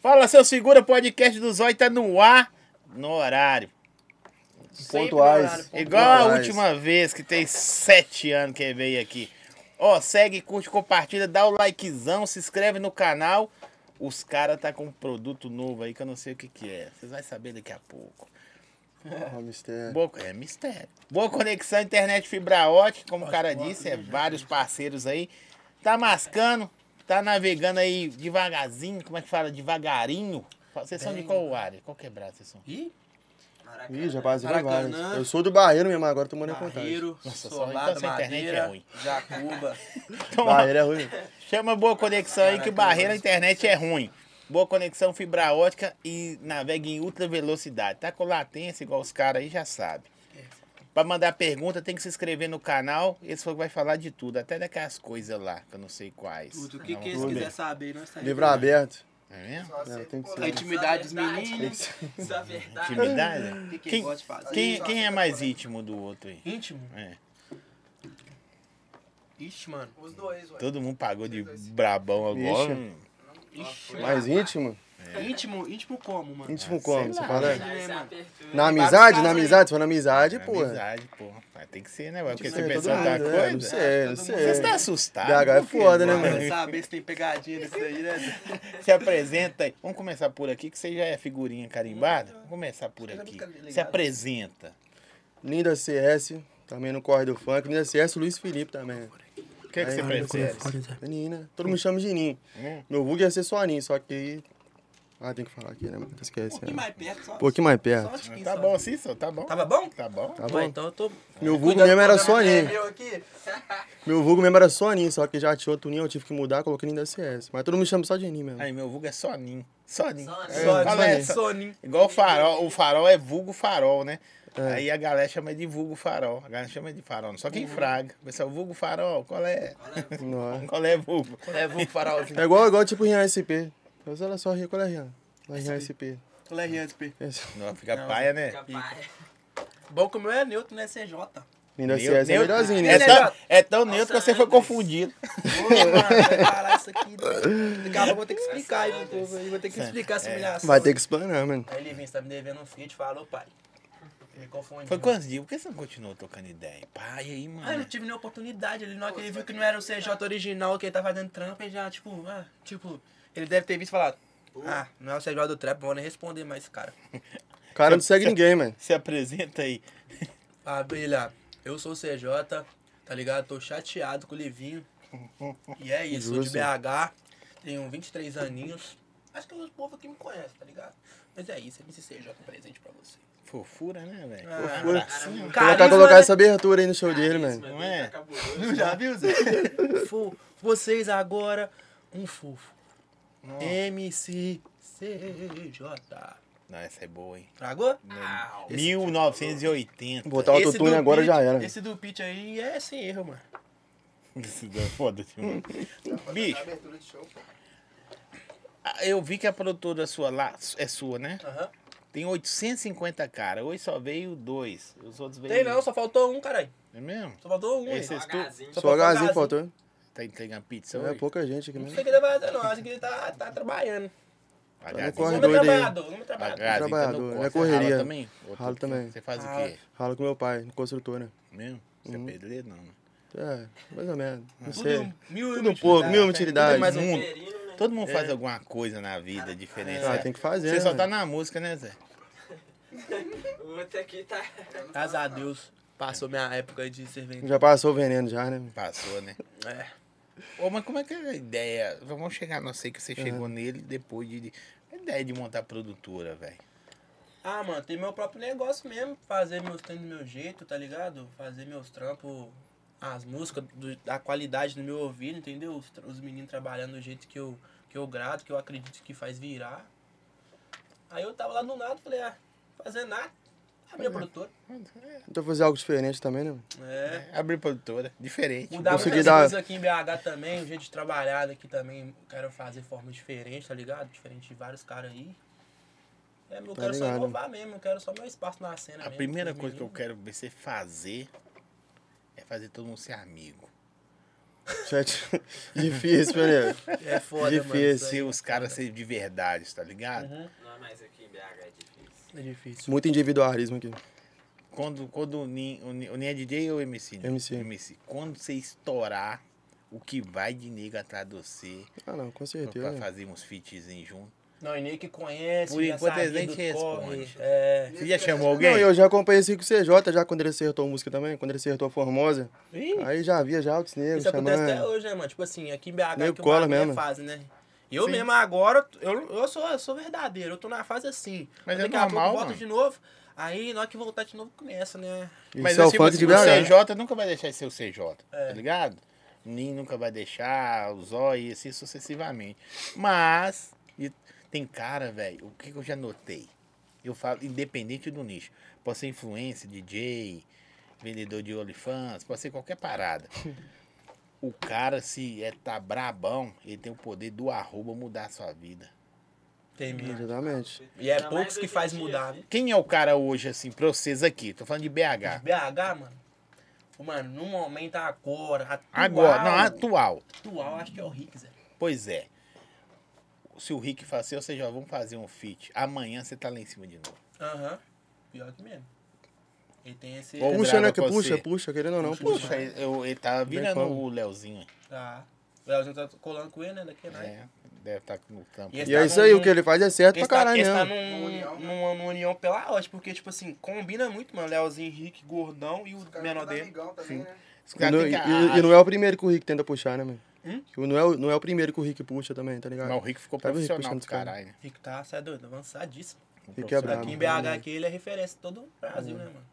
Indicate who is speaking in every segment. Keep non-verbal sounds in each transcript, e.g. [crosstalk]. Speaker 1: Fala, seu segura, podcast do Zói tá no ar, no horário.
Speaker 2: Sempre no horário,
Speaker 3: Pontuais.
Speaker 2: pontuais.
Speaker 1: Igual a
Speaker 3: Pontuais.
Speaker 1: última vez, que tem sete anos que veio aqui. Ó, segue, curte, compartilha, dá o likezão, se inscreve no canal. Os caras tá com um produto novo aí que eu não sei o que que é. Vocês vão saber daqui a pouco.
Speaker 3: Ah, mistério.
Speaker 1: Boa, é mistério. Boa conexão, internet fibra ótica, como o cara disse, é vários parceiros aí. Tá mascando, tá navegando aí devagarzinho, como é que fala? Devagarinho. Vocês são de
Speaker 2: Bem-
Speaker 1: qual área? Qual quebrada vocês são?
Speaker 2: Ih,
Speaker 3: Ih, já passei por
Speaker 2: Maracanã.
Speaker 3: várias. Eu sou do Barreiro mesmo, agora tô morando em Contagem.
Speaker 2: Barreiro,
Speaker 1: Nossa, só-
Speaker 2: Solado,
Speaker 1: então essa internet
Speaker 2: Madeira,
Speaker 1: é ruim. [laughs]
Speaker 2: Jacuba.
Speaker 1: Então,
Speaker 3: Barreiro é ruim.
Speaker 1: chama boa conexão aí que
Speaker 2: Caraca,
Speaker 1: barreira a
Speaker 2: mas-
Speaker 1: internet é ruim. Boa conexão fibra ótica e navega em ultra velocidade. Tá com latência igual os caras aí já sabe. Pra mandar pergunta, tem que se inscrever no canal. Esse foi o que vai falar de tudo, até daquelas coisas lá, que eu não sei quais.
Speaker 2: Tudo. O que,
Speaker 1: Não,
Speaker 2: que eles
Speaker 1: tudo.
Speaker 2: quiserem saber, nós saímos.
Speaker 3: Livro aberto.
Speaker 1: É mesmo?
Speaker 3: É, tem que ser.
Speaker 2: A intimidade dos meninos.
Speaker 4: Isso é verdade.
Speaker 1: Intimidade?
Speaker 2: O que, que
Speaker 1: Quem-
Speaker 2: eles gostam de fazer?
Speaker 1: Quem, quem é mais íntimo do outro aí?
Speaker 2: Íntimo?
Speaker 1: É,
Speaker 2: Ixi, mano.
Speaker 4: Os dois, ué.
Speaker 1: todo mundo pagou de brabão agora. hum,
Speaker 3: Ixi.
Speaker 2: Ixi,
Speaker 3: Mais íntimo?
Speaker 2: íntimo, íntimo como, mano? né,
Speaker 3: Íntimo
Speaker 1: Ah, sei
Speaker 3: como? Você
Speaker 1: lá.
Speaker 3: fala?
Speaker 4: Mas é
Speaker 2: mano.
Speaker 4: abertura.
Speaker 3: Na
Speaker 2: vários
Speaker 3: amizade? Na
Speaker 2: casos,
Speaker 3: amizade? Você fala na amizade,
Speaker 1: é Amizade,
Speaker 3: porra.
Speaker 1: porra. Mas tem que ser, né? ué? Porque
Speaker 3: Isso
Speaker 1: você
Speaker 3: aí, todo
Speaker 1: pensou em outra
Speaker 3: mundo, é, Não
Speaker 1: coisa.
Speaker 3: sei, não
Speaker 2: Todo
Speaker 3: sei.
Speaker 2: mundo.
Speaker 1: Você está assustado.
Speaker 3: BH é
Speaker 1: meu filho?
Speaker 3: foda, né,
Speaker 2: Mano,
Speaker 3: mano?
Speaker 2: saber se tem pegadinha nisso aí, né?
Speaker 3: é
Speaker 1: Se apresenta aí. Vamos começar por aqui, que você já é figurinha carimbada. Vamos começar por
Speaker 2: Eu
Speaker 1: aqui.
Speaker 2: nunca li-
Speaker 1: Se apresenta.
Speaker 3: Linda CS, também no Corre do Funk. Linda CS, Luiz Felipe também.
Speaker 1: O que, é que você
Speaker 3: Aí,
Speaker 1: prefere?
Speaker 3: Nina. Todo mundo chama de Ninho.
Speaker 1: Hum.
Speaker 3: Meu vulgo ia ser só Ninho, só que... Ah, tem que falar aqui, né? mano? Esquece.
Speaker 2: pouquinho
Speaker 3: né?
Speaker 2: mais perto, só.
Speaker 3: Um pouquinho mais
Speaker 2: Só um
Speaker 3: perto.
Speaker 2: tiquinho,
Speaker 1: Tá
Speaker 2: só.
Speaker 1: bom, sim, senhor. Tá bom.
Speaker 2: Tava bom?
Speaker 1: Tá bom.
Speaker 3: Tá
Speaker 4: Ué,
Speaker 3: bom?
Speaker 4: então eu tô.
Speaker 3: Meu vulgo mesmo era só Ninho.
Speaker 4: Eu aqui.
Speaker 3: Meu vulgo mesmo era só Ninho, só que já tinha outro Ninho, eu tive que mudar, coloquei Ninho da CS. Mas todo mundo chama só de Ninho mesmo.
Speaker 1: Aí, meu vulgo é só Ninho. Só Ninho.
Speaker 4: Só Ninho.
Speaker 1: É,
Speaker 3: Só
Speaker 1: fala
Speaker 3: Ninho.
Speaker 1: essa.
Speaker 2: Soninho.
Speaker 1: Igual o farol, o farol é vulgo farol, né?
Speaker 3: É.
Speaker 1: Aí a galera chama de vulgo farol. A galera chama de farol, não só quem fraga. O pessoal, vulgo farol, qual é?
Speaker 3: Não é.
Speaker 1: Qual é vulgo?
Speaker 2: Leva o farolzinho.
Speaker 3: É igual, igual tipo Rian SP. Eu sei lá só Rian, qual é Rian? Lá Rian SP.
Speaker 2: Leve antes, P.
Speaker 3: Esse-
Speaker 1: Não, fica paia, né?
Speaker 4: Capaz.
Speaker 2: É, Bom que o meu é neutro, né? CJ.
Speaker 3: Linda
Speaker 1: Neu-
Speaker 3: CS é
Speaker 1: neutro.
Speaker 3: melhorzinho,
Speaker 1: É
Speaker 3: né?
Speaker 1: tão, é tão
Speaker 4: Nossa,
Speaker 1: neutro que você foi
Speaker 4: Anderson.
Speaker 1: confundido.
Speaker 2: [laughs] Ô, mano, vai parar isso aqui. né? Daqui a pouco eu vou ter que explicar aí pro povo aí. Vou ter que explicar essa humilhação.
Speaker 3: é. Vai ter que explanar, mano.
Speaker 2: Aí, Livinho, você tá me devendo um feed, falou, pai. Me confundi.
Speaker 1: Foi quantos dias? Por que você não continuou trocando ideia? Pai, aí,
Speaker 2: Ah, eu não
Speaker 1: mano.
Speaker 2: tive nem oportunidade. Ele, na hora que ele viu que não era o CJ original, que ele tava dando trampa, ele já, tipo, ah, tipo, ele deve ter visto e falado. Ah, não é o CJ do trap, vou nem responder mais esse cara.
Speaker 3: O cara não segue ninguém, mano.
Speaker 1: Se apresenta aí.
Speaker 2: Ah, Brilha, eu sou o CJ, tá ligado? Tô chateado com o Livinho. E é isso, sou de
Speaker 3: Justo.
Speaker 2: BH, tenho 23 aninhos. Acho que o povo aqui me conhece, tá ligado? Mas é isso, MC CJ presente pra você.
Speaker 1: Fofura, né, velho?
Speaker 2: Ah,
Speaker 1: Um
Speaker 3: Fofura.
Speaker 1: abracinho.
Speaker 3: Colocar,
Speaker 2: né?
Speaker 3: colocar essa abertura aí no show dele, mano.
Speaker 1: Não é?
Speaker 2: Já viu, [laughs] Zé? Fofo. Vocês agora, um fofo. MC CJ.
Speaker 1: Não, essa é boa, hein?
Speaker 2: Tragou? tipo
Speaker 1: 1980.
Speaker 3: Botar o autotune agora já era.
Speaker 2: Esse do Pitch aí é sem erro, mano.
Speaker 1: Isso é foda, tio. Bicho,
Speaker 4: Abertura de show. pô.
Speaker 1: Ah, Eu vi que a produtora sua lá é sua, né?
Speaker 2: Aham.
Speaker 1: Tem 850 cara. Hoje só veio dois. Os outros veio.
Speaker 2: Tem não, só faltou um, caralho.
Speaker 1: É mesmo?
Speaker 2: Só faltou um.
Speaker 1: Esse
Speaker 2: hein?
Speaker 1: Vocês tu-
Speaker 4: Magazinho.
Speaker 2: Só
Speaker 3: Só o
Speaker 2: faltou
Speaker 3: Gazinho
Speaker 2: Gazinho.
Speaker 3: faltou.
Speaker 1: Tá entregando pizza
Speaker 3: É
Speaker 1: hoje?
Speaker 3: pouca gente aqui
Speaker 2: Não sei
Speaker 3: mesmo.
Speaker 2: que ele vai fazer, não. Acho que ele tá, tá trabalhhando.
Speaker 1: A
Speaker 3: no
Speaker 1: Gazi-
Speaker 3: é corre
Speaker 2: Homem é
Speaker 3: doido aí.
Speaker 2: trabalhador, homem
Speaker 1: a Gazi
Speaker 2: trabalhador.
Speaker 1: tá no
Speaker 3: Trabalhador,
Speaker 1: corre.
Speaker 3: é
Speaker 1: Você
Speaker 3: correria.
Speaker 1: rala também? Ou tu
Speaker 3: Ralo
Speaker 1: que-
Speaker 3: também.
Speaker 1: Você faz o
Speaker 2: Ralo.
Speaker 1: quê?
Speaker 3: Ralo com meu pai, no construtor, né?
Speaker 1: Mesmo? Você é pedreiro, não, né?
Speaker 3: É, mais ou menos. Não sei.
Speaker 2: Tudo mil e
Speaker 3: Tudo um
Speaker 2: uma
Speaker 3: pouco, mil
Speaker 2: utilidades.
Speaker 3: utilidades.
Speaker 1: mais um
Speaker 3: Hum.
Speaker 1: mundo.
Speaker 4: Verino, né?
Speaker 1: Todo mundo
Speaker 2: É.
Speaker 1: faz alguma coisa na vida diferente.
Speaker 3: Ah,
Speaker 1: né?
Speaker 3: tem que fazer,
Speaker 1: Você
Speaker 3: né,
Speaker 1: só tá
Speaker 3: mano?
Speaker 1: na música, né, Zé?
Speaker 4: O outro aqui tá.
Speaker 2: Graças a Deus. Passou minha época de servente.
Speaker 3: Já passou o veneno já, né? mano?
Speaker 1: Passou,
Speaker 2: [laughs]
Speaker 1: né?
Speaker 2: É.
Speaker 1: Ô, mas como é que é a ideia? Vamos chegar, não sei que você chegou nele depois de. A ideia de montar produtora, velho.
Speaker 2: Ah, mano, tem meu próprio negócio mesmo. Fazer meus treinos do meu jeito, tá ligado? Fazer meus trampos, as músicas, do- da qualidade do meu ouvido, entendeu? Os, tra- os meninos trabalhando do jeito que eu, que eu grado, que eu acredito que faz virar. Aí eu tava lá do nada, falei, ah, fazer nada. A
Speaker 3: Uhum.
Speaker 2: minha produtora.
Speaker 3: Então fazer algo diferente também, né? mano?
Speaker 2: É.
Speaker 1: Abrir produtora, diferente.
Speaker 2: Mudar
Speaker 3: Tipo, Consegui
Speaker 2: muitas
Speaker 3: dar-
Speaker 2: coisas aqui em BH também, o jeito de trabalhar aqui também. Quero fazer forma diferente, tá ligado? Diferente de vários caras aí. É, eu
Speaker 3: Tá
Speaker 2: quero só
Speaker 3: ligado.
Speaker 2: inovar mesmo, eu quero só meu espaço na cena
Speaker 1: A
Speaker 2: mesmo. né?
Speaker 1: primeira
Speaker 2: com os
Speaker 1: coisa que eu
Speaker 2: meninos.
Speaker 1: quero ver você fazer é fazer todo mundo ser amigo.
Speaker 3: Chat. [laughs] Difícil, né? meu nego.
Speaker 2: É foda,
Speaker 3: Difícil.
Speaker 1: Ser os caras ser de verdade, tá ligado?
Speaker 2: mano. Uhum.
Speaker 4: Não, mas aqui em BH é difícil.
Speaker 2: É difícil.
Speaker 3: Muito individualismo aqui.
Speaker 1: Quando, quando o Nin o Nin- o Nin é DJ ou MC? né?
Speaker 3: MC.
Speaker 1: Quando você estourar, o que vai de nega atrás de você
Speaker 3: Ah, não, com
Speaker 1: pra
Speaker 3: certeza.
Speaker 1: fazer uns featzinhos junto?
Speaker 2: Não, e nem que conhece,
Speaker 1: Por
Speaker 2: já
Speaker 1: enquanto
Speaker 2: sabe
Speaker 1: eles nem
Speaker 2: do
Speaker 1: te
Speaker 2: corre,
Speaker 1: respondem.
Speaker 2: É.
Speaker 1: Você já chamou alguém?
Speaker 3: Não, eu já acompanhei esse com o CJ, já quando ele acertou a música também, quando ele acertou a Formosa.
Speaker 2: Ih,
Speaker 3: Aí já havia já altos negros
Speaker 2: Isso acontece até
Speaker 3: chamando.
Speaker 2: hoje, né, mano? Tipo assim, aqui em BH
Speaker 3: Meio
Speaker 2: que
Speaker 3: cola
Speaker 2: bagulho
Speaker 3: mesmo.
Speaker 2: é fase, né? Eu
Speaker 1: Sim.
Speaker 2: mesmo agora, eu, eu, sou, eu sou verdadeiro, eu tô na fase assim.
Speaker 1: Mas é
Speaker 2: Daqui a pouco
Speaker 1: normal,
Speaker 2: eu volto
Speaker 1: mano.
Speaker 2: de novo, aí na hora que voltar de novo começa, né?
Speaker 1: Mas
Speaker 3: Isso é o
Speaker 1: assim,
Speaker 3: funk de
Speaker 1: assim,
Speaker 3: BH.
Speaker 1: o
Speaker 3: né?
Speaker 1: CJ nunca vai deixar de ser o CJ, tá ligado? Nem nunca vai deixar, o Zói e assim sucessivamente. Mas, e tem cara, velho, o que, que eu já notei? Eu falo, independente do nicho. Pode ser influência, DJ, vendedor de OnlyFans, pode ser qualquer parada. O cara, se é, tá brabão, ele tem o poder do arroba mudar a sua vida.
Speaker 2: Tem mesmo.
Speaker 3: Exatamente.
Speaker 2: E é
Speaker 4: Ainda mais
Speaker 2: poucos que
Speaker 4: hoje em
Speaker 2: faz
Speaker 4: dia,
Speaker 2: mudar.
Speaker 4: filho.
Speaker 1: Quem é o cara hoje, assim, pra vocês aqui? Tô falando de BH.
Speaker 2: BH, mano. Mano, no momento agora, atual.
Speaker 1: Agora, não, atual.
Speaker 2: Atual, acho que é o Rick, Zé.
Speaker 1: Pois é. Se o Rick fala assim, ou seja, vamos fazer um feat. Amanhã você tá lá em cima de novo.
Speaker 2: Aham. Pior que mesmo. Ele tem esse.
Speaker 1: Ou-
Speaker 3: Puxa, né?
Speaker 1: Pedrada
Speaker 3: Que
Speaker 1: pra
Speaker 3: puxa,
Speaker 1: você.
Speaker 3: puxa, querendo ou não,
Speaker 2: Puxa.
Speaker 3: puxa.
Speaker 1: Puxa, eu- ele tá virando
Speaker 3: como.
Speaker 1: o Leozinho.
Speaker 2: Tá. O Leozinho tá colando com ele, né?
Speaker 3: É.
Speaker 2: Daqui a nada.
Speaker 1: Né? Deve estar tá no campo.
Speaker 2: E esse
Speaker 3: E é isso aí, o que ele faz é certo pra
Speaker 2: Eles tá,
Speaker 3: caralho
Speaker 2: eles tá
Speaker 3: mesmo.
Speaker 2: num,
Speaker 4: Uma união, né?
Speaker 2: numa, numa união pela ótima, porque, tipo assim, combina muito, mano. Leozinho, Henrique, Gordão e o
Speaker 4: Os caras
Speaker 2: menor
Speaker 4: tudo
Speaker 2: dele.
Speaker 4: amigão também, né?
Speaker 1: Os
Speaker 3: E
Speaker 1: caras
Speaker 3: não,
Speaker 1: têm que-
Speaker 3: e- e não é o primeiro que o Rick tenta puxar, né, mano?
Speaker 2: Hum?
Speaker 3: O não é, o- não é o primeiro que o Rick puxa também, tá
Speaker 1: ah,
Speaker 3: ligado?
Speaker 1: Mas o Rick ficou
Speaker 3: Sabe o Rick
Speaker 1: profissional
Speaker 3: puxando
Speaker 1: do
Speaker 3: os caras?
Speaker 1: caralho. né?
Speaker 2: Rick tá, cê é doido, avançadíssimo.
Speaker 1: Ficou
Speaker 3: Rick é
Speaker 1: profissional.
Speaker 3: brabo.
Speaker 2: Aqui em BH
Speaker 1: né?
Speaker 2: aqui ele é referência em todo o Brasil, né, mano?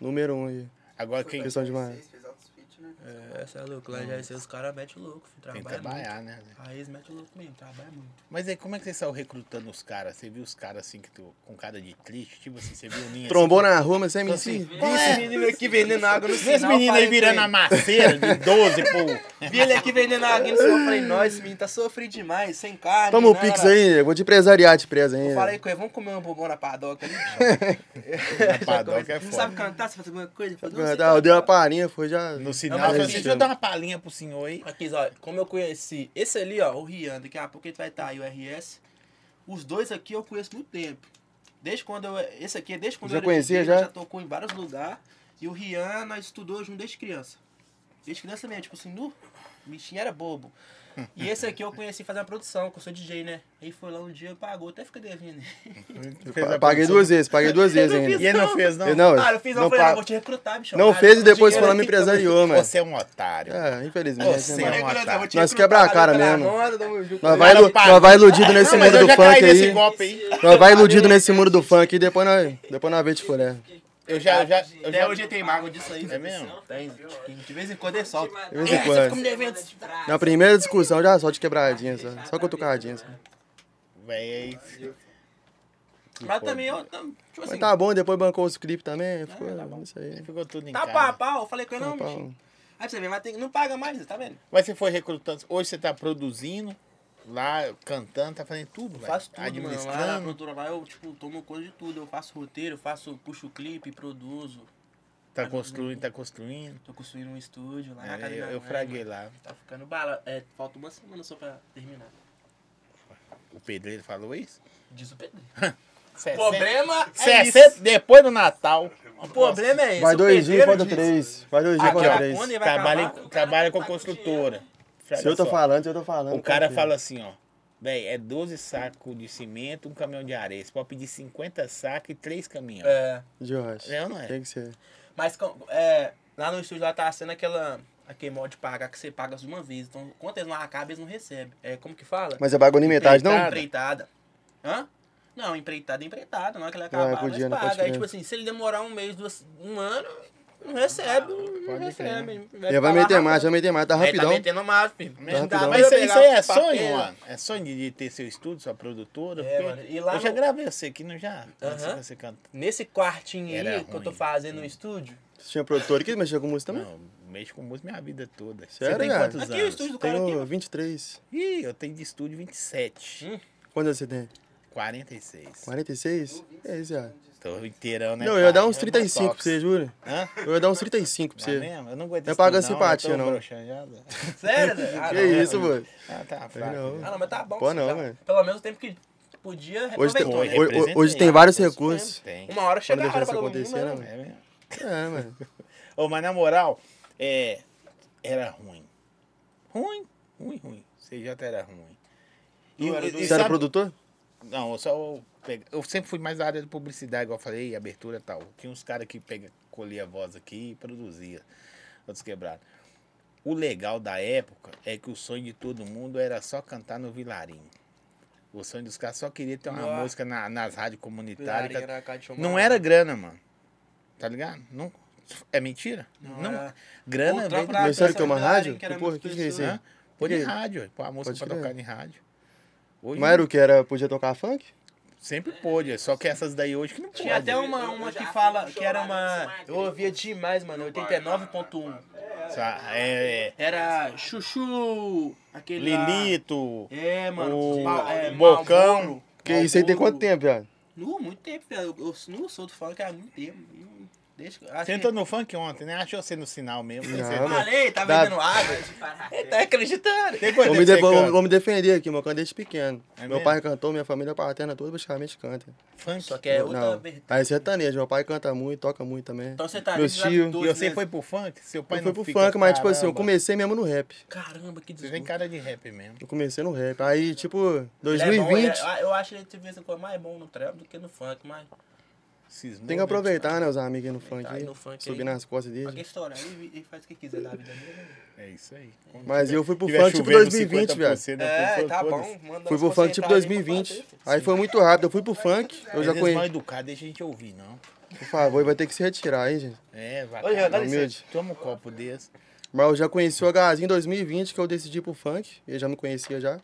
Speaker 3: Número um aí.
Speaker 1: Agora quem
Speaker 3: Questão de
Speaker 4: Fez- fez altos feat, né?
Speaker 2: É, cê é louco. Lá já esses caras metem louco, filho,
Speaker 1: tem que
Speaker 2: trabalha muito.
Speaker 1: trabalhar, né? Zé?
Speaker 2: Aí eles metem louco mesmo, trabalha muito.
Speaker 1: Mas aí, como é que vocês estão recrutando os caras? Você viu os caras assim, que tu, com cara de triste? Tipo assim, você viu o Ninho
Speaker 3: Trombou na rua, mas você é
Speaker 1: assim, assim,
Speaker 3: MC?
Speaker 1: "Qual é?"
Speaker 2: Esse menino aqui vendendo água no
Speaker 1: assim? Esse menino aí virando a
Speaker 2: a
Speaker 1: maceira de 12
Speaker 2: [laughs]
Speaker 1: pro...
Speaker 2: Vi ele aqui vendendo água no sinal, eu falei, nossa, esse menino tá sofrendo demais, sem carne.
Speaker 3: Toma o
Speaker 2: nada."
Speaker 3: Pix aí, eu vou te empresariar de presa
Speaker 2: né, Eu
Speaker 3: ainda.
Speaker 2: falei com ele, vamos comer um bombom na padoca ali.
Speaker 1: Na padoca é
Speaker 2: Não
Speaker 1: foda.
Speaker 2: sabe cantar, se faz alguma coisa? Faz, não sei
Speaker 3: Ah, eu dei uma
Speaker 2: cantar.
Speaker 3: parinha, foi já.
Speaker 1: No
Speaker 2: Não,
Speaker 1: sinal,
Speaker 2: mas
Speaker 1: eu
Speaker 2: assim,
Speaker 1: assim, deixa eu dar uma palhinha pro senhor aí.
Speaker 2: Aqui, ó, como eu conheci esse ali, ó, o Rian, daqui a pouco ele vai estar aí, o RS. Os dois aqui eu conheço muito tempo. Desde quando eu. Esse aqui é desde quando
Speaker 3: Já
Speaker 2: eu era
Speaker 3: conhecia,
Speaker 2: pequeno,
Speaker 3: já?
Speaker 2: já tocou em vários lugares. E o Rian, nós estudou junto desde criança. Desde criança mesmo, tipo assim, nu, o bichinho era bobo. E esse aqui eu conheci fazer uma produção, que eu sou DJ, né? Aí foi lá um dia e pagou, até fica devendo.
Speaker 1: Fez a
Speaker 3: Paguei
Speaker 1: produção.
Speaker 3: duas vezes, paguei duas
Speaker 1: [laughs]
Speaker 3: vezes ainda.
Speaker 1: E ele não fez, não?
Speaker 3: Eu não,
Speaker 2: ah, eu fiz uma
Speaker 3: não,
Speaker 2: falei,
Speaker 3: pa-
Speaker 2: não, vou te recrutar, bicho.
Speaker 3: não
Speaker 2: Ah,
Speaker 3: fez e depois
Speaker 2: dinheiro
Speaker 3: foi lá me
Speaker 2: aqui, então,
Speaker 3: empresariou, mano.
Speaker 1: Você é um otário.
Speaker 3: É, infelizmente.
Speaker 1: Você
Speaker 3: né,
Speaker 1: é
Speaker 3: mano?
Speaker 1: um otário.
Speaker 3: Nós quebra a cara mesmo. Nós vai,
Speaker 1: Ela
Speaker 3: ilu-
Speaker 1: pagou.
Speaker 3: nós vai iludido nesse
Speaker 1: Não, mas
Speaker 3: mundo
Speaker 1: eu
Speaker 3: do
Speaker 1: já
Speaker 3: funk
Speaker 1: caí nesse
Speaker 3: aí.
Speaker 1: golpe, hein?
Speaker 3: Nós vai iludido nesse mundo do funk e depois nós, depois nós vê tipo, né? de folha.
Speaker 1: Eu já, eu já, eu
Speaker 2: Até
Speaker 1: já...
Speaker 2: hoje tem mago disso aí. né?
Speaker 1: É mesmo?
Speaker 2: Tem. De vez em quando é ele solta.
Speaker 3: De vez em quando. Na primeira discussão já só de quebradinha, só, só cutucadinha. Só.
Speaker 1: Tipo Véi, é
Speaker 2: Mas também eu. tam- Tipo
Speaker 3: Mas
Speaker 2: assim,
Speaker 3: tá bom, depois bancou os clipes também, ficou isso aí.
Speaker 1: aí ficou tudo em
Speaker 2: tá
Speaker 1: casa.
Speaker 2: pau a pau. Eu falei com ele,
Speaker 3: Tá
Speaker 2: não,
Speaker 3: bom.
Speaker 2: bichinho. Aí pra você ver, mas tem- não paga mais, tá vendo?
Speaker 1: Mas você foi recrutando. Hoje você tá produzindo, lá cantando, tá fazendo tudo, velho.
Speaker 2: Faço tudo, mano. Lá na
Speaker 1: Administrando.
Speaker 2: produtora lá eu, tipo, tomo conta de tudo. Eu faço roteiro, faço, puxo o clipe, produzo.
Speaker 1: Tá construindo, tá construindo.
Speaker 2: Tô construindo um estúdio lá na
Speaker 1: É,
Speaker 2: casa
Speaker 1: eu, eu fraguei lá.
Speaker 2: Tá ficando bala. É, falta uma semana só pra terminar.
Speaker 1: O pedreiro falou isso?
Speaker 2: Diz o Pedro.
Speaker 1: Sessenta-
Speaker 2: Problema é isso.
Speaker 1: 60 depois do Natal.
Speaker 2: O problema é esse.
Speaker 3: Vai
Speaker 2: o
Speaker 3: dois dias,
Speaker 2: pedreiro
Speaker 3: falta
Speaker 2: diz.
Speaker 3: três. Vai dois dias,
Speaker 2: Aqui,
Speaker 3: falta
Speaker 2: ó.
Speaker 3: três.
Speaker 2: Quando ele vai
Speaker 1: Trabalha,
Speaker 2: acabar,
Speaker 1: trabalha com construtora.
Speaker 3: Se eu
Speaker 1: Fraga é?
Speaker 3: tô
Speaker 1: só.
Speaker 3: falando, se eu tô falando.
Speaker 1: O cara
Speaker 3: confia.
Speaker 1: fala assim, ó. Véi, é 12 sacos de cimento, um caminhão de areia. Você pode pedir 50 sacos e 3 caminhões.
Speaker 2: É.
Speaker 3: Jorge.
Speaker 1: É ou não é?
Speaker 3: Tem que ser.
Speaker 2: Mas com- é, lá no estúdio lá tá sendo aquela. Aquele modo de pagar que você paga de uma vez. Então, quando eles não acabam, eles não recebem. É como que fala?
Speaker 3: Mas é bagulho em metade, não?
Speaker 1: Empreitada.
Speaker 2: Empreitada. Hã? Não, empreitada é empreitada. Na hora que ele
Speaker 3: Ah,
Speaker 2: acabar,
Speaker 3: podia, não
Speaker 2: nós
Speaker 3: pode
Speaker 2: paga. Aí,
Speaker 3: crer.
Speaker 2: tipo assim, se ele demorar um mês, duas, um ano, não recebe. Não
Speaker 1: Pode
Speaker 2: recebe.
Speaker 3: Ah, Ele vai meter mais,
Speaker 2: já
Speaker 3: vai meter mais, tá
Speaker 2: Tá
Speaker 3: rapidão. Tá
Speaker 2: metendo mais, filho.
Speaker 1: Mas,
Speaker 3: Rapidão.
Speaker 1: mas isso, aí- isso aí é
Speaker 2: Pegar
Speaker 1: sonho,
Speaker 2: papel.
Speaker 1: mano. É sonho de de ter seu estúdio, sua produtora.
Speaker 2: É,
Speaker 1: porque
Speaker 2: mano, e lá
Speaker 1: eu já
Speaker 2: no-
Speaker 1: gravei você aqui, não já? Antes
Speaker 2: Aham.
Speaker 1: que Você canta.
Speaker 2: Nesse quartinho
Speaker 1: Era
Speaker 2: aí que eu tô
Speaker 1: ruim.
Speaker 2: fazendo no
Speaker 1: [laughs]
Speaker 2: estúdio.
Speaker 3: Você tinha produtor aqui que mexia com música também?
Speaker 1: Não, mexo com música minha vida toda.
Speaker 3: Sério,
Speaker 1: você tem
Speaker 3: cara?
Speaker 1: quantos
Speaker 2: aqui é o
Speaker 1: anos?
Speaker 2: estúdio do cara aqui.
Speaker 3: Tenho
Speaker 2: mano.
Speaker 3: 23.
Speaker 1: Ih, eu tenho de estúdio 27.
Speaker 2: Hum.
Speaker 3: Quantos anos você tem?
Speaker 1: 46.
Speaker 3: 46? É isso, já.
Speaker 1: Tô inteirão, né?
Speaker 3: Não, eu ia
Speaker 1: pai?
Speaker 3: dar uns
Speaker 1: É
Speaker 3: 35 pra
Speaker 1: botox.
Speaker 3: você, jura?
Speaker 1: Hã?
Speaker 3: Eu ia dar uns 35 pra
Speaker 1: Não é
Speaker 3: você.
Speaker 1: mesmo? Eu não aguento
Speaker 3: Não é paga
Speaker 1: tudo,
Speaker 3: simpatia,
Speaker 1: eu tô
Speaker 3: não.
Speaker 1: broxando já, [laughs] né?
Speaker 2: Sério, velho? Ah,
Speaker 3: Que
Speaker 2: não,
Speaker 3: isso,
Speaker 2: velho.
Speaker 3: mano?
Speaker 1: Ah, tá fraco.
Speaker 3: não.
Speaker 1: né?
Speaker 2: Ah, não, mas tá bom.
Speaker 3: Pô, não,
Speaker 2: pelo-
Speaker 3: velho.
Speaker 2: Pelo menos o tempo que podia,
Speaker 3: Hoje tem,
Speaker 2: aproveitou,
Speaker 1: Foi,
Speaker 3: hoje-
Speaker 2: né?
Speaker 3: hoje- hoje tem
Speaker 1: representei,
Speaker 3: vários
Speaker 1: isso
Speaker 3: recursos.
Speaker 1: [laughs] Tem.
Speaker 2: Uma hora chega a
Speaker 3: deixar
Speaker 2: hora
Speaker 3: isso
Speaker 2: pra todo mundo,
Speaker 3: acontecer,
Speaker 2: né?
Speaker 3: né,
Speaker 1: É mesmo?
Speaker 3: É, mano.
Speaker 1: Ô, mas na moral, é, era ruim. Ruim, ruim, ruim. CJ era ruim. E,
Speaker 2: Eu era
Speaker 1: e-
Speaker 2: do-
Speaker 1: e
Speaker 3: Você
Speaker 1: sabe-
Speaker 3: era produtor?
Speaker 1: Não, eu só. pega- Eu sempre fui mais da área de publicidade, igual eu falei, abertura e tal. Tinha uns caras que pega, colhia a voz aqui e produzia. Outros quebrados. O legal da época é que o sonho de todo mundo era só cantar no Vilarinho. O sonho dos caras só queria ter uma
Speaker 2: Nossa.
Speaker 1: música na- nas rádios
Speaker 3: Tá
Speaker 1: comunitárias.
Speaker 2: Vilarinho era a casa de
Speaker 1: Não
Speaker 2: chamar.
Speaker 1: era grana, mano. Tá ligado? Não, é mentira?
Speaker 2: Não,
Speaker 1: Não.
Speaker 2: era-
Speaker 1: Grana
Speaker 2: Pô,
Speaker 1: veio
Speaker 2: troca
Speaker 1: do
Speaker 2: da-
Speaker 3: Mas sabe
Speaker 2: pensando
Speaker 3: que é uma
Speaker 2: na área
Speaker 3: rádio?
Speaker 2: que era
Speaker 3: Que porra,
Speaker 2: muito
Speaker 3: que que é isso aí?
Speaker 1: Hã? Pôr
Speaker 3: E
Speaker 1: em
Speaker 3: aí?
Speaker 1: né? rádio, pôr a música
Speaker 3: Pode
Speaker 1: pra
Speaker 3: crer.
Speaker 1: tocar em rádio. Hoje
Speaker 3: Mas era o que? Era, podia tocar funk?
Speaker 1: sempre pôde, só que essas daí hoje que não pode.
Speaker 2: Tinha até uma, uma que fala que era uma.
Speaker 4: Eu
Speaker 2: Eu ouvia demais, mano. 89.1.
Speaker 1: Sa- é, é,
Speaker 2: Era Chuchu. Aquele. lá-
Speaker 1: Lilito.
Speaker 2: É, mano.
Speaker 1: o
Speaker 2: Ma- é,
Speaker 1: Bocão.
Speaker 2: Malboro.
Speaker 3: Que isso aí tem
Speaker 2: Malboro.
Speaker 3: quanto tempo, viado?
Speaker 2: Nu, muito tempo, velho. Eu, eu não sou do funk há muito tempo. Hum, Deixa que- acho
Speaker 1: Você
Speaker 2: que-
Speaker 1: entrou no funk ontem, né? Achou você no sinal mesmo. né?
Speaker 3: Não,
Speaker 1: Você-
Speaker 3: mano.
Speaker 2: Falei, tá
Speaker 3: Dá-
Speaker 2: vendendo água. Ele [laughs] tá acreditando.
Speaker 1: Tem quanto
Speaker 3: Vou me,
Speaker 1: tempo
Speaker 3: um de-
Speaker 1: você
Speaker 3: vou,
Speaker 1: canta?
Speaker 3: vou me defender aqui, meu canto desde pequeno.
Speaker 1: É
Speaker 3: meu
Speaker 1: mesmo?
Speaker 3: pai cantou, minha família paterna toda praticamente canta.
Speaker 1: Funk.
Speaker 2: Só que é outra
Speaker 3: não.
Speaker 2: vertente.
Speaker 3: Aí sertanejo, meu pai canta muito, toca muito também.
Speaker 2: Então você tá
Speaker 3: Meu
Speaker 2: desde lá
Speaker 1: E
Speaker 3: tio.
Speaker 2: dos 12
Speaker 1: você
Speaker 2: meses.
Speaker 1: foi pro funk? Seu pai
Speaker 3: Eu fui
Speaker 1: não
Speaker 3: pro
Speaker 1: fica,
Speaker 3: funk, mas tipo assim, eu
Speaker 1: caramba.
Speaker 3: comecei mesmo no rap.
Speaker 2: Caramba, que
Speaker 1: Você tem
Speaker 2: desculpa.
Speaker 1: cara de rap mesmo.
Speaker 3: Eu comecei no rap. Aí, tipo,
Speaker 2: Ele é bom, ele
Speaker 3: 2020,
Speaker 1: Ah,
Speaker 2: é- eu acho ele de vez em quando mais bom no trap do que no funk, mas.
Speaker 1: Cismou,
Speaker 3: tem que
Speaker 1: né? Tá
Speaker 3: aproveitar, né, os amigos aí no funk.
Speaker 2: aí
Speaker 3: aí,
Speaker 2: no funk é
Speaker 3: Subir
Speaker 2: aí.
Speaker 3: nas costas
Speaker 2: Pra quem
Speaker 3: dele.
Speaker 2: estourar, ele, ele faz o que quiser da vida dele.
Speaker 1: É isso aí.
Speaker 3: Mas eu fui pro
Speaker 1: Tiver
Speaker 3: funk tipo
Speaker 1: chovendo
Speaker 3: 2020, velho.
Speaker 1: 50%, né?
Speaker 2: É,
Speaker 1: Foi-
Speaker 2: tá
Speaker 1: foda-se.
Speaker 2: bom. Manda
Speaker 3: Fui
Speaker 2: nós
Speaker 3: pro funk tipo
Speaker 2: concentrar aí pra
Speaker 3: 2020.
Speaker 2: bater.
Speaker 3: Aí foi muito rápido. Eu fui pro funk, eu já
Speaker 1: Eles mal
Speaker 3: conheci.
Speaker 1: educado, deixa a gente ouvir, não.
Speaker 3: Por favor, vai ter que se retirar, hein, gente.
Speaker 1: É, vai.
Speaker 2: Olha, dá
Speaker 1: caralho.
Speaker 3: Humilde.
Speaker 1: Toma um copo desse.
Speaker 3: Mas eu já conheci o Hzinho em 2020, que eu decidi ir pro funk. Ele já me conhecia já.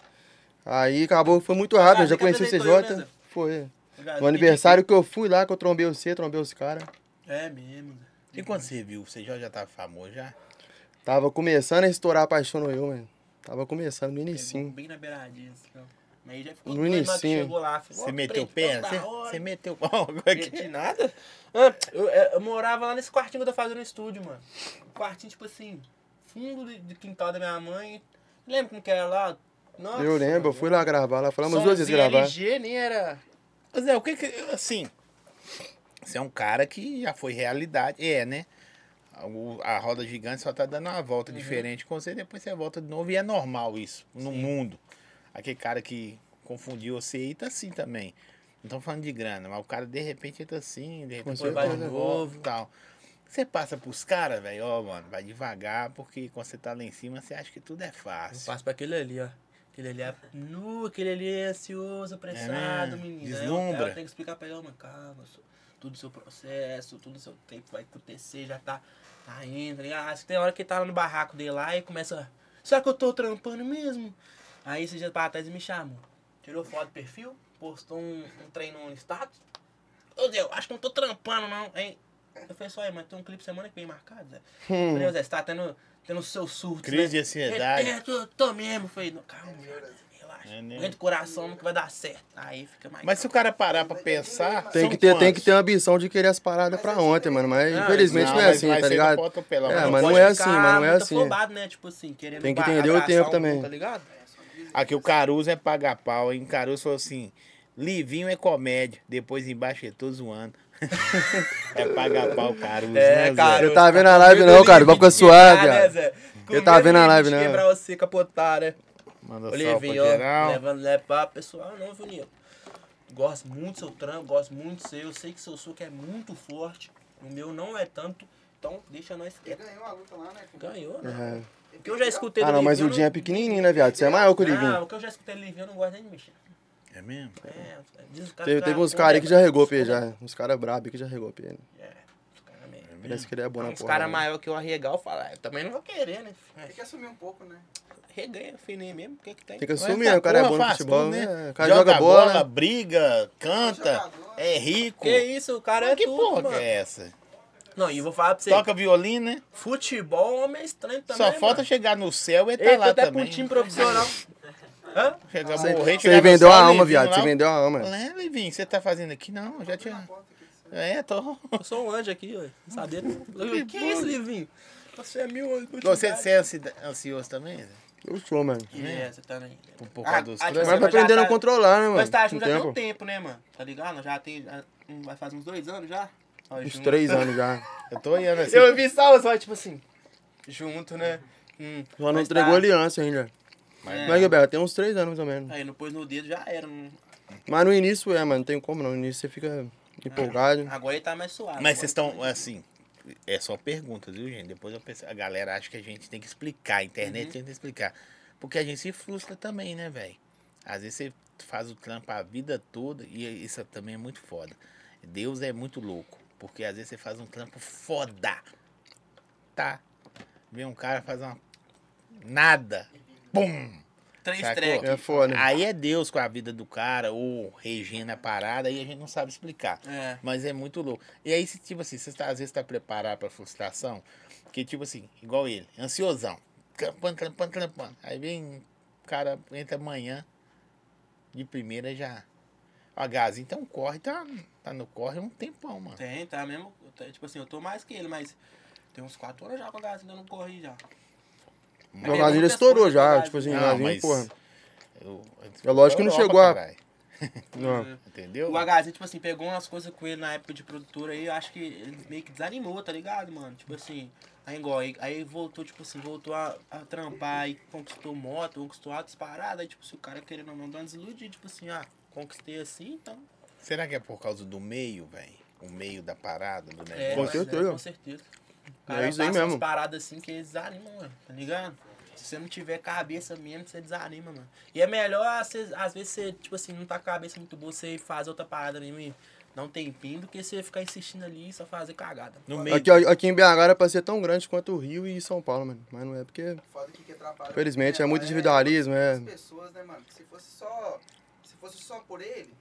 Speaker 3: Aí acabou, que foi muito rápido. Eu já
Speaker 2: Ah, você
Speaker 3: conheci o
Speaker 2: apresentou ele,
Speaker 3: CJ.
Speaker 2: né,
Speaker 3: Foi.
Speaker 2: Já-
Speaker 3: No aniversário que eu fui lá, que eu trombei o C, trombei os caras.
Speaker 2: É mesmo. Zé.
Speaker 1: E quando você viu? Você já, já tá famoso já?
Speaker 3: Tava começando a estourar a paixão no eu, mano. Tava começando no
Speaker 2: Pegou
Speaker 3: inicinho.
Speaker 2: Bem na beiradinha, assim, ó. Mas aí já ficou
Speaker 3: No
Speaker 2: doido, mas
Speaker 3: inicinho.
Speaker 2: chegou lá. Falou,
Speaker 1: Você
Speaker 2: ó,
Speaker 1: meteu
Speaker 2: preto,
Speaker 1: pé?
Speaker 2: tá
Speaker 1: Você-
Speaker 2: da hora.
Speaker 1: Você meteu [laughs] pau
Speaker 3: [laughs]
Speaker 2: De nada? Ah, Eu, eu- eu morava lá nesse quartinho que eu tô fazendo no estúdio, mano. Um quartinho, tipo assim, fundo de, de quintal da minha mãe. Lembra como que era lá? Nossa,
Speaker 3: Eu lembro, eu fui lá gravar, lá falamos duas vezes
Speaker 2: somzinho
Speaker 3: gravar.
Speaker 2: LG nem era.
Speaker 1: Mas é, o que que. Assim. Você é um cara que já foi realidade. É, né? O- a roda gigante só tá dando uma
Speaker 2: Uhum.
Speaker 1: volta diferente com você, depois você volta de novo e é normal isso no mundo. Aquele cara que confundiu você aí tá assim também. Não estamos falando de grana, mas o cara de repente ele tá assim, de repente ele vai de
Speaker 2: certeza.
Speaker 1: novo e tal. Você passa pros caras, velho, ó, mano, vai devagar, porque quando você tá lá em cima, você acha que tudo é
Speaker 2: Eu
Speaker 1: fácil.
Speaker 2: faço pra aquele ali, ó. Aquele ali é nu, aquele ali é ansioso, apressado,
Speaker 1: É, né?
Speaker 2: menino. Aí eu-
Speaker 1: Deslumbra.
Speaker 2: Eu, tenho que explicar pra ele, ó, mano, calma, só- tudo seu processo, tudo seu tempo vai acontecer, já tá, tá indo, tá ligado? Acho que tem hora que ele tá lá no barraco dele lá e começa, será que eu tô trampando mesmo? Aí esse dia pra trás ele me chamou, tirou foto do perfil, postou um, um treino no status. Ô, Zé, eu acho que não tô trampando não, hein? Eu falei só, "Ué, mas tem um clipe semana que vem marcado, Zé. Eu Falei, "Ô, Zé, você tá tendo, tendo seu surto,
Speaker 1: Hum.
Speaker 2: né?"
Speaker 1: Crise de ansiedade.
Speaker 2: é, tô, tô mesmo. Falei, não, calma, cara, relaxa.
Speaker 1: É mesmo?
Speaker 2: Aguenta o coração, nunca vai dar certo. Aí fica mais.
Speaker 1: Mas se o cara parar pra pensar.
Speaker 3: Tem
Speaker 1: são
Speaker 3: que, ter, tem que
Speaker 1: quantos? é
Speaker 3: ter a ambição de querer as paradas pra ontem, mano. Mas
Speaker 2: Não,
Speaker 3: infelizmente não, é
Speaker 1: Ah, mas
Speaker 3: assim,
Speaker 1: vai
Speaker 3: tá
Speaker 1: ser
Speaker 3: ligado?
Speaker 1: do ponto pela-
Speaker 3: É,
Speaker 1: mas não
Speaker 3: mas
Speaker 2: pode
Speaker 3: não é
Speaker 2: ficar
Speaker 3: assim, mano, não é
Speaker 2: muito
Speaker 3: assim.
Speaker 2: afobado, né? Tipo assim, querendo
Speaker 3: Tem que
Speaker 2: ba-
Speaker 3: entender o
Speaker 2: abraçar
Speaker 3: tempo
Speaker 2: mundo,
Speaker 3: também.
Speaker 2: Tá ligado?
Speaker 1: Aqui o Caruso é pagar pau, hein? Caruso falou assim: Livinho é comédia, depois embaixo eu tô zoando. [laughs] é pagar pau,
Speaker 2: É,
Speaker 1: Caruso. né, Zé?
Speaker 3: eu tava vendo a live não, cara, vai ficar suave,
Speaker 2: Ah, né,
Speaker 3: viado.
Speaker 2: Zé? Com
Speaker 3: Eu tava
Speaker 2: medo
Speaker 3: vendo a
Speaker 2: de
Speaker 3: live, não. um
Speaker 2: Quebrar você, capotar, né?
Speaker 1: Manda
Speaker 2: Ô,
Speaker 1: salve pra
Speaker 2: Livinho, ó,
Speaker 1: geral.
Speaker 2: levando leve pra pessoal, não, viu, Nil? Gosto muito do seu trampo, gosto muito do seu. Eu sei que seu soco é muito forte. O meu não é tanto. Então, deixa nós quietos.
Speaker 4: ganhou a luta lá, né? com-
Speaker 2: Ganhou, né?
Speaker 3: É.
Speaker 2: Porque eu já escutei
Speaker 3: Ah, não, mas o
Speaker 2: Livinho,
Speaker 3: Dinho
Speaker 2: eu
Speaker 3: é pequenininho, né, viado? Você é maior que o
Speaker 2: Ah,
Speaker 3: Livinho.
Speaker 2: o que eu já escutei ele livinho, eu não gosto nem de mexer.
Speaker 1: É mesmo?
Speaker 2: É, diz o cara
Speaker 3: Teve,
Speaker 2: que
Speaker 3: teve
Speaker 2: tá-
Speaker 3: uns caras aí que já regou pra ele, já. Uns caras brabos aí que já regou pra ele.
Speaker 2: É, os caras mesmo.
Speaker 3: Parece que ele é bom na
Speaker 2: Uns
Speaker 3: porra.
Speaker 2: caras
Speaker 3: né?
Speaker 2: maiores que eu arregar, eu falo, ah, eu também não vou querer, né?
Speaker 4: Tem que assumir um pouco, né?
Speaker 2: Reganha, fininho mesmo, o que que tem?
Speaker 3: Tem que
Speaker 1: Mas
Speaker 3: assumir,
Speaker 1: essa
Speaker 3: né? O cara é
Speaker 1: porra
Speaker 3: bom no
Speaker 1: faz
Speaker 3: futebol,
Speaker 1: tudo,
Speaker 3: né? O cara joga, bola.
Speaker 1: briga, canta, é rico.
Speaker 2: Que isso, o cara
Speaker 1: Mas
Speaker 2: é
Speaker 1: que
Speaker 2: tudo,
Speaker 1: porra
Speaker 2: mano.
Speaker 1: que é essa?
Speaker 2: Não, e eu vou falar pra você,
Speaker 1: Toca violino, né?
Speaker 2: futebol é um homem estranho também,
Speaker 1: Só falta
Speaker 2: mano.
Speaker 1: chegar no céu e tá
Speaker 2: Ele tá
Speaker 1: lá
Speaker 2: até pra
Speaker 1: também.
Speaker 2: um time profissional. [laughs] Hã?
Speaker 1: Chega a
Speaker 3: Você,
Speaker 1: morrer,
Speaker 3: você
Speaker 1: chegava
Speaker 3: vendeu
Speaker 1: só
Speaker 3: a
Speaker 1: o
Speaker 3: alma,
Speaker 1: Levinho
Speaker 3: viado.
Speaker 1: lá,
Speaker 3: Você
Speaker 1: o-
Speaker 3: vendeu a alma.
Speaker 1: É, Livinho, você tá fazendo aqui? Não, já
Speaker 4: Na
Speaker 1: tinha.
Speaker 4: porta aqui, sabe?
Speaker 1: É, tô.
Speaker 2: Eu sou um anjo aqui, ué. Sabia? que que é isso, Livinho? Você é mil anjo.
Speaker 1: Você, você é ansi- ansioso também? Zé?
Speaker 3: Eu sou, mano.
Speaker 2: É, você tá nem.
Speaker 1: Por, por causa dos
Speaker 2: ah,
Speaker 1: trânsitos?
Speaker 3: Mas
Speaker 2: Você
Speaker 3: vai
Speaker 2: já
Speaker 3: aprendendo
Speaker 2: tá-
Speaker 3: a controlar, né, mano?
Speaker 2: Mas tá,
Speaker 3: Com
Speaker 2: junto
Speaker 3: o
Speaker 2: já tem um
Speaker 3: tempo.
Speaker 2: tempo, né, mano? Tá ligado? Já tem. já- hum, vai fazer uns dois anos já? Ó,
Speaker 3: Uns
Speaker 2: junto.
Speaker 3: três anos já.
Speaker 1: Eu tô olhando assim.
Speaker 2: [laughs] Eu vi salva, só tipo assim. Junto, né? Hum,
Speaker 3: Só não
Speaker 2: mas
Speaker 3: entregou
Speaker 2: tá.
Speaker 3: aliança ainda.
Speaker 2: É.
Speaker 1: Mas-
Speaker 3: Mas, Gilberto, tem uns três anos mais ou menos.
Speaker 2: Aí não pôs no dedo, já era. não-
Speaker 3: Mas no início é, mano. Não tem como não. No início você fica empolgado.
Speaker 1: Ah,
Speaker 2: Agora ele tá mais suave.
Speaker 1: Mas vocês
Speaker 2: agora.
Speaker 1: estão, assim, é só perguntas, viu, gente? Depois eu penso, a galera acha que a gente tem que explicar, a internet tem que explicar. Porque a gente se frustra também, né, velho? Às vezes você faz o trampo a vida toda e isso também é muito foda. Deus é muito louco, porque às vezes você faz um trampo foda. Tá. Vem um cara fazer uma nada. Pum!
Speaker 2: Três
Speaker 1: Sacou?
Speaker 2: tracks.
Speaker 3: É foda.
Speaker 1: Aí é Deus com a vida do cara, ou regendo a parada, aí a gente não sabe explicar.
Speaker 2: É.
Speaker 1: Mas é muito louco. E aí, se, tipo assim, você tá- às vezes tá preparado pra frustração, que tipo assim, igual ele, ansiosão, trampando, trampando, trampando. Aí vem o cara, entra amanhã, de primeira já. Ó, Gás, então corre, tá, tá no corre há um tempão, mano.
Speaker 2: Tem, tá mesmo. tá, Tipo assim, eu tô mais que ele, mas tem uns quatro anos já com a gás, ainda não corri já.
Speaker 3: O É
Speaker 1: é
Speaker 3: Jogadinho estourou já. Tipo assim, Jogadinho, porra.
Speaker 1: eu-
Speaker 3: É lógico que não
Speaker 1: Europa,
Speaker 3: chegou a-
Speaker 1: caralho,
Speaker 3: Não.
Speaker 1: hum, Entendeu?
Speaker 2: O HZ, tipo assim, pegou umas coisas com ele na época de produtora aí, eu acho que ele meio que desanimou, tá ligado, mano? Tipo assim, aí igual, aí, aí voltou, tipo assim, voltou a, a trampar e conquistou moto, conquistou altas paradas, aí tipo, se o cara querendo ou não dar uma desiludida, tipo assim, ah, conquistei assim, então.
Speaker 1: Será que é por causa do meio, velho? O meio da parada, do
Speaker 2: É,
Speaker 1: negócio?
Speaker 3: Com
Speaker 2: mas,
Speaker 3: certeza.
Speaker 2: né, com certeza. O cara
Speaker 3: É isso aí
Speaker 2: passa
Speaker 3: mesmo.
Speaker 2: umas paradas assim que eles desanimam, mano, tá ligado? Se você não tiver cabeça mesmo, você desanima, mano. E é melhor, às vezes, às vezes, você, tipo assim, não tá com a cabeça muito boa, você faz outra parada mesmo e dá um tempinho, do que você ficar insistindo ali e só fazer cagada.
Speaker 1: No
Speaker 2: Fala-
Speaker 1: meio.
Speaker 3: Aqui, aqui em BH era pra ser tão grande quanto o Rio e São Paulo, mano. Mas não é porque.
Speaker 4: Foda que que atrapalha.
Speaker 3: Infelizmente é muito
Speaker 4: individualista.
Speaker 3: individualismo, é.
Speaker 4: As pessoas, né, mano? Se fosse só. Se fosse só por ele,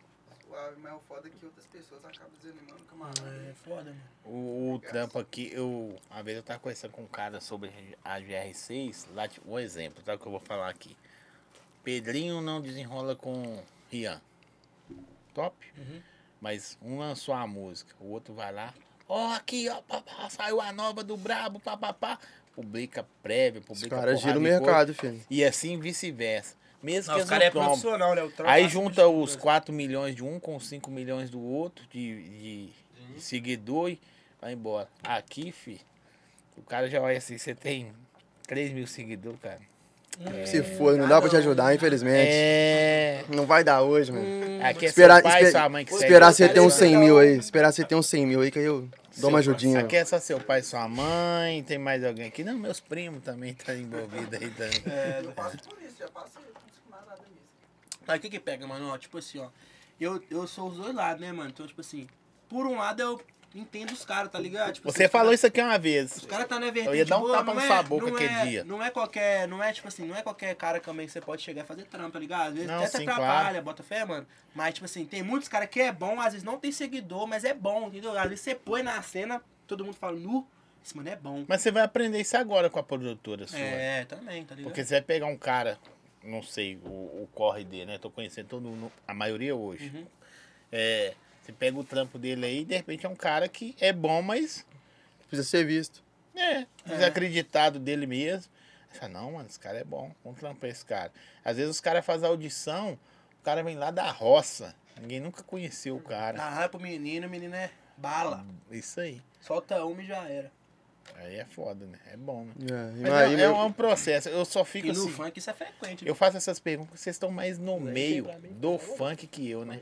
Speaker 4: suave, mas o foda é que outras pessoas acabam desanimando o camarada.
Speaker 2: É foda, mano.
Speaker 1: O, o trampo aqui, eu. Uma vez eu tava conversando com um cara sobre a GR6, lá, ti- um exemplo, tá? O que eu vou falar aqui. Pedrinho não desenrola com Rian. Top.
Speaker 3: Uhum.
Speaker 1: Mas um lançou a música, o outro vai lá. Ó, aqui, ó, pá, pá, saiu a nova do Brabo, papapá. Publica prévia,
Speaker 3: Os
Speaker 1: publica.
Speaker 3: caras giram o
Speaker 1: porrada de
Speaker 3: mercado, filho.
Speaker 1: coisa, E assim vice-versa. Mesmo
Speaker 2: Não,
Speaker 1: que eles
Speaker 2: os caras é
Speaker 1: não tomem.
Speaker 2: profissional, né? O trampo
Speaker 1: Aí
Speaker 2: faz
Speaker 1: junta
Speaker 2: sentido,
Speaker 1: os
Speaker 2: né?
Speaker 1: 4 milhões de um com os 5 milhões do outro de, de seguidor e vai embora. Aqui, fi, o cara já olha assim, você tem 3 mil seguidores, cara.
Speaker 3: Tipo, Se for, não dá pra te ajudar, infelizmente.
Speaker 1: É.
Speaker 3: Não vai dar hoje, mano.
Speaker 2: Hum,
Speaker 1: Aqui é
Speaker 3: Esperar-
Speaker 1: seu pai,
Speaker 3: espe-
Speaker 1: sua mãe que segue
Speaker 3: Esperar
Speaker 1: o
Speaker 3: você ter
Speaker 1: cara. é um
Speaker 3: uns 100 mil aí. Esperar você ter uns 100 mil aí, que aí eu dou um uma
Speaker 1: Seu-
Speaker 3: ajudinha.
Speaker 1: Aqui é só seu pai, sua mãe, tem mais alguém aqui. Não, meus primos também estão envolvidos aí também.
Speaker 2: É.
Speaker 4: Eu passo por isso, já passo eu não consigo mais nada nisso.
Speaker 2: Aí o que que pega, mano? Ó, tipo assim, ó. Eu, eu sou os dois lados, né, mano? Então, tipo assim, por um lado eu entendo os caras, tá ligado? Tipo,
Speaker 1: Você
Speaker 2: assim,
Speaker 1: falou isso aqui uma vez.
Speaker 2: Os caras tá na vertente
Speaker 1: Eu ia dar um
Speaker 2: boa,
Speaker 1: tapa
Speaker 2: não
Speaker 1: na
Speaker 2: é-
Speaker 1: sua boca
Speaker 2: não
Speaker 1: aquele
Speaker 2: é-
Speaker 1: dia.
Speaker 2: Não é qualquer, não é tipo assim, não é qualquer cara também que você pode chegar e fazer trampa, tá ligado? Às vezes
Speaker 1: Não,
Speaker 2: até
Speaker 1: sim,
Speaker 2: você atrapalha, bota fé, mano. Mas tipo assim, tem muitos caras que é bom, às vezes não tem seguidor, mas é bom, entendeu? Às vezes você põe na cena, todo mundo fala, nu, esse mano é bom.
Speaker 1: Mas você vai aprender isso agora com a produtora sua.
Speaker 2: É, também, tá ligado?
Speaker 1: Porque você vai pegar um cara, não sei o, o corre dele, né? Tô conhecendo todo mundo, a maioria hoje.
Speaker 2: Uhum.
Speaker 1: É, você pega o trampo dele aí, de repente é um cara que é bom, mas
Speaker 3: Precisa ser visto.
Speaker 1: é desacreditado dele mesmo. Aí Você fala, não, mano, esse cara é bom, vamos trampar esse cara. Às vezes os caras fazem audição, o cara vem lá da roça. Ninguém nunca conheceu o cara. Hum.
Speaker 2: Narrar pro menino, o menino é bala.
Speaker 1: Isso aí.
Speaker 2: Solta uma e já era.
Speaker 1: Aí é foda, né? É bom, né?
Speaker 3: É, e
Speaker 1: Mas
Speaker 3: aí,
Speaker 1: é, é
Speaker 3: meu-
Speaker 1: um processo. Eu só
Speaker 2: E
Speaker 1: fico
Speaker 2: no
Speaker 1: assim.
Speaker 2: funk isso é frequente.
Speaker 1: Eu faço essas perguntas porque vocês estão mais no meio
Speaker 2: é pra mim,
Speaker 1: do funk que eu, né?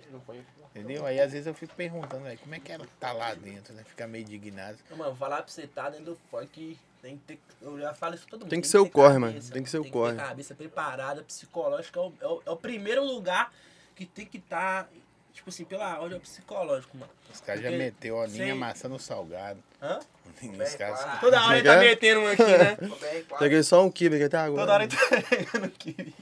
Speaker 1: Entendeu? Aí às vezes eu fico perguntando, aí, como é que ela tá lá dentro, né? Fica meio indignado.
Speaker 2: Não, Mano, falar pra você tá dentro do funk, tem que ter. Eu já falo isso pra todo mundo.
Speaker 3: Tem que ser
Speaker 2: ter
Speaker 3: o corre,
Speaker 2: cabeça,
Speaker 3: mano. Tem que ser o
Speaker 2: tem
Speaker 3: corre.
Speaker 2: Ter cabeça preparada, psicológica. É o, é, o, é o primeiro lugar que tem que estar, tá, tipo assim, pela ordem psicológico, mano.
Speaker 1: Os caras já
Speaker 2: Porque
Speaker 1: meteu a linha
Speaker 2: sem-
Speaker 1: amassando o salgado. [laughs]
Speaker 2: Hã?
Speaker 1: Os
Speaker 2: É,
Speaker 1: caras...
Speaker 2: Toda hora ele
Speaker 3: é
Speaker 2: tá
Speaker 3: que é?
Speaker 2: metendo um aqui, né?
Speaker 4: O BR4,
Speaker 3: Peguei só um kibe que até agora.
Speaker 2: Toda hora ele tá metendo aqui.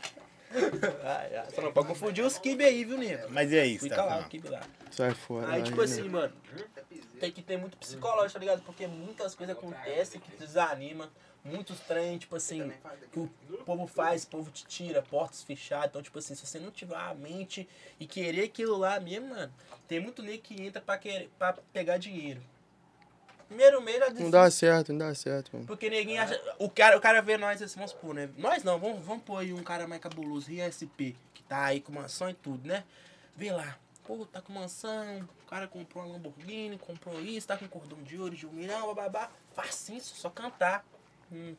Speaker 2: Ai, ai, Só não pode confundir os kibe aí, viu, nego?
Speaker 1: Mas é isso,
Speaker 2: Fui
Speaker 1: tá?
Speaker 2: calar o
Speaker 1: falando.
Speaker 2: kibe lá.
Speaker 3: Sai fora.
Speaker 2: Aí, tipo
Speaker 3: né?
Speaker 2: assim, mano,
Speaker 4: Até pisei.
Speaker 2: tem que ter muito psicológico, tá ligado? Porque muitas coisas acontecem que desanima. Muitos trem, tipo assim,
Speaker 4: Também faz daqui.
Speaker 2: que o povo faz, o povo te tira, portas fechadas. Então, tipo assim, se você não tiver a mente e querer aquilo lá mesmo, mano, tem muito nego que entra pra, querer, pra pegar dinheiro. Primeiro mês já
Speaker 3: Não
Speaker 2: desiste.
Speaker 3: dá certo, não dá certo, mano.
Speaker 2: Porque ninguém acha. O cara, o cara vê nós assim, vamos supor, né? Nós não, vamos, vamos pôr aí um cara mais cabuloso, Rio SP, que tá aí com mansão e tudo, né? Vê lá. Pô, tá com mansão, o cara comprou uma Lamborghini, comprou isso, tá com cordão de ouro de um milhão, bababá. Facinho, só cantar. Hum.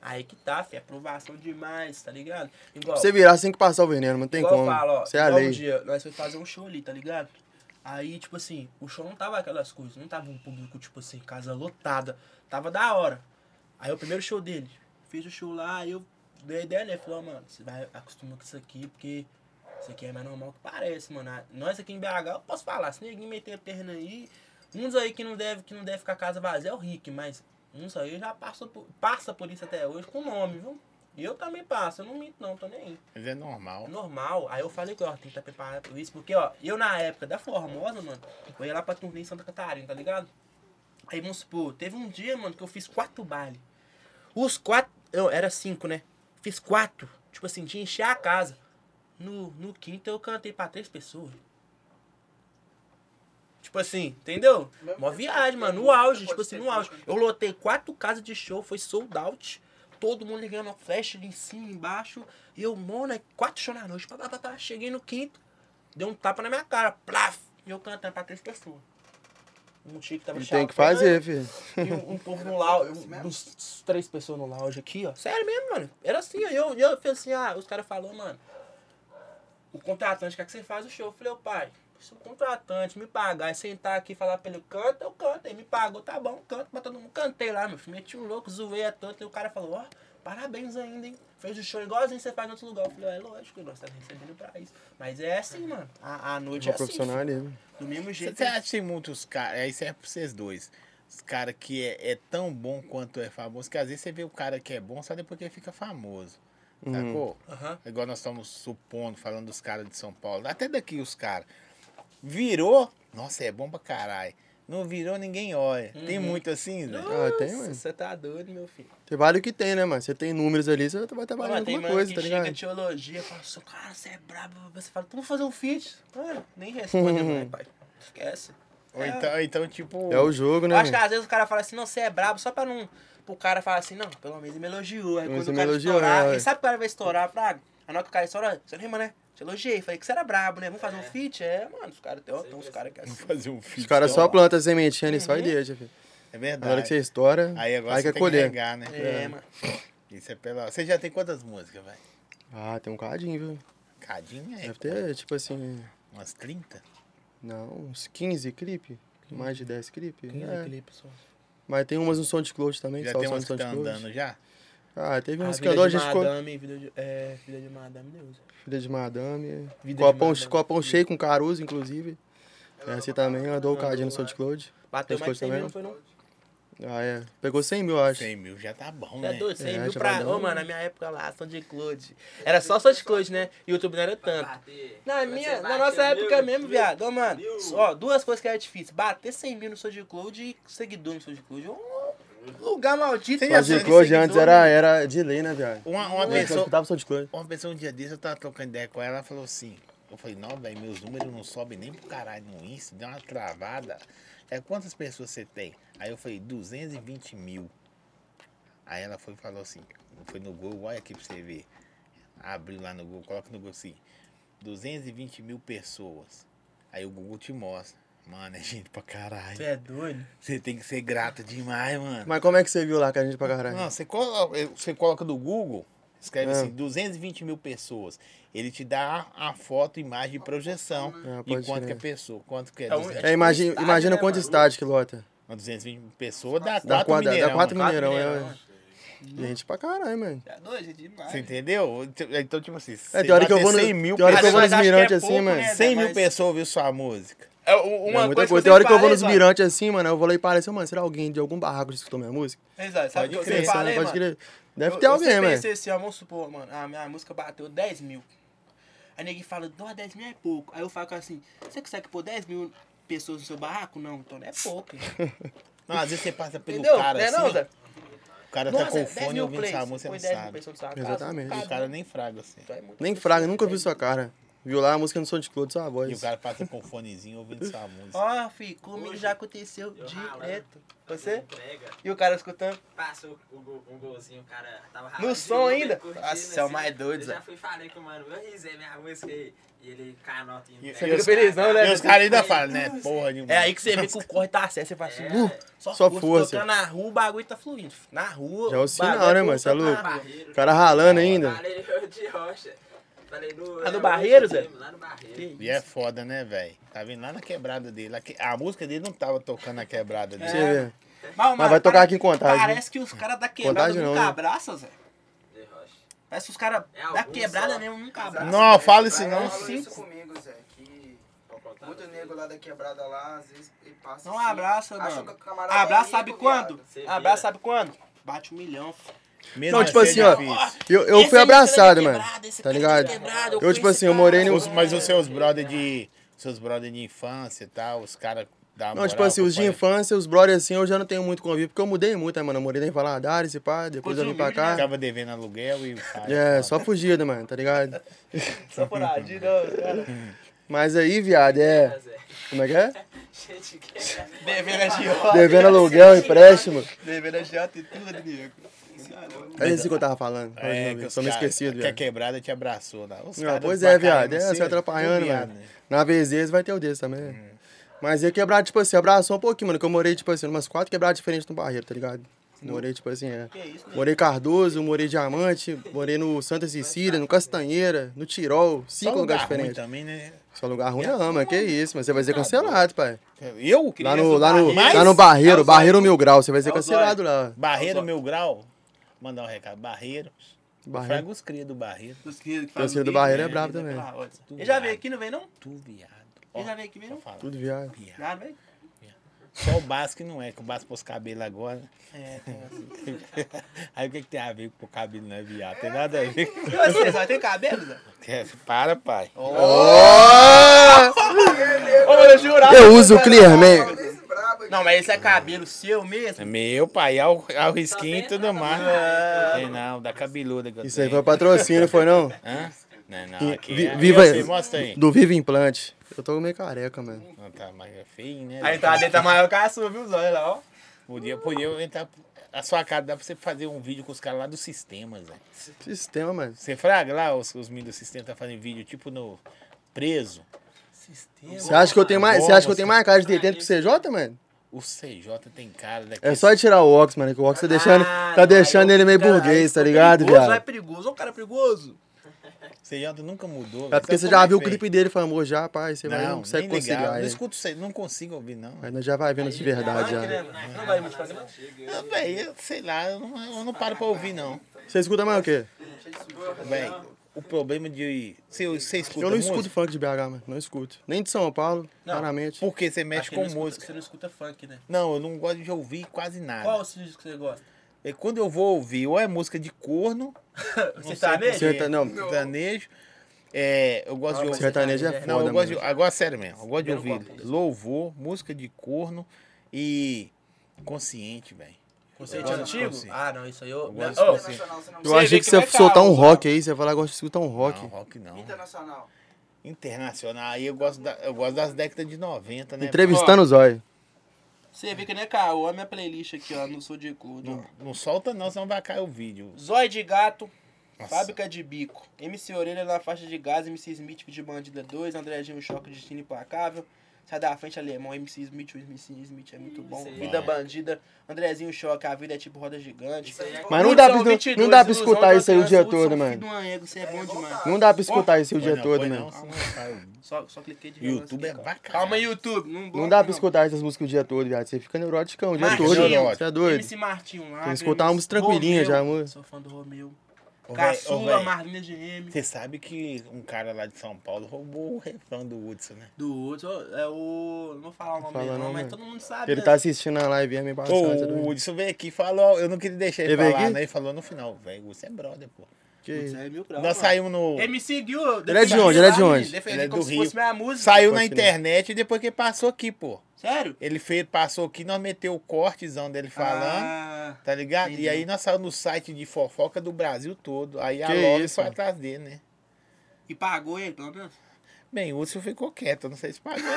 Speaker 2: Aí que tá, fi, aprovação demais, tá ligado? Igual,
Speaker 3: Pra você virar, você tem que passar o veneno, não tem
Speaker 2: igual
Speaker 3: como.
Speaker 2: eu falo, ó,
Speaker 3: Você é a
Speaker 2: igual um
Speaker 3: lei.
Speaker 2: dia, nós fomos fazer um show ali, tá ligado? Aí, tipo assim, o show não tava aquelas coisas, não tava um público, tipo assim, casa lotada. Tava da hora. Aí o primeiro show dele, fiz o show lá, aí eu dei a ideia, né? Falei, ó, mano, você vai acostumar com isso aqui, porque isso aqui é mais normal que parece, mano. Ah, Nós aqui em BH, eu posso falar, se ninguém meter a perna aí, uns aí que não deve, que não deve ficar casa vazia é o Rick, mas uns aí já passou por- passa por isso até hoje com nome, viu? E eu também passo, eu não minto não, tô nem aí.
Speaker 1: Mas é normal.
Speaker 2: Normal. Aí eu falei que, ó, tem que estar preparado pra isso, porque, ó, eu na época da Formosa, mano, eu ia lá pra turnê em Santa Catarina, tá ligado? Aí vamos supor, teve um dia, mano, que eu fiz quatro bailes. Os quatro. Não, era cinco, né? Fiz quatro. Tipo assim, de encher a casa. No, no quinto eu cantei pra três pessoas. Tipo assim, entendeu? Mó viagem, mano. No auge, tipo assim, no auge. Eu lotei quatro casas de show, foi sold out. Todo mundo ligando a flash ali em cima, embaixo. E eu, mona, quatro shows na noite. Pá, pá, pá, pá. Cheguei no quinto, deu um tapa na minha cara. Plaf! E eu cantando pra três pessoas. Um tio que tava
Speaker 3: E tem
Speaker 2: chapando,
Speaker 3: que fazer, filho.
Speaker 2: e um, um povo no lounge, um, uns três pessoas no lounge aqui, ó. Sério mesmo, mano. Era assim, ó. E Eu, e eu falei assim, ah, os caras falaram, mano, o contratante quer que você faz o show. Eu falei, ô pai, se o contratante me pagar e sentar aqui e falar pra ele, canta, eu canto. Ele me pagou, tá bom, canto, mas todo mundo cantei lá, meu filho. Meti um louco, zoei a tanto. E o cara falou, ó, parabéns ainda, hein. Fez o show igualzinho que você faz em outro lugar. Eu falei, é lógico, nós estamos recebendo pra isso. Mas é assim, mano. A, a noite é
Speaker 3: Uma
Speaker 2: assim.
Speaker 3: profissional
Speaker 2: filho.
Speaker 3: ali. mano.
Speaker 2: Do mesmo
Speaker 1: Você tá-
Speaker 2: jeito.
Speaker 1: você acha que tem muitos caras, isso é pra vocês dois, os caras que é, é tão bom quanto é famoso, que às vezes você vê o cara que é bom só depois que ele fica famoso, sacou?
Speaker 2: Aham.
Speaker 1: Igual nós estamos supondo, falando dos caras de São Paulo, até daqui os caras. Virou, nossa, é bom pra caralho. Não virou, ninguém olha. Tem
Speaker 2: Uhum.
Speaker 1: muito assim, Zé?
Speaker 3: Ah, tem, mano.
Speaker 2: Você tá doido, meu filho.
Speaker 3: Tem vários que tem, né, mano? Você tem números ali, você vai trabalhar em
Speaker 2: Mano, tem
Speaker 3: alguma
Speaker 2: mano
Speaker 3: coisa,
Speaker 2: que
Speaker 3: tá
Speaker 2: chega
Speaker 3: ligado?
Speaker 2: teologia e fala assim, cara, você é brabo. Você fala, vamos fazer um feat. Mano, nem
Speaker 3: [laughs]
Speaker 2: responde, mãe, pai. Esquece.
Speaker 1: Ou
Speaker 2: É.
Speaker 1: então, ou então tipo,
Speaker 3: É o jogo, né?
Speaker 2: Eu acho que
Speaker 3: mano?
Speaker 2: às vezes o cara fala assim, não, você é brabo, só pra não... Pro cara falar assim, não, pelo menos ele me elogiou. Aí
Speaker 3: Pelo menos
Speaker 2: quando o
Speaker 3: ele
Speaker 2: cara
Speaker 3: me elogiou,
Speaker 2: estourar,
Speaker 3: né,
Speaker 2: ele
Speaker 3: ué.
Speaker 2: sabe que o cara vai estourar, fraga. A hora que o cara estoura, você lembra, né? Te elogiei, falei que você era brabo, né? Vamos fazer um feat? É, mano, os caras tem, tem uns caras que é Uhum.
Speaker 1: [laughs]
Speaker 2: assim.
Speaker 1: fazer um filho.
Speaker 3: Os caras só plantam a sementinha ali, só e deixa, filho.
Speaker 1: É
Speaker 3: Na hora
Speaker 1: verdade.
Speaker 3: que você estoura,
Speaker 1: Aí
Speaker 3: aí,
Speaker 1: agora você tem
Speaker 3: quer
Speaker 1: que
Speaker 3: colher.
Speaker 1: negar, né?
Speaker 2: É, mano.
Speaker 1: Isso é pela. Você já tem quantas músicas, vai?
Speaker 3: ah, tem um cadinho, viu?
Speaker 1: Cadinha é.
Speaker 3: Deve ter, tipo assim,
Speaker 1: Umas 30?
Speaker 3: não, uns 15 clipe. Mais de 10 clipe. É.
Speaker 2: clipe só.
Speaker 3: Mas tem umas no SoundCloud também, que
Speaker 1: Já
Speaker 3: só o
Speaker 1: tem
Speaker 3: som no
Speaker 1: umas que estão
Speaker 3: SoundCloud.
Speaker 1: andando já?
Speaker 3: Ah, teve
Speaker 2: tá Ah,
Speaker 3: uns que
Speaker 2: vida
Speaker 3: andou, a
Speaker 2: de
Speaker 3: gente ficou...
Speaker 2: madame, vida de... É, vida de madame, Deus.
Speaker 3: Filha de madame.
Speaker 2: Vida
Speaker 3: copão,
Speaker 2: de madame.
Speaker 3: copão cheio com Caruso, inclusive. Essa também andou o cadinho no SoundCloud.
Speaker 2: Bateu mais de
Speaker 3: Escolhe
Speaker 2: 100 mil,
Speaker 3: também?
Speaker 2: não
Speaker 4: um
Speaker 2: foi não?
Speaker 3: Ah, é. Pegou 100 mil, eu acho.
Speaker 1: 100 mil já tá bom,
Speaker 2: Você
Speaker 1: né?
Speaker 2: é doido, 100
Speaker 3: É,
Speaker 2: mil
Speaker 3: já
Speaker 2: pra.
Speaker 3: vai dar
Speaker 2: Ô,
Speaker 3: um-
Speaker 2: mano, na minha época lá, SoundCloud. Era só SoundCloud, né? YouTube não era tanto.
Speaker 5: Bater.
Speaker 2: Na
Speaker 5: Você
Speaker 2: minha, na
Speaker 5: bater
Speaker 2: nossa
Speaker 5: mil,
Speaker 2: época mesmo,
Speaker 5: mil,
Speaker 2: viado. Ô, mano,
Speaker 5: mil.
Speaker 2: ó, duas coisas que era difícil: bater 100 mil no SoundCloud e seguidor no SoundCloud. Um lugar maldito.
Speaker 1: Você já
Speaker 2: pra
Speaker 1: Mas
Speaker 2: ser
Speaker 3: SoundCloud
Speaker 2: seguidor,
Speaker 3: antes
Speaker 2: né?
Speaker 3: era, era de lei, né, viado?
Speaker 1: Uma, uma,
Speaker 2: é
Speaker 3: Eu só
Speaker 1: pessoa,
Speaker 3: escutava SoundCloud.
Speaker 1: uma pessoa um dia desse, eu tava trocando ideia com ela, ela falou assim. Eu falei, não, velho, meus números não sobem nem pro caralho no Insta, deu uma travada. É quantas pessoas você tem? Aí eu falei, 220 mil. Aí ela foi e falou assim, foi no Google, olha aqui pra você ver. Abriu lá no Google, coloca no Google assim, 220 mil pessoas. Aí o Google te mostra. Mano, é gente pra
Speaker 2: Você
Speaker 1: caralho.
Speaker 2: é doido?
Speaker 1: Você tem que ser grato demais, mano.
Speaker 3: Mas como é que você viu lá que a gente pra caralho?
Speaker 1: Não, você coloca, você coloca no Google, escreve
Speaker 3: Ah.
Speaker 1: assim, 220 mil pessoas. Ele te dá a, a foto, imagem e projeção.
Speaker 3: Ah,
Speaker 1: e
Speaker 3: pode
Speaker 1: quanto que é
Speaker 3: crer.
Speaker 1: pessoa? Quanto que é?
Speaker 2: Então, é
Speaker 1: 200,
Speaker 2: tipo
Speaker 3: É, imagina,
Speaker 2: estádio,
Speaker 3: imagina
Speaker 2: né,
Speaker 3: quanto
Speaker 2: mano?
Speaker 3: estádio que lota.
Speaker 1: 220 mil pessoas dá 4
Speaker 3: Dá quatro, dá
Speaker 1: milhões.
Speaker 3: quatro
Speaker 2: Quatro
Speaker 3: milhões,
Speaker 2: milhões,
Speaker 3: é. Gente pra caralho, mano.
Speaker 2: Você é doido, é demais.
Speaker 1: Você entendeu? Então, tipo assim,
Speaker 3: É,
Speaker 1: você
Speaker 3: tem hora que eu
Speaker 1: bater
Speaker 3: vou no,
Speaker 1: 100 mil,
Speaker 3: tem hora que eu
Speaker 1: pessoas-
Speaker 3: vou
Speaker 2: mas
Speaker 3: nos
Speaker 2: acho que é
Speaker 3: mirantes assim,
Speaker 2: pouco,
Speaker 3: mano.
Speaker 2: né?
Speaker 1: 100 mil
Speaker 2: Mas-
Speaker 1: pessoas ouviram sua música.
Speaker 2: É u-
Speaker 3: É
Speaker 2: uma
Speaker 3: muita
Speaker 2: coisa.
Speaker 3: coisa.
Speaker 2: que
Speaker 3: Tem
Speaker 2: eu
Speaker 3: hora que eu vou
Speaker 2: falei,
Speaker 3: nos
Speaker 2: mano.
Speaker 3: mirantes assim, mano. Eu vou lá e parei assim, mano, será alguém de algum barraco que escutou minha música?
Speaker 2: Exato, sabe o
Speaker 1: Pode
Speaker 2: que eu sempre
Speaker 1: crer,
Speaker 3: Pensando,
Speaker 2: falei,
Speaker 3: pode
Speaker 2: mano?
Speaker 3: crer. Deve
Speaker 2: Eu-
Speaker 3: ter alguém,
Speaker 2: eu sempre
Speaker 3: velho.
Speaker 2: pensei assim, ó, vamos supor, mano, a minha música bateu 10 mil. Aí ninguém fala, dó, 10 mil é pouco. Aí eu falo assim, você consegue pôr 10 mil pessoas no seu barraco? Não, então não é pouco.
Speaker 1: Não, às vezes você passa pelo
Speaker 2: Entendeu?
Speaker 1: cara
Speaker 2: Né
Speaker 1: assim.
Speaker 2: não, Zé?
Speaker 1: o cara tá
Speaker 2: Nossa,
Speaker 1: com
Speaker 2: 10
Speaker 1: fone
Speaker 2: mil
Speaker 1: ouvindo
Speaker 2: plays.
Speaker 1: essa música,
Speaker 2: Põe
Speaker 1: você
Speaker 2: 10
Speaker 1: não
Speaker 2: mil
Speaker 1: sabe.
Speaker 2: pessoas na sua casa.
Speaker 3: Exatamente.
Speaker 1: E o cara nem fraga assim.
Speaker 2: tá Então é muito
Speaker 3: Nem
Speaker 2: difícil.
Speaker 3: Fraga, nunca vi sua cara. Viu lá a música no SoundCloud, sua
Speaker 1: E
Speaker 3: voz.
Speaker 1: o cara passa com o fonezinho ouvindo sua música.
Speaker 2: Ó, fi, comigo
Speaker 5: Hoje,
Speaker 2: já aconteceu
Speaker 5: eu
Speaker 2: direto.
Speaker 5: ralando.
Speaker 2: Você?
Speaker 5: Entrega,
Speaker 2: E o cara escutando.
Speaker 5: passa o, o gol- um golzinho, o cara tava
Speaker 2: No
Speaker 5: ralando de
Speaker 2: som
Speaker 5: Uber,
Speaker 2: ainda?
Speaker 5: curtindo, assim.
Speaker 2: Nossa, é o mais doido,
Speaker 5: Eu
Speaker 2: Zé.
Speaker 5: já fui e falei com o mano, eu risei minha música aí. E ele canota em
Speaker 1: E-
Speaker 5: pé.
Speaker 1: Você
Speaker 2: fica felizão, né?
Speaker 1: E os caras ainda falam, né? Porra nenhuma.
Speaker 2: É aí que você vê que o corre tá certo, você fala assim,
Speaker 5: É.
Speaker 2: "Uh, só,
Speaker 3: Só
Speaker 2: força,
Speaker 3: força.
Speaker 2: tocando na rua, o bagulho tá fluindo. fi. Na rua.
Speaker 3: Já é o sinal,
Speaker 2: bagulho
Speaker 3: né,
Speaker 2: é
Speaker 3: mano? Cê é
Speaker 2: tocando na
Speaker 3: louco.
Speaker 2: rua.
Speaker 5: Barreiro.
Speaker 3: O cara ralando ainda.
Speaker 5: Falei eu de rocha. Falei no.
Speaker 2: no
Speaker 5: é,
Speaker 2: Barreiro,
Speaker 5: time,
Speaker 2: Zé?
Speaker 5: Lá no
Speaker 2: Que
Speaker 5: Barreiro.
Speaker 1: E é foda, né, velho? Tá vendo lá na quebrada dele. A, que- a música dele não tava tocando na quebrada
Speaker 3: Pra
Speaker 1: dele.
Speaker 3: Você vê.
Speaker 2: Mas,
Speaker 3: vai tocar aqui em Contagem,
Speaker 2: Parece que os caras da quebrada
Speaker 3: Contagem não,
Speaker 2: nunca
Speaker 3: né?
Speaker 2: abraçam, Zé.
Speaker 5: De rocha.
Speaker 2: Parece que os caras
Speaker 5: É
Speaker 2: da
Speaker 5: algum
Speaker 2: quebrada
Speaker 5: só.
Speaker 2: mesmo nunca
Speaker 4: Exato.
Speaker 2: abraçam.
Speaker 1: Não, fala isso não.
Speaker 4: Ele falou
Speaker 2: Ah, Sim.
Speaker 4: isso comigo, Zé, que
Speaker 5: Vou contar
Speaker 4: muito
Speaker 5: pra você.
Speaker 4: nego lá da quebrada lá, às vezes ele passa
Speaker 2: Não
Speaker 4: assim,
Speaker 2: abraça,
Speaker 4: acha
Speaker 2: mano.
Speaker 4: que o camarada é
Speaker 2: Abraço
Speaker 4: rico,
Speaker 2: sabe quando?
Speaker 4: viado.
Speaker 5: Você vira.
Speaker 2: Abraço sabe quando? Bate um milhão. fi.
Speaker 1: Mesmo é
Speaker 3: Não, tipo assim, ó.
Speaker 1: difícil.
Speaker 3: Eu, eu
Speaker 2: Esse
Speaker 3: fui
Speaker 2: aí tá
Speaker 3: abraçado, mano.
Speaker 2: quebrado, esse
Speaker 3: Tá
Speaker 2: cara
Speaker 3: ligado?
Speaker 2: quebrado,
Speaker 3: Eu, tipo
Speaker 2: conheço
Speaker 3: assim, eu
Speaker 2: esse
Speaker 3: morei
Speaker 2: cara.
Speaker 3: no-
Speaker 1: Os- mas os seus brother de. Seus brother de infância e tal, os caras da
Speaker 3: Não,
Speaker 1: moral,
Speaker 3: tipo assim, os de
Speaker 1: acompanha-
Speaker 3: infância, os brothers assim, eu já não tenho muito convívio, porque eu mudei muito, né, mano? Eu morei lá em Valadares e pá, depois eu vim pra cá.
Speaker 1: Ficava devendo aluguel e.
Speaker 3: É, só fugido, mano, tá ligado?
Speaker 2: Só por aí, de novo, cara.
Speaker 3: Mas aí, viado, é.
Speaker 5: Zé.
Speaker 3: Como é que é?
Speaker 5: Gente, que é.
Speaker 2: Devendo a Giota.
Speaker 3: Devendo aluguel, empréstimo.
Speaker 2: Devendo a Giota e tudo, nego.
Speaker 3: É isso que eu tava falando. Fala de novo,
Speaker 1: É, que
Speaker 3: eu
Speaker 1: os
Speaker 3: Tô me
Speaker 1: cara-
Speaker 3: esquecido,
Speaker 1: Que a
Speaker 3: viado.
Speaker 1: quebrada te abraçou lá. Os
Speaker 3: Ah,
Speaker 1: cara
Speaker 3: pois
Speaker 1: do
Speaker 3: é,
Speaker 1: Pacaiba,
Speaker 3: viado, é,
Speaker 1: você-
Speaker 3: você atrapalhando,
Speaker 1: assim, viado,
Speaker 3: mano.
Speaker 1: né?
Speaker 3: Na vez deles vai ter o desse também. Mas eu quebrado, tipo assim, abraçou um pouquinho, mano. Que eu morei, tipo assim, umas quatro quebradas diferentes no barreiro, tá ligado? Morei, tipo assim, é.
Speaker 2: Que isso, nego?
Speaker 3: Morei Cardoso, morei Diamante, morei no Santa Cecília, no Castanheira, no Tirol,
Speaker 1: Só
Speaker 3: cinco
Speaker 1: lugar
Speaker 3: lugares
Speaker 1: ruim
Speaker 3: diferentes.
Speaker 1: também, né?
Speaker 3: Só lugar ruim não, mano, que isso, mas você vai ser cancelado, pai.
Speaker 1: Eu?
Speaker 3: Lá no, lá no,
Speaker 1: Barreiro.
Speaker 3: lá no
Speaker 2: É
Speaker 3: Barreiro,
Speaker 2: o
Speaker 3: Barreiro
Speaker 2: Zóio.
Speaker 3: Mil Grau, você vai ser
Speaker 2: É o
Speaker 3: cancelado lá.
Speaker 1: Barreiro,
Speaker 2: Alzheimer.
Speaker 1: meu grau. Mandar um recado. Barreiro.
Speaker 3: Barreiro.
Speaker 1: Fraga os cria do Barreiro.
Speaker 2: Dos que que
Speaker 3: Torcida
Speaker 2: fazem
Speaker 3: do Barreiro
Speaker 2: vídeo,
Speaker 3: é
Speaker 2: né?
Speaker 3: brabo
Speaker 2: Pela
Speaker 3: também.
Speaker 2: roda. Ele já veio aqui, não veio não?
Speaker 1: Tu, viado.
Speaker 2: Ele já
Speaker 1: Ó,
Speaker 2: veio aqui
Speaker 1: só
Speaker 2: mesmo?
Speaker 1: fala.
Speaker 3: é Tudo viado.
Speaker 1: Viado.
Speaker 2: Já veio?
Speaker 1: Só o Basco que não é, que o Basco pôs cabelo agora.
Speaker 2: É, tem assim.
Speaker 1: [laughs] Aí o que, que tem a ver com o cabelo não é viado? Tem nada a ver com.
Speaker 2: E você, Zé, tem cabelo, Zé?
Speaker 1: É, Para, pai.
Speaker 2: eu
Speaker 1: Tá
Speaker 2: jurava.
Speaker 3: Eu uso o Clearman.
Speaker 4: Fala isso, brabo,
Speaker 2: Não, mas esse é cabelo seu mesmo?
Speaker 1: É meu, pai. Ao, ao risquinho e
Speaker 5: Tá
Speaker 1: tudo
Speaker 5: vendo?
Speaker 1: mais.
Speaker 2: Ah.
Speaker 1: Tem não, da cabeluda que eu
Speaker 3: Isso aí foi
Speaker 1: tenho.
Speaker 3: patrocínio, foi não?
Speaker 1: Hã? Não, não,
Speaker 3: Vi-
Speaker 1: aqui.
Speaker 3: vi-
Speaker 1: é-
Speaker 3: viva-
Speaker 1: Você mostra aí.
Speaker 3: Do Viva Implante. Eu tô meio careca, mano.
Speaker 1: Não tá, mas é feio, né?
Speaker 2: A entrada dele tá maior que a sua, viu, Zé? Olha lá, ó.
Speaker 1: Podia, podia eu entrar. A sua cara dá pra você fazer um vídeo com os caras lá do sistema, Zé.
Speaker 3: Sistema, mano.
Speaker 1: Você fraga lá, os, os meninos do sistema tá fazendo vídeo tipo no preso.
Speaker 3: Você acha que eu tenho mais, você acha que eu tenho mais cara de detento que o CJ, mano?
Speaker 1: O CJ tem cara né? daqui.
Speaker 3: É só de tirar o óculos, mano, que o óculos tá deixando,
Speaker 2: Ah,
Speaker 3: tá
Speaker 2: não,
Speaker 3: deixando
Speaker 2: aí
Speaker 3: ele
Speaker 2: o
Speaker 3: meio
Speaker 2: cara-
Speaker 3: burguês, tá
Speaker 2: aí o
Speaker 3: ligado,
Speaker 2: perigoso É
Speaker 3: viado?
Speaker 2: perigoso, é um cara perigoso.
Speaker 1: CJ nunca mudou.
Speaker 3: É
Speaker 1: velho. Sabe
Speaker 3: porque você
Speaker 1: como
Speaker 3: já viu o
Speaker 1: feio?
Speaker 3: clipe dele famoso já, pai, você vai não
Speaker 1: Não,
Speaker 3: consegue
Speaker 1: nem legal.
Speaker 3: conciliar
Speaker 1: Não
Speaker 3: ele.
Speaker 1: escuto isso aí, não consigo ouvir, não.
Speaker 3: Mas nós já vai vendo de verdade
Speaker 2: Funk, né,
Speaker 3: já.
Speaker 2: mano? Não vai muito pra não?
Speaker 1: Ah, velho, eu sei lá, eu não, eu não paro pra ouvir, não.
Speaker 3: Você escuta mais o quê?
Speaker 4: cheio de sujeira.
Speaker 1: Velho, o problema de. Você, você escuta
Speaker 3: Eu não
Speaker 1: música?
Speaker 3: escuto funk de BH, mano. Não escuto. Nem de São Paulo,
Speaker 2: Não.
Speaker 3: claramente.
Speaker 1: Porque você mexe
Speaker 2: Acho que
Speaker 1: com
Speaker 2: não escuta-
Speaker 1: música.
Speaker 2: Você não escuta funk, né?
Speaker 1: Não, eu não gosto de ouvir quase
Speaker 3: Ah,
Speaker 1: nada.
Speaker 2: Qual o estilo que você gosta?
Speaker 1: E quando eu vou ouvir, ou é música de corno,
Speaker 2: Você tá
Speaker 1: sei
Speaker 2: mesmo?
Speaker 1: porquê.
Speaker 3: Serta- não.
Speaker 1: sertanejo. É, eu gosto de ouvir.
Speaker 3: Sertanejo é
Speaker 1: Não, eu
Speaker 3: foda,
Speaker 1: gosto de,
Speaker 3: mano.
Speaker 1: agora sério mesmo, eu gosto de
Speaker 2: Eu não
Speaker 1: ouvir
Speaker 2: gosto.
Speaker 1: louvor, música de corno e consciente, velho.
Speaker 2: Conceito
Speaker 1: Eu gosto de
Speaker 2: antigo?
Speaker 1: Conceito.
Speaker 2: Ah, não, isso aí eu.
Speaker 1: Eu
Speaker 2: Não,
Speaker 1: gosto
Speaker 2: ô,
Speaker 1: de Conceito.
Speaker 4: Internacional, você não
Speaker 3: Eu
Speaker 2: Você
Speaker 4: gosta?
Speaker 2: vê
Speaker 3: achei que
Speaker 2: que
Speaker 3: você
Speaker 2: não é
Speaker 3: soltar um
Speaker 2: caos,
Speaker 3: rock aí, você ia falar, gosta de escutar um rock.
Speaker 1: Não, rock não.
Speaker 4: Internacional.
Speaker 1: Internacional, aí eu gosto, da- eu gosto das décadas de 90, né?
Speaker 3: Entrevistando o Zóio.
Speaker 2: Você vê que não é caô, a minha playlist aqui, ó, no Sou de Clube.
Speaker 1: Não, não solta não, senão vai cair o vídeo.
Speaker 2: Zóio de Gato,
Speaker 1: Nossa.
Speaker 2: Fábrica de Bico, MC Orelha na faixa de gás, MC Smith de Bandida 2, André Gil Choque de Destino Implacável, Sai da Frente Alemão, MC Smith, o MC Smith é muito bom,
Speaker 5: aí.
Speaker 2: Vida Bandida, Andrezinho Choque, A Vida é Tipo Roda Gigante.
Speaker 5: Isso aí é-
Speaker 3: Mas não dá pra-
Speaker 2: Hudson
Speaker 3: não-
Speaker 2: 22,
Speaker 3: não dá pra
Speaker 2: Ilusão
Speaker 3: escutar
Speaker 2: da
Speaker 3: isso aí o dia
Speaker 2: Criança,
Speaker 3: todo,
Speaker 2: Hudson,
Speaker 3: mano.
Speaker 2: Filho do Anhego, você é bom demais.
Speaker 3: Não dá pra escutar isso o
Speaker 1: Põe
Speaker 3: dia
Speaker 1: não,
Speaker 3: todo, né?
Speaker 1: põe
Speaker 3: mano.
Speaker 1: Não, senão cai o
Speaker 3: [laughs]
Speaker 1: vídeo.
Speaker 2: Só, só cliquei de relance
Speaker 1: YouTube
Speaker 2: aqui,
Speaker 1: é
Speaker 2: cara.
Speaker 1: bacana.
Speaker 2: Calma aí, YouTube. Não,
Speaker 3: Não
Speaker 2: bloca,
Speaker 3: dá pra escutar essas músicas o dia todo, viado. Você fica
Speaker 1: Ah,
Speaker 3: neurótico o dia todo.
Speaker 1: Martinho.
Speaker 3: Você é doido.
Speaker 2: MC Martinho lá.
Speaker 3: Tem que escutar uma música tranquilinha já, amor.
Speaker 2: Sou fã do Romeu.
Speaker 1: Ô, véi, ô,
Speaker 2: Caçula,
Speaker 1: véi,
Speaker 2: Marlene GM.
Speaker 1: Você sabe que um cara lá de São Paulo roubou o refrão do Hudson, né?
Speaker 2: Do outro, ó, é o. Não vou falar o nome
Speaker 3: Fala
Speaker 2: dele, não,
Speaker 3: não,
Speaker 2: mas
Speaker 3: né?
Speaker 2: todo mundo sabe.
Speaker 3: Ele
Speaker 2: né?
Speaker 3: tá assistindo a live mesmo
Speaker 1: Ô,
Speaker 3: embaçado. você é
Speaker 1: o
Speaker 3: doido?
Speaker 1: Hudson veio aqui e falou, eu não queria deixar ele,
Speaker 3: Ele veio
Speaker 1: falar,
Speaker 3: aqui?
Speaker 1: né? Ele falou no final, velho, o Hudson é brother, pô.
Speaker 3: Que
Speaker 2: Isso
Speaker 3: isso?
Speaker 2: aí é mil graus,
Speaker 1: Nós
Speaker 2: mano.
Speaker 1: saímos no...
Speaker 2: Ele me seguiu. eu
Speaker 3: Ele é de
Speaker 2: defendi
Speaker 3: onde? Ele é
Speaker 2: lá,
Speaker 3: de
Speaker 2: menino,
Speaker 3: onde?
Speaker 2: defendi
Speaker 1: Ele é
Speaker 2: como
Speaker 1: do
Speaker 2: se
Speaker 1: Rio.
Speaker 2: fosse minha música.
Speaker 1: Saiu na
Speaker 3: Pode crer.
Speaker 1: internet e depois que ele passou aqui, pô.
Speaker 2: Sério?
Speaker 1: Ele fez, passou aqui, nós meteu o cortezão dele falando,
Speaker 2: Ah,
Speaker 1: tá ligado?
Speaker 2: entendi.
Speaker 1: E aí nós saímos no site de fofoca do Brasil todo. Aí a
Speaker 3: Que
Speaker 1: Love
Speaker 3: isso,
Speaker 1: foi
Speaker 3: mano.
Speaker 1: atrás dele, né?
Speaker 2: e pagou ele, pelo menos?
Speaker 1: Bem, o Hudson ficou quieto, eu não sei se
Speaker 2: [laughs]
Speaker 1: pagou. não.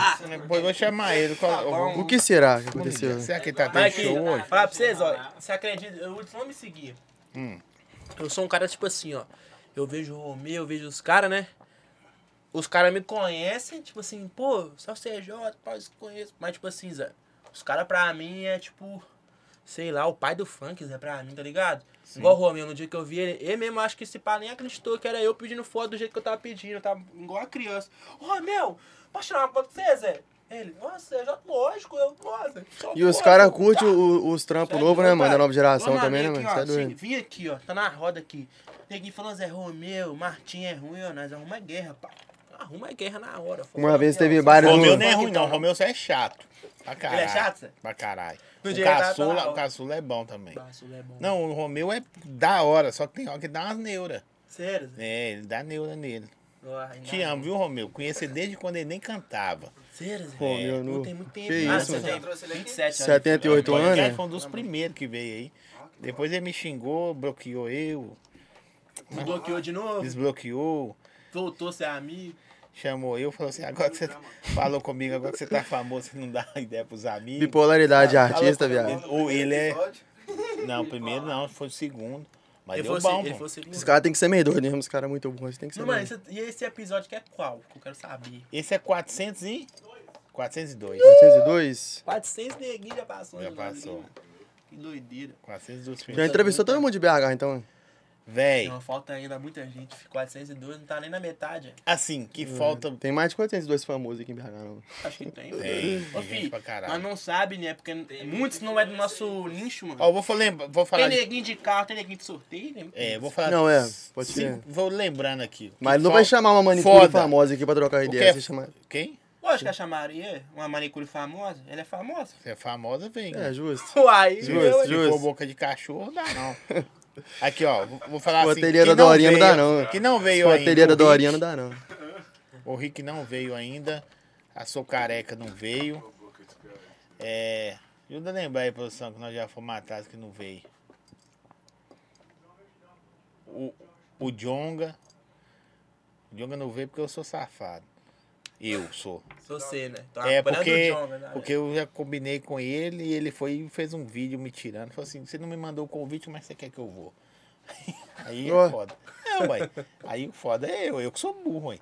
Speaker 2: Ah,
Speaker 1: Depois eu vou chamar ele. Qual-
Speaker 2: Tá bom.
Speaker 3: O que será que
Speaker 1: Vamos ligar.
Speaker 3: aconteceu?
Speaker 1: Será que ele tá
Speaker 5: Vai
Speaker 1: tendo
Speaker 2: Mas aqui,
Speaker 1: show hoje?
Speaker 2: falar pra vocês, ó, você acredita, eu antes não me seguia.
Speaker 3: Hum.
Speaker 2: Eu sou um cara tipo assim, ó. Eu vejo o Romeu, eu vejo os caras, né? Os caras me conhecem, tipo assim, pô, só CJ, pô, eu conheço. Mas tipo assim, Zé, os caras pra mim é tipo, sei lá, o pai do funk, Zé, pra mim, tá ligado? Igual o Romeu, no dia que eu vi ele, ele mesmo acho que esse pá nem acreditou que era eu pedindo foto do jeito que eu tava pedindo, eu tava igual a criança. Ô, Romeu, posso tirar uma foto com você, Zé? Ele, nossa, CJ, lógico, eu, nossa. só
Speaker 3: E os
Speaker 2: pode,
Speaker 3: caras
Speaker 2: tá?"
Speaker 3: curtem os trampos
Speaker 2: Sério,
Speaker 3: novos, né,
Speaker 2: meu
Speaker 3: mano? Da
Speaker 2: pai?
Speaker 3: nova geração
Speaker 2: Ô,
Speaker 3: também, né,
Speaker 2: aqui,
Speaker 3: mano? Você
Speaker 2: ó,
Speaker 3: é doido.
Speaker 2: Vim aqui, ó. Tá na roda aqui. Neguinho falando, Zé Romeu, Martim é ruim, ó. Nós arruma guerra, pá. Arruma guerra na hora. Fala,
Speaker 3: Uma vez
Speaker 2: Romeu,
Speaker 3: teve
Speaker 2: você-
Speaker 3: baile no-
Speaker 1: Romeu não é ruim, não. Romeu só é chato. Pra caralho.
Speaker 2: então. chato, Zé?
Speaker 1: Pra caralho.
Speaker 2: No
Speaker 1: O
Speaker 2: dia que ele tava
Speaker 1: caçula,
Speaker 2: lá, ó.
Speaker 1: o caçula é bom também.
Speaker 2: Nossa, ele é bom.
Speaker 1: Não, o Romeu é da hora, só que tem hora que dá umas neuras.
Speaker 2: Sério, Zé?
Speaker 1: É, ele dá neura nele.
Speaker 2: Ó, ainda
Speaker 1: Te amo, viu, Romeu? Conheci desde quando ele nem cantava.
Speaker 2: Sério, Zé?
Speaker 3: Romeu,
Speaker 2: É,
Speaker 3: nu.
Speaker 2: não tem muito tempo.
Speaker 3: Que
Speaker 2: Ah,
Speaker 3: isso,
Speaker 2: você
Speaker 3: mano.
Speaker 2: tem 27 anos.
Speaker 3: 78 anos,
Speaker 1: Podcast
Speaker 3: né?
Speaker 1: foi um dos primeiros que veio aí. Depois ele me xingou, bloqueou eu,
Speaker 2: Me bloqueou de novo,
Speaker 1: desbloqueou,
Speaker 2: voltou a ser amigo.
Speaker 1: chamou eu, falou assim, agora que você falou comigo, agora que você tá famoso, você não dá [laughs] ideia pros amigos.
Speaker 3: Bipolaridade de
Speaker 1: Fala
Speaker 3: artista,
Speaker 1: comigo.
Speaker 3: viado.
Speaker 1: Ou ele é...
Speaker 4: Episódio.
Speaker 1: Não, primeiro não, foi o segundo. Mas
Speaker 2: Ele
Speaker 1: deu
Speaker 2: fosse-
Speaker 1: bom,
Speaker 2: ele
Speaker 1: pô.
Speaker 2: fosse-
Speaker 3: Esses caras têm que ser meio doido mesmo, os caras muito bons, tem que ser.
Speaker 2: Não, mas
Speaker 3: doido.
Speaker 2: esse- e esse episódio que é qual? Que eu quero saber.
Speaker 1: Esse é 400 e... 402.
Speaker 3: 402?
Speaker 2: 400 neguinhos já passou.
Speaker 1: Já
Speaker 2: né,
Speaker 1: passou.
Speaker 2: mano? Que doideira.
Speaker 1: 402
Speaker 3: Já
Speaker 1: primeiros.
Speaker 3: entrevistou todo mundo de BH, então.
Speaker 1: Véi,
Speaker 2: Não, falta ainda muita gente. 402 não tá nem na metade.
Speaker 1: assim, que falta...
Speaker 3: Tem mais de 402 famosos aqui em BH, não.
Speaker 2: Acho que tem.
Speaker 1: Tem,
Speaker 2: Ô,
Speaker 1: tem gente
Speaker 2: filho,
Speaker 1: pra É, caralho.
Speaker 2: mas não sabe, né? Porque muitos não é do nosso nicho, mano.
Speaker 1: Ó, eu vou, fa- lembra- vou
Speaker 2: tem
Speaker 1: falar... de-
Speaker 2: neguinho de carro, tem neguinho de sorteio, né?
Speaker 1: É, eu vou falar...
Speaker 3: Não, é, pode
Speaker 1: Sim,
Speaker 3: ser.
Speaker 1: Vou lembrando aqui.
Speaker 3: Mas
Speaker 1: Que
Speaker 3: não vai
Speaker 1: fal-
Speaker 3: chamar uma manicure
Speaker 1: Foda.
Speaker 3: famosa aqui pra trocar
Speaker 1: O que
Speaker 3: ideia.
Speaker 1: é...
Speaker 3: Você chama...
Speaker 1: Quem?
Speaker 2: Lógico que a chamaria uma manicure famosa. Ela é famosa. [laughs]
Speaker 1: Você é famosa, vem.
Speaker 3: É, justo.
Speaker 2: Uai,
Speaker 3: Justo,
Speaker 2: eu-
Speaker 1: Se
Speaker 3: justo.
Speaker 1: for boca de cachorro, não dá não. Aqui, ó, vou- vou falar
Speaker 3: O
Speaker 1: assim.
Speaker 3: ateliê da
Speaker 1: que não
Speaker 3: Dorinha não
Speaker 1: veio-
Speaker 3: dá, não.
Speaker 1: Que não
Speaker 3: Se
Speaker 1: veio
Speaker 3: for
Speaker 1: ainda.
Speaker 3: ateliê da
Speaker 1: o Rick-
Speaker 3: Dorinha, não dá, não.
Speaker 1: O Rick não veio ainda. A Sou Careca não veio. É. Ajuda a lembrar aí, produção, que nós já fomos atrás que não veio. O, o Jonga. O Jonga não veio porque eu sou safado. Eu sou.
Speaker 2: Sou você, né? Tô
Speaker 1: É,
Speaker 2: apanhando
Speaker 1: porque,
Speaker 2: o John, né?
Speaker 1: porque eu já combinei com ele e ele foi e fez um vídeo me tirando. Falou assim, você não me mandou o convite, mas você quer que eu vou. [laughs] Aí
Speaker 3: Ó.
Speaker 1: é foda. É, ué. Aí o foda é eu, eu que sou burro, hein.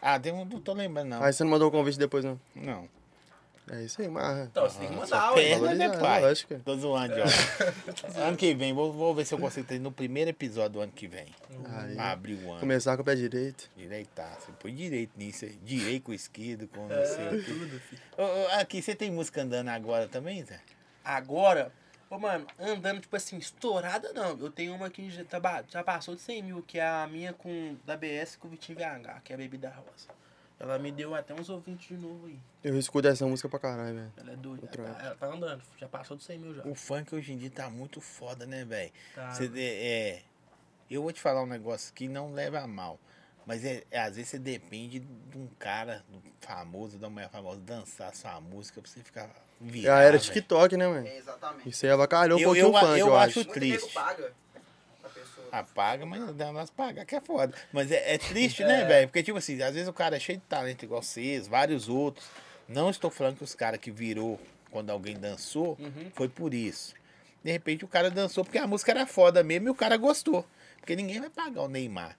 Speaker 1: Ah, tem um, não tô lembrando, não.
Speaker 3: Aí você não mandou o convite depois, não.
Speaker 1: Não.
Speaker 3: É isso aí, marra.
Speaker 2: Então, você tem que mandar,
Speaker 1: Só
Speaker 2: ué.
Speaker 1: perna, né,
Speaker 3: valorizar,
Speaker 1: pai?
Speaker 3: lógico.
Speaker 1: Tô zoando,
Speaker 3: [laughs]
Speaker 1: ó. ano que vem, vou, vou ver se eu consigo ter no primeiro episódio do ano que vem.
Speaker 3: Aí.
Speaker 1: Abre o ano.
Speaker 3: Começar com o pé direito.
Speaker 1: Direitar. Você põe direito nisso. aí. Direito com esquerdo, com não sei o quê.
Speaker 2: Tudo, filho.
Speaker 3: É.
Speaker 1: Ô, ô, aqui, você tem música andando agora também, Zé?
Speaker 2: Agora, ô, mano, andando, tipo assim, estourada não. Eu tenho uma que já, tá ba- já passou de 100 mil, que é a minha com da BS com o Vitinho VH, que é a Bebida Rosa. Ela me deu até uns ouvintes de novo aí.
Speaker 3: Eu escuto essa música pra caralho, velho.
Speaker 2: Ela é doida.
Speaker 3: Outra.
Speaker 2: Ela tá, ela tá andando, já passou de 100 mil já.
Speaker 1: O funk hoje em dia tá muito foda, né, velho?
Speaker 2: Tá.
Speaker 1: Você de- é, eu vou te falar um negócio que não leva a mal. Mas é, é, às vezes você depende de um cara do famoso, da mulher famosa, dançar sua música pra você ficar
Speaker 3: É
Speaker 1: virar,
Speaker 3: a era
Speaker 1: véi.
Speaker 3: TikTok, né, mano?
Speaker 4: É, exatamente.
Speaker 3: Isso aí avacalhou um
Speaker 1: Eu-
Speaker 3: pouquinho
Speaker 1: eu-
Speaker 3: o funk,
Speaker 1: eu
Speaker 3: eu,
Speaker 1: acho-
Speaker 3: acho.
Speaker 4: Muito nego
Speaker 1: triste. Ah,
Speaker 4: paga a pessoa.
Speaker 1: Apaga, mas não dá nós pagar, que é foda. Mas é, [laughs] é triste, né, velho? Porque, tipo assim, às vezes o cara é cheio de talento igual vocês, vários outros. Não estou falando que os caras que virou quando alguém dançou, foi por isso. De repente o cara dançou porque a música era foda mesmo e o cara gostou. Porque ninguém vai pagar o Neymar.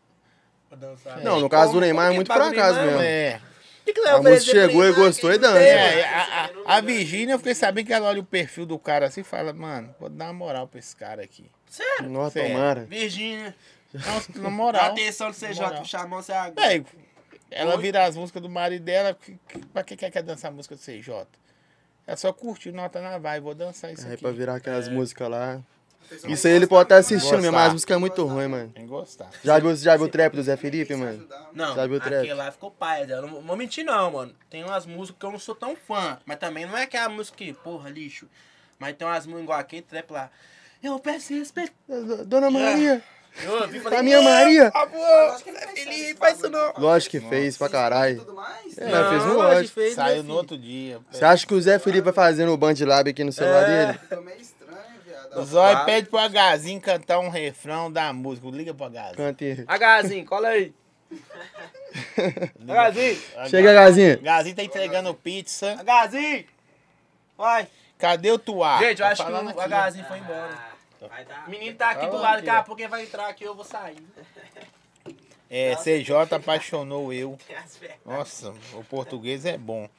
Speaker 2: Pra dançar.
Speaker 3: Não, no caso do Neymar é muito por acaso mesmo.
Speaker 1: É.
Speaker 2: Que que
Speaker 3: A música chegou e gostou e dança.
Speaker 1: É,
Speaker 3: velho.
Speaker 1: a, a, a Virgínia, eu fiquei sabendo que ela olha o perfil do cara assim e fala, mano, vou dar uma moral pra esse cara [laughs] aqui.
Speaker 2: Sério?
Speaker 3: Nossa,
Speaker 1: É.
Speaker 3: tomara.
Speaker 2: Virgínia,
Speaker 1: Não, na
Speaker 2: dá
Speaker 1: moral.
Speaker 2: atenção do CJ,
Speaker 1: Moral.
Speaker 2: me chamou você agora.
Speaker 1: Véi, ela vira as músicas do marido dela, que- que- pra que quer, quer dançar a música do CJ? Ela só curte nota na vai, vou dançar isso
Speaker 3: Aí
Speaker 1: aqui.
Speaker 3: pra virar aquelas músicas lá. Isso aí ele pode estar
Speaker 1: Gostar.
Speaker 3: assistindo mesmo, mas a música é muito ruim, mano.
Speaker 1: Tem que gostar.
Speaker 3: Já viu, já viu o trap do Zé Felipe, mano?
Speaker 2: Não,
Speaker 3: Sabe o trap?
Speaker 2: aquele lá ficou pai, eu não vou mentir não, mano. Tem umas músicas que eu não sou tão fã, mas também não é aquela música que, porra, lixo. Mas tem umas músicas igual aquele trap lá. Eu peço respeito.
Speaker 3: Dona Maria,
Speaker 2: Eu ouvi e falei,
Speaker 3: a minha Maria.
Speaker 2: Amor, ele faz isso não.
Speaker 3: Lógico que fez pra
Speaker 4: E
Speaker 3: caralho.
Speaker 4: tudo mais?
Speaker 3: É, fez um ódio.
Speaker 2: fez, né,
Speaker 1: Saiu
Speaker 2: filho?
Speaker 1: no outro dia.
Speaker 3: Você acha que o Zé Felipe vai fazendo o Band Lab aqui no celular
Speaker 2: É.
Speaker 3: dele?
Speaker 4: Tô meio estranho, viado.
Speaker 1: O Zói
Speaker 2: Claro.
Speaker 1: pede pro Hzinho cantar um refrão da música. Liga pro Hzinho.
Speaker 3: Canta aí.
Speaker 2: Agazinho, cola
Speaker 1: [laughs]
Speaker 2: aí. Agazinho,
Speaker 3: Chega, Gazinho.
Speaker 1: Gazinho tá entregando pizza.
Speaker 2: Agazinho. Vai.
Speaker 1: Cadê o
Speaker 3: Ah,
Speaker 1: Tuá?
Speaker 2: Gente, eu
Speaker 1: Tá
Speaker 2: acho que
Speaker 1: falando
Speaker 2: o
Speaker 1: aqui.
Speaker 2: Agazinho foi embora.
Speaker 5: Ah, vai dar.
Speaker 2: O menino tá aqui do
Speaker 1: Falando
Speaker 2: lado,
Speaker 1: aqui,
Speaker 2: daqui a
Speaker 1: ó.
Speaker 2: pouco ele vai entrar aqui e eu vou sair.
Speaker 1: É, CJ apaixonou eu.
Speaker 5: Tem as pernas.
Speaker 1: Nossa, o português é bom.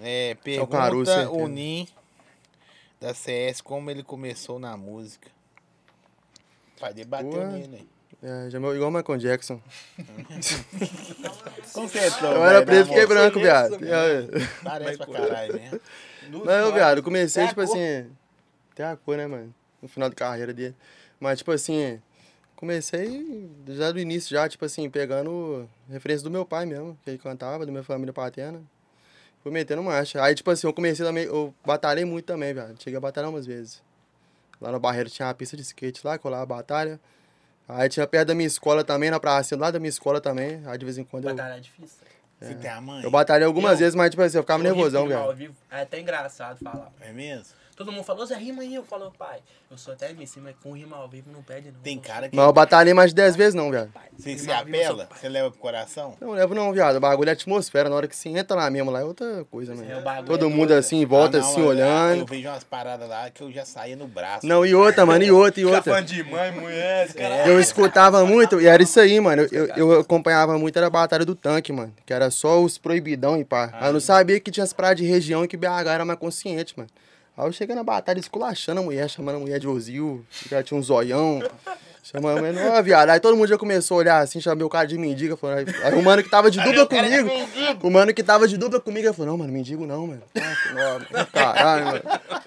Speaker 1: É, pergunta
Speaker 3: Caruso, certeza.
Speaker 1: o Nin da CS como ele começou na música. Vai debater
Speaker 3: Boa.
Speaker 1: nele. hein?
Speaker 3: É, já meu, igual o Michael Jackson.
Speaker 1: Como é você entrou?
Speaker 3: Eu era
Speaker 1: velho,
Speaker 3: preto e
Speaker 1: na
Speaker 3: fiquei
Speaker 1: moto?
Speaker 3: branco,
Speaker 2: Você
Speaker 3: viado.
Speaker 2: mesmo,
Speaker 3: É.
Speaker 1: Parece pra caralho, né?
Speaker 3: Não, viado, eu comecei,
Speaker 1: Tem a
Speaker 3: tipo
Speaker 1: cor.
Speaker 3: assim. Tem a cor, né, mano? No final da carreira dele. Mas, tipo assim, comecei já do início, já, tipo assim, pegando referência do meu pai mesmo, que ele cantava, da minha família paterna. Fui metendo marcha. Aí, tipo assim, eu comecei também, eu batalhei muito também, viado. Cheguei a batalhar umas vezes. Lá no Barreiro tinha uma pista de skate lá, que eu lá a batalha. Aí tinha perto da minha escola também, na praça lá da minha escola também. Aí de vez em quando eu,
Speaker 2: Batalha é difícil.
Speaker 1: Você tem a mãe?
Speaker 3: eu batalhei algumas
Speaker 2: Eu-
Speaker 3: vezes, mas tipo assim, eu ficava
Speaker 2: Eu
Speaker 3: nervosão,
Speaker 2: rimo ao
Speaker 3: viado.
Speaker 2: vivo, É até engraçado falar.
Speaker 1: É mesmo?
Speaker 2: Todo mundo falou, Zé, rima aí. Eu falo, pai, eu sou até MC, mas com rima ao vivo não pede não.
Speaker 1: Tem cara que
Speaker 3: Mas eu batalhei mais de 10 vezes não, viado.
Speaker 1: você se
Speaker 2: Rima ao vivo, eu sou
Speaker 1: apela, você leva pro coração.
Speaker 3: Não levo não, viado. O bagulho é atmosfera. Na hora que você entra lá mesmo, lá é outra coisa,
Speaker 2: pai. É, o
Speaker 3: mano.
Speaker 2: bagulho é
Speaker 3: Todo mundo
Speaker 2: doido.
Speaker 3: assim, em volta,
Speaker 1: Ah, não,
Speaker 3: assim,
Speaker 1: eu-
Speaker 2: é
Speaker 3: olhando.
Speaker 1: Eu vejo umas paradas lá que eu já saía no braço.
Speaker 3: Não, e outra, mano, e outra, e
Speaker 2: Tá
Speaker 3: outra.
Speaker 2: falando de mãe, mulher, esse cara.
Speaker 3: Eu escutava muito, e era isso aí, mano. Eu, eu- eu acompanhava muito, era a Batalha do Tanque, mano. Que era só os proibidão e pá.
Speaker 2: Ah.
Speaker 3: Aí eu não sabia que tinha as paradas de região e que BH era mais consciente, mano. Aí eu cheguei na batalha esculachando a mulher, chamando a mulher de Ozil, já tinha um zoião. Chamando a mulher, ó, viado. Aí todo mundo já começou a olhar assim, chamei o cara de mendiga. Falando, aí o mano que tava de dupla comigo, o mano que tava de dupla comigo, ele falou, não, mano, mendigo não, mano. Ah, eu falei, "Ó, Caralho, mano.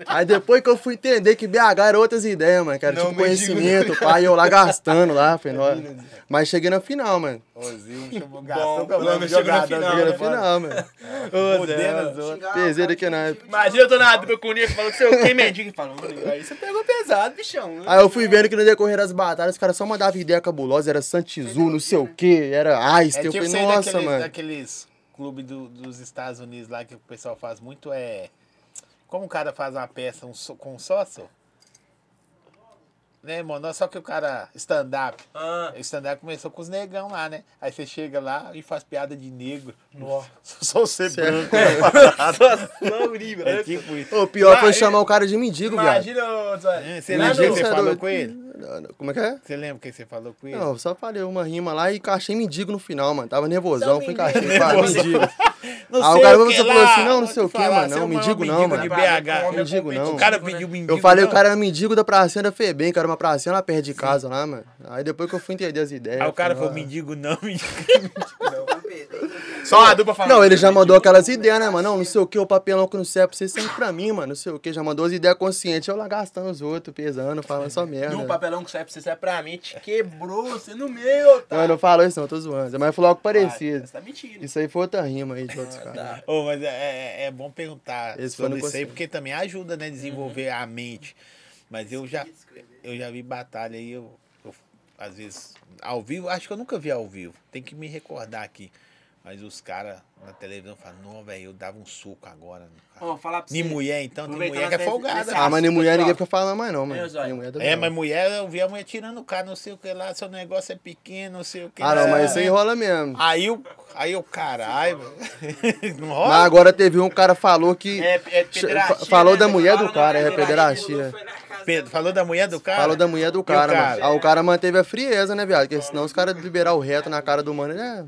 Speaker 3: Aí depois que eu fui entender que BH era outras ideias, mano, que era
Speaker 2: Não,
Speaker 3: tipo
Speaker 2: mendigo não.
Speaker 3: conhecimento momento, pai, eu lá gastando lá, falei, "Nó". Mas cheguei na final, mano.
Speaker 1: Ozil me chamou
Speaker 2: Bom,
Speaker 1: gastão
Speaker 2: pelo menos chegou na final,
Speaker 3: Cheguei
Speaker 2: né?
Speaker 3: na final, mano.
Speaker 2: Ô, Zé,
Speaker 1: Fudendo as outras.
Speaker 4: Xingar
Speaker 3: Pesei
Speaker 4: o cara
Speaker 3: daqui na
Speaker 4: mendigo
Speaker 3: época.
Speaker 4: de
Speaker 2: Imagina eu tô na dupla com o Nico falando que eu quem mendigo e falou, aí você pegou pesado, bichão.
Speaker 3: Aí eu fui vendo que no decorrer das batalhas, os caras só mandavam ideia cabulosa, era Santizu, não sei o quê, era
Speaker 1: É
Speaker 3: Einstein.
Speaker 1: tipo
Speaker 3: eu
Speaker 1: sair
Speaker 3: falei, nossa,
Speaker 1: daqueles,
Speaker 3: mano.
Speaker 1: daqueles clubes do- dos Estados Unidos lá que o pessoal faz muito é. Como o cara faz uma peça um só- com um sócio? Né, mano? Não, Só que o cara. Stand-up.
Speaker 2: Ah,
Speaker 1: Stand-up começou com os negão lá, né? Aí você chega lá e faz piada de negro.
Speaker 2: nossa.
Speaker 1: [laughs] Só ser
Speaker 3: é
Speaker 1: branco. né?
Speaker 3: [laughs]
Speaker 2: Não, Libra.
Speaker 1: É tipo isso.
Speaker 3: O pior foi
Speaker 2: Mas-
Speaker 3: chamar o cara de mendigo, viado.
Speaker 2: Imagina, ô, Zé.
Speaker 1: Você
Speaker 2: Lá
Speaker 1: lembra o que
Speaker 2: no-
Speaker 1: você
Speaker 3: Imagina-
Speaker 1: falou com ele?
Speaker 3: Como é que é?
Speaker 1: Você lembra o que você falou com ele?
Speaker 3: Não, eu só falei uma rima lá e cachei mendigo no final, mano. Tava nervosão, fui
Speaker 2: mendigo.
Speaker 3: cachei mendigo.
Speaker 1: Não
Speaker 3: Ah, o
Speaker 1: sei
Speaker 3: cara
Speaker 1: o
Speaker 3: você
Speaker 1: que
Speaker 3: falou
Speaker 1: lá.
Speaker 3: assim, não, não
Speaker 1: Vou
Speaker 3: sei o
Speaker 1: te
Speaker 3: que,
Speaker 1: falar,
Speaker 3: mano,
Speaker 1: você
Speaker 3: não,
Speaker 1: é o maior
Speaker 3: mendigo não,
Speaker 1: mendigo de
Speaker 3: mano.
Speaker 1: BH.
Speaker 3: Mendigo não.
Speaker 1: O cara pediu mendigo.
Speaker 3: Eu falei,
Speaker 1: não.
Speaker 3: o cara era mendigo da pracinha da Febem, que era uma pracinha lá perto de casa, lá, mano. Aí depois que eu fui entender as ideias.
Speaker 1: Aí o cara
Speaker 3: falei, "Ah."
Speaker 1: falou, mendigo não, mendigo.
Speaker 4: Não, perdi.
Speaker 2: Só a dupla
Speaker 3: "Ah".
Speaker 2: falando.
Speaker 3: Não, ele já mandou aquelas ideias, né, mano? Não, não sei o que, o papelão que não serve pra você sempre pra mim, mano. Não sei o que, já mandou as ideias conscientes. Eu lá gastando os outros, pesando, falando só merda.
Speaker 2: No papelão que sai pra você, sai pra mim, te quebrou, você no meio, otário.
Speaker 3: Não, eu não falo isso não, tô zoando. Mas falou algo parecido.
Speaker 2: Você tá mentindo.
Speaker 3: Isso aí foi outra rima aí de outros caras.
Speaker 1: Ô, mas é, é- é bom perguntar
Speaker 3: Esse foi
Speaker 1: sobre
Speaker 3: no
Speaker 1: isso aí,
Speaker 3: conselho.
Speaker 1: porque também ajuda, né, desenvolver a mente. Mas eu já, eu já vi batalha aí, eu, eu, às vezes, ao vivo, acho que eu nunca vi ao vivo, tem que me recordar aqui. Mas os caras na televisão falam, não, velho, eu dava um soco agora. no cara."
Speaker 2: Ó, falar pra você.
Speaker 1: Nem mulher, então, tem
Speaker 2: Aproveitando
Speaker 1: mulher que é
Speaker 2: até esse-
Speaker 1: folgada.
Speaker 2: esse
Speaker 1: né?
Speaker 3: Ah, mas nem
Speaker 2: Tá,
Speaker 3: mulher ninguém
Speaker 2: pessoal.
Speaker 3: fica falando mais não,
Speaker 2: É,
Speaker 3: mano.
Speaker 2: Zóio.
Speaker 3: Nem mulher também
Speaker 1: É,
Speaker 3: não.
Speaker 1: mas mulher, eu vi a mulher tirando o cara, não sei o que lá, seu negócio é pequeno, não sei o que
Speaker 3: Ah,
Speaker 1: lá.
Speaker 3: não, mas isso aí rola mesmo.
Speaker 1: Aí o, aí o caralho, velho. [laughs] não rola?
Speaker 3: Mas agora teve um cara falou que.
Speaker 2: É, é pederastia,
Speaker 3: Fa- falou
Speaker 2: né?
Speaker 3: da
Speaker 2: Você
Speaker 3: mulher
Speaker 2: fala
Speaker 3: do
Speaker 2: na
Speaker 3: cara, é
Speaker 2: verdade.
Speaker 3: pederastia.
Speaker 5: Foi na casa
Speaker 1: Pedro, falou da mulher do cara?
Speaker 3: Falou da mulher do cara,
Speaker 1: cara?
Speaker 3: mano. Ah, o cara manteve a frieza, né, viado? Porque senão os caras liberar o reto na cara do mano, ele é.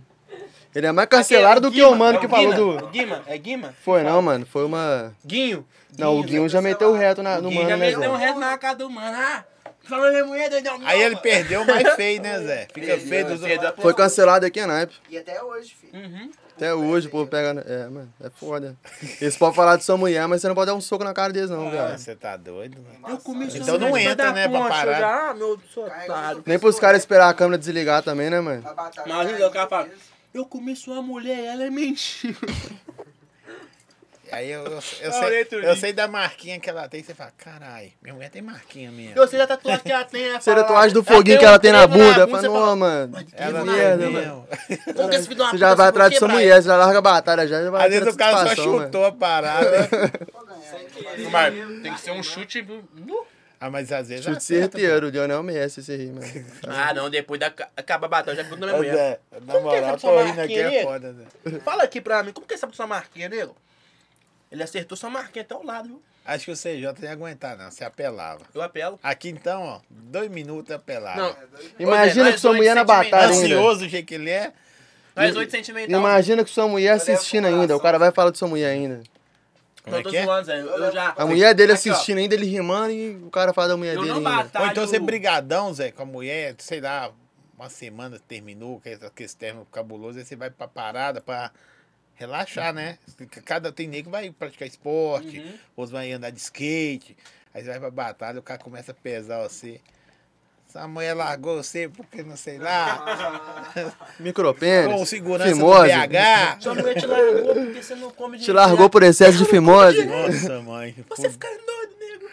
Speaker 3: Ele é mais cancelado do que o
Speaker 2: Guima,
Speaker 3: mano
Speaker 2: é
Speaker 3: que
Speaker 2: Guima,
Speaker 3: falou
Speaker 2: é
Speaker 3: do.
Speaker 2: Guima, é Guima?
Speaker 3: Foi não, mano. Foi uma.
Speaker 2: Guinho.
Speaker 3: Não, o Guinho já meteu o reto na,
Speaker 2: O
Speaker 3: no
Speaker 2: Guinho
Speaker 3: mano,
Speaker 2: já
Speaker 3: né,
Speaker 2: meteu um
Speaker 3: velho?
Speaker 2: reto na cara do mano. Ah, Falou minha mulher, doidão.
Speaker 1: Aí
Speaker 2: não,
Speaker 1: ele
Speaker 2: mano.
Speaker 1: perdeu
Speaker 3: [laughs]
Speaker 1: mais feio, né, Zé? Fica
Speaker 4: Perdeu,
Speaker 1: feio dos
Speaker 2: perdeu.
Speaker 1: outros.
Speaker 3: Foi cancelado aqui, né?
Speaker 4: E até hoje, filho.
Speaker 2: Uhum.
Speaker 3: Até hoje, o povo pega. É, mano, é foda. Eles podem falar de sua mulher, mas você não pode dar um soco na cara deles, não,
Speaker 1: Ah,
Speaker 3: viado.
Speaker 1: Você tá doido, mano?
Speaker 2: Eu comi
Speaker 1: Então
Speaker 2: seus
Speaker 1: não
Speaker 2: dois
Speaker 1: entra,
Speaker 2: da
Speaker 1: né, pra
Speaker 2: ponte,
Speaker 1: parar.
Speaker 2: eu já, Ah, meu sou
Speaker 4: Caiu,
Speaker 2: otário.
Speaker 3: Nem pros caras esperar a câmera desligar também, né, mano?
Speaker 4: A é batata
Speaker 2: Mas,
Speaker 4: caiu,
Speaker 2: o cara fala-
Speaker 4: beleza.
Speaker 2: Eu comi sua mulher, ela é mentira.
Speaker 1: Aí eu, eu, eu
Speaker 2: Ah,
Speaker 1: sei,
Speaker 2: Leito,
Speaker 1: eu
Speaker 2: Lee.
Speaker 1: sei da marquinha que ela tem, você fala, caralho, minha mulher tem marquinha mesmo.
Speaker 2: Eu sei da tatuagem que ela tem. ela
Speaker 3: Você
Speaker 2: né,
Speaker 3: tá
Speaker 2: fala-
Speaker 3: tatuagem do foguinho que ela tem na
Speaker 2: Ela tem um
Speaker 3: bunda.
Speaker 2: prego
Speaker 3: Fala,
Speaker 2: você
Speaker 3: não, mano.
Speaker 2: que
Speaker 1: Ela
Speaker 3: Que
Speaker 1: tem
Speaker 3: merda,
Speaker 1: mesmo."
Speaker 3: mano.
Speaker 2: Como que esse filho de uma
Speaker 3: Você
Speaker 2: puta
Speaker 3: já vai
Speaker 2: se
Speaker 3: atrás de sua
Speaker 2: quebrar?
Speaker 3: mulher, você já larga a batalha, já já vai
Speaker 1: Às
Speaker 3: ter
Speaker 1: vezes o cara só
Speaker 3: satisfação, né? mano.
Speaker 1: chutou né? a
Speaker 3: [laughs]
Speaker 1: parada.
Speaker 4: Vou ganhar, né?
Speaker 1: Mas-
Speaker 2: Tem que ser um chute. nu.
Speaker 1: ah, mas às vezes.
Speaker 3: Chute
Speaker 1: acerta,
Speaker 3: certeiro, Lionel Messi esse aí,
Speaker 2: [laughs]
Speaker 3: mano.
Speaker 2: Ah, não, depois da acaba batendo, já ficou na
Speaker 1: pô. Ô,
Speaker 2: minha
Speaker 1: Zé,
Speaker 2: mulher.
Speaker 1: é, na
Speaker 2: é. que
Speaker 1: moral,
Speaker 2: essa
Speaker 1: tô
Speaker 2: sua
Speaker 1: rindo aqui,
Speaker 2: marquinha
Speaker 1: é
Speaker 2: ali?
Speaker 1: foda, Zé.
Speaker 2: Fala aqui pra mim, como que é essa sua marquinha, nego? Ele acertou sua marquinha até o lado, viu?
Speaker 1: Acho que o CJ não ia aguentar, não. Você apelava.
Speaker 2: Eu apelo.
Speaker 1: Aqui então, ó, dois minutos
Speaker 3: Ah.
Speaker 1: apelava.
Speaker 2: Não.
Speaker 4: É
Speaker 3: [laughs]
Speaker 4: doido.
Speaker 3: Imagina
Speaker 2: nós
Speaker 3: que sua
Speaker 2: dois
Speaker 3: mulher na
Speaker 2: sentimentos.
Speaker 3: batalha ainda.
Speaker 1: Ansioso do jeito que ele é.
Speaker 2: Nós oito sentimental.
Speaker 3: Imagina que sua mulher assistindo ainda. O cara vai falar de sua mulher ainda.
Speaker 1: Como
Speaker 2: Não,
Speaker 1: é
Speaker 2: tô
Speaker 1: que é?
Speaker 2: zoando, Zé. Eu eu já.
Speaker 3: A mulher dele
Speaker 2: Aqui, ó.
Speaker 3: assistindo ainda, ele rimando e o cara fala da mulher
Speaker 2: Eu
Speaker 3: dele
Speaker 2: não
Speaker 3: ainda.
Speaker 2: batalho.
Speaker 1: Ou então você brigadão, Zé, com a mulher, sei lá, uma semana terminou, que esse, que esse término cabuloso, aí você vai pra parada pra relaxar, né? Cada tem nego que vai praticar esporte,
Speaker 2: Uhum.
Speaker 1: outros vai andar de skate, aí você vai pra batalha, o cara começa a pesar você. Essa mulher largou você porque não sei
Speaker 2: [laughs]
Speaker 1: lá. Com
Speaker 2: Tá
Speaker 3: Micropênis.
Speaker 1: segurança do
Speaker 3: Fimose. né?
Speaker 2: Sua
Speaker 1: BH.
Speaker 2: mulher te largou porque você não come de
Speaker 3: Te largou por excesso de fimose.
Speaker 1: Nossa, [laughs] mãe.
Speaker 2: Você fica doido, nego.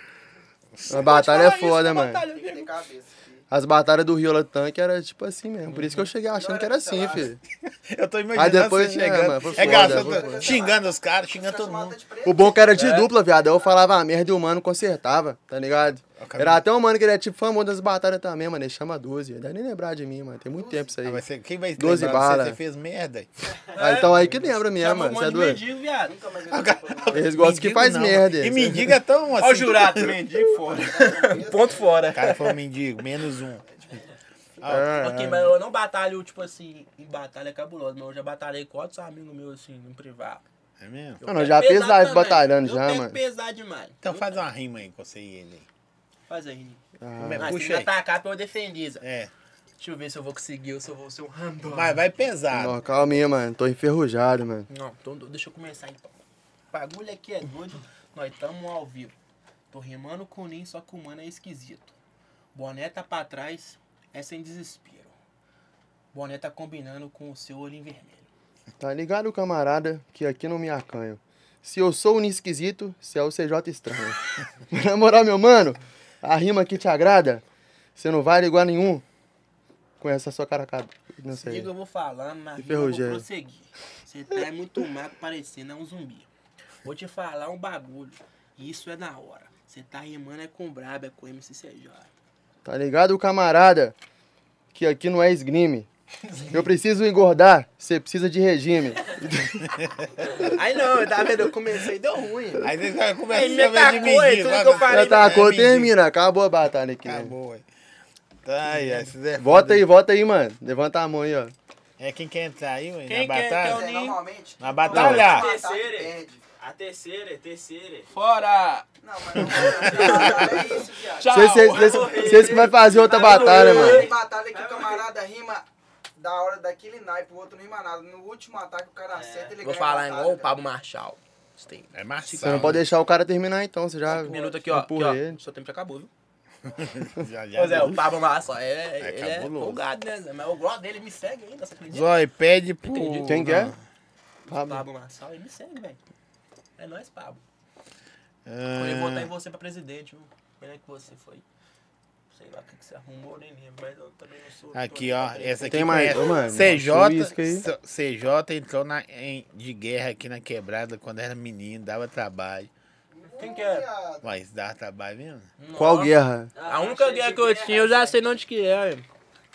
Speaker 3: A batalha é
Speaker 2: Fala isso,
Speaker 3: foda,
Speaker 2: a
Speaker 3: mano.
Speaker 2: batalha,
Speaker 4: Tem que ter
Speaker 2: nego.
Speaker 4: cabeça, filho.
Speaker 3: As batalhas do Rio Tanque era tipo assim mesmo. Por isso que eu cheguei achando que era assim, filho.
Speaker 1: Eu tô imaginando
Speaker 3: Aí depois,
Speaker 1: você
Speaker 3: né,
Speaker 1: chegando.
Speaker 3: mano, foi
Speaker 1: é
Speaker 3: foda,
Speaker 1: gastando,
Speaker 3: foi foda.
Speaker 1: xingando os caras,
Speaker 4: Os
Speaker 1: xingando
Speaker 4: caras
Speaker 1: todo
Speaker 4: chamavam
Speaker 1: mundo.
Speaker 4: até de preto.
Speaker 3: O bom que era de
Speaker 1: É.
Speaker 3: dupla, viado. Eu falava a merda e o mano consertava, tá ligado? Era até um mano que ele é tipo famoso das batalhas também, mano. Ele chama 12. Deve nem lembrar de mim, mano. Tem muito tempo isso aí.
Speaker 1: Ah, mas você, quem vai
Speaker 3: Doze
Speaker 1: lembrar de
Speaker 3: bala.
Speaker 1: Você, você fez merda.
Speaker 3: Ah, então aí que lembra
Speaker 2: Chamou
Speaker 3: mesmo, mano.
Speaker 2: um
Speaker 3: Você é
Speaker 2: monte de
Speaker 3: doido?
Speaker 2: mendigo, viado. Um
Speaker 4: Nunca mais eu tô falando.
Speaker 3: Eles gostam que
Speaker 1: Mendigo
Speaker 3: faz
Speaker 1: não,
Speaker 3: merda.
Speaker 1: mano. E
Speaker 3: eles-
Speaker 1: mendigo é tão assim.
Speaker 2: Ó o jurado, mendigo, fora. Ponto fora.
Speaker 1: O cara foi um mendigo, menos um.
Speaker 3: É,
Speaker 2: Ok,
Speaker 3: é.
Speaker 2: mas eu não batalho, tipo assim, em batalha cabulosa, mas eu já batalhei com outros amigos meus, assim, no privado.
Speaker 1: É mesmo?
Speaker 3: Mano, eu já fiz live batalhando já,
Speaker 2: Eu
Speaker 3: mano.
Speaker 2: pego pesar demais.
Speaker 1: Então faz uma rima aí com você e ele. aí.
Speaker 2: Faz aí, Nini.
Speaker 3: Ah.
Speaker 1: Como é?
Speaker 2: Mas tem que
Speaker 1: Puxa aí.
Speaker 2: atacar pra eu defender, Zé.
Speaker 1: É.
Speaker 2: Deixa eu ver se eu vou conseguir ou se eu vou ser um random.
Speaker 1: Mas vai pesado.
Speaker 3: Não, calma aí, mano. Tô enferrujado, mano.
Speaker 2: Não, então deixa eu começar então. O bagulho aqui é doido, nós tamo ao vivo. Tô rimando com o Nin, só que o mano é esquisito. Boné tá pra trás, é sem desespero. Boné tá combinando com o seu olho vermelho.
Speaker 3: Tá ligado, camarada, que aqui não me acanho. Se eu sou um esquisito, você é o CJ estranho. [laughs] Na moral, meu mano, a rima que te agrada, você não vale igual nenhum. Com essa sua cara cara. Não
Speaker 2: Se liga,
Speaker 3: sei.
Speaker 2: eu vou falando, mas
Speaker 3: E
Speaker 2: rima eu vou
Speaker 3: Ferrugem?
Speaker 2: prosseguir. Você tá é muito magro, parecendo é um zumbi. Vou te falar um bagulho, isso é da hora. Você tá rimando é com brabo, é com MCCJ.
Speaker 3: Tá ligado, camarada, que aqui não é esgrime. Eu preciso engordar, você precisa de regime.
Speaker 2: Aí não, tá vendo? Eu comecei e deu ruim.
Speaker 1: Aí você vai
Speaker 2: Ele
Speaker 1: começar a ver de
Speaker 2: metacou,
Speaker 1: mendigo.
Speaker 2: tudo que eu falei
Speaker 3: Já tá, a cor
Speaker 1: mendigo.
Speaker 3: termina. Acabou a batalha aqui, né?
Speaker 1: é Acabou, aí. Tá aí, aí. se der-
Speaker 3: Vota aí, vota aí, mano. Levanta a mão aí, ó.
Speaker 1: É quem quer entrar aí, ué,
Speaker 2: Quem
Speaker 1: na
Speaker 2: quer,
Speaker 1: batalha?
Speaker 2: quer
Speaker 4: É, normalmente.
Speaker 1: Na
Speaker 2: Ah.
Speaker 1: batalha.
Speaker 4: Não,
Speaker 5: Terceira.
Speaker 4: perde.
Speaker 5: A terceira, terceira.
Speaker 2: Fora!
Speaker 4: Não, mas não, não, é isso, viado.
Speaker 2: Tchau.
Speaker 3: Vocês- Vocês vocês que vai fazer outra batalha,
Speaker 4: Tem
Speaker 3: mano.
Speaker 4: batalha que o camarada rima da hora daquele naipe, o outro não rima nada. No último ataque o cara acerta, ele
Speaker 2: Vou
Speaker 4: ganha a
Speaker 2: falar
Speaker 4: batalha,
Speaker 2: igual o
Speaker 4: cara.
Speaker 2: Pablo Marchal. Você tem
Speaker 1: É Marcelo.
Speaker 3: Você não pode deixar o cara terminar então, você já.
Speaker 2: um minuto aqui, ó. Aqui,
Speaker 3: empurra
Speaker 2: ó.
Speaker 3: ele.
Speaker 2: Seu tempo já acabou, viu?
Speaker 1: né? Já, já.
Speaker 2: Pois é, o Pablo Marchal é,
Speaker 1: É,
Speaker 2: ele é
Speaker 1: cabuloso.
Speaker 2: folgado, né? Zé? Mas o gló dele me segue ainda, você acredita?
Speaker 1: Zói, pede pro...
Speaker 2: Entendi. Tá
Speaker 3: Quem que é?
Speaker 2: O
Speaker 3: Pablo.
Speaker 2: Pablo Marchal, ele me segue, velho. É nóis, Pablo. Eu ia votar em
Speaker 1: Ah,
Speaker 2: você pra presidente, viu? Melhor que você foi. Sei lá o que, que você arrumou, nem lembro, mas eu também não sou.
Speaker 1: Aqui, ó. é- Essa aqui
Speaker 3: Tem mais,
Speaker 1: conhece-
Speaker 3: ô, mano. Achou
Speaker 1: CJ,
Speaker 3: isso aí?
Speaker 1: CJ entrou na- em- de guerra aqui na quebrada quando era menino, dava trabalho.
Speaker 2: Quem que é?
Speaker 4: Viado.
Speaker 1: Mas dava trabalho mesmo?
Speaker 3: Qual guerra?
Speaker 2: A
Speaker 5: Ah,
Speaker 2: única guerra Ah, que eu tinha, eu já sei de onde que é. velho.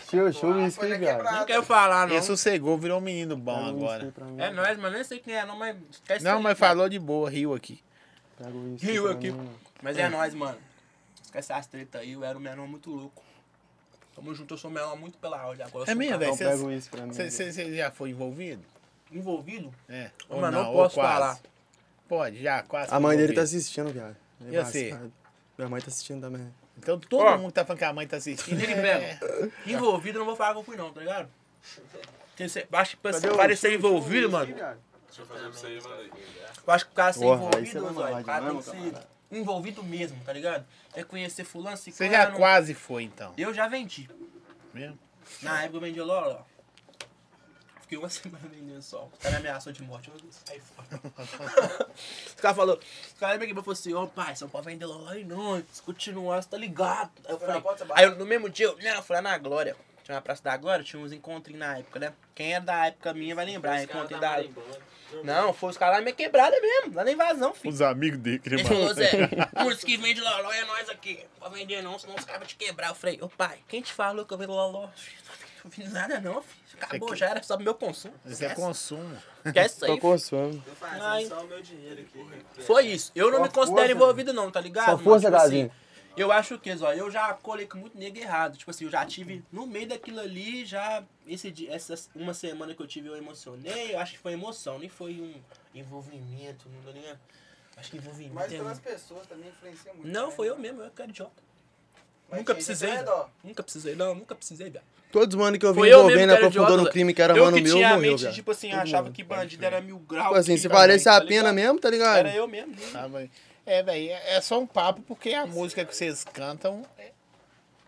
Speaker 3: Show, show
Speaker 2: Ah,
Speaker 3: isso
Speaker 4: Foi
Speaker 3: aí,
Speaker 4: na
Speaker 3: viado.
Speaker 2: Não
Speaker 4: quebrada.
Speaker 2: quero falar, Ah, não.
Speaker 1: Ele sossegou, virou um menino bom
Speaker 3: Pega isso aí
Speaker 1: agora.
Speaker 3: pra mim.
Speaker 2: É nóis, mas nem sei quem é, não, mas esquece
Speaker 1: Não,
Speaker 2: aí,
Speaker 1: mas
Speaker 2: mano.
Speaker 1: falou de boa, riu aqui.
Speaker 3: Pega um isso
Speaker 2: Rio
Speaker 3: pra
Speaker 2: aqui.
Speaker 3: mim.
Speaker 2: Mas é nóis, mano. Esquece as treta aí, eu era um menor muito louco. Tamo junto, eu sou um menor muito pela aula. Agora eu
Speaker 1: É
Speaker 2: sou um
Speaker 1: mesmo,
Speaker 2: cara
Speaker 1: velho?
Speaker 3: Não,
Speaker 1: Cê-
Speaker 3: pega isso pra mim.
Speaker 1: Você já foi envolvido?
Speaker 2: Envolvido?
Speaker 1: É.
Speaker 2: Ô, mano, não
Speaker 1: ou
Speaker 2: posso
Speaker 1: quase?
Speaker 2: falar.
Speaker 1: Pode, já, quase.
Speaker 3: A mãe dele tá assistindo, viado. Ele
Speaker 1: E você?
Speaker 2: assim?
Speaker 3: lascado. Minha mãe tá assistindo também.
Speaker 1: Então todo
Speaker 6: Ó.
Speaker 1: mundo que tá falando que a mãe tá assistindo.
Speaker 2: Ele
Speaker 1: é-
Speaker 2: pega. Envolvido, eu não vou falar que eu fui não, tá ligado?
Speaker 6: Tem que ser- Acho que pra
Speaker 3: Cadê
Speaker 6: você
Speaker 3: o-
Speaker 6: parecer envolvido, mano.
Speaker 5: Deixa eu fazer pra você aí, mano. aí.
Speaker 2: Eu acho que o cara ser
Speaker 3: Porra, aí você
Speaker 2: envolvido,
Speaker 3: não
Speaker 2: mano,
Speaker 3: vai
Speaker 2: o cara tem que
Speaker 3: demais,
Speaker 2: ser envolvido mesmo, tá ligado? É conhecer fulano, se
Speaker 1: Você já quase foi, então.
Speaker 2: Eu já vendi.
Speaker 1: Mesmo?
Speaker 2: Na época eu vendi Lola, ó. Fiquei uma [laughs] semana vendendo sol. Os caras me ameaçou de morte. Eu saí fora.
Speaker 4: [laughs]
Speaker 2: os caras falaram, os caras me ligou e falou assim, ô pai, você não pode vender Lola aí não. Se continuar, você tá ligado. Aí eu
Speaker 4: Foi na
Speaker 2: falei,
Speaker 4: Porta Barra?
Speaker 2: aí eu- no mesmo dia, eu, não, eu fui lá na Glória. Tinha na Praça da Glória, tinha uns encontros na época, né? Quem é da época minha vai lembrar,
Speaker 5: Os caras
Speaker 2: encontro
Speaker 5: da
Speaker 2: da...
Speaker 5: Marimbona.
Speaker 2: Não, foi os caras lá minha quebrada mesmo, lá na invasão, filho.
Speaker 1: Os amigos dele, que ele
Speaker 2: Ele
Speaker 1: mandou.
Speaker 2: falou, Zé, os que vende loló é nós aqui. Não pode vender não, senão os caras vão te quebrar. Eu falei, ô pai, quem te falou que eu vendo loló? Filho, Não vendo nada não, filho.
Speaker 3: É
Speaker 2: Acabou, já era só pro
Speaker 3: [laughs]
Speaker 2: meu consumo.
Speaker 1: Isso é consumo.
Speaker 2: Esquece isso
Speaker 3: Tô
Speaker 2: aí.
Speaker 3: com sono.
Speaker 5: Tô fazendo
Speaker 2: Ai.
Speaker 5: só o meu dinheiro aqui.
Speaker 2: filho. Foi isso. Eu não
Speaker 3: Só
Speaker 2: me considero
Speaker 3: força,
Speaker 2: envolvido não, tá ligado?
Speaker 3: Só
Speaker 2: mano?
Speaker 3: força,
Speaker 2: Tipo assim,
Speaker 3: Gazinho.
Speaker 2: eu acho que, ó, eu já colei com muito nego errado. Tipo assim, eu já tive no meio daquilo ali, já. Esse dia, essa uma semana que eu tive, eu emocionei. Eu acho que foi emoção, nem foi um envolvimento, não tô ligado? Acho que envolvimento.
Speaker 4: Mas
Speaker 2: é
Speaker 4: pelas
Speaker 2: um-
Speaker 4: pessoas também influencia muito.
Speaker 2: Não,
Speaker 4: né?
Speaker 2: foi eu mesmo, eu que era idiota.
Speaker 4: Mas
Speaker 2: Nunca
Speaker 4: quem já
Speaker 2: precisei.
Speaker 4: tá redor.
Speaker 2: Nunca precisei, não, nunca precisei, viado.
Speaker 3: Todos os manos que eu vi
Speaker 2: Foi eu mesmo
Speaker 3: envolvendo,
Speaker 2: que era
Speaker 3: aprofundou
Speaker 2: idiota,
Speaker 3: no
Speaker 2: Zé.
Speaker 3: crime que era
Speaker 2: eu
Speaker 3: mano
Speaker 2: que
Speaker 3: meu,
Speaker 2: tinha a
Speaker 3: morreu,
Speaker 2: mente,
Speaker 3: velho.
Speaker 2: tipo assim, achava que bandido era mil graus.
Speaker 3: Tipo assim,
Speaker 2: que
Speaker 3: se
Speaker 2: também,
Speaker 3: valesse
Speaker 2: tá
Speaker 3: a pena
Speaker 2: ligado?
Speaker 3: mesmo, tá ligado?
Speaker 2: Era eu mesmo. né?
Speaker 1: Ah, mas- É, velho, é é só um papo, porque a música que vocês cantam é-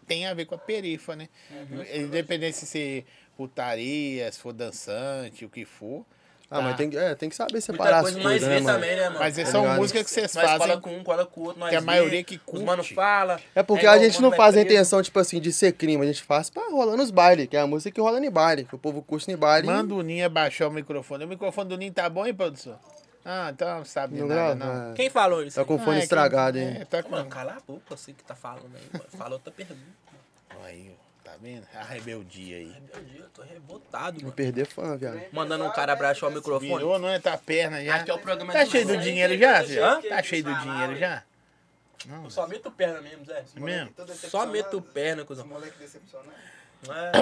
Speaker 1: tem a ver com a perifa, né?
Speaker 2: Uhum.
Speaker 1: Independente se você putaria, se for dançante, o que for.
Speaker 3: Ah, mas
Speaker 1: Tá.
Speaker 3: tem que, é, tem que saber
Speaker 2: Muita
Speaker 3: separar as
Speaker 2: coisa nós
Speaker 3: coisas, né,
Speaker 2: vê
Speaker 3: mano?
Speaker 2: também, né, mano?
Speaker 1: Mas é
Speaker 3: tá
Speaker 1: só
Speaker 3: ligado?
Speaker 1: música que vocês
Speaker 2: Nós
Speaker 1: fazem.
Speaker 2: cola com um, cola com o outro, nós
Speaker 1: que a
Speaker 2: vê,
Speaker 1: maioria que curte.
Speaker 2: Os mano fala.
Speaker 3: É porque
Speaker 2: igual
Speaker 3: a
Speaker 2: o
Speaker 3: gente
Speaker 2: mano
Speaker 3: não
Speaker 2: vai
Speaker 3: faz a
Speaker 2: preso.
Speaker 3: intenção, tipo assim, de ser crime. A gente faz pra rolar nos bailes, que é a música que rola em baile, que o povo curte em baile.
Speaker 1: Manda o Ninho abaixar o microfone. O microfone do Ninho tá bom, hein, produção? Ah, então não sabe de
Speaker 3: não
Speaker 1: nada,
Speaker 3: grava.
Speaker 1: não.
Speaker 3: é.
Speaker 2: Quem falou isso?
Speaker 3: Tá
Speaker 2: aí?
Speaker 3: com
Speaker 1: Ah,
Speaker 3: fone
Speaker 1: é que-
Speaker 3: estragado, hein?
Speaker 1: É, tá
Speaker 2: Ô,
Speaker 1: com...
Speaker 2: Mano, cala a boca, você que tá falando aí, mano. Fala outra pergunta.
Speaker 1: Aí, ó, tá vendo? A rebeldia aí.
Speaker 2: Meu Deus, eu tô revoltado,
Speaker 3: Vou
Speaker 2: mano.
Speaker 3: perder fã, viado.
Speaker 2: Mandando um cara abraçar o microfone.
Speaker 1: Virou, não é? Tá a perna já.
Speaker 2: Aqui é o é programa
Speaker 1: Tá
Speaker 2: de
Speaker 1: cheio do
Speaker 2: manhã.
Speaker 1: dinheiro já, Zé?
Speaker 2: Hã?
Speaker 1: Tá cheio do dinheiro já?
Speaker 2: Eu só meto perna mesmo, Zé.
Speaker 1: Mesmo?
Speaker 4: Tô
Speaker 2: Só
Speaker 4: decepcionado.
Speaker 2: meto perna,
Speaker 4: Os
Speaker 2: cuzão.
Speaker 4: moleque decepcionado.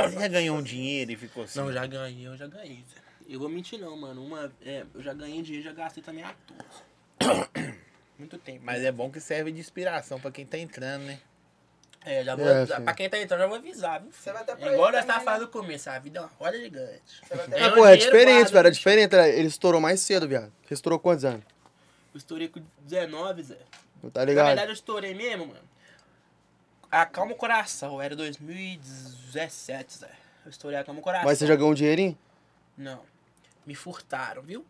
Speaker 2: É.
Speaker 1: Já ganhou um dinheiro e ficou assim?
Speaker 2: [coughs] Não, já ganhei, eu já ganhei. Zé. Eu vou mentir não, mano. Uma, é, eu já ganhei dinheiro, já gastei também à toa. [coughs] Muito tempo.
Speaker 1: Mas é bom que serve de inspiração pra quem tá entrando, né?
Speaker 2: É, já vou,
Speaker 3: É,
Speaker 2: já-
Speaker 3: filho.
Speaker 2: pra quem tá entrando, eu vou avisar, viu?
Speaker 4: Você vai até né? pra
Speaker 2: Igual
Speaker 4: ele
Speaker 2: nós tá
Speaker 4: também,
Speaker 2: falando no começo, a vida é uma roda gigante.
Speaker 4: Você vai ter
Speaker 2: É,
Speaker 3: Mas,
Speaker 2: o
Speaker 3: pô, é
Speaker 2: dinheiro
Speaker 3: diferente,
Speaker 2: guarda,
Speaker 3: velho. É
Speaker 2: né?
Speaker 3: diferente. né? Ele estourou mais cedo, viado. Ele estourou quantos anos?
Speaker 2: Eu estourei com 19, Zé.
Speaker 3: Tá
Speaker 2: Na
Speaker 3: ligado?
Speaker 2: verdade, eu estourei mesmo, mano. Acalma o coração, era 2017, Zé. Eu estourei Acalma o coração.
Speaker 3: Mas você já ganhou um dinheirinho?
Speaker 2: Não. Me furtaram, viu?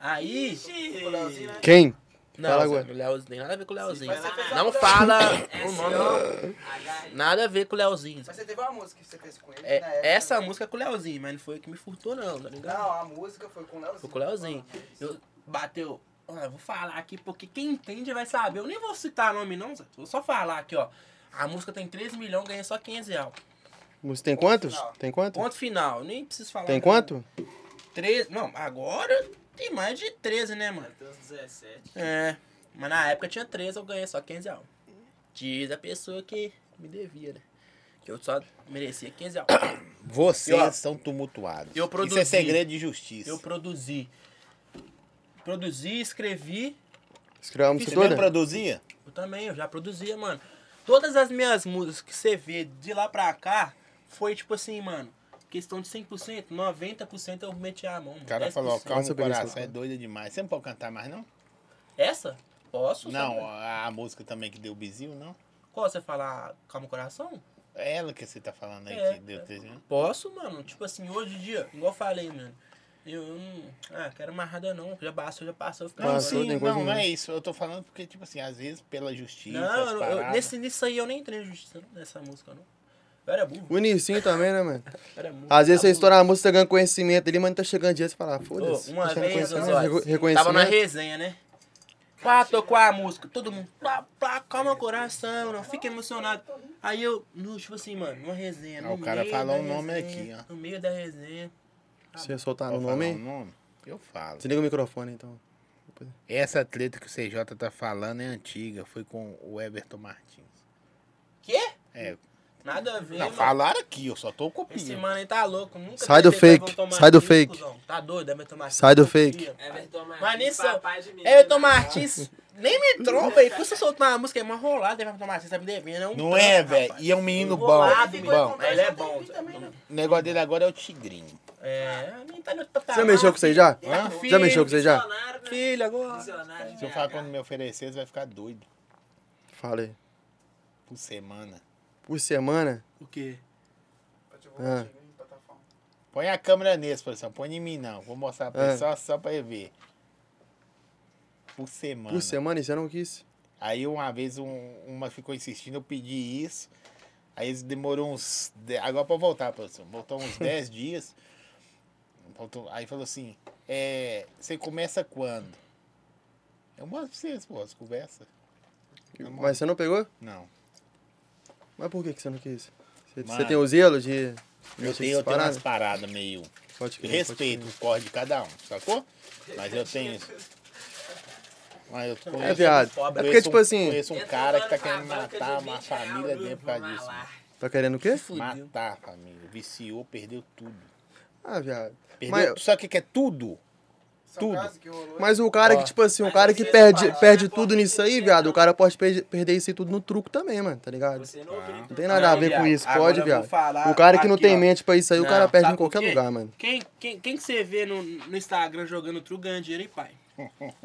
Speaker 2: Aí.
Speaker 4: o Leozinho, né?
Speaker 3: Quem?
Speaker 2: Não,
Speaker 3: Fala
Speaker 2: Zé,
Speaker 3: agora.
Speaker 2: o Leozinho, tem nada a ver com o Leozinho.
Speaker 5: Sim, mas você
Speaker 2: Não
Speaker 4: fez
Speaker 2: fala o nome. não.
Speaker 5: S-O-H-I.
Speaker 2: Nada a ver com o Leozinho. Zé.
Speaker 4: Mas você teve uma música que você fez com ele, na época.
Speaker 2: É, essa música é com o Leozinho, mas não foi o que me furtou, não, tá ligado?
Speaker 4: Não, a música foi com o Leozinho.
Speaker 2: Foi com o Leozinho. Eu bateu. Ah, eu vou falar aqui porque quem entende vai saber. Eu nem vou citar nome, não, Zé. Vou só falar aqui, ó. A música tem 3 milhões, ganhei só 500 reais.
Speaker 3: Você tem quantos?
Speaker 4: Não.
Speaker 3: Tem quanto?
Speaker 2: Ponto final, nem preciso falar.
Speaker 3: Tem
Speaker 2: não.
Speaker 3: quanto?
Speaker 2: 13. Não, agora tem mais de 13, né, mano?
Speaker 5: Até os 17.
Speaker 2: É. Mas na época tinha 13, eu ganhei só 15 reais. Diz a pessoa que me devia, né? Que eu só merecia 15 reais.
Speaker 1: Vocês
Speaker 2: E, ó,
Speaker 1: são tumultuados. Isso
Speaker 2: eu
Speaker 1: é
Speaker 2: produzi.
Speaker 1: segredo de justiça.
Speaker 2: Eu produzi. Produzi, escrevi.
Speaker 3: Escreveu a
Speaker 1: Você
Speaker 3: música
Speaker 1: também
Speaker 3: toda?
Speaker 1: produzia?
Speaker 2: Eu também, eu já produzia, mano. Todas as minhas músicas que você vê de lá pra cá foi tipo assim, mano. Questão de 100%, 90% eu meti a mão.
Speaker 1: O cara falou, ó, calma
Speaker 3: Nossa,
Speaker 1: o coração,
Speaker 3: beleza.
Speaker 1: é doida demais. Você não pode cantar mais, não?
Speaker 2: Essa? Posso?
Speaker 1: Não,
Speaker 2: sabe?
Speaker 1: a, a música também que deu bizil, não?
Speaker 2: Qual você fala? "Ah, Calma o coração?
Speaker 1: É ela que você tá falando aí
Speaker 2: É,
Speaker 1: que deu né?
Speaker 2: é.
Speaker 1: três mil?
Speaker 2: Posso, mano. Tipo assim, hoje em dia, igual eu falei, mano. Eu, eu não. Ah, quero amarrada não. Já passou, já passou. fica
Speaker 1: Não,
Speaker 3: Passou,
Speaker 2: agora.
Speaker 1: sim,
Speaker 3: tem
Speaker 1: não,
Speaker 3: coisa
Speaker 1: não é
Speaker 3: nenhuma.
Speaker 1: isso. Eu tô falando porque, tipo assim, às vezes pela justiça,
Speaker 2: Não,
Speaker 1: as
Speaker 2: eu- eu,
Speaker 1: paradas.
Speaker 2: nesse, nisso aí eu nem entrei na justiça não, nessa música, não. Eu era burro.
Speaker 3: O inicinho também, né, mano?
Speaker 2: eu Era burro.
Speaker 3: Às vezes você
Speaker 2: Tá burro.
Speaker 3: estoura a música, você ganha conhecimento ali, mas não tá chegando dia, você fala, ah, foda-se.
Speaker 2: Ô, uma
Speaker 3: tá chegando
Speaker 2: vez,
Speaker 3: conhecimento,
Speaker 2: Osório,
Speaker 3: reco-
Speaker 2: Tava na
Speaker 3: reconhecimento.
Speaker 2: resenha, né? Pá, tocou a música, todo mundo, pá, pá, calma o coração, não fica emocionado. Aí eu, no, tipo assim, mano, numa resenha,
Speaker 1: Ah,
Speaker 2: no
Speaker 1: o cara
Speaker 2: meio
Speaker 1: falou
Speaker 2: da
Speaker 1: um nome
Speaker 2: resenha,
Speaker 1: aqui,
Speaker 2: No meio da resenha.
Speaker 3: Se eu soltar
Speaker 1: Vou
Speaker 3: o
Speaker 1: falar o
Speaker 3: nome,
Speaker 1: nome? Eu falo.
Speaker 3: desliga o microfone, então.
Speaker 1: Essa treta que o CJ tá falando é antiga, foi com o Everton Martins.
Speaker 2: Quê?
Speaker 1: É.
Speaker 2: Nada a ver,
Speaker 1: Não,
Speaker 2: mano.
Speaker 1: falaram aqui, eu só tô
Speaker 2: Esse
Speaker 1: copiando.
Speaker 2: mano aí tá louco. Nunca
Speaker 3: Sai do
Speaker 2: pensei que
Speaker 3: fake,
Speaker 2: eu vou tomar
Speaker 3: sai do
Speaker 2: risco,
Speaker 3: fake.
Speaker 2: Zão. Tá doido, Everton Martins.
Speaker 3: Sai do
Speaker 2: Todo
Speaker 3: fake.
Speaker 2: dia.
Speaker 5: Everton Martins,
Speaker 2: Mas É, nisso, né?
Speaker 5: papai de menina.
Speaker 2: Everton Martins Nem me tromba aí, custa soltar uma música, é uma rolada, ele vai tomar, você tá me devendo. é um
Speaker 1: Não
Speaker 2: tanto,
Speaker 1: é, velho?
Speaker 2: rapaz.
Speaker 1: E é um menino bom.
Speaker 2: Enrolado,
Speaker 1: bom.
Speaker 2: Ele é bom.
Speaker 1: O negócio dele agora é o Tigrinho.
Speaker 2: É, nem tá no patamar.
Speaker 3: Você já mexeu com isso aí já?
Speaker 2: é
Speaker 1: Hã?
Speaker 3: Já mexeu com isso aí já?
Speaker 5: Visionário, né?
Speaker 2: Filho, agora.
Speaker 5: Visionário de
Speaker 1: Se eu
Speaker 2: né?
Speaker 5: BH.
Speaker 1: falar quando me oferecer, você vai ficar doido.
Speaker 3: Falei.
Speaker 1: Por semana.
Speaker 3: Por semana?
Speaker 2: O quê?
Speaker 3: Ah.
Speaker 1: Põe a câmera nesse, produção. Põe em mim, não. Vou mostrar pra
Speaker 3: Ah.
Speaker 1: ele só, só pra ele ver. Por semana.
Speaker 3: Por semana? E você não quis?
Speaker 1: Aí uma vez um- uma ficou insistindo, eu pedi isso. Aí eles demorou uns. de- Agora pra voltar, produção. Voltou uns 10 dias. Voltou- Aí falou assim: é, Você começa quando? Eu mostro pra vocês, pô, as conversas.
Speaker 3: Mas você não pegou?
Speaker 1: Não.
Speaker 3: Mas por que que você não quis? Você, você
Speaker 1: Mano.
Speaker 3: tem o zelo de... mexer com
Speaker 1: Eu
Speaker 3: essas
Speaker 1: tenho, eu tenho
Speaker 3: paradas?
Speaker 1: umas paradas meio.
Speaker 3: Pode
Speaker 1: Eu
Speaker 3: crer, pode
Speaker 1: respeito o corre de cada um, sacou? Mas eu tenho. Mas eu
Speaker 3: crer. É,
Speaker 1: conheço,
Speaker 3: viado.
Speaker 2: pobre,
Speaker 3: É porque,
Speaker 1: conheço
Speaker 3: tipo
Speaker 1: um-
Speaker 3: assim,
Speaker 1: Conheço um
Speaker 5: Entra
Speaker 1: cara
Speaker 5: lá
Speaker 1: que tá
Speaker 5: no
Speaker 1: querendo
Speaker 5: cavalo, que eu
Speaker 1: matar
Speaker 5: dou
Speaker 1: uma
Speaker 5: 20
Speaker 1: família
Speaker 5: real,
Speaker 1: dele por
Speaker 5: vamos
Speaker 1: causa disso.
Speaker 5: lá.
Speaker 1: mano.
Speaker 3: tá querendo o quê?
Speaker 2: Fudeu.
Speaker 1: Matar a família. Viciou, perdeu tudo.
Speaker 3: Ah, viado.
Speaker 1: Perdeu,
Speaker 3: Mas-
Speaker 1: Sabe o que que é tudo?
Speaker 4: São
Speaker 1: Tudo.
Speaker 4: casos que rolou.
Speaker 3: Mas o cara
Speaker 1: Ó.
Speaker 3: que, tipo assim, o
Speaker 5: Mas
Speaker 3: cara
Speaker 5: às
Speaker 3: que
Speaker 5: vezes
Speaker 3: perde,
Speaker 5: fala,
Speaker 3: perde
Speaker 5: né,
Speaker 3: tudo
Speaker 5: pode
Speaker 3: nisso aí,
Speaker 5: ser,
Speaker 3: viado,
Speaker 5: não.
Speaker 3: o cara pode per- perder isso aí tudo no truco também, mano, tá ligado?
Speaker 5: Você não grita.
Speaker 3: Não tem nada a ver
Speaker 2: Não,
Speaker 3: com
Speaker 2: viado,
Speaker 3: isso,
Speaker 2: agora
Speaker 3: pode,
Speaker 2: eu vou
Speaker 3: viado.
Speaker 2: falar
Speaker 3: O cara que não
Speaker 2: aqui,
Speaker 3: tem
Speaker 2: ó.
Speaker 3: mente pra isso aí, o
Speaker 2: Não,
Speaker 3: cara perde
Speaker 2: sabe
Speaker 3: em
Speaker 2: por
Speaker 3: Tá qualquer
Speaker 2: quê?
Speaker 3: lugar, mano.
Speaker 2: Quem, quem, quem que você vê no, no Instagram jogando truco ganha dinheiro, hein,
Speaker 1: [laughs]
Speaker 2: pai?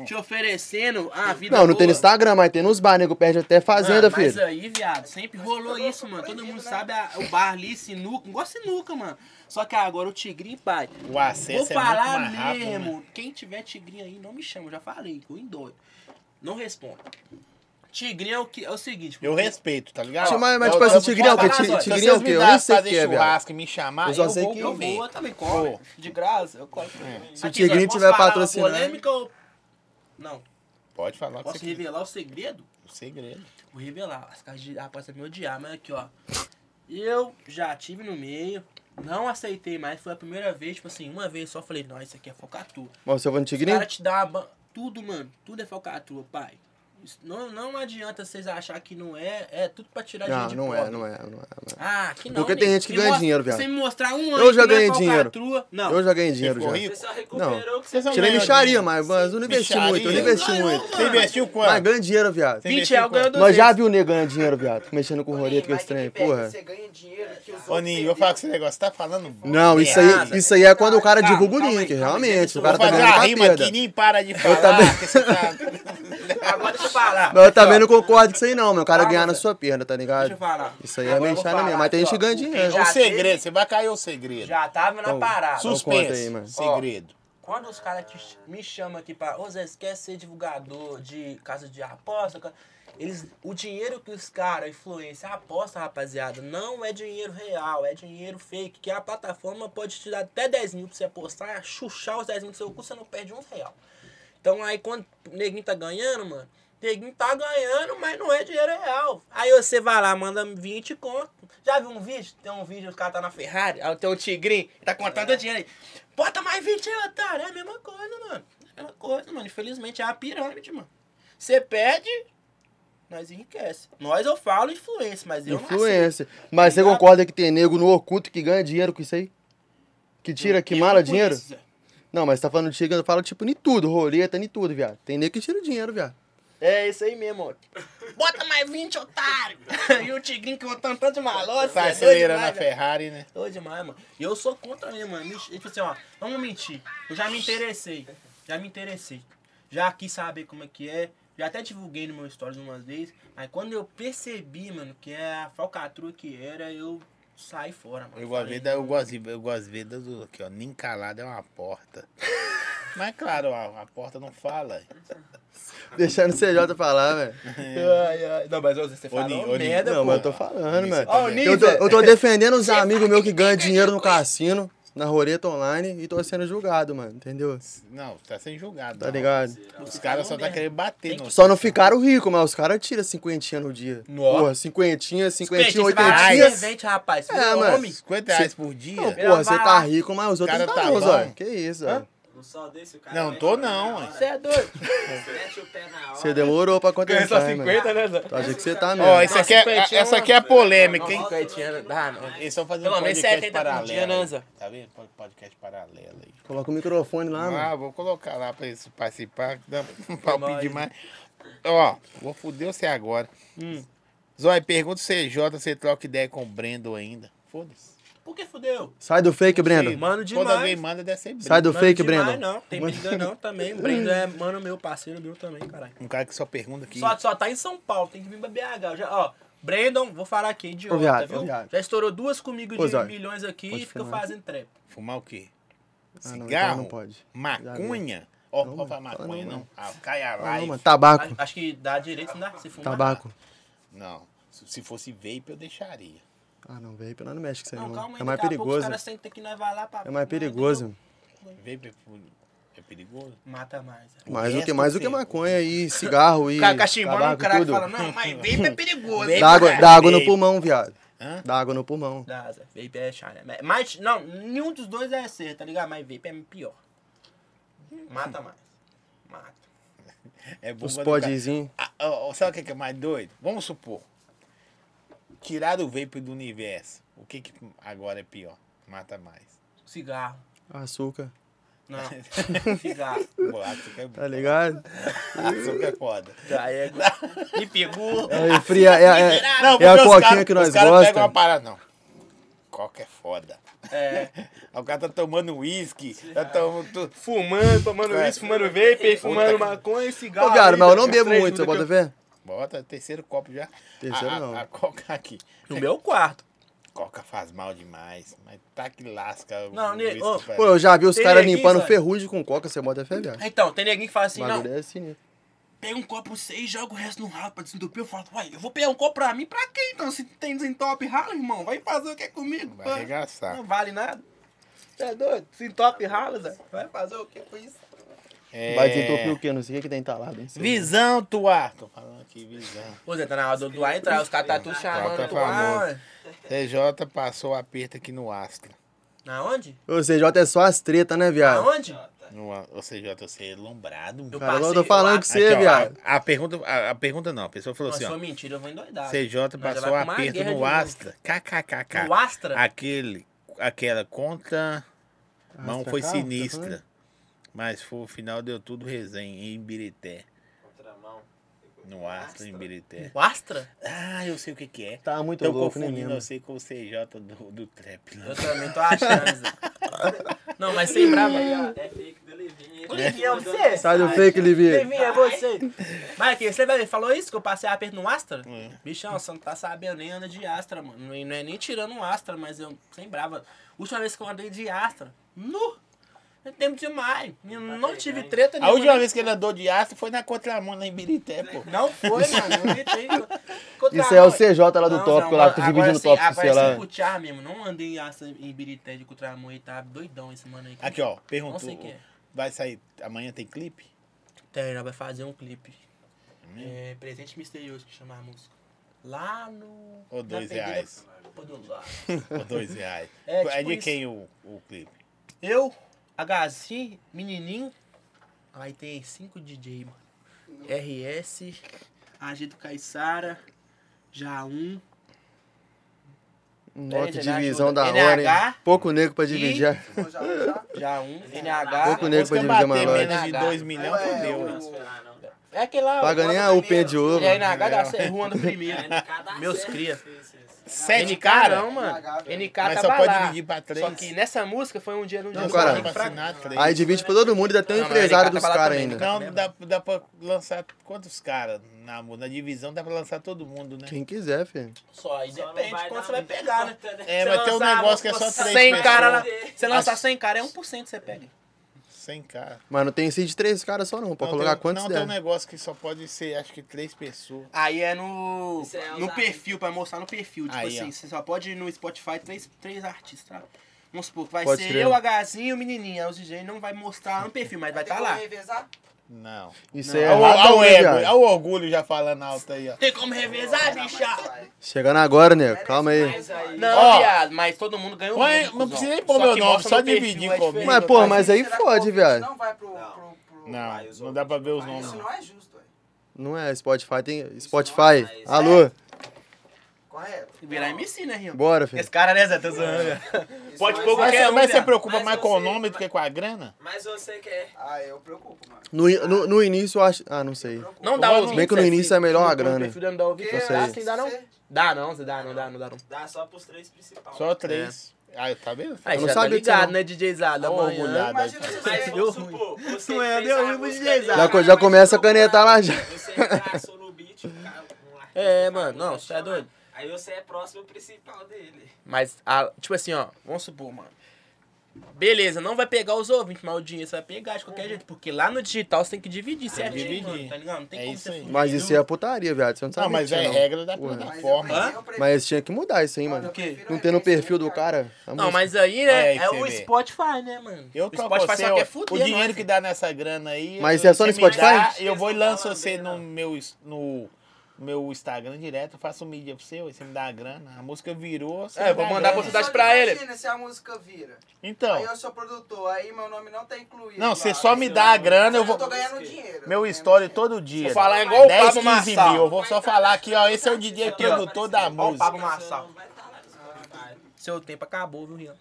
Speaker 2: Te oferecendo a vida
Speaker 3: Não, não tem no
Speaker 2: boa.
Speaker 3: Instagram, mas tem nos bar, nego perde até fazenda,
Speaker 2: mano,
Speaker 3: filho.
Speaker 2: Mas aí, viado, sempre rolou isso, mano. Todo mundo sabe a- o bar ali, sinuca. Não gosta de sinuca, mano. Só que agora o Tigrinho, pai.
Speaker 1: O
Speaker 2: Vou
Speaker 1: acesso é muito
Speaker 2: falar
Speaker 1: mais rápido. né?
Speaker 2: mesmo. Quem tiver Tigrinho aí, não me chama. eu Já falei, eu endoido. Não respondo. Tigrinho é o, que, é o seguinte.
Speaker 1: Eu respeito, tá ligado?
Speaker 3: Ti- mas- mas,
Speaker 1: Eu-
Speaker 3: tipo
Speaker 1: eu
Speaker 3: assim,
Speaker 1: vou te
Speaker 3: tigrinho é o quê?
Speaker 1: falar
Speaker 3: Ti-
Speaker 1: agora.
Speaker 3: tigrinho é o
Speaker 1: Se
Speaker 3: quê?
Speaker 1: vocês
Speaker 3: Eu
Speaker 1: me
Speaker 3: nem
Speaker 1: dar
Speaker 3: sei o
Speaker 1: fazer
Speaker 3: que é, velho.
Speaker 1: churrasco e me chamar,
Speaker 3: Eu
Speaker 1: eu,
Speaker 3: só sei
Speaker 1: vou
Speaker 3: que-
Speaker 2: Eu
Speaker 1: comer.
Speaker 2: vou, eu também come.
Speaker 1: Vou.
Speaker 2: tá De graça, eu como.
Speaker 1: É.
Speaker 3: Se o Tigrinho tiver né? patrocinando-
Speaker 2: patrocinado. polêmica ou... Não,
Speaker 1: Pode falar com
Speaker 2: posso
Speaker 1: você. é
Speaker 2: revelar o segredo?
Speaker 1: O segredo.
Speaker 2: Vou revelar. As caras de rapaz vai me odiar, mas aqui, ó. Eu já tive no meio, não aceitei mais. Foi a primeira vez, tipo assim, uma vez só. Falei, não, isso aqui é focatua.
Speaker 3: Bom, você vai no
Speaker 2: Os
Speaker 3: Tigrinho?
Speaker 2: caras te dão uma... ban- Tudo, mano. Tudo é focatua, pai. Isso- Não, não adianta vocês acharem que não é. É tudo pra tirar
Speaker 3: Não,
Speaker 2: dinheiro de
Speaker 3: não
Speaker 2: pobre.
Speaker 3: é, não é, não é. não
Speaker 2: Ah, que não,
Speaker 3: Porque tem
Speaker 2: nego.
Speaker 3: gente que
Speaker 2: Me
Speaker 3: ganha
Speaker 2: mostra-
Speaker 3: dinheiro, viado.
Speaker 2: Você me mostrar um
Speaker 3: Eu
Speaker 2: ano
Speaker 3: já
Speaker 2: que não é
Speaker 3: ganhei dinheiro.
Speaker 2: falcatrua, Não.
Speaker 3: é. Eu já ganhei dinheiro
Speaker 1: ficou
Speaker 3: já.
Speaker 1: rico?
Speaker 5: Você só recuperou o que você
Speaker 1: Vocês são né?
Speaker 3: Tirei
Speaker 1: melhores.
Speaker 3: lixaria, mas, mas eu não investi
Speaker 1: Lixaria?
Speaker 3: muito, eu não investi
Speaker 2: Ganhou,
Speaker 3: muito.
Speaker 1: Você investiu quanto?
Speaker 3: Mas ganha dinheiro, viado.
Speaker 1: Você
Speaker 2: 20
Speaker 1: investiu
Speaker 2: reais ganhou
Speaker 1: quanto?
Speaker 2: duzentos.
Speaker 3: Nós já viu o nego ganhando dinheiro, viado, mexendo com roleta com esse trem, porra.
Speaker 4: Você ganha dinheiro que os
Speaker 1: Ô,
Speaker 4: outros
Speaker 1: Ninho, eu
Speaker 4: perderam.
Speaker 1: falo com esse negócio. Você tá falando.
Speaker 3: Não, isso aí, isso aí é quando o cara divulga o link, realmente. O
Speaker 1: Vou
Speaker 3: cara tá
Speaker 1: fazer uma
Speaker 3: ganhando
Speaker 1: rima aqui,
Speaker 3: capeta.
Speaker 1: nem para de falar. que você
Speaker 3: [laughs]
Speaker 1: tá-
Speaker 2: Agora deixa eu falar.
Speaker 3: Mas eu também não concordo com isso aí, não, meu. O cara ganhar na sua perna, tá
Speaker 2: Deixa eu
Speaker 3: ligado?
Speaker 2: falar.
Speaker 3: Isso aí é
Speaker 2: Agora eu
Speaker 3: meio
Speaker 2: vou
Speaker 3: chato
Speaker 2: falar
Speaker 3: mesmo, mas tem
Speaker 2: aqui,
Speaker 3: gente que
Speaker 2: ó.
Speaker 3: ganha
Speaker 2: O
Speaker 3: dinheiro.
Speaker 1: O
Speaker 2: já
Speaker 1: É um segredo,
Speaker 2: teve-
Speaker 1: você vai cair o segredo.
Speaker 2: Já tava na
Speaker 3: Então,
Speaker 2: parada.
Speaker 3: su- conta aí,
Speaker 1: Suspense.
Speaker 3: mano.
Speaker 1: segredo.
Speaker 2: Quando os caras te ch- me chamam aqui pra. Ô Zé, esquece ser divulgador de casa de aposta. ca- Eles, o dinheiro que os caras, influência, aposta, rapaziada, não é dinheiro real, é dinheiro fake. Que a plataforma pode te dar até 10 mil pra você apostar, chuchar os 10 mil do seu cu, você não perde um real. Então aí quando o neguinho tá ganhando, mano, o neguinho tá ganhando, mas não é dinheiro real. Aí você vai lá, manda 20 conto. Já viu um vídeo? Tem um vídeo, os caras tá na Ferrari, aí tem um tigrinho, tá contando o dinheiro aí. Bota mais 20 aí, otário. É a mesma coisa, mano. É a mesma coisa, mano. Infelizmente é a pirâmide, mano. Você perde, nós enriquece. Nós eu falo influência, mas eu
Speaker 3: Influência. Mas você concorda que tem nego no oculto que ganha dinheiro com isso aí? Que tira, que mala dinheiro? Não, mas tá falando de chegando, fala tipo em tudo, roleta, em tudo, viado. Tem nego que tira dinheiro, viado.
Speaker 2: É isso aí mesmo, ó. Bota mais 20, [laughs] otário. e o tigrinho que contando tanto de malota.
Speaker 1: Tá
Speaker 2: é doido
Speaker 1: acelerando
Speaker 2: demais,
Speaker 1: a Ferrari, né?
Speaker 2: Tô demais, mano. E eu sou contra mesmo, mano. Mentira. Tipo assim, ó, não vou mentir. Eu já me interessei. Já me interessei. Já quis saber como é que é. Já até divulguei no meu stories umas vezes. Mas quando eu percebi, mano, que é a falcatrua que era, eu saí fora, mano.
Speaker 1: Eu gosto de ver
Speaker 2: Falei,
Speaker 1: da- eu gosto de ver- eu gosto de ver do aqui, ó. Nem calado é uma
Speaker 2: [laughs]
Speaker 1: porta. Mas claro, a, a porta não fala.
Speaker 3: Deixando o CJ falar, velho.
Speaker 2: Ai, ai. Não, mas ô, Zé, você
Speaker 1: Ô, Ninho, ô,
Speaker 2: falou
Speaker 1: Ninho.
Speaker 2: merda,
Speaker 3: Não,
Speaker 2: pô.
Speaker 3: mas eu tô falando,
Speaker 1: Isso
Speaker 3: velho.
Speaker 1: tá
Speaker 2: Ó, o
Speaker 3: Eu tô,
Speaker 2: Nisa.
Speaker 3: eu tô defendendo os amigos meus que ganham dinheiro no cassino, na roleta online, e tô sendo julgado, mano, entendeu?
Speaker 1: Não, tá sendo julgado.
Speaker 3: Tá
Speaker 1: não.
Speaker 3: ligado?
Speaker 1: Os caras só tá querendo bater. No...
Speaker 3: Só não ficaram ricos, mas os caras tiram cinquentinha no dia.
Speaker 2: Nó.
Speaker 3: Porra, cinquentinha, cinquentinha,
Speaker 2: Você vai lá,
Speaker 3: oitentinha.
Speaker 2: servente, rapaz. Você
Speaker 3: É,
Speaker 2: é,
Speaker 3: mano.
Speaker 2: homem.
Speaker 1: 50 reais por dia?
Speaker 3: Não, porra, você tá rico, mas os outros
Speaker 1: Cara
Speaker 3: não
Speaker 1: tá
Speaker 3: tá bons,
Speaker 1: bom.
Speaker 3: ó. Que isso, ó.
Speaker 2: Um
Speaker 5: Não só desse o cara.
Speaker 1: Não,
Speaker 5: mete
Speaker 1: tô
Speaker 5: o pé
Speaker 1: não,
Speaker 5: na
Speaker 1: ué.
Speaker 5: hora.
Speaker 2: Você é doido.
Speaker 5: Mete o pé na hora.
Speaker 3: Você demorou pra acontecer, mano.
Speaker 2: né, Zé?
Speaker 3: Tu acha que você tá mesmo.
Speaker 1: Ó, isso aqui é, a-
Speaker 2: cinquentinha,
Speaker 1: essa aqui é a polêmica, hein?
Speaker 2: Não, cinquentinha, dá, não.
Speaker 1: Eles estão fazendo
Speaker 2: Pelo menos
Speaker 1: podcast
Speaker 2: 70 por
Speaker 1: paralelo.
Speaker 2: dia, né,
Speaker 1: aí.
Speaker 2: Zé?
Speaker 1: Tá vendo? Pod- Podcast paralelo aí.
Speaker 3: Coloca o microfone lá, mano.
Speaker 1: Ah, vou colocar lá pra eles participar, que dá [laughs] um palpite
Speaker 2: nóis.
Speaker 1: demais. Ó, vou foder você agora.
Speaker 2: Hum.
Speaker 1: Zói, pergunta se CJ, você troca ideia com o Brendo ainda. Foda-se.
Speaker 2: Por que fudeu?
Speaker 3: Sai do fake,
Speaker 1: Sei,
Speaker 3: Brendo.
Speaker 6: Mano
Speaker 1: Quando
Speaker 6: demais.
Speaker 1: alguém manda, deve ser Brendo.
Speaker 3: Sai do
Speaker 2: Mano
Speaker 3: fake,
Speaker 2: demais,
Speaker 3: Brendo.
Speaker 2: Não, tem briga não também. Brenda é, mano, meu parceiro meu também, caralho.
Speaker 1: Um cara que só pergunta aqui.
Speaker 2: Só, só tá em São Paulo, tem que vir pra BH. Já, ó, Brandon, vou falar aqui, idiota,
Speaker 3: Ô, viado,
Speaker 2: viu?
Speaker 3: ô, viado.
Speaker 2: Já estourou duas comigo
Speaker 3: Ô,
Speaker 2: de
Speaker 3: Zóio,
Speaker 2: milhões aqui
Speaker 3: pode
Speaker 2: e fica
Speaker 3: fumar.
Speaker 2: fazendo trap.
Speaker 1: Fumar o quê?
Speaker 3: Ah, não, então
Speaker 1: Cigarro?
Speaker 3: não pode.
Speaker 1: Maconha? Ó,
Speaker 3: Não,
Speaker 1: não, pra
Speaker 3: mano. Fala
Speaker 1: maconha,
Speaker 3: não,
Speaker 1: não.
Speaker 3: mano.
Speaker 1: Ah, cai a
Speaker 3: Ah, não,
Speaker 1: live.
Speaker 3: mano. Tabaco.
Speaker 2: A- Acho que dá direito, não dá? Se fumar.
Speaker 3: Tabaco.
Speaker 1: Não. Se se fosse vape, eu deixaria.
Speaker 3: Ah, não, velho. Pelo não mexe com isso aí,
Speaker 2: Não,
Speaker 3: não.
Speaker 2: calma aí,
Speaker 3: É mais
Speaker 2: daqui a pouco os
Speaker 3: perigoso.
Speaker 2: caras sentem que nós vai lá pra... né?
Speaker 3: É mais
Speaker 2: Não,
Speaker 3: perigoso.
Speaker 1: Vape é pu- é perigoso?
Speaker 2: entendeu? Mata mais. né?
Speaker 3: Mais do
Speaker 1: resto
Speaker 3: que, mais do
Speaker 1: você-
Speaker 3: que maconha aí, cigarro e.
Speaker 2: Ca- Cachimbó no
Speaker 3: tabaco,
Speaker 2: crack
Speaker 3: tudo.
Speaker 2: fala, não, mas vape é perigoso.
Speaker 1: Vape
Speaker 3: Dá água,
Speaker 1: é
Speaker 3: dá água no
Speaker 1: vape.
Speaker 3: pulmão, viado.
Speaker 1: Hã?
Speaker 3: Dá água no pulmão.
Speaker 2: Dá, Zé. Vape é China. Mas, não, nenhum dos dois é certo, tá ligado? Mas vape é pior. Mata mais. Mata.
Speaker 1: É bomba
Speaker 3: Os
Speaker 1: do
Speaker 3: podzinhos.
Speaker 1: Ah, ó, ó, sabe o que que é mais doido? Vamos supor. Tirar o vape do universo. O que, que agora é pior? Mata mais.
Speaker 2: Cigarro.
Speaker 3: Açúcar.
Speaker 2: Não. Cigarro.
Speaker 1: Bolacha que é
Speaker 3: Tá ligado?
Speaker 1: açúcar é foda.
Speaker 2: Já é. Me pegou.
Speaker 3: É, fria, é, [laughs] é,
Speaker 1: Não,
Speaker 3: é a
Speaker 1: porque os
Speaker 3: coquinha
Speaker 1: cara-
Speaker 3: que nós
Speaker 1: os cara pega uma
Speaker 3: gostamos.
Speaker 1: parada, não. Coca é foda.
Speaker 2: É.
Speaker 1: [laughs] O cara tá tomando uísque, tá tomando...
Speaker 6: Fumando, tomando
Speaker 1: É.
Speaker 6: isso, fumando vape, fumando
Speaker 1: Puta que-
Speaker 6: maconha, cigarro.
Speaker 3: Ô, viado,
Speaker 6: aí, tá
Speaker 3: mas eu não
Speaker 2: né,
Speaker 6: daqui a
Speaker 3: bebo
Speaker 6: três
Speaker 3: muito, você
Speaker 6: minutos
Speaker 3: bota
Speaker 6: eu-
Speaker 3: fé?
Speaker 1: Bota terceiro copo já.
Speaker 3: Terceiro
Speaker 1: A-
Speaker 2: Ah,
Speaker 1: a-
Speaker 3: não.
Speaker 1: A, coca aqui.
Speaker 2: No meu quarto.
Speaker 1: Coca faz mal demais. Mas tá que lasca o
Speaker 2: Não,
Speaker 1: uísque
Speaker 2: ne- ô,
Speaker 1: pra-
Speaker 3: Pô, eu já vi os
Speaker 2: ah, Tem
Speaker 3: caras
Speaker 2: neguinho,
Speaker 3: limpando
Speaker 2: Zóio.
Speaker 3: ferrugem com coca, você bota fé, viado.
Speaker 2: Então, tem ninguém que fala assim,
Speaker 3: O
Speaker 2: não,
Speaker 3: bagulho é sinistro.
Speaker 2: pega um copo pra você e joga o resto no ralo pra desentupir. Eu falo, uai, eu vou pegar um copo pra mim, pra quê então? Se tem desentope ralo, irmão, vai fazer o que é comigo,
Speaker 1: Vai
Speaker 2: pô.
Speaker 1: arregaçar.
Speaker 2: Não vale nada. Você é doido? Desentope ralo, Zé. Vai fazer o que com isso?
Speaker 1: É...
Speaker 3: Vai desentupir o quê? Não sei o que que tem entalado. hein?
Speaker 1: Visão, Tuá. Tô falando aqui, visão.
Speaker 2: Ô, Zé, tá na hora do Duá entrar, os caras tá tudo chamando
Speaker 1: Tá
Speaker 2: o Duá.
Speaker 1: famoso. TJ passou o aperto aqui no Astra.
Speaker 2: Na onde?
Speaker 3: Ô, CJ é só as tretas, né,
Speaker 1: Ah,
Speaker 3: viado?
Speaker 2: Aonde?
Speaker 1: No, A- ou seja, você é lombrado.
Speaker 2: Eu
Speaker 3: Cara, eu
Speaker 2: passei
Speaker 3: tô
Speaker 2: o
Speaker 3: falando
Speaker 2: ar-
Speaker 3: com você,
Speaker 1: Aqui, ó,
Speaker 3: viado.
Speaker 1: a, a pergunta, a, a pergunta não, a pessoa falou
Speaker 2: Nossa,
Speaker 1: assim,
Speaker 2: foi
Speaker 1: ó.
Speaker 2: mentira, eu vou endoidar.
Speaker 1: CJ
Speaker 2: Nós já
Speaker 1: passou
Speaker 2: vai arrumar a
Speaker 1: aperto
Speaker 2: guerra de
Speaker 1: no
Speaker 2: novo.
Speaker 1: Astra. KKKK.
Speaker 2: No Astra?
Speaker 1: Aquele, aquela conta, mão
Speaker 3: Astra
Speaker 1: foi
Speaker 3: carro, tá falando?
Speaker 1: sinistra. Mas foi, o final deu tudo resenha em Birité.
Speaker 5: Contramão.
Speaker 1: No Astra, em Birité.
Speaker 2: O Astra?
Speaker 1: Ah, eu sei o que que é.
Speaker 3: Tá muito
Speaker 1: Tô
Speaker 3: louco, né,
Speaker 1: confundindo,
Speaker 3: mesmo?
Speaker 1: eu sei com o CJ do, do Trap. né? lá.
Speaker 2: Eu também tô achando, Zé. Não, mas
Speaker 1: [laughs]
Speaker 2: sem brava.
Speaker 5: É fake do Livinho.
Speaker 2: Livinho, é você?
Speaker 3: Sai do fake, Livinho.
Speaker 2: Livinho, é você. Mas aqui, você vai- falou isso que eu passei aperto no Astra?
Speaker 3: É.
Speaker 2: Bichão, você não tá sabendo nem anda de Astra, mano. Não é não é nem tirando um Astra, mas eu sem brava. Última vez que eu andei de Astra, nu! É tempo demais. Eu Não tive treta
Speaker 1: A
Speaker 2: nenhuma.
Speaker 1: última vez que ele andou de Astra foi na contramão lá em Birité, pô.
Speaker 2: Não foi, mano. Eu entrei contra
Speaker 3: Isso é o
Speaker 2: nós.
Speaker 3: CJ lá do
Speaker 2: Não,
Speaker 3: tópico,
Speaker 2: não,
Speaker 3: lá,
Speaker 2: agora-
Speaker 3: que tá dividindo o
Speaker 2: agora
Speaker 3: tópico,
Speaker 2: sim,
Speaker 3: sei
Speaker 2: Agora
Speaker 3: lá.
Speaker 2: sem putear mesmo. Não andei em Astra em Birité de Cutramon e tá doidão esse mano aí.
Speaker 1: Aqui, ó,
Speaker 2: Não
Speaker 1: perguntou.
Speaker 2: sei o que é.
Speaker 1: Vai sair. Amanhã tem clipe?
Speaker 2: Tem, ela vai fazer um clipe.
Speaker 1: Hum?
Speaker 2: É, presente misterioso que chama a música. Lá no.
Speaker 1: Ou
Speaker 2: na
Speaker 1: dois
Speaker 2: Pedreira-
Speaker 1: reais.
Speaker 2: Ou dois reais.
Speaker 1: Ou dois reais.
Speaker 2: É,
Speaker 1: É,
Speaker 2: tipo
Speaker 1: de
Speaker 2: isso.
Speaker 1: quem o, o clipe?
Speaker 2: Eu, HZ, menininho. Aí tem cinco DJ, mano. RS, Agito Caissara, Jaum.
Speaker 3: Nota
Speaker 2: Peraí,
Speaker 3: divisão
Speaker 2: ajuda.
Speaker 3: da
Speaker 2: NH.
Speaker 3: hora, hein? Pouco negro pra
Speaker 2: E-
Speaker 3: dividir.
Speaker 4: Pô, já, já.
Speaker 2: Jaum,
Speaker 1: é um
Speaker 3: Pouco negro pra
Speaker 2: NH.
Speaker 1: Se eu
Speaker 3: dividir a
Speaker 1: bater
Speaker 3: malote.
Speaker 1: menos de
Speaker 2: H.
Speaker 1: 2 milhões,
Speaker 4: Ué,
Speaker 1: fodeu.
Speaker 4: o-
Speaker 1: né?
Speaker 5: Esperar, [laughs] não.
Speaker 2: É aquele lá.
Speaker 3: Paga nem a UP de ouro.
Speaker 2: Ele é NH da Serra, Ruanda primeiro.
Speaker 1: [laughs]
Speaker 2: né?
Speaker 5: Cada
Speaker 2: Meus
Speaker 5: certo.
Speaker 2: cria.
Speaker 5: Isso, isso.
Speaker 1: Sete
Speaker 2: NK não,
Speaker 1: cara?
Speaker 2: mano.
Speaker 4: NH, velho.
Speaker 2: NK
Speaker 1: Mas
Speaker 2: tá
Speaker 1: só pode
Speaker 2: lá.
Speaker 1: dividir pra três.
Speaker 2: Só que nessa música foi um dia no dia.
Speaker 1: Não,
Speaker 2: do
Speaker 3: cara.
Speaker 1: só dá pra
Speaker 2: Fraco.
Speaker 1: assinar três.
Speaker 3: Aí divide pra todo mundo, ainda tem
Speaker 2: Não,
Speaker 3: um
Speaker 2: mas ele
Speaker 3: empresário
Speaker 2: cata
Speaker 3: dos
Speaker 2: lá
Speaker 3: caras
Speaker 2: também,
Speaker 3: ainda.
Speaker 2: né?
Speaker 1: Não, dá, dá pra lançar quantos caras na, mu- na divisão? Dá pra lançar todo mundo, né?
Speaker 3: Quem quiser, filho.
Speaker 2: Só, aí
Speaker 5: Só não
Speaker 2: depende
Speaker 5: vai
Speaker 2: quando
Speaker 5: dar um
Speaker 2: você vai
Speaker 5: muito
Speaker 2: pegar, né?
Speaker 5: conta,
Speaker 1: É,
Speaker 2: Você
Speaker 1: mas tem um
Speaker 2: lançar,
Speaker 1: negócio que é
Speaker 2: vamos
Speaker 1: só
Speaker 2: supor,
Speaker 1: três
Speaker 2: 100 cara lá.
Speaker 1: pessoas.
Speaker 2: Você lançar 100 cara, é 1% você pega.
Speaker 1: Sem cara.
Speaker 3: Mas não tem seed de três caras só não, pode
Speaker 1: Não,
Speaker 3: colocar
Speaker 1: tem,
Speaker 3: quantos
Speaker 1: Não, tem um
Speaker 3: der.
Speaker 1: negócio que só pode ser, acho que três pessoas.
Speaker 2: Aí é no
Speaker 5: Isso é
Speaker 2: no
Speaker 5: os
Speaker 2: perfil, pra mostrar no perfil. Tipo
Speaker 1: Aí,
Speaker 2: assim,
Speaker 1: ó.
Speaker 2: você só pode ir no Spotify três, três artistas, tá? Vamos supor que vai
Speaker 3: Pode
Speaker 2: ser
Speaker 3: crer.
Speaker 2: eu, Hzinho e o menininho. Aí os DJ não vai mostrar no perfil, mas vai
Speaker 4: Tem
Speaker 2: estar lá.
Speaker 4: como revezar?
Speaker 1: Não.
Speaker 3: Isso
Speaker 1: Não.
Speaker 3: é
Speaker 1: Olha o- olha
Speaker 3: errado,
Speaker 1: o
Speaker 3: né,
Speaker 1: ego,
Speaker 3: viado?
Speaker 1: olha o orgulho já falando alto aí, ó.
Speaker 2: Tem como revezar, bicha?
Speaker 4: Vai.
Speaker 3: Chegando agora, nego. É, Calma aí.
Speaker 4: É, Mas aí-
Speaker 2: Não,
Speaker 1: Ó.
Speaker 2: viado, mas todo mundo ganhou
Speaker 1: Põe-
Speaker 2: muito,
Speaker 1: não
Speaker 2: cuzão.
Speaker 1: precisa nem pôr
Speaker 2: Só
Speaker 1: meu
Speaker 2: que
Speaker 1: nome,
Speaker 2: mostra
Speaker 1: só
Speaker 2: no perfil,
Speaker 1: dividir
Speaker 2: é
Speaker 1: comigo.
Speaker 2: diferente.
Speaker 3: Mas, pô,
Speaker 4: Mas
Speaker 3: mas aí
Speaker 4: será que o
Speaker 3: fode,
Speaker 4: convite
Speaker 3: viado.
Speaker 4: Não vai pro. pro, pro-
Speaker 1: Não,
Speaker 5: Vai, os
Speaker 1: não
Speaker 5: outros.
Speaker 1: dá pra ver os nomes.
Speaker 4: Isso
Speaker 1: não.
Speaker 4: não é justo, velho.
Speaker 3: Não é Spotify, tem Spotify. Alô?
Speaker 4: Qual Correto.
Speaker 2: Virar MC, né, Rian?
Speaker 3: Bora, filho.
Speaker 2: Esse cara, né, Zé? Tá zoando.
Speaker 4: Isso
Speaker 6: Pode
Speaker 4: é
Speaker 6: pôr
Speaker 4: mais-
Speaker 1: Mas,
Speaker 6: qualquer um,
Speaker 1: mas você
Speaker 6: viado.
Speaker 1: preocupa
Speaker 5: Mas
Speaker 1: mais com o
Speaker 5: você-
Speaker 1: nome do que com a grana?
Speaker 5: Mas você quer.
Speaker 4: Ah, eu preocupo, mano.
Speaker 3: No, in- no, no início eu acho. Ah, não sei.
Speaker 2: Não dá
Speaker 1: Bem
Speaker 2: ouvido.
Speaker 3: que no
Speaker 2: Zé,
Speaker 3: início
Speaker 2: se-
Speaker 3: é melhor
Speaker 2: se
Speaker 3: a grana.
Speaker 2: No perfil dele não dá ouvido.
Speaker 4: Porque, assim,
Speaker 3: sei.
Speaker 2: Dá sim, dá não?
Speaker 4: você-
Speaker 2: Dá não, Zé, dá não, dá não, dá não.
Speaker 5: Dá só pros três principais.
Speaker 1: Só três. Ah, tá vendo?
Speaker 2: Aí
Speaker 3: não
Speaker 2: já tá
Speaker 3: sabia disso,
Speaker 2: ligado,
Speaker 3: não.
Speaker 2: né, DJ Zada?
Speaker 1: Ó,
Speaker 2: Amanhã.
Speaker 1: orgulhado.
Speaker 4: Imagina se
Speaker 5: Mas
Speaker 4: você.
Speaker 2: Deu
Speaker 5: vamos supor, você
Speaker 2: Não é,
Speaker 5: fez
Speaker 2: deu
Speaker 5: a
Speaker 2: ruim pro
Speaker 5: música ah,
Speaker 2: DJ
Speaker 5: dele,
Speaker 2: Zada.
Speaker 3: Já, co- já começa a canetar lá já.
Speaker 5: Você traçou no beat, o cara, um artista
Speaker 2: É,
Speaker 5: famoso
Speaker 2: mano, não,
Speaker 5: vai
Speaker 2: você é
Speaker 5: chamar.
Speaker 2: doido.
Speaker 5: Aí você é próximo principal dele.
Speaker 2: Mas, a- tipo assim, ó, vamos supor, mano. Beleza, não vai pegar os ouvintes, mas o dinheiro você vai pegar de qualquer jeito. Porque lá no digital você tem que dividir certinho,
Speaker 1: Uhum. dividir.
Speaker 2: mano, tá ligado? Não tem
Speaker 1: É
Speaker 2: como
Speaker 1: isso
Speaker 2: você
Speaker 1: aí.
Speaker 2: fugir
Speaker 3: Mas
Speaker 2: do-
Speaker 3: isso é putaria, viado. Você não sabe
Speaker 1: Não, mas é regra da plataforma.
Speaker 2: Hã?
Speaker 3: Mas tinha que mudar isso aí, mano. Não ter no perfil do cara. a
Speaker 2: Não,
Speaker 3: música.
Speaker 2: mas aí, né,
Speaker 1: Aí,
Speaker 2: é
Speaker 1: você
Speaker 2: o
Speaker 1: vê.
Speaker 2: Spotify, né, mano?
Speaker 1: Eu
Speaker 2: o
Speaker 1: troco
Speaker 2: Spotify
Speaker 1: você,
Speaker 2: só
Speaker 1: ó,
Speaker 2: quer fuder
Speaker 1: o dinheiro
Speaker 2: nós,
Speaker 1: que dá nessa grana aí.
Speaker 3: Mas
Speaker 1: eu-
Speaker 3: é só no
Speaker 1: você me dá,
Speaker 3: Spotify?
Speaker 1: eu vou e lanço
Speaker 5: Vocês
Speaker 1: você
Speaker 5: não falam
Speaker 1: no meu, is- no meu Instagram direto, eu faço mídia pra você, ué, você me dá a grana. A música virou. Você
Speaker 2: É,
Speaker 1: me
Speaker 2: vou
Speaker 1: dá a
Speaker 2: mandar
Speaker 1: grana.
Speaker 2: você dar- Dá pra ele.
Speaker 4: Imagina se a música vira. Aí
Speaker 1: Então,
Speaker 4: eu sou produtor, aí meu nome não tá incluído.
Speaker 1: não,
Speaker 4: lá.
Speaker 1: você só me dá a grana, eu
Speaker 4: Eu
Speaker 1: vou.
Speaker 4: tô ganhando dinheiro.
Speaker 1: Meu
Speaker 4: Ganhando
Speaker 1: story
Speaker 4: dinheiro.
Speaker 1: todo dia.
Speaker 2: Vou falar igual o Pablo
Speaker 1: 15
Speaker 2: Marçal.
Speaker 1: mil. Eu vou só falar aqui, ó. Esse é o DJ
Speaker 5: Aqui, ó.
Speaker 1: produtor da
Speaker 2: Ó o Pablo
Speaker 1: música.
Speaker 2: Marçal.
Speaker 5: Não vai estar lá no Spotify.
Speaker 2: Seu tempo acabou, viu, Rian?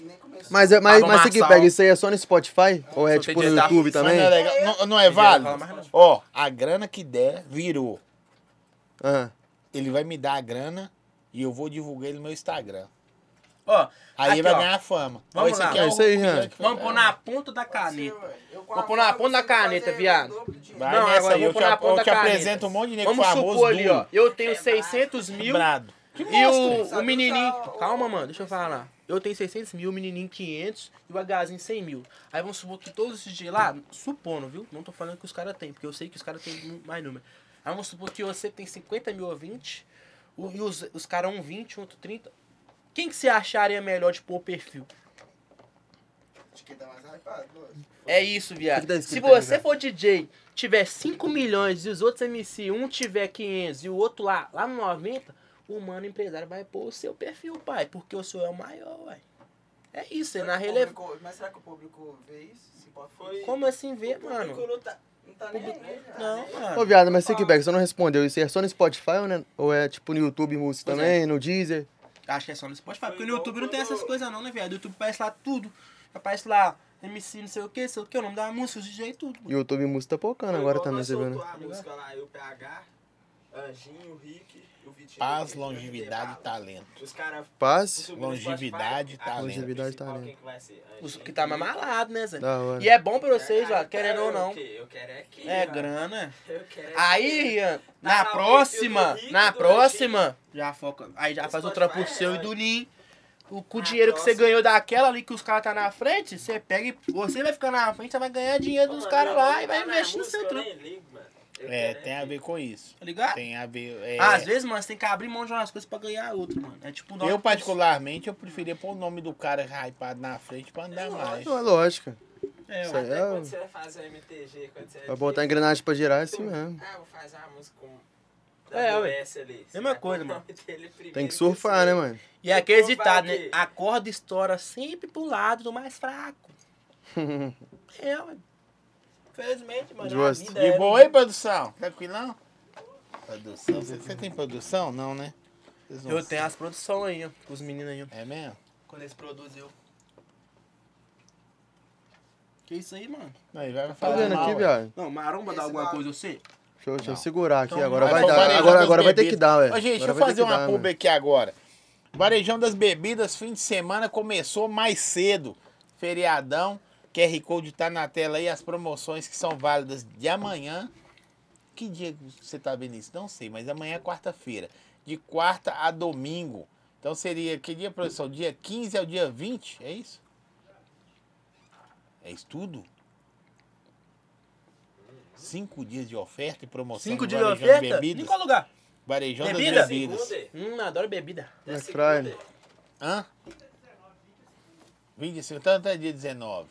Speaker 4: Nem começou.
Speaker 3: Mas, é- mas,
Speaker 2: Pablo
Speaker 3: mas você que
Speaker 2: Marçal.
Speaker 3: pega isso aí é só no Spotify? Ou é
Speaker 2: Só
Speaker 3: tipo
Speaker 2: tem
Speaker 3: no
Speaker 2: digitar.
Speaker 3: YouTube
Speaker 1: Isso
Speaker 3: também?
Speaker 1: Não é, legal. Não- não é válido?
Speaker 2: Não fala mais não.
Speaker 1: Ó, a grana que der, virou.
Speaker 2: né?
Speaker 3: Ah,
Speaker 1: Ele vai me dar a grana e eu vou divulgar ele no meu Instagram.
Speaker 2: Ó,
Speaker 1: Aí
Speaker 2: aqui,
Speaker 1: ele vai
Speaker 2: ó.
Speaker 1: ganhar fama.
Speaker 2: Vamos
Speaker 1: Ó, esse
Speaker 2: lá.
Speaker 1: aqui é
Speaker 3: É
Speaker 1: o-
Speaker 3: isso aí, Jean.
Speaker 2: Vamos pôr na ponta da
Speaker 4: Sim,
Speaker 2: caneta.
Speaker 4: ué. Eu com
Speaker 2: Vou
Speaker 4: a
Speaker 2: pôr na
Speaker 4: mão
Speaker 2: ponta da
Speaker 4: consigo fazer
Speaker 2: caneta, viado.
Speaker 4: o dobro de dinheiro.
Speaker 1: Vai
Speaker 2: Não,
Speaker 1: nessa
Speaker 2: agora
Speaker 1: aí.
Speaker 2: eu
Speaker 1: Eu,
Speaker 2: vou
Speaker 1: te,
Speaker 2: pôr na
Speaker 1: eu
Speaker 2: ponta
Speaker 1: te
Speaker 2: da caneta.
Speaker 1: apresento um monte de nego
Speaker 2: Vamos
Speaker 1: famoso.
Speaker 2: supor ali, ó.
Speaker 1: duro,
Speaker 2: Eu tenho 600 mil
Speaker 1: brado.
Speaker 2: e o,
Speaker 4: Sabe
Speaker 2: o menininho...
Speaker 4: usar o-
Speaker 2: Calma, mano, deixa eu falar. Eu tenho 600 mil, o menininho 500 e o Hzinho 100 mil. Aí vamos supor que todos esses de lá, supondo, viu? Não tô falando que os caras têm, porque eu sei que os caras têm mais número. Aí vamos supor que você tem 50 mil ou 20, o- e os, os caras um 20, outro 30. Quem que você acharia melhor de pôr o perfil?
Speaker 4: Acho que tá mais hypado, lógico.
Speaker 2: É isso,
Speaker 3: O que que tá
Speaker 2: viado. Se
Speaker 3: escrito aí,
Speaker 2: você
Speaker 3: velho?
Speaker 2: for DJ, tiver 5 milhões e os outros MC, um tiver 500 e o outro lá, lá no 90, o mano empresário vai pôr o seu perfil, pai, porque o seu é o maior, uai. É isso, é na
Speaker 4: Será que o
Speaker 2: relevância.
Speaker 4: público- Mas será que o público vê isso? Se pode
Speaker 5: Foi-
Speaker 2: Como assim ver,
Speaker 5: O
Speaker 2: mano?
Speaker 5: público tá-
Speaker 4: Não tá nem aí, né, viado?
Speaker 2: Não,
Speaker 3: Ah. Ô,
Speaker 2: mano.
Speaker 3: viado, mas você que pega, você não respondeu isso aí. É só no Spotify ou, né? ou é tipo no YouTube Música
Speaker 2: Pois é.
Speaker 3: também, no Deezer?
Speaker 2: Acho que é só no Spotify, porque
Speaker 5: Foi
Speaker 2: no YouTube não tem
Speaker 5: igual
Speaker 2: essas
Speaker 5: quando-
Speaker 2: coisas não, né, viado? No YouTube aparece lá tudo. Aparece lá MC não sei o que, sei o que, o nome da música, os DJ e tudo. mano.
Speaker 3: YouTube Música tá
Speaker 5: Foi
Speaker 3: pocando agora
Speaker 5: igual
Speaker 3: também,
Speaker 5: nós
Speaker 3: você né? vendo?
Speaker 5: soltou a música lá, eu, PH, Anjinho, o Rick, o Vitinho.
Speaker 1: Paz,
Speaker 5: o Vitinho,
Speaker 1: longevidade tá.
Speaker 5: o
Speaker 1: e
Speaker 5: Bala.
Speaker 1: talento.
Speaker 5: Os caras.
Speaker 3: Paz,
Speaker 1: Longevidade e talento.
Speaker 3: Longevidade e talento.
Speaker 5: Quem que vai ser? Anjinho,
Speaker 2: Os que tá mais
Speaker 5: Rick.
Speaker 2: malado, né, Zé?
Speaker 3: da hora.
Speaker 2: E é bom pra
Speaker 5: Ah,
Speaker 2: vocês,
Speaker 5: eu
Speaker 2: ó, querendo
Speaker 5: quero
Speaker 2: ou
Speaker 5: o
Speaker 2: não.
Speaker 5: quê? Eu quero é aqui.
Speaker 2: É
Speaker 5: ó.
Speaker 2: grana.
Speaker 5: Eu quero é
Speaker 2: Aí,
Speaker 5: aqui.
Speaker 2: Ian,
Speaker 5: Tá
Speaker 2: na
Speaker 5: lá o
Speaker 2: próxima,
Speaker 5: perfil do
Speaker 2: na
Speaker 5: Rick, do
Speaker 2: próxima, já foca. Aí já
Speaker 5: Os
Speaker 2: faz o
Speaker 5: dois
Speaker 2: trampo
Speaker 5: vai,
Speaker 2: seu e
Speaker 5: é,
Speaker 2: do
Speaker 5: olha.
Speaker 2: Nin. O, com o
Speaker 5: Na
Speaker 2: dinheiro que você
Speaker 5: próxima.
Speaker 2: ganhou daquela ali que os caras tá na frente, você pega e você vai ficar na frente, você vai ganhar dinheiro dos
Speaker 5: Mano,
Speaker 2: caras
Speaker 5: eu
Speaker 2: lá
Speaker 5: vou
Speaker 2: e vai
Speaker 5: entrar na
Speaker 2: investir no
Speaker 5: música, né?
Speaker 2: seu
Speaker 5: eu
Speaker 2: trampo.
Speaker 5: nem ligo, mano. Eu
Speaker 1: É,
Speaker 5: quero
Speaker 1: tem a
Speaker 5: aqui.
Speaker 1: ver com isso.
Speaker 2: Tá ligado?
Speaker 1: Tem a ver. é,
Speaker 2: Às vezes, mano, você tem que abrir mão de umas coisas pra ganhar outras, mano. É tipo,
Speaker 1: eu, particularmente, eu preferia pôr o nome do cara hypado na frente pra andar mais.
Speaker 3: Não, é lógico.
Speaker 2: É,
Speaker 3: Isso
Speaker 2: ué.
Speaker 3: aí
Speaker 5: Até quando
Speaker 3: é...
Speaker 5: você vai fazer o MTG, quando você é
Speaker 3: Vai botar
Speaker 5: DJ,
Speaker 3: engrenagem pra girar é
Speaker 5: tu-
Speaker 3: assim mesmo.
Speaker 5: Ah, vou fazer uma música com.
Speaker 2: É, ué.
Speaker 5: WS ali. Você
Speaker 2: Mesma
Speaker 5: vai
Speaker 2: coisa,
Speaker 5: botar o
Speaker 2: mano.
Speaker 5: nome dele primeiro
Speaker 3: Tem que surfar,
Speaker 5: você.
Speaker 3: né, mano?
Speaker 2: E é aquele
Speaker 5: Então vai
Speaker 2: ditado, né?
Speaker 5: que-
Speaker 2: Acorda e estoura sempre pro lado do mais fraco. É, ué. Infelizmente, mano.
Speaker 3: Justo.
Speaker 2: A vida
Speaker 1: De
Speaker 2: é-
Speaker 1: boa, hein, produção? Tranquilão? Produção? Você, você tem produção? Não, né? Vocês não
Speaker 2: Eu tenho as produções aí, ó, com os meninos aí, ó.
Speaker 1: É mesmo?
Speaker 2: Quando eles produzem, eu. Que isso aí, mano?
Speaker 1: Não, ele vai
Speaker 3: Tá
Speaker 1: falar
Speaker 3: vendo
Speaker 1: mal,
Speaker 3: aqui,
Speaker 1: ué.
Speaker 3: viado?
Speaker 2: Não, maromba dá
Speaker 4: Esse
Speaker 2: alguma
Speaker 4: mal-
Speaker 2: coisa, eu sei.
Speaker 3: Deixa eu, deixa eu
Speaker 1: Não.
Speaker 3: segurar aqui,
Speaker 2: Então,
Speaker 3: agora
Speaker 2: vai
Speaker 3: vai
Speaker 1: pro
Speaker 3: dar.
Speaker 1: Varejão
Speaker 3: Agora,
Speaker 1: das
Speaker 3: agora vai ter
Speaker 1: Bebidas.
Speaker 3: que dar, velho.
Speaker 1: Ô, gente, deixa
Speaker 3: Agora
Speaker 1: eu
Speaker 3: vai ter
Speaker 1: fazer
Speaker 3: que
Speaker 1: uma
Speaker 3: dar,
Speaker 1: pub
Speaker 3: mano.
Speaker 1: aqui agora. Varejão das Bebidas, fim de semana começou mais cedo. Feriadão. QR Code tá na tela aí, as promoções que são válidas de amanhã. Que dia que você tá vendo isso? Não sei, mas amanhã é quarta-feira. De quarta a domingo. Então seria, que dia, professor? Dia 15 ao dia 20, é isso? É isso tudo? Cinco dias de oferta e promoção.
Speaker 2: Cinco
Speaker 1: no
Speaker 2: dias de
Speaker 1: Varejão das
Speaker 2: oferta? Em
Speaker 1: Bebidas.
Speaker 2: qual lugar?
Speaker 1: Varejão
Speaker 2: Bebida?
Speaker 1: das bebidas.
Speaker 5: Segunda,
Speaker 2: Hum, adoro bebida.
Speaker 5: até
Speaker 3: Black
Speaker 5: segunda.
Speaker 3: Friday.
Speaker 1: Hã? 25, então tá dia 19.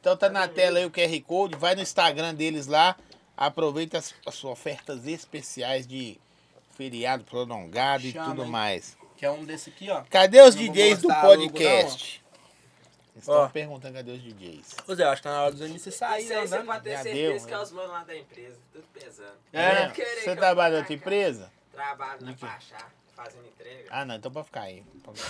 Speaker 1: Então tá na tela aí o QR Code, vai no Instagram deles lá, aproveita as, as ofertas especiais de feriado prolongado e
Speaker 2: Chama,
Speaker 1: tudo
Speaker 2: hein?
Speaker 1: mais.
Speaker 2: Que é um desse aqui, ó.
Speaker 1: Cadê os
Speaker 2: Eu não vou
Speaker 1: DJs do
Speaker 2: mostrar a logo,
Speaker 1: podcast? Eles estão
Speaker 2: Ó.
Speaker 1: perguntando cadê os DJs.
Speaker 2: Ô Zé, eu acho que tá na hora dos MC sair,
Speaker 5: Isso aí você
Speaker 2: né?
Speaker 5: pode ter
Speaker 1: Já
Speaker 5: certeza
Speaker 1: deu,
Speaker 5: que é
Speaker 1: né?
Speaker 5: os manos lá da empresa. Tudo pesando.
Speaker 1: É,
Speaker 5: Querer que
Speaker 1: você
Speaker 5: eu
Speaker 1: trabalha na
Speaker 5: vá,
Speaker 1: outra empresa?
Speaker 5: Trabalho na Pachá, fazendo
Speaker 1: [laughs]
Speaker 5: entrega.
Speaker 1: Ah, não, então pode ficar aí. Tá Pode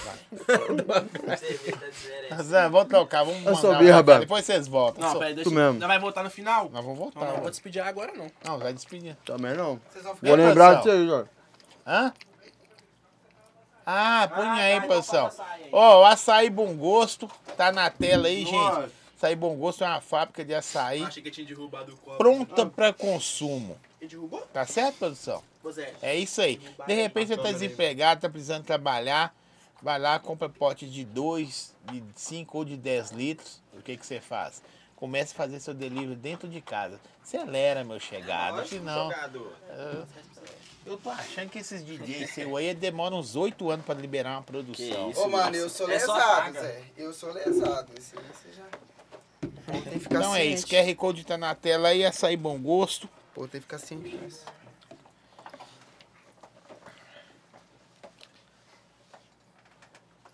Speaker 1: ficar.
Speaker 5: Serviço da diferença.
Speaker 1: Zé, vamos trocar, vamos mandar.
Speaker 3: soube,
Speaker 1: uma-
Speaker 3: Roberto.
Speaker 1: Depois vocês voltam.
Speaker 2: Não,
Speaker 1: Sou-
Speaker 2: peraí, deixa
Speaker 3: tu mesmo.
Speaker 2: Não vai voltar no final? Não,
Speaker 1: Nós vamos voltar.
Speaker 2: não,
Speaker 1: ué.
Speaker 2: vou despedir agora não.
Speaker 1: Não, vai despedir.
Speaker 3: Também tá não.
Speaker 4: Vocês vão
Speaker 3: Vou
Speaker 4: ficar.
Speaker 1: Olha-
Speaker 3: lembrar
Speaker 1: produção.
Speaker 3: disso aí, Jorge.
Speaker 1: Hã? Ah, põe aí,
Speaker 5: tá, então
Speaker 1: produção.
Speaker 5: passa açaí aí.
Speaker 1: Ó, o açaí Bom Gosto tá na tela aí, gente. Açaí Bom Gosto é uma fábrica de açaí
Speaker 2: Achei que eu tinha derrubado o copo. Ah.
Speaker 1: pronta pra consumo.
Speaker 2: Ele derrubou?
Speaker 1: Tá certo, produção?
Speaker 2: Pois é.
Speaker 1: É isso aí. De repente você tá desempregado, tá precisando trabalhar. Vai lá, compra pote de 2, de 5 ou de 10 litros. O que que você faz? Começa a fazer seu delivery dentro de casa. Acelera, meu chegado.
Speaker 5: Lógico,
Speaker 1: Senão,
Speaker 5: jogador.
Speaker 1: eu tô achando que esses DJs seu aí demoram uns 8 anos pra liberar uma produção.
Speaker 5: isso?
Speaker 4: Ô, mano, eu sou
Speaker 5: É só
Speaker 4: lesado,
Speaker 5: paga.
Speaker 4: Zé. Eu sou lesado. Esse aí você já. Pô, tem que ficar assim.
Speaker 1: Então é isso.
Speaker 4: ciente.
Speaker 1: QR Code tá na tela aí, açaí bom gosto.
Speaker 4: Pô, tem que ficar assim. ciente disso.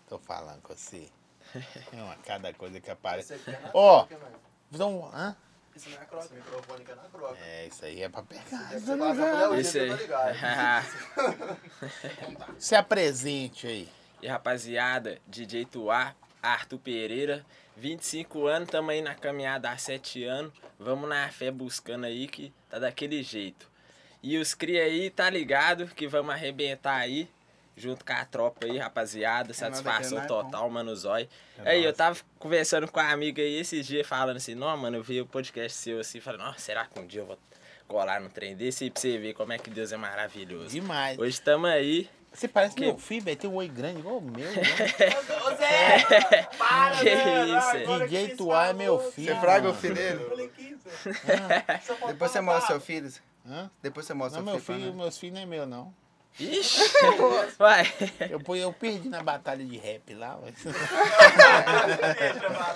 Speaker 1: Tô falando com você. [laughs] É uma cada coisa que aparece.
Speaker 4: Esse aqui é na
Speaker 1: Ó.
Speaker 4: croca, velho.
Speaker 1: Então, hã?
Speaker 4: Esse não é na croca. Esse microfone aqui é na croca.
Speaker 1: É, isso aí é pra pegar.
Speaker 4: Deve ser bacana, né? Hoje
Speaker 5: Esse
Speaker 4: eu tô
Speaker 5: aí.
Speaker 4: ligado.
Speaker 1: [laughs] Se apresente aí.
Speaker 5: E rapaziada, DJ Tuá, Arthur Pereira, 25 anos, estamos aí na caminhada há 7 anos. Vamos na fé buscando aí que tá daquele jeito. E os cria aí, tá ligado que vamos arrebentar aí. Junto com a tropa aí, rapaziada. Satisfação
Speaker 4: nada que é nada,
Speaker 5: total, mano, zói. aí, eu tava conversando com a amiga aí esses dias, falando assim, não, mano, eu vi o podcast seu assim, falando, nossa, será que um dia eu vou colar num trem desse? E pra você ver como é que Deus é maravilhoso.
Speaker 1: Demais.
Speaker 5: Hoje estamos aí.
Speaker 1: Você parece
Speaker 5: Que-
Speaker 1: meu filho, velho. Tem um oi grande igual o
Speaker 4: [laughs]
Speaker 1: meu. né?
Speaker 5: Ô Zé, [laughs] para,
Speaker 6: Que
Speaker 5: isso, hein?
Speaker 1: DJ Tuá é meu filho.
Speaker 4: Você fraga o
Speaker 1: mano.
Speaker 4: filho dele? Depois
Speaker 6: Depois
Speaker 4: você mostra seu filho. Zé.
Speaker 1: Hã?
Speaker 4: Depois você mostra
Speaker 1: Não, é
Speaker 4: seu
Speaker 1: meu
Speaker 4: filho. pra
Speaker 1: filho,
Speaker 4: nós.
Speaker 1: meus filhos não é meu, não.
Speaker 4: [laughs]
Speaker 5: Ixi,
Speaker 1: [laughs]
Speaker 5: vai.
Speaker 1: Eu, pô- eu perdi na batalha de rap lá.
Speaker 4: [laughs]
Speaker 1: mas- [laughs]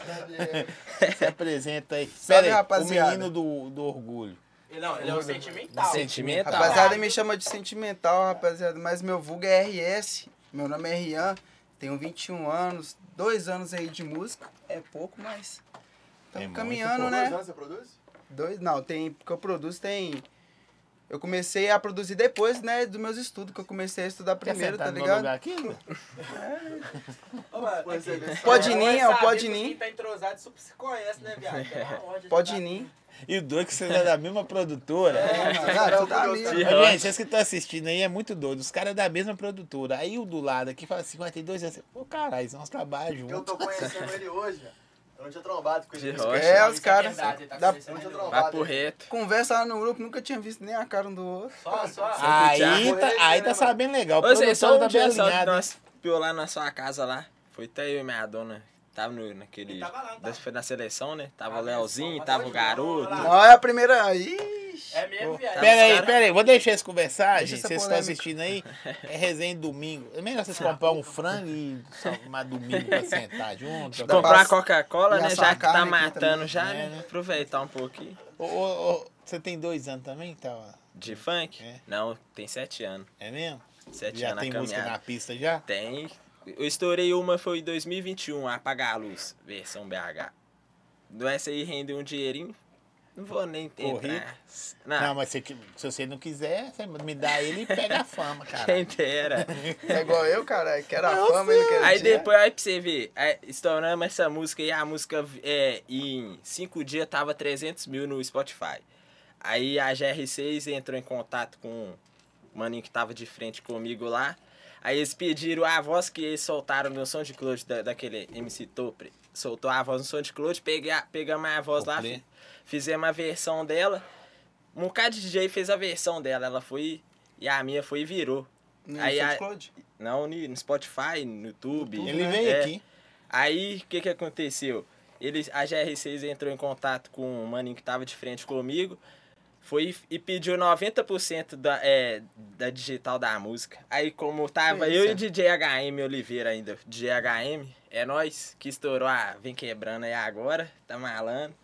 Speaker 1: Se apresenta aí.
Speaker 4: Salve,
Speaker 1: Pera aí, o
Speaker 4: rapaziada.
Speaker 1: menino do, do orgulho.
Speaker 2: Não, ele é um sentimental.
Speaker 5: Sentimental.
Speaker 4: Tá
Speaker 1: Tá.
Speaker 4: Rapaziada, é me chama de sentimental, rapaziada, mas meu vulgo é RS. Meu nome é Rian, tenho 21 anos, dois anos aí de música, é pouco, mas
Speaker 1: É
Speaker 4: estamos
Speaker 1: muito
Speaker 4: caminhando,
Speaker 1: pouco.
Speaker 4: né?
Speaker 7: anos você produz?
Speaker 4: Dois, não, tem, porque eu produzo tem eu comecei a produzir depois, né, dos meus estudos, que eu comecei a estudar
Speaker 1: Quer
Speaker 4: primeiro,
Speaker 1: sentar
Speaker 4: tá
Speaker 1: no meu
Speaker 4: ligado?
Speaker 1: lugar aqui? Lu?
Speaker 2: Ô, mano, tem que-
Speaker 4: Pode
Speaker 2: É,
Speaker 4: ir,
Speaker 2: vai
Speaker 4: ó,
Speaker 2: saber
Speaker 4: pode
Speaker 2: que
Speaker 4: ir.
Speaker 2: quem Tá entrosado, isso se conhece, né, viado? Pela ordem,
Speaker 4: Pode
Speaker 2: tá-
Speaker 4: ir, nin.
Speaker 1: E o doido que vocês é da mesma produtora.
Speaker 5: É.
Speaker 4: Ah, tu tá ali.
Speaker 5: [laughs]
Speaker 1: Mas, gente, vocês que estão assistindo aí é muito doido. Os caras da mesma produtora. Aí o do lado aqui fala 52 anos. Pô, caralho, nós trabalhamos
Speaker 7: Porque eu
Speaker 1: juntos.
Speaker 7: tô conhecendo ele hoje. Eu não tinha trombado com ele.
Speaker 5: De rocha.
Speaker 4: É, os
Speaker 2: Isso
Speaker 4: caras.
Speaker 2: verdade, ele tá
Speaker 4: dá-
Speaker 2: conhecendo
Speaker 7: Onde eu
Speaker 2: ele.
Speaker 7: trabalho.
Speaker 5: Papo reto.
Speaker 4: Conversa lá no grupo, nunca tinha visto nem a cara um do outro.
Speaker 7: Só, só.
Speaker 1: Aí
Speaker 7: Thiago.
Speaker 1: tá,
Speaker 3: é
Speaker 1: aí tá sabendo legal. O
Speaker 5: Ô Zé,
Speaker 1: produtor
Speaker 5: só
Speaker 1: tá
Speaker 5: um
Speaker 1: bem
Speaker 5: dia só que
Speaker 1: alinhado.
Speaker 5: nós piou lá na sua casa lá. Foi até eu e minha dona. Tava no, naquele.
Speaker 2: tava lá, não tava? Ah,
Speaker 5: das- Foi na seleção, né? Tava o
Speaker 2: Tava na
Speaker 5: Leozinho,
Speaker 2: seleção,
Speaker 5: tava o
Speaker 2: mas hoje não,
Speaker 5: garoto.
Speaker 2: olha lá.
Speaker 3: é
Speaker 4: Olha a primeira. Ixi.
Speaker 2: É mesmo, viado.
Speaker 1: Pera
Speaker 5: os
Speaker 1: aí,
Speaker 5: cara-
Speaker 1: pera aí, vou deixar eles conversar,
Speaker 4: Deixa
Speaker 1: gente.
Speaker 4: essa
Speaker 1: Vocês que estão
Speaker 4: polêmica.
Speaker 1: assistindo aí. É resenha de domingo. É melhor vocês comprar um frango e só tomar domingo pra sentar junto.
Speaker 5: Comprar
Speaker 4: Passa-
Speaker 5: Coca-Cola,
Speaker 4: e
Speaker 5: né?
Speaker 4: essa
Speaker 5: Já que tá
Speaker 4: carne aqui
Speaker 5: matando
Speaker 4: também,
Speaker 5: já,
Speaker 1: né,
Speaker 5: né?
Speaker 1: né?
Speaker 5: Aproveitar um pouquinho.
Speaker 1: Ô, ô, ô, você tem dois anos também, tá?
Speaker 5: De funk?
Speaker 1: É.
Speaker 5: Não, tem sete anos.
Speaker 1: É mesmo?
Speaker 5: Sete
Speaker 1: já
Speaker 5: anos
Speaker 1: tem
Speaker 5: na
Speaker 1: música
Speaker 5: caminhada.
Speaker 1: na pista já?
Speaker 5: Tem. Eu estourei uma, foi em 2021, Apagar um, a Luz, versão BH. Do essa aí rendeu um dinheirinho. Não vou nem entrar.
Speaker 1: rico?
Speaker 5: Não,
Speaker 1: Não, mas se, se você não quiser, você me dá ele e pega a fama, cara.
Speaker 5: [laughs] quem dera.
Speaker 4: É igual eu, cara. Quero a fama e não quero
Speaker 5: aí
Speaker 4: dinheiro.
Speaker 5: depois, aí pra você ver, aí estouramos essa música e a música é, em cinco dias tava 300 mil no Spotify. Aí a GR6 entrou em contato com o maninho que tava de frente comigo lá. Aí eles pediram "Ah, a voz que eles soltaram no som de Cloud da, daquele MC Topre. Soltou a voz no som de Cloud, peguei a- pegamos a voz lá,
Speaker 1: Topre.
Speaker 5: fi- fizemos a versão dela. Um bocado de DJ fez a versão dela, ela foi e a minha foi e virou.
Speaker 4: No
Speaker 5: Aí a-
Speaker 4: SoundCloud?
Speaker 5: Não, ni- no Spotify, no YouTube.
Speaker 1: Ele
Speaker 5: né?
Speaker 1: veio
Speaker 5: É.
Speaker 1: aqui.
Speaker 5: Aí, o que que aconteceu? Ele, a GR6 entrou em contato com um maninho que tava de frente comigo, foi e pediu 90% da, é, da digital da música. Aí, como tava
Speaker 4: Que
Speaker 5: eu
Speaker 4: isso,
Speaker 5: e DJ HM Oliveira ainda, DJ HM, é nós que estourou a Vem Quebrando aí agora, tá malando.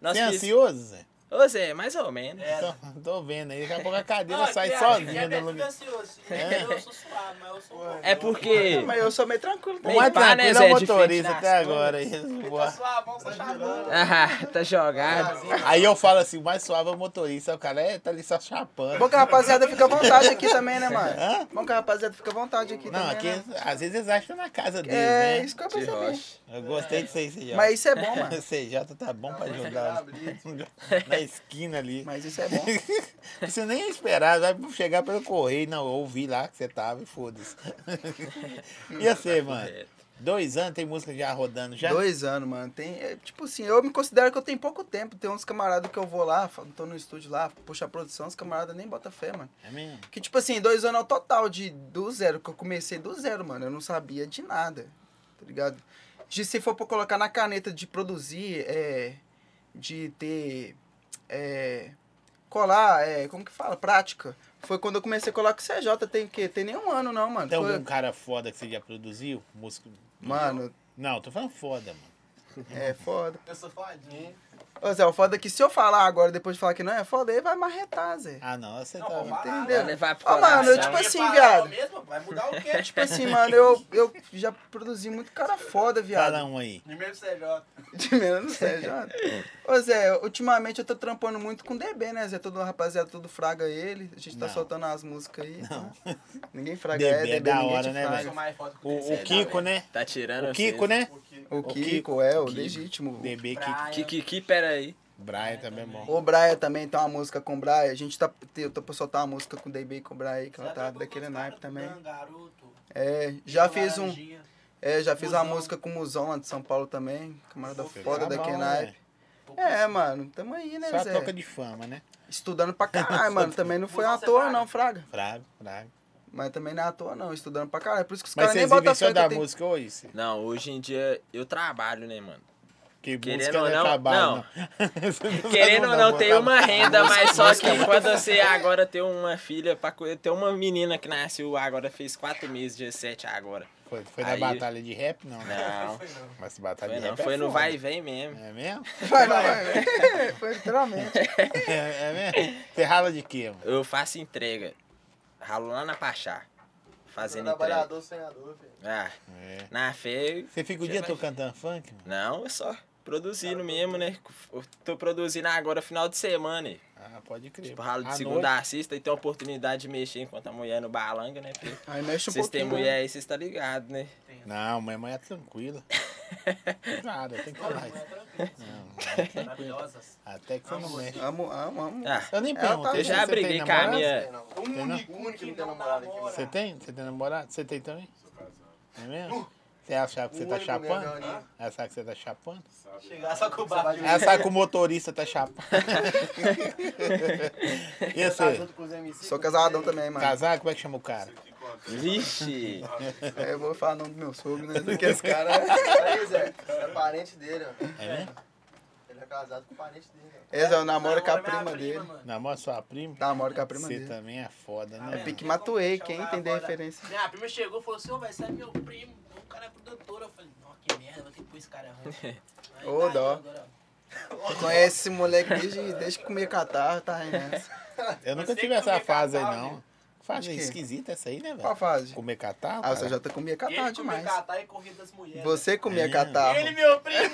Speaker 5: Nós
Speaker 1: Você é
Speaker 5: fiz-
Speaker 1: ansioso, Zé?
Speaker 5: Ô Zé, mais ou menos.
Speaker 1: É, Tô, tô vendo aí, daqui a pouco a cadeira
Speaker 2: Ah,
Speaker 1: sai
Speaker 2: viado,
Speaker 1: sozinha
Speaker 2: viado
Speaker 1: do
Speaker 2: é
Speaker 1: lugar.
Speaker 2: ansioso. Eu sou suave, mas eu sou bom.
Speaker 5: É porque.
Speaker 4: Mas eu sou meio tranquilo.
Speaker 1: O
Speaker 5: Bem,
Speaker 1: mais
Speaker 5: pá, né,
Speaker 1: tranquilo
Speaker 5: Zé,
Speaker 1: é o
Speaker 5: é diferente
Speaker 1: motorista
Speaker 5: das
Speaker 1: até agora. aí, boa.
Speaker 2: Tá suave, vamos pra chamando.
Speaker 5: Ah, tá jogado.
Speaker 1: Aí eu falo assim, o mais suave é o motorista. O cara é, tá ali só chapando.
Speaker 4: Bom que a rapaziada fica à vontade aqui também, né, mano? Bom que a rapaziada fica à vontade aqui
Speaker 1: Não,
Speaker 4: também.
Speaker 1: aqui
Speaker 4: né?
Speaker 1: às vezes eles acham na casa deles,
Speaker 4: É,
Speaker 1: né?
Speaker 4: isso que eu
Speaker 5: De
Speaker 4: percebi.
Speaker 5: rocha.
Speaker 1: Eu gostei de ser CJ.
Speaker 4: Mas isso é bom, mano.
Speaker 1: CJ tá bom pra jogar [laughs] na
Speaker 4: [laughs]
Speaker 1: esquina ali.
Speaker 4: é Mas isso é bom.
Speaker 1: [laughs] Você nem ia esperar, vai chegar pelo correio. Não, eu ouvi lá que você tava e foda-se. [laughs] Ia ser, mano. Dois anos tem música já rodando [laughs] já.
Speaker 4: Dois anos, mano. Tem, é, tipo assim, eu me considero que eu tenho pouco tempo. Tem uns camaradas que eu vou lá, fa- tô no estúdio lá, puxa a produção, os camaradas nem botam fé, mano.
Speaker 1: É mesmo?
Speaker 4: Que tipo assim, dois anos ao total de do zero, que eu comecei do zero, mano. Eu não sabia de nada, tá ligado? De se for pra colocar na caneta de produzir, é, de ter. é, colar, é, como que fala? Prática. Foi quando eu comecei a colar com o CJ, tem o quê? Tem nem um ano, não, mano.
Speaker 1: Tem
Speaker 4: Foi-
Speaker 1: algum cara foda que você já produziu? Músico.
Speaker 4: Mano,
Speaker 1: Não, tô falando foda, mano.
Speaker 4: é foda.
Speaker 7: Eu sou fadinho.
Speaker 4: Ô, Zé, o foda é que se eu falar agora, depois de falar que não é foda, aí vai marretar, Zé.
Speaker 1: Ah, não, você
Speaker 2: Não,
Speaker 1: tá.
Speaker 2: vou parar.
Speaker 4: Entendeu?
Speaker 5: Vai levar pro
Speaker 4: Ó,
Speaker 2: Ah,
Speaker 4: mano, eu
Speaker 5: coração.
Speaker 4: tipo assim,
Speaker 2: Fala
Speaker 4: viado.
Speaker 2: mesmo, Vai mudar o quê?
Speaker 4: Tipo assim, mano, eu, eu já produzi muito cara foda,
Speaker 1: Fala
Speaker 4: viado.
Speaker 1: um aí.
Speaker 7: Primeiro CJ.
Speaker 4: De menos no CJ. Ô, Zé, ultimamente eu tô trampando muito com o DB, né, Zé? Todo rapaziada, tudo fraga ele. A gente tá
Speaker 1: Não.
Speaker 4: soltando as músicas aí. Não. Ninguém fraga
Speaker 1: DB
Speaker 4: é,
Speaker 1: é
Speaker 4: DB
Speaker 1: da
Speaker 4: ninguém
Speaker 1: hora,
Speaker 4: te
Speaker 1: né,
Speaker 4: fraga.
Speaker 2: Eu sou mais foda que
Speaker 1: O, o
Speaker 4: é
Speaker 2: terceiro,
Speaker 1: Kiko, né?
Speaker 5: Tá tirando
Speaker 1: O Kiko,
Speaker 5: vocês.
Speaker 1: né?
Speaker 4: O
Speaker 1: Kiko,
Speaker 4: Kiko, é, o legítimo.
Speaker 1: DB Kiko.
Speaker 2: Brian.
Speaker 5: Que, que, que, pera aí.
Speaker 1: Brian também é bom.
Speaker 4: O Braia também tem uma música com o Braia. A gente tá. Eu tô pra soltar uma música com o DB e com o Braia aí, que ela
Speaker 2: Já
Speaker 4: tá
Speaker 2: trampou
Speaker 4: daquele
Speaker 2: com os
Speaker 4: naipe
Speaker 2: caras do
Speaker 4: também.
Speaker 2: Dan, garoto.
Speaker 4: É, já fiz um.
Speaker 2: Laranjinha.
Speaker 4: É, já fiz uma
Speaker 2: Musão.
Speaker 4: música com o Musão lá de São Paulo também. Camarada
Speaker 2: Pô,
Speaker 4: foda
Speaker 1: tá
Speaker 4: da
Speaker 1: bom,
Speaker 4: Kenai.
Speaker 1: né?
Speaker 4: É, mano, tamo aí, né,
Speaker 1: Só a
Speaker 4: Zé?
Speaker 1: toca de fama, né?
Speaker 4: Estudando pra caralho, mano. Também não foi à
Speaker 2: Musão, você
Speaker 4: toa,
Speaker 2: paga?
Speaker 4: não, Fraga.
Speaker 1: Frago, frago.
Speaker 4: Mas também não é à toa, não. Estudando pra caralho. é Por isso que os
Speaker 1: Mas
Speaker 4: caras nem
Speaker 1: vocês
Speaker 4: botam
Speaker 1: vivem
Speaker 4: fé
Speaker 1: só
Speaker 4: que eu
Speaker 1: da
Speaker 4: tenho.
Speaker 1: música ou isso?
Speaker 5: Não, hoje em dia eu trabalho, né, mano?
Speaker 1: Que
Speaker 5: Querendo
Speaker 1: música
Speaker 5: ou
Speaker 1: não é
Speaker 5: não,
Speaker 1: trabalho,
Speaker 5: [laughs] não.
Speaker 1: não. Você não.
Speaker 5: Querendo ou não, tem
Speaker 1: trabalho.
Speaker 5: uma renda, mas só que quando você agora tem uma filha, pra cu- tem uma menina que nasceu agora, fez quatro meses, dia 7 agora.
Speaker 1: Foi, foi na
Speaker 5: Aí-
Speaker 1: batalha de rap, não, né? [laughs]
Speaker 5: Não,
Speaker 1: Mas batalha
Speaker 5: foi
Speaker 1: de
Speaker 5: não,
Speaker 1: rap é
Speaker 5: foi no
Speaker 1: foda.
Speaker 5: vai e vem mesmo.
Speaker 1: É mesmo? [laughs]
Speaker 4: Vai, não, vai. [laughs] Foi literalmente.
Speaker 1: É, é mesmo? Você rala de quê, mano?
Speaker 5: Eu faço entrega. Ralo lá na Pachá, fazendo entrega.
Speaker 7: Trabalhador, sonhador, filho.
Speaker 5: Ah,
Speaker 1: É.
Speaker 5: na fé,
Speaker 1: Você fica o dia todo cantando funk, mano?
Speaker 5: não, é só produzindo mesmo, né? Eu tô produzindo agora final de semana, né?
Speaker 1: Ah, pode crer.
Speaker 5: Tipo, ralo
Speaker 1: À
Speaker 5: de segunda
Speaker 1: noite,
Speaker 5: a sexta e tem a oportunidade de mexer enquanto a mulher é no balanga, né? Porque
Speaker 4: Aí mexe um
Speaker 5: vocês têm
Speaker 4: pouquinho.
Speaker 5: mulher aí, vocês tá ligado, né?
Speaker 1: Não, minha mãe é
Speaker 5: [laughs]
Speaker 1: tranquila. Cara, tem que falar isso.
Speaker 2: Maravilhosas.
Speaker 1: Até que você não mexe.
Speaker 4: Amo, amo, amo.
Speaker 5: Ah,
Speaker 1: Eu nem
Speaker 4: Ela
Speaker 1: pergunto.
Speaker 4: tá-
Speaker 5: eu já briguei com a minha,
Speaker 7: Tem não. Um único, único que não tem namorado aqui. mano.
Speaker 1: Você tem? Você tem namorado? Você tem também? É mesmo? Você achar que você
Speaker 7: O
Speaker 1: tá
Speaker 7: único mesmo,
Speaker 1: chapando?
Speaker 7: né?
Speaker 1: Ela sabe que você tá chapando?
Speaker 2: Chegar só com o
Speaker 7: Você vai
Speaker 2: barulho.
Speaker 7: de
Speaker 1: Ela sabe que o motorista tá chapando. e
Speaker 7: tá
Speaker 1: você?
Speaker 7: junto com os MC?
Speaker 4: Sou casadão também, mano.
Speaker 1: Casar? Como é que chama o cara?
Speaker 5: Vixe!
Speaker 4: É, eu vou falar o nome do meu sogro, né? Porque esse cara.
Speaker 7: Aí, Zé. É parente dele, ó.
Speaker 1: É mesmo?
Speaker 7: Ele é casado com parente dele, ó.
Speaker 4: Esse eu namoro com a
Speaker 2: Namora minha
Speaker 4: prima dele.
Speaker 2: mano.
Speaker 1: Namora sua prima?
Speaker 4: Namoro com Tá, a prima
Speaker 1: Você
Speaker 4: dele. Ah,
Speaker 1: também é foda,
Speaker 2: Tá
Speaker 1: né?
Speaker 2: vendo?
Speaker 4: Pique
Speaker 2: Tem como
Speaker 4: Matuei,
Speaker 2: chamar
Speaker 4: quem entender a
Speaker 2: agora.
Speaker 4: referência.
Speaker 2: Minha prima chegou e falou assim, ô, vai sair meu primo. O cara é produtor. Eu falei, nossa, que merda, vou ter que pôr esse cara é
Speaker 4: [laughs]
Speaker 2: ruim. Aí
Speaker 4: Ô,
Speaker 2: tá aí
Speaker 4: dó.
Speaker 2: agora, ó.
Speaker 4: Conhece esse moleque desde, desde que comia catarro, tá aí nessa.
Speaker 1: Eu nunca
Speaker 2: Você que
Speaker 1: tive essa
Speaker 2: comia
Speaker 1: fase aí,
Speaker 2: catarro,
Speaker 1: não. Fase
Speaker 4: De quê?
Speaker 1: esquisita essa aí, né,
Speaker 4: Qual a
Speaker 1: velho?
Speaker 4: fase?
Speaker 1: Comer catarro?
Speaker 4: Ah,
Speaker 1: cara?
Speaker 4: você já tá comia
Speaker 2: Ele comia
Speaker 4: catarro demais.
Speaker 2: catar e corria das mulheres.
Speaker 4: Você comia
Speaker 1: É.
Speaker 4: catarro.
Speaker 2: Ele, meu
Speaker 4: [laughs]
Speaker 2: primo.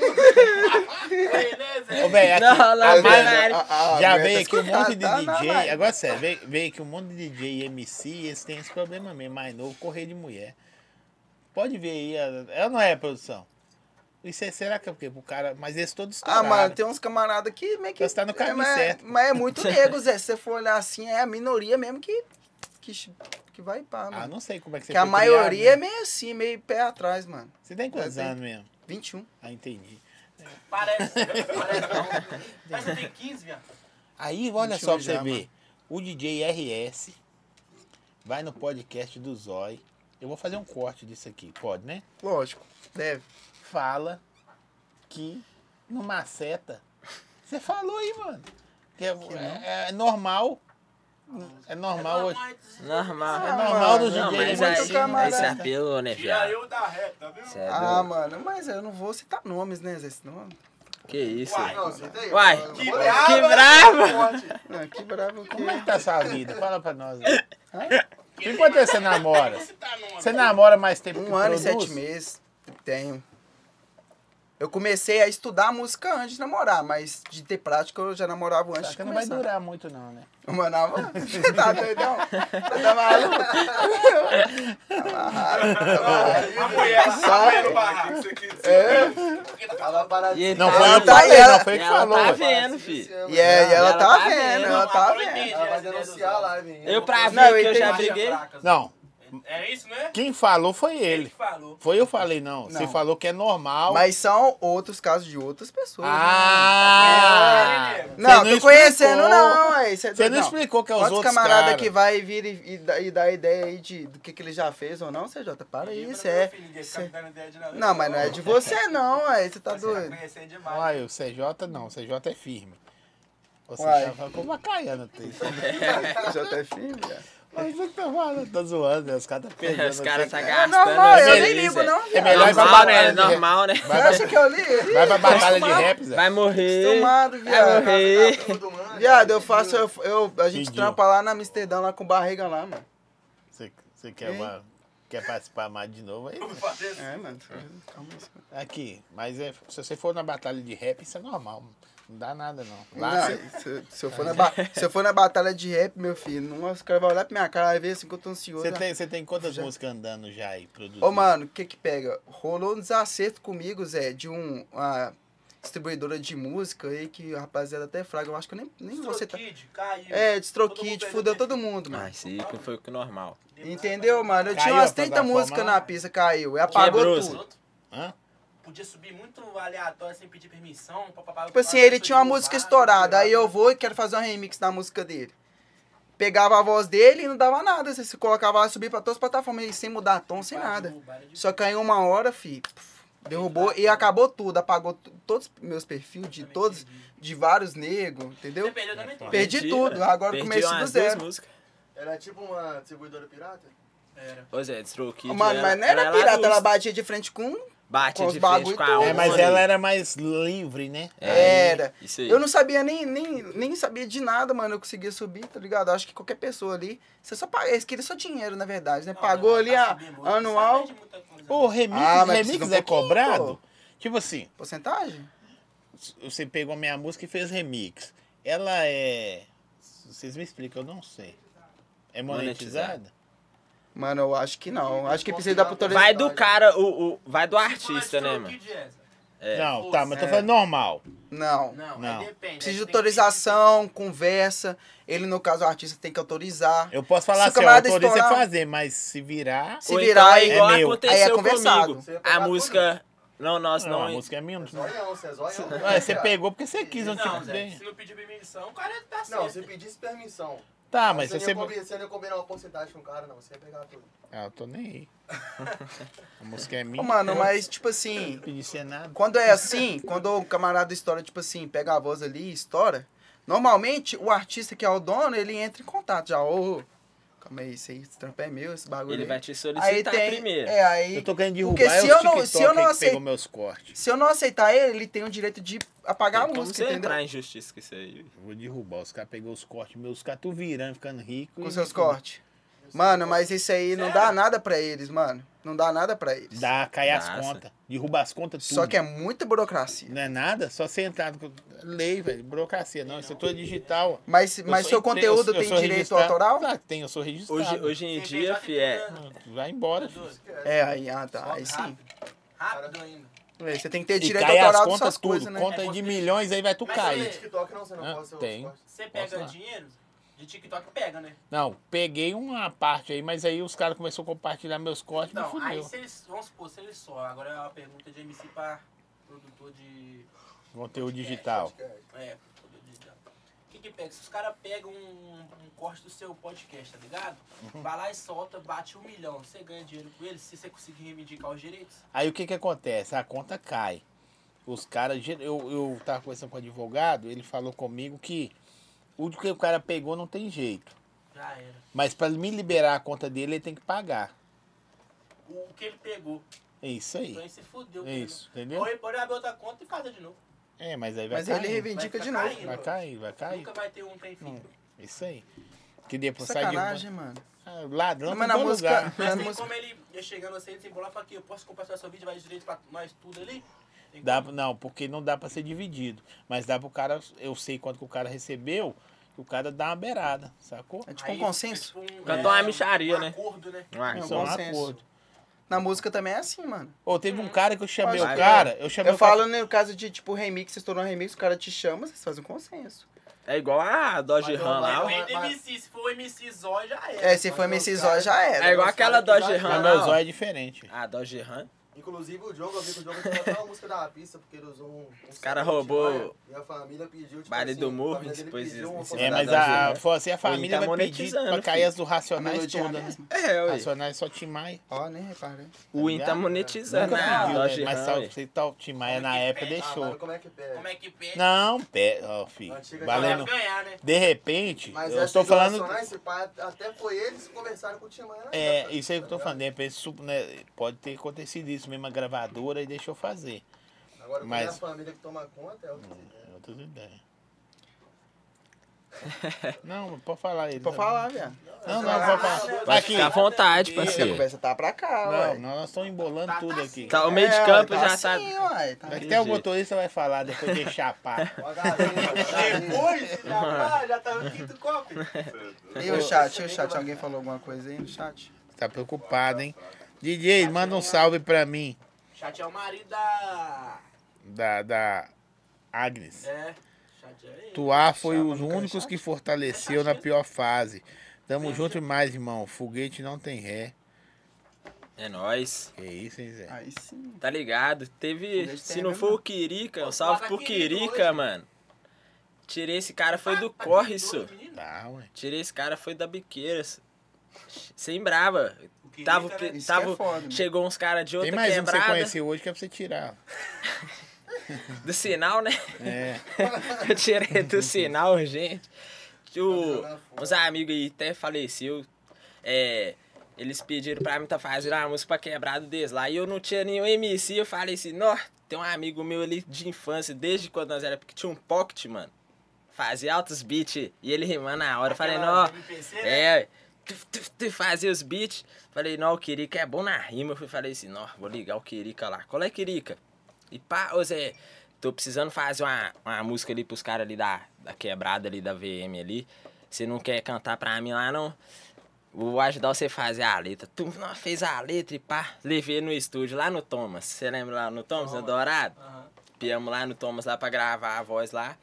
Speaker 2: Beleza.
Speaker 1: Ô, velho, aqui-
Speaker 5: Não,
Speaker 3: Tá
Speaker 5: lá
Speaker 1: a
Speaker 5: vem,
Speaker 1: Mari-
Speaker 5: né?
Speaker 4: A- a- a
Speaker 1: Já
Speaker 4: mulher
Speaker 1: veio
Speaker 4: tá
Speaker 1: aqui um
Speaker 4: escutada,
Speaker 1: monte de
Speaker 4: tá na
Speaker 1: DJ.
Speaker 4: live.
Speaker 1: Agora sério, veio, veio aqui um monte de DJ e MC, eles têm esse problema mesmo, mais novo, correr de mulher. Pode ver aí, ela- ela não é produção. Isso é, será que é porque o cara. Mas esse todo
Speaker 4: Ah,
Speaker 1: estouraram.
Speaker 4: mano, tem uns camarada que meio que.
Speaker 1: Você tá no caminho
Speaker 4: mas, é,
Speaker 1: certo.
Speaker 4: Mas é muito nego, Zé. Se você for olhar assim, é a minoria mesmo que. que, ch- que vai pá,
Speaker 1: Ah,
Speaker 4: mano.
Speaker 1: não sei como é que você
Speaker 4: que a
Speaker 1: foi
Speaker 4: maioria é
Speaker 1: criado, né?
Speaker 4: meio assim, meio pé atrás, mano. um,
Speaker 1: Você tem quantos
Speaker 4: Já tem.
Speaker 1: anos mesmo?
Speaker 4: 21.
Speaker 1: Ah, entendi.
Speaker 2: Parece, parece não. Mas você tem 15, viado.
Speaker 1: Aí, olha
Speaker 4: 21
Speaker 1: só pra você
Speaker 4: já,
Speaker 1: ver. O DJ RS vai no podcast do Zói. Eu vou fazer um corte disso aqui, pode, né?
Speaker 4: Lógico. Deve.
Speaker 1: fala que no maceta. Você falou aí, mano. Que é, é- é normal. É normal hoje.
Speaker 5: Normal.
Speaker 1: É
Speaker 4: Ah,
Speaker 1: normal
Speaker 4: mano,
Speaker 1: do
Speaker 5: Não,
Speaker 1: DJ.
Speaker 5: mas
Speaker 1: né?
Speaker 4: muito
Speaker 5: aí,
Speaker 4: camarada.
Speaker 5: aí você apelou, né,
Speaker 2: Tira
Speaker 5: viado?
Speaker 2: eu da reta, viu?
Speaker 5: Cê é
Speaker 4: Ah,
Speaker 5: doido.
Speaker 4: mano, mas eu não vou citar nomes, né, Zé? Senão
Speaker 5: Que isso,
Speaker 3: Uai,
Speaker 5: velho.
Speaker 3: não, acertei.
Speaker 5: Uai,
Speaker 3: Olha,
Speaker 5: que
Speaker 3: olha,
Speaker 5: brava!
Speaker 3: forte.
Speaker 4: Ah,
Speaker 1: [laughs]
Speaker 4: que bravo o quê?
Speaker 1: Como é que tá sua vida? Fala pra nós. aí. Enquanto você namora?
Speaker 2: Tá
Speaker 1: Você namora mais tempo que
Speaker 4: Um ano e
Speaker 1: produz?
Speaker 4: sete meses. Tenho. Eu comecei a estudar música antes de namorar, mas de ter prática eu já namorava antes
Speaker 1: Acho
Speaker 4: de
Speaker 1: que Tá, não vai
Speaker 4: começar.
Speaker 1: durar muito, não, né?
Speaker 4: Não vai durar.
Speaker 1: [laughs]
Speaker 4: Mano, você tá doidão? Você tá maluco?
Speaker 2: A mulher
Speaker 4: Sai.
Speaker 2: sai no barraco, isso aqui. É?
Speaker 3: Ela parada
Speaker 5: E
Speaker 3: de-
Speaker 1: Não
Speaker 5: tá-
Speaker 1: foi eu que
Speaker 4: tá
Speaker 1: falei,
Speaker 4: ela-
Speaker 1: não foi eu que
Speaker 5: ela
Speaker 1: falou.
Speaker 5: tá
Speaker 1: ué.
Speaker 5: vendo,
Speaker 3: Esse
Speaker 5: filho.
Speaker 3: ano,
Speaker 4: E é, e
Speaker 3: né?
Speaker 4: ela
Speaker 5: Ela
Speaker 4: tá
Speaker 5: tá
Speaker 4: vendo,
Speaker 5: vendo,
Speaker 4: ela tá
Speaker 8: agora eu
Speaker 4: vendo.
Speaker 8: entendi.
Speaker 3: Ela vai denunciar lá, menina.
Speaker 5: Eu pra ver
Speaker 4: Não, eu
Speaker 5: que eu já
Speaker 4: entendi.
Speaker 5: briguei.
Speaker 1: Não,
Speaker 2: É isso, né?
Speaker 1: quem falou foi
Speaker 2: Ele
Speaker 1: ele.
Speaker 2: que falou.
Speaker 1: Foi eu que falei, não. Você
Speaker 4: Não.
Speaker 1: falou que é normal.
Speaker 4: Mas são outros casos de outras pessoas. né?
Speaker 1: Ah!
Speaker 2: É.
Speaker 1: Você
Speaker 4: Não, tô conhecendo,
Speaker 1: explicou.
Speaker 4: não. aí cê-
Speaker 1: Você não, explicou que é os
Speaker 4: Quantos
Speaker 1: outros
Speaker 4: camarada
Speaker 1: caras.
Speaker 4: que vai vir e, e, dá- e dá ideia aí de, do que, que ele já fez ou não, CJ? Para aí, isso é.
Speaker 2: tá
Speaker 4: cê- Não, mas não é de você não, aí você
Speaker 2: [laughs]
Speaker 4: tá doido.
Speaker 2: Conhecer demais.
Speaker 1: Uai, o CJ não, o CJ é firme. Você
Speaker 4: Uai.
Speaker 1: já falou com uma caiana, tem.
Speaker 4: CJ é firme, cara.
Speaker 1: Mas é eu tô falando, tô zoando, né? Os caras tá perdendo.
Speaker 5: Os caras tá
Speaker 1: você-
Speaker 4: É
Speaker 5: gastando.
Speaker 4: normal, eu nem
Speaker 1: feliz,
Speaker 4: ligo
Speaker 5: é.
Speaker 4: não,
Speaker 1: É
Speaker 4: viado.
Speaker 1: melhor ir pra
Speaker 5: Normal, né?
Speaker 1: batalha de rap.
Speaker 5: Normal, né?
Speaker 1: Vai pra-
Speaker 4: Você acha que eu li? Ih,
Speaker 1: Vai pra batalha de rap,
Speaker 4: é.
Speaker 1: Zé.
Speaker 5: Vai
Speaker 1: É
Speaker 5: morrer.
Speaker 4: Acostumado,
Speaker 5: Vai
Speaker 4: viado.
Speaker 5: morrer.
Speaker 3: Todo mundo,
Speaker 4: Viado, eu faço, eu, eu- a gente
Speaker 1: Pediu.
Speaker 4: trampa lá na Amsterdã, lá com barriga lá, mano.
Speaker 1: Você você quer, uma- quer participar mais de novo aí?
Speaker 4: É, mano. Calma aí.
Speaker 1: Aqui, mas é- se você for na batalha de rap, isso é normal. Não dá nada, não. Lá,
Speaker 4: Não,
Speaker 1: você-
Speaker 4: se, se eu for na ba- se eu for na batalha de rap, meu filho, não, os caras vão olhar pra minha cara vai ver assim que eu tô ansioso.
Speaker 1: você
Speaker 4: né?
Speaker 1: tem, você tem quantas músicas andando já aí, produzindo?
Speaker 4: Ô, mano, o que que pega? Rolou um desacerto comigo, Zé, de um, uma distribuidora de música aí que o rapaziada até fraga. Eu acho que eu nem, nem vou citar.
Speaker 2: Kid, caiu.
Speaker 4: É,
Speaker 2: Todo mundo
Speaker 4: destroquite,
Speaker 2: perdeu
Speaker 4: fudeu
Speaker 2: tempo.
Speaker 4: todo mundo, mano.
Speaker 5: Ah, isso aí que foi o que normal.
Speaker 4: Entendeu, mano? Eu tinha
Speaker 1: Caiu a
Speaker 4: umas 30
Speaker 1: plataforma
Speaker 4: músicas
Speaker 1: lá?
Speaker 4: na pista, caiu. E apagou
Speaker 5: Quebrou,
Speaker 4: tudo.
Speaker 5: Zé.
Speaker 1: Hã?
Speaker 2: Podia subir muito aleatório sem pedir permissão. papapá,
Speaker 4: Tipo assim, ele tinha uma música estourada, aí
Speaker 2: né?
Speaker 4: eu vou e quero fazer um remix da música dele. Pegava a voz dele e não dava nada. Você se colocava lá, subia pra todas as plataformas, e sem mudar tom, sem nada.
Speaker 2: né?
Speaker 4: Só que aí uma hora, fi, puf, derrubou e acabou tudo. Apagou t- todos os meus perfis, de todos, de vários negros,
Speaker 2: Você
Speaker 4: entendeu?
Speaker 2: perdeu também tudo.
Speaker 4: Perdi tudo, agora
Speaker 5: Perdi
Speaker 4: comecei do
Speaker 5: umas
Speaker 4: zero.
Speaker 5: duas músicas.
Speaker 3: Era tipo uma distribuidora pirata? É
Speaker 2: Era.
Speaker 5: Ô, Zé, Stroke.
Speaker 4: Mano, mas não era pirata, ela batia de frente com. um,
Speaker 5: bate
Speaker 4: com os
Speaker 5: de frente
Speaker 4: bagulho
Speaker 5: com a
Speaker 4: tudo.
Speaker 5: onda.
Speaker 1: É, mas ela era mais livre, né?
Speaker 5: É,
Speaker 4: Era.
Speaker 5: Isso aí.
Speaker 4: Eu não sabia nem, nem, nem sabia de nada, mano. Eu conseguia subir, tá ligado? Acho que qualquer pessoa ali. Você só paga. Eles queriam só dinheiro, na verdade, né? Pagou
Speaker 2: Não,
Speaker 4: ali
Speaker 2: tá
Speaker 4: a
Speaker 2: subindo muito,
Speaker 4: anual.
Speaker 2: sabe de muita coisa.
Speaker 1: O remix,
Speaker 4: Ah, mas
Speaker 1: remix
Speaker 4: precisa um
Speaker 1: é
Speaker 4: pouquinho,
Speaker 1: cobrado?
Speaker 4: pô.
Speaker 1: Tipo assim,
Speaker 4: Porcentagem?
Speaker 1: você pegou minha música e fez remix. Ela é. Vocês me explicam, eu não sei. É monetizada?
Speaker 4: Mano, eu acho que não. Acho que precisa da tutorial.
Speaker 5: Vai do cara, o, o, vai do
Speaker 2: Fala de
Speaker 5: artista, né,
Speaker 2: Stroke,
Speaker 5: mano?
Speaker 2: Jazz.
Speaker 5: É.
Speaker 1: Não, tá, mas eu tô
Speaker 4: É.
Speaker 1: falando normal.
Speaker 4: Não.
Speaker 2: Não, é
Speaker 1: Não.
Speaker 2: aí depende.
Speaker 4: Precisa de
Speaker 2: aí tem que-
Speaker 4: autorização, conversa. Ele, no caso, o artista tem que autorizar.
Speaker 5: É
Speaker 1: Eu posso falar
Speaker 4: Se o
Speaker 1: assim, ó,
Speaker 4: camarada
Speaker 1: autoriza você
Speaker 4: estourar-
Speaker 1: fazer, mas se virar.
Speaker 4: Se
Speaker 5: Ou
Speaker 4: virar,
Speaker 5: então, é igual
Speaker 1: é meu.
Speaker 5: aconteceu
Speaker 4: Aí é conversado.
Speaker 5: comigo.
Speaker 3: Você ia
Speaker 5: A
Speaker 3: pagar
Speaker 5: música. Não, nós
Speaker 1: Não,
Speaker 5: não.
Speaker 1: a música é minha. não-
Speaker 3: Zóião, você é zoião.
Speaker 1: Ué, você pegou porque você quis, não,
Speaker 2: Não,
Speaker 1: te
Speaker 2: Zé,
Speaker 1: bem.
Speaker 2: se não pedir permissão, o cara tá certo.
Speaker 3: Não, você pedisse permissão.
Speaker 1: Tá, assim. mas se
Speaker 3: você...
Speaker 1: você.
Speaker 3: não ia combi- Você não ia combinar uma porcentagem com o cara, não. Você ia pegar tudo.
Speaker 1: Ah, eu tô nem aí. A música é minha.
Speaker 4: Ô, mano, mas tipo assim.
Speaker 1: Não pedi ser nada.
Speaker 4: Quando é assim, quando o camarada estoura, tipo assim, pega a voz ali e estoura, normalmente o artista que é o dono, ele entra em contato já. Ô, calma aí, esse, aí, esse trampo é meu, esse bagulho.
Speaker 5: Ele
Speaker 4: aí.
Speaker 5: vai te
Speaker 4: aí
Speaker 5: solicitar
Speaker 4: tem,
Speaker 5: primeiro.
Speaker 4: É, aí.
Speaker 1: Eu tô querendo derrubar
Speaker 4: Porque
Speaker 1: é
Speaker 4: se
Speaker 1: o
Speaker 4: eu não,
Speaker 1: TikTok
Speaker 4: se eu não
Speaker 1: aí que
Speaker 4: aceitar.
Speaker 1: pegou meus cortes.
Speaker 4: Se eu não aceitar ele, ele tem o direito de apagar a
Speaker 5: Tem como
Speaker 4: música,
Speaker 5: Então, você
Speaker 4: entendeu?
Speaker 5: entrar em justiça com isso aí?
Speaker 1: Eu Vou derrubar. Os caras pegou os cortes meus, os caras tão virando, ficando rico.
Speaker 4: Com
Speaker 1: e-
Speaker 4: seus cortes. Mano, mas isso aí não dá nada pra eles, mano. Não dá nada pra eles.
Speaker 1: Dá, cai
Speaker 5: Massa.
Speaker 1: as contas. Derruba as contas tudo.
Speaker 4: Só que é muita burocracia.
Speaker 1: Não é nada, só sentado. Lei, velho. Burocracia, não. Isso é tudo digital.
Speaker 4: Mas, mas
Speaker 1: sou
Speaker 4: seu
Speaker 1: empre-
Speaker 4: conteúdo
Speaker 1: eu sou- eu
Speaker 4: tem
Speaker 1: sou
Speaker 4: direito
Speaker 1: registrado.
Speaker 4: autoral?
Speaker 1: Claro que tem, eu sou registrado.
Speaker 5: Hoje, hoje em
Speaker 2: Tem
Speaker 5: dia,
Speaker 2: gente
Speaker 5: fi, é.
Speaker 2: que
Speaker 1: Vai embora. filho.
Speaker 2: Doze.
Speaker 4: É, aí, ah, tá.
Speaker 2: Só
Speaker 4: Aí sim.
Speaker 2: rápido. Rápido ainda.
Speaker 4: É, Você tem que ter
Speaker 1: E
Speaker 4: direito
Speaker 1: cai as
Speaker 4: autoral dessas
Speaker 1: contas tudo.
Speaker 4: coisas, né?
Speaker 1: Conta de milhões aí vai tu
Speaker 2: Mas
Speaker 1: cair.
Speaker 2: aí-
Speaker 3: TikTok não, você não
Speaker 1: Ah,
Speaker 3: pode ser os
Speaker 1: tem.
Speaker 3: cortes.
Speaker 2: Você pega
Speaker 1: Posso lá.
Speaker 2: dinheiro de TikTok, pega, né?
Speaker 1: Não, peguei uma parte aí, mas aí os caras começaram a compartilhar meus cortes, me
Speaker 2: Então, aí
Speaker 1: fudeu.
Speaker 2: se eles, vamos supor, se eles só, agora é uma pergunta de MC pra produtor de...
Speaker 1: Conteúdo digital.
Speaker 2: É, produtor digital. O que que pega? Se os caras pegam um, um corte do seu podcast, tá ligado? Vai lá e solta, bate um milhão, você ganha dinheiro com eles, se você conseguir reivindicar os direitos.
Speaker 1: Aí o que que acontece? A conta cai. Os caras, ge- eu, eu tava conversando com o advogado, ele falou comigo que o que o cara pegou não tem jeito.
Speaker 2: Já era.
Speaker 1: Mas pra me liberar a conta dele, ele tem que pagar.
Speaker 2: O que ele pegou,
Speaker 1: É isso aí.
Speaker 2: então ele se fudeu.
Speaker 1: É isso,
Speaker 2: Entendeu?
Speaker 1: entendeu?
Speaker 2: Ou ele pode abrir outra conta e fazer de novo.
Speaker 1: É, mas aí vai
Speaker 4: Mas
Speaker 1: cair.
Speaker 4: ele reivindica
Speaker 2: Vai
Speaker 4: de
Speaker 2: ficar
Speaker 4: novo.
Speaker 2: caindo.
Speaker 1: Vai cair, vai cair. É
Speaker 2: Nunca vai ter um trem fixo.
Speaker 1: Isso aí. Que depois sai de um
Speaker 4: Sacanagem, mano.
Speaker 1: Ah, ladrão
Speaker 4: Não,
Speaker 1: mas
Speaker 4: mas na música.
Speaker 1: lugar.
Speaker 4: Na
Speaker 2: Mas tem
Speaker 4: música
Speaker 2: como ele ia chegando assim, desembolar e falar que eu posso compartilhar sua vídeo, vai direito pra nós tudo ali? Tem
Speaker 1: Dá,
Speaker 2: como?
Speaker 1: não, porque não dá pra ser dividido. Mas dá pro cara, eu sei quanto que o cara recebeu, que o cara dá uma beirada, sacou?
Speaker 4: é tipo
Speaker 2: Aí,
Speaker 4: um consenso.
Speaker 2: tipo, um-
Speaker 5: Cantou uma
Speaker 2: é,
Speaker 5: micharia,
Speaker 2: um
Speaker 5: né?
Speaker 2: acordo, né?
Speaker 5: Vai,
Speaker 1: Isso
Speaker 5: só-
Speaker 1: é um
Speaker 4: consenso.
Speaker 1: acordo.
Speaker 4: Na música também é assim, mano.
Speaker 1: Ou teve um cara que eu chamei
Speaker 5: Mas-
Speaker 1: o cara, eu chamei
Speaker 4: Eu
Speaker 1: o cara-
Speaker 4: falo no caso de, tipo, remix, você estourou um remix, o cara te chama, vocês fazem um consenso.
Speaker 5: É igual a Dodge
Speaker 3: Mas eu-
Speaker 5: Ram
Speaker 2: Mas
Speaker 5: lá.
Speaker 3: mas-
Speaker 2: depende do MC, se for o MC Zó, já era.
Speaker 4: É, se for MC Zó, já era.
Speaker 5: É igual aquela
Speaker 3: caras que
Speaker 5: Dodge
Speaker 3: vai-
Speaker 1: Mas
Speaker 5: Ram
Speaker 1: meu
Speaker 5: lá.
Speaker 1: zóio
Speaker 5: ó.
Speaker 1: é diferente.
Speaker 5: A Dodge Ram.
Speaker 3: Inclusive o jogo, eu vi que o jogo tinha até uma música da pista, porque ele usou um. um
Speaker 5: cara
Speaker 3: saco de
Speaker 5: roubou
Speaker 3: maia, E a família pediu. Tipo,
Speaker 5: Baile
Speaker 3: assim,
Speaker 5: do
Speaker 3: a
Speaker 5: Morro,
Speaker 3: família dele
Speaker 5: depois
Speaker 3: pediu
Speaker 5: isso,
Speaker 3: uma
Speaker 5: isso é
Speaker 1: É,
Speaker 3: foto
Speaker 1: mas
Speaker 5: da
Speaker 1: a,
Speaker 5: Dodge, né?
Speaker 1: se fosse a família
Speaker 5: tá
Speaker 1: vai pedir
Speaker 5: monetizando,
Speaker 1: pra cair
Speaker 5: filho.
Speaker 1: as do
Speaker 4: A
Speaker 1: Racionais
Speaker 4: melodia é a
Speaker 1: toda, né?
Speaker 4: mesma.
Speaker 5: É, ué.
Speaker 1: Racionais só Tim Maia.
Speaker 4: Ó, nem reparei.
Speaker 5: O In tá
Speaker 1: ligado?
Speaker 5: monetizando
Speaker 1: Nunca
Speaker 5: a
Speaker 1: pediu,
Speaker 5: Dodge
Speaker 1: né? Mas
Speaker 5: Ram.
Speaker 1: só
Speaker 5: ué.
Speaker 1: se tá, o Tim Maia na época
Speaker 3: assim. Ah,
Speaker 1: deixou.
Speaker 3: mano, como é que pega?
Speaker 2: Como é que pega?
Speaker 1: Não, pé, ó, filho.
Speaker 3: Antiga
Speaker 1: Valendo.
Speaker 2: Pra ganhar, né?
Speaker 1: De repente,
Speaker 3: Mas
Speaker 1: eu
Speaker 3: essa
Speaker 1: estou falando.
Speaker 3: situação, esse pai, até foi eles que conversaram com o Timão. né?
Speaker 1: É, isso aí que eu tô falando. De repente, su- né, pode ter acontecido isso mesmo, a gravadora e deixou fazer.
Speaker 3: Agora, como
Speaker 1: mas-
Speaker 3: é a família que toma conta, é outra ideia.
Speaker 1: É Outras ideias. Não, mas pode falar ele.
Speaker 4: Pode
Speaker 1: também.
Speaker 4: falar, viado.
Speaker 1: Não, não, pode
Speaker 2: Não,
Speaker 1: falar.
Speaker 5: Vai
Speaker 1: Aqui.
Speaker 5: ficar à vontade,
Speaker 4: Essa
Speaker 5: parceiro.
Speaker 4: conversa tá pra cá,
Speaker 1: Não,
Speaker 4: ué.
Speaker 1: nós estamos embolando
Speaker 2: Tá,
Speaker 1: tudo
Speaker 2: tá
Speaker 1: aqui.
Speaker 2: sim.
Speaker 5: Tá, o meio de
Speaker 4: É,
Speaker 5: campo
Speaker 4: ué, tá
Speaker 5: já tá.
Speaker 4: assim, ué, tá.
Speaker 1: Até
Speaker 5: jeito.
Speaker 1: o motorista vai falar depois de
Speaker 3: [laughs]
Speaker 1: chapar.
Speaker 3: Ó,
Speaker 1: [laughs]
Speaker 3: a galinha, a galinha.
Speaker 2: Depois, se dá
Speaker 5: [laughs]
Speaker 2: pra, já tá no quinto copo.
Speaker 4: E o chat, e o chat, alguém falou alguma coisa aí no chat?
Speaker 1: Tá preocupado, hein? DJ, manda um salve pra mim.
Speaker 2: Chat é o marido da...
Speaker 1: Da, da Agnes.
Speaker 2: É, chat é ele.
Speaker 1: Tuá foi os únicos que fortaleceu
Speaker 5: é.
Speaker 1: na pior fase. Tamo junto mais, irmão. Foguete não tem ré.
Speaker 5: É nóis.
Speaker 1: Que isso, hein, Zé?
Speaker 4: Aí sim.
Speaker 5: Tá ligado? Teve.
Speaker 4: Foguete
Speaker 5: Se
Speaker 4: tem
Speaker 5: não
Speaker 4: mesmo,
Speaker 5: for
Speaker 4: não.
Speaker 5: o Quirica,
Speaker 2: Pô,
Speaker 5: um salve
Speaker 2: fala
Speaker 5: pro
Speaker 2: Quirica
Speaker 5: Quirica,
Speaker 2: hoje.
Speaker 5: mano. Tirei esse cara, foi do
Speaker 2: Ah, tá
Speaker 5: corre,
Speaker 2: doido,
Speaker 5: isso.
Speaker 2: menino.
Speaker 1: Tá, ué.
Speaker 5: Tirei esse cara, foi da biqueira. so. Sem brava.
Speaker 2: O Quirica,
Speaker 5: Tava,
Speaker 2: né?
Speaker 5: que-
Speaker 4: Isso
Speaker 5: tava,
Speaker 4: é foda, né?
Speaker 5: chegou uns caras de outra
Speaker 1: Tem mais um que você
Speaker 5: quebrada.
Speaker 1: conheceu hoje que é pra você tirar.
Speaker 5: do sinal, né?
Speaker 1: É.
Speaker 5: [laughs] Eu tirei do sinal, gente. O,
Speaker 3: Tá
Speaker 5: uns amigos aí até faleceu. É, eles pediram pra mim tá fazendo uma música pra quebrado deles lá. E eu não tinha nenhum MC. Eu falei assim, nó, tem um amigo meu ali de infância, desde quando nós era porque tinha um pocket, mano. Fazia altos beats e ele rimando na hora. Eu falei,
Speaker 2: Aquela
Speaker 5: nó,
Speaker 2: MPC, né?
Speaker 5: é, tuf, tuf, tuf, fazia os beats. Falei, não, o Quirica é bom na rima. Eu fui- falei assim, não, vou ligar o Quirica lá. Qual é, Quirica? E pá, ô Zé, tô precisando fazer uma, uma música ali pros caras ali da, da quebrada ali da VM ali. Você não quer cantar pra mim lá, não? Vou ajudar você a fazer a letra. Tu não fez a letra e pá. Levei no estúdio lá no Thomas. Você lembra lá no Thomas, no Dourado?
Speaker 2: Aham.
Speaker 5: Piamos lá no Thomas lá pra gravar a voz lá.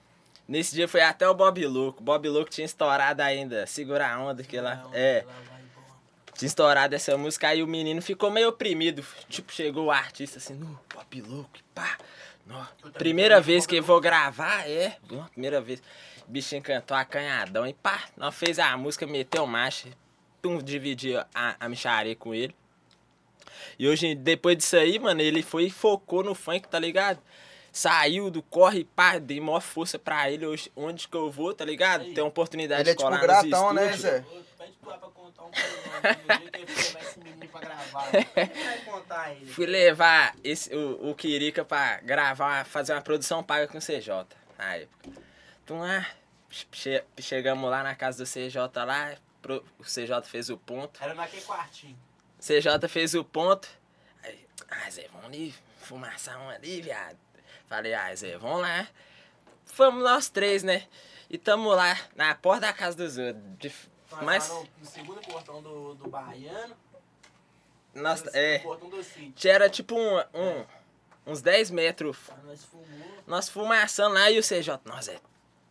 Speaker 5: Nesse dia foi até o Bob Louco. Bob Louco tinha estourado ainda. Segura a onda que lá.
Speaker 2: Não,
Speaker 5: É.
Speaker 2: ela vai embora.
Speaker 5: Tinha estourado essa música, aí o menino ficou meio oprimido. Tipo, chegou o artista assim, no pop louco, pá. Nó, primeira vez que eu vou gravar, é. Nó, primeira vez. O bichinho cantou acanhadão e pá. Nós fez a música, meteu marcha. Pum, dividi a, a micharia com ele. E hoje, depois disso aí, mano, ele foi e focou no funk, tá ligado? Saiu do corre, pá, dei maior força pra ele hoje, onde que eu vou, tá ligado? Tem uma oportunidade
Speaker 4: Ele é
Speaker 5: de
Speaker 4: tipo
Speaker 5: colar nos
Speaker 4: gratão, né,
Speaker 5: estúdios.
Speaker 4: Zé?
Speaker 2: Ô, Pede pro Rafa contar um pouco do jeito que ele vai esse menino pra gravar. Quem vai contar ele?
Speaker 5: Fui levar esse, o, o Quirica pra gravar, fazer uma produção paga com o CJ na época. Então lá, che- chegamos lá na casa do CJ lá, pro- o CJ fez o ponto.
Speaker 2: Era naquele quartinho.
Speaker 5: CJ fez o ponto. Aí, ah, Zé, vamos ali, fumaçar um ali, viado. Falei, ah, Zé, vamos lá. Fomos nós três, né? E tamo lá, na porta da casa dos outros. de f-
Speaker 2: Nós
Speaker 5: mas,
Speaker 2: lá no, tá no segundo portão do, do Baiano.
Speaker 5: nós,
Speaker 2: no
Speaker 5: é,
Speaker 2: segundo portão do sítio.
Speaker 5: era tipo um, um- uns 10 metros
Speaker 2: Aí Nós fumou.
Speaker 5: Nós fumaçando lá e o CJ, nossa, é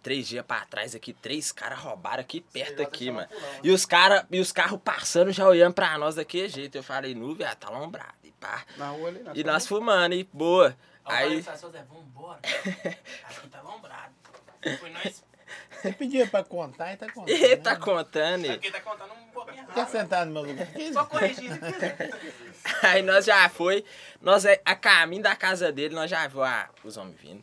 Speaker 5: três dias pra trás aqui, três caras roubaram aqui perto
Speaker 3: CJ
Speaker 5: aqui,
Speaker 3: chama
Speaker 5: mano.
Speaker 3: pulão, né?
Speaker 5: E os caras, e os carros passando, já olhando pra nós daquele jeito. Eu falei, nu, viado, tá alombrado. E pá.
Speaker 4: Na rua ali, na
Speaker 5: E nós fumando, e boa.
Speaker 2: Aí
Speaker 5: Aí,
Speaker 2: o Sassu Zé,
Speaker 5: [laughs]
Speaker 2: vambora. Aqui tá alombrado. Foi nós.
Speaker 1: Você pedia pra contar e tá
Speaker 5: [laughs]
Speaker 1: contando.
Speaker 5: e
Speaker 1: Eita,
Speaker 5: tá contando. e-
Speaker 2: Porque tá contando um pouquinho
Speaker 1: Quer
Speaker 2: errado.
Speaker 1: sentar no meu lugar?
Speaker 5: [laughs]
Speaker 1: Que isso?
Speaker 2: Só corrigindo.
Speaker 5: Aí nós já foi, nós é- a caminho da casa dele, nós já viu ah, os homens vindo.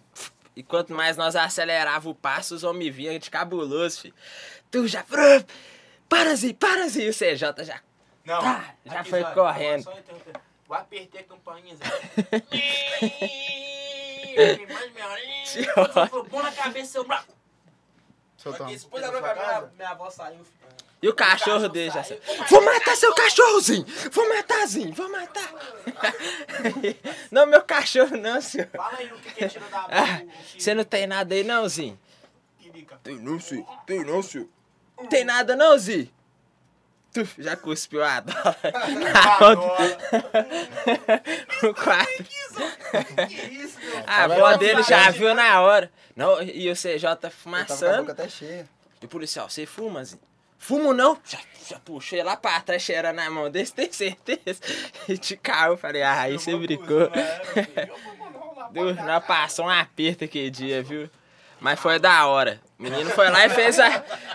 Speaker 5: E quanto mais nós acelerava o passo, os homens vinham de cabuloso, filho. Tu já. Para-se, para-se! E o CJ já
Speaker 2: Não.
Speaker 5: Tá, já
Speaker 2: aqui,
Speaker 5: foi
Speaker 2: Zóio,
Speaker 5: correndo.
Speaker 6: um
Speaker 5: [laughs]
Speaker 2: só interromper. Vou apertar a campainha, Zé.
Speaker 6: tem mais de meia hora. Ih, quando você falou, bom na cabeça, eu... brá.
Speaker 3: Soltão.
Speaker 6: Isso, pôs a mão pra
Speaker 7: Sua
Speaker 6: minha,
Speaker 7: casa?
Speaker 6: minha avó saiu. filho.
Speaker 5: E o cachorro dele já sabe. Vou matar seu cachorrozinho! Vou matar, Zinho! Vou matar! [laughs] não, meu cachorro não, senhor.
Speaker 6: Fala aí o que que ele
Speaker 5: [laughs]
Speaker 6: tirou da
Speaker 5: Ah,
Speaker 6: mão.
Speaker 5: Você não tem nada aí não, Zinho?
Speaker 6: não...
Speaker 5: Tem não, senhor. Tem não, senhor. Tem nada não, Zinho? Tuf, já cuspiu
Speaker 6: [laughs]
Speaker 5: a dólar. Na outra- [laughs] no quarto.
Speaker 6: Que isso, meu?
Speaker 5: A avó dele já viu na hora. Não, e o CJ
Speaker 4: Eu tava com a
Speaker 5: fumaçando.
Speaker 4: boca até cheia.
Speaker 5: E o policial, você fuma, Zinho? Fumo não? Já, já puxei lá pra trás, cheirando na mão desse, tem certeza? [laughs] E te caiu, falei, ah, aí você brincou.
Speaker 1: né, assim,
Speaker 5: [laughs] Deu, nós passou um aperto aquele dia, viu? Mas foi da hora. O menino foi lá e
Speaker 1: [laughs]
Speaker 5: fez a.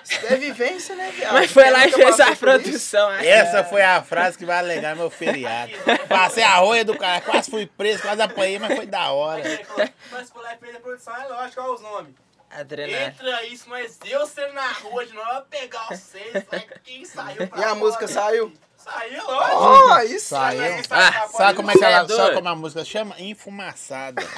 Speaker 4: Isso é vivência, né, viado?
Speaker 5: Mas foi lá e
Speaker 4: Nunca
Speaker 5: fez
Speaker 4: passou
Speaker 5: a
Speaker 4: por isso.
Speaker 5: produção. assim.
Speaker 1: Essa foi a frase que vai alegar meu feriado. Passei a roia do cara, quase fui preso, quase apanhei, mas foi da hora.
Speaker 6: Ele falou, Nós por lá e fez a produção, é lógico, olha os nomes.
Speaker 5: Adrenalina.
Speaker 6: Entra isso, mas eu sendo na rua de novo, eu vou pegar os seis, vai quem saiu pra é
Speaker 4: E a
Speaker 6: fora.
Speaker 4: música saiu?
Speaker 6: Saiu, lógico.
Speaker 4: Oh, isso aí.
Speaker 6: Saiu.
Speaker 5: Ah,
Speaker 1: Sabe como é que ela,
Speaker 5: Você é
Speaker 1: sabe
Speaker 5: doido?
Speaker 1: como a música chama? Enfumaçada.
Speaker 5: [laughs]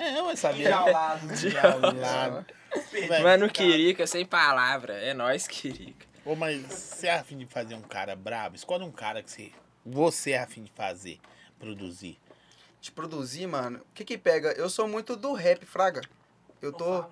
Speaker 1: É, eu sabia.
Speaker 6: Enjaulado.
Speaker 1: Enjaulado. Velho,
Speaker 5: Mano, Quirica, sem palavra. É nóis, Quirica.
Speaker 1: Ô, mas você é afim de fazer um cara brabo? Escolhe um cara que você, você é afim de fazer, produzir.
Speaker 4: de produzir, mano, o que que pega? Eu sou muito do rap, fraga. Eu tô,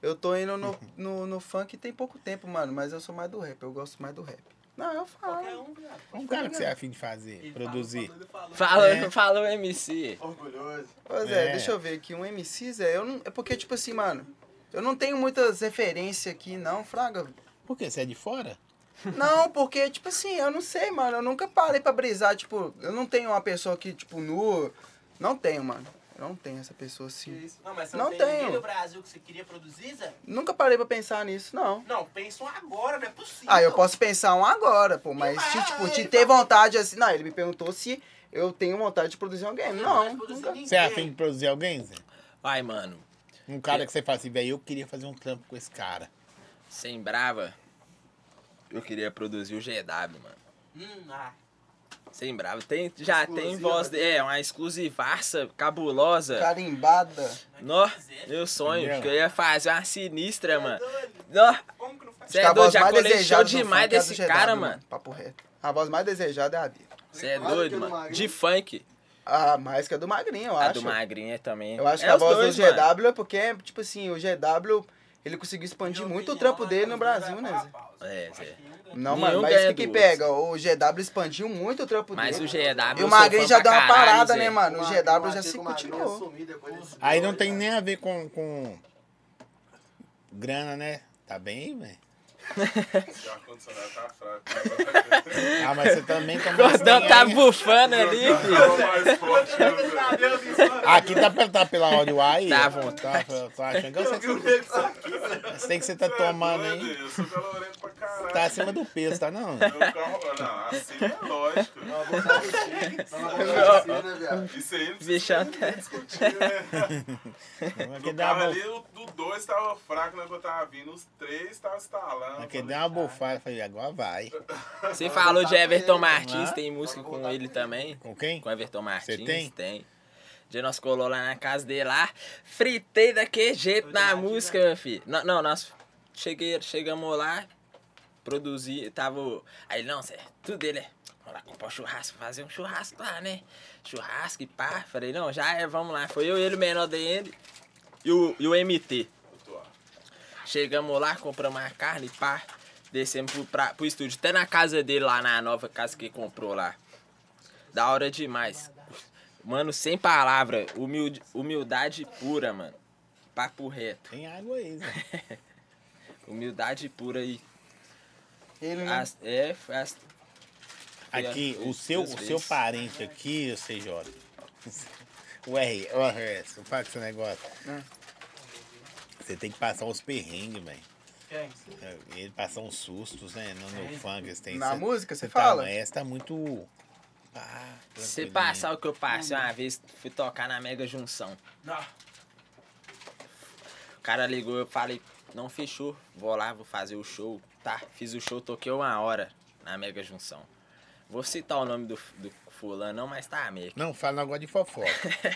Speaker 4: eu tô indo no, no, no funk tem pouco tempo, mano, mas eu sou mais do rap, eu gosto mais do rap. Não, eu
Speaker 6: Qualquer
Speaker 4: falo.
Speaker 6: um, viado.
Speaker 1: Um cara que você é afim de fazer, produzir.
Speaker 6: Ele falou,
Speaker 5: Falou,
Speaker 1: É.
Speaker 5: falou MC.
Speaker 7: Orgulhoso.
Speaker 4: Pois é,
Speaker 1: É.
Speaker 4: deixa eu ver aqui, um MC, Zé, eu não, é porque, tipo assim, mano, eu não tenho muitas referências aqui, não,
Speaker 5: [laughs]
Speaker 4: fraga.
Speaker 1: Por quê? Você é de fora?
Speaker 4: Não, porque, tipo assim, eu não sei, mano, eu nunca parei pra brisar, tipo, eu não tenho uma pessoa que, tipo, nu, não tenho, mano. Eu não tenho essa pessoa assim.
Speaker 6: Não, mas você
Speaker 4: Não
Speaker 6: não, tem ninguém
Speaker 4: tenho.
Speaker 6: no Brasil que você queria produzir, Zé?
Speaker 4: Nunca parei pra pensar nisso, não.
Speaker 6: Não, pensam agora, não é possível.
Speaker 4: Ah, eu posso pensar um agora, pô, mas
Speaker 6: Mas
Speaker 4: se, tipo,
Speaker 6: ele
Speaker 4: te ter vontade assim. Não, ele me perguntou se eu tenho vontade de produzir um game. Não. nunca.
Speaker 1: Você é
Speaker 6: assim?
Speaker 1: afim de produzir alguém, Zé?
Speaker 5: Ai, mano.
Speaker 1: Um cara que você fala assim, velho, eu queria fazer um trampo com esse cara.
Speaker 5: Sem brava. Eu queria produzir o GW, mano.
Speaker 6: Hum, ah,
Speaker 5: Sem brava. Tem, já tem
Speaker 7: Exclusiva.
Speaker 5: voz. de-
Speaker 4: né?
Speaker 5: É, uma exclusivaça cabulosa.
Speaker 4: Carimbada.
Speaker 5: Nó,
Speaker 6: quiser.
Speaker 5: meu sonho,
Speaker 1: Entendeu?
Speaker 5: que eu ia fazer uma
Speaker 4: É,
Speaker 5: sinistra, mano.
Speaker 6: doido.
Speaker 5: Nó,
Speaker 6: Hum, ah. Como que não faz?
Speaker 5: cê é
Speaker 4: a
Speaker 5: doido,
Speaker 4: voz
Speaker 5: já
Speaker 4: então- mais
Speaker 5: colecionou
Speaker 4: desejada do
Speaker 5: demais
Speaker 4: funk é a do
Speaker 5: desse
Speaker 4: GW,
Speaker 5: cara, mano.
Speaker 4: Papo reto. A voz mais desejada é a dele.
Speaker 5: Você é
Speaker 7: Olha
Speaker 5: doido,
Speaker 7: que do
Speaker 5: mano.
Speaker 7: Magrinho.
Speaker 5: De funk.
Speaker 4: A mais que a do Magrinho, eu
Speaker 5: A
Speaker 4: acho.
Speaker 5: do Magrinha também.
Speaker 4: Eu acho
Speaker 5: É
Speaker 4: que a
Speaker 5: os
Speaker 4: voz
Speaker 5: dois,
Speaker 4: do
Speaker 5: mano.
Speaker 4: GW é porque, tipo assim, o GW, ele conseguiu expandir
Speaker 6: Minha
Speaker 4: muito o
Speaker 6: opinião,
Speaker 4: trampo
Speaker 6: acho
Speaker 4: dele
Speaker 6: que
Speaker 4: no
Speaker 6: os dois
Speaker 4: Brasil,
Speaker 6: vai
Speaker 4: né?
Speaker 6: pra
Speaker 4: Zé?
Speaker 6: pausa.
Speaker 5: É,
Speaker 6: Acho
Speaker 5: Zé.
Speaker 6: que um ganha.
Speaker 4: Não,
Speaker 5: Nenhum
Speaker 4: mano, mas
Speaker 5: ganha
Speaker 4: o que que
Speaker 5: do
Speaker 4: pega? O GW expandiu muito o trampo
Speaker 5: Mas o
Speaker 4: dele.
Speaker 5: GW.
Speaker 4: E o
Speaker 5: eu sou
Speaker 4: Magrinho
Speaker 5: fã
Speaker 4: já
Speaker 5: pra
Speaker 4: deu uma
Speaker 5: caralho,
Speaker 4: parada,
Speaker 5: Zé.
Speaker 4: né, mano? O
Speaker 7: Magrinho,
Speaker 4: GW já
Speaker 7: Magrinho,
Speaker 4: se
Speaker 7: o Magrinho
Speaker 4: continuou.
Speaker 7: assumiu depois desse
Speaker 1: Aí não
Speaker 7: gol,
Speaker 3: [laughs]
Speaker 1: tem
Speaker 7: né?
Speaker 1: nem a ver com, com grana, né? Tá bem, velho?
Speaker 9: O ar-condicionado tá fraco.
Speaker 1: Ah, mas você também tá mais
Speaker 5: Gordão
Speaker 1: bem
Speaker 5: tá
Speaker 1: aí.
Speaker 5: bufando ali, filho.
Speaker 9: mais forte, né, velho?
Speaker 1: Aqui tá, pela- tá pela Audio aí.
Speaker 5: Tá à
Speaker 1: ó.
Speaker 5: vontade.
Speaker 1: Tá, tá achando que você, tá você tem que você tá
Speaker 9: Você é
Speaker 1: tomando
Speaker 9: doido,
Speaker 1: aí.
Speaker 9: Eu sou calorento pra caralho.
Speaker 1: Tá acima do peso, tá não?
Speaker 9: Meu carro- Não, assim é lógico.
Speaker 7: Uma vontade de ser, uma vontade de ser, né, viado?
Speaker 9: Isso aí não precisa
Speaker 5: Bichão
Speaker 9: nem
Speaker 5: tá-
Speaker 9: discutir, né?
Speaker 1: Aqui
Speaker 9: No
Speaker 1: deu uma,
Speaker 9: carro
Speaker 1: bu-
Speaker 9: ali, o do 2 tava fraco, né? Que eu tava vindo. Os três tava estalando.
Speaker 1: aqui
Speaker 9: Falei,
Speaker 1: deu uma bufada. Falei, agora vai.
Speaker 5: Você falou de Everton Martins,
Speaker 1: Ah.
Speaker 5: tem música com ele também.
Speaker 1: Com quem?
Speaker 5: Com Everton Martins?
Speaker 1: tem?
Speaker 5: Tem. Dia nós colou lá na casa dele lá. Fritei daquele jeito na música, meu filho. Não, não, nós cheguei, chegamos lá, produzi, tava. o- Aí, não, Zé, tudo dele é. Vamos lá comprar um churrasco, fazer um churrasco lá, né? Churrasco e pá. Falei, não, já é, vamos lá. Foi eu, ele, o menor dele e o, e o MT. Chegamos lá, compramos a carne, pá. Descemos pro, pra- pro estúdio, até na casa dele lá, na nova casa que ele comprou lá. Da hora demais. Mano, sem palavra. Humilde, humildade pura, mano. Papo reto.
Speaker 1: Tem água aí, Zé.
Speaker 5: Humildade pura aí.
Speaker 4: Ele, né?
Speaker 5: As, é, foi as,
Speaker 4: é
Speaker 5: foi
Speaker 1: Aqui,
Speaker 5: as-
Speaker 1: o seu,
Speaker 5: duas
Speaker 1: o seu
Speaker 5: vezes.
Speaker 1: parente aqui, o CJ. O R, o RS, fala com esse negócio.
Speaker 4: Hum.
Speaker 1: Você tem que passar uns perrengues, velho. É,
Speaker 6: Quem?
Speaker 1: Ele passar uns sustos, né? No, no funk, eles têm
Speaker 4: Na
Speaker 1: essa-
Speaker 4: música, você
Speaker 1: tá-
Speaker 4: fala?
Speaker 1: Essa tá muito. Ah,
Speaker 5: Você
Speaker 1: tranquilinho.
Speaker 5: passar o que eu passei uma vez, fui tocar na Mega Junção.
Speaker 6: Não.
Speaker 5: O cara ligou, eu falei, não fechou, vou lá, vou fazer o show. Tá, fiz o show, toquei uma hora na Mega Junção. Vou citar o nome do, do fulano, não, mas tá meio. que-
Speaker 1: Não, fala agora de
Speaker 4: [laughs]
Speaker 1: fofoca.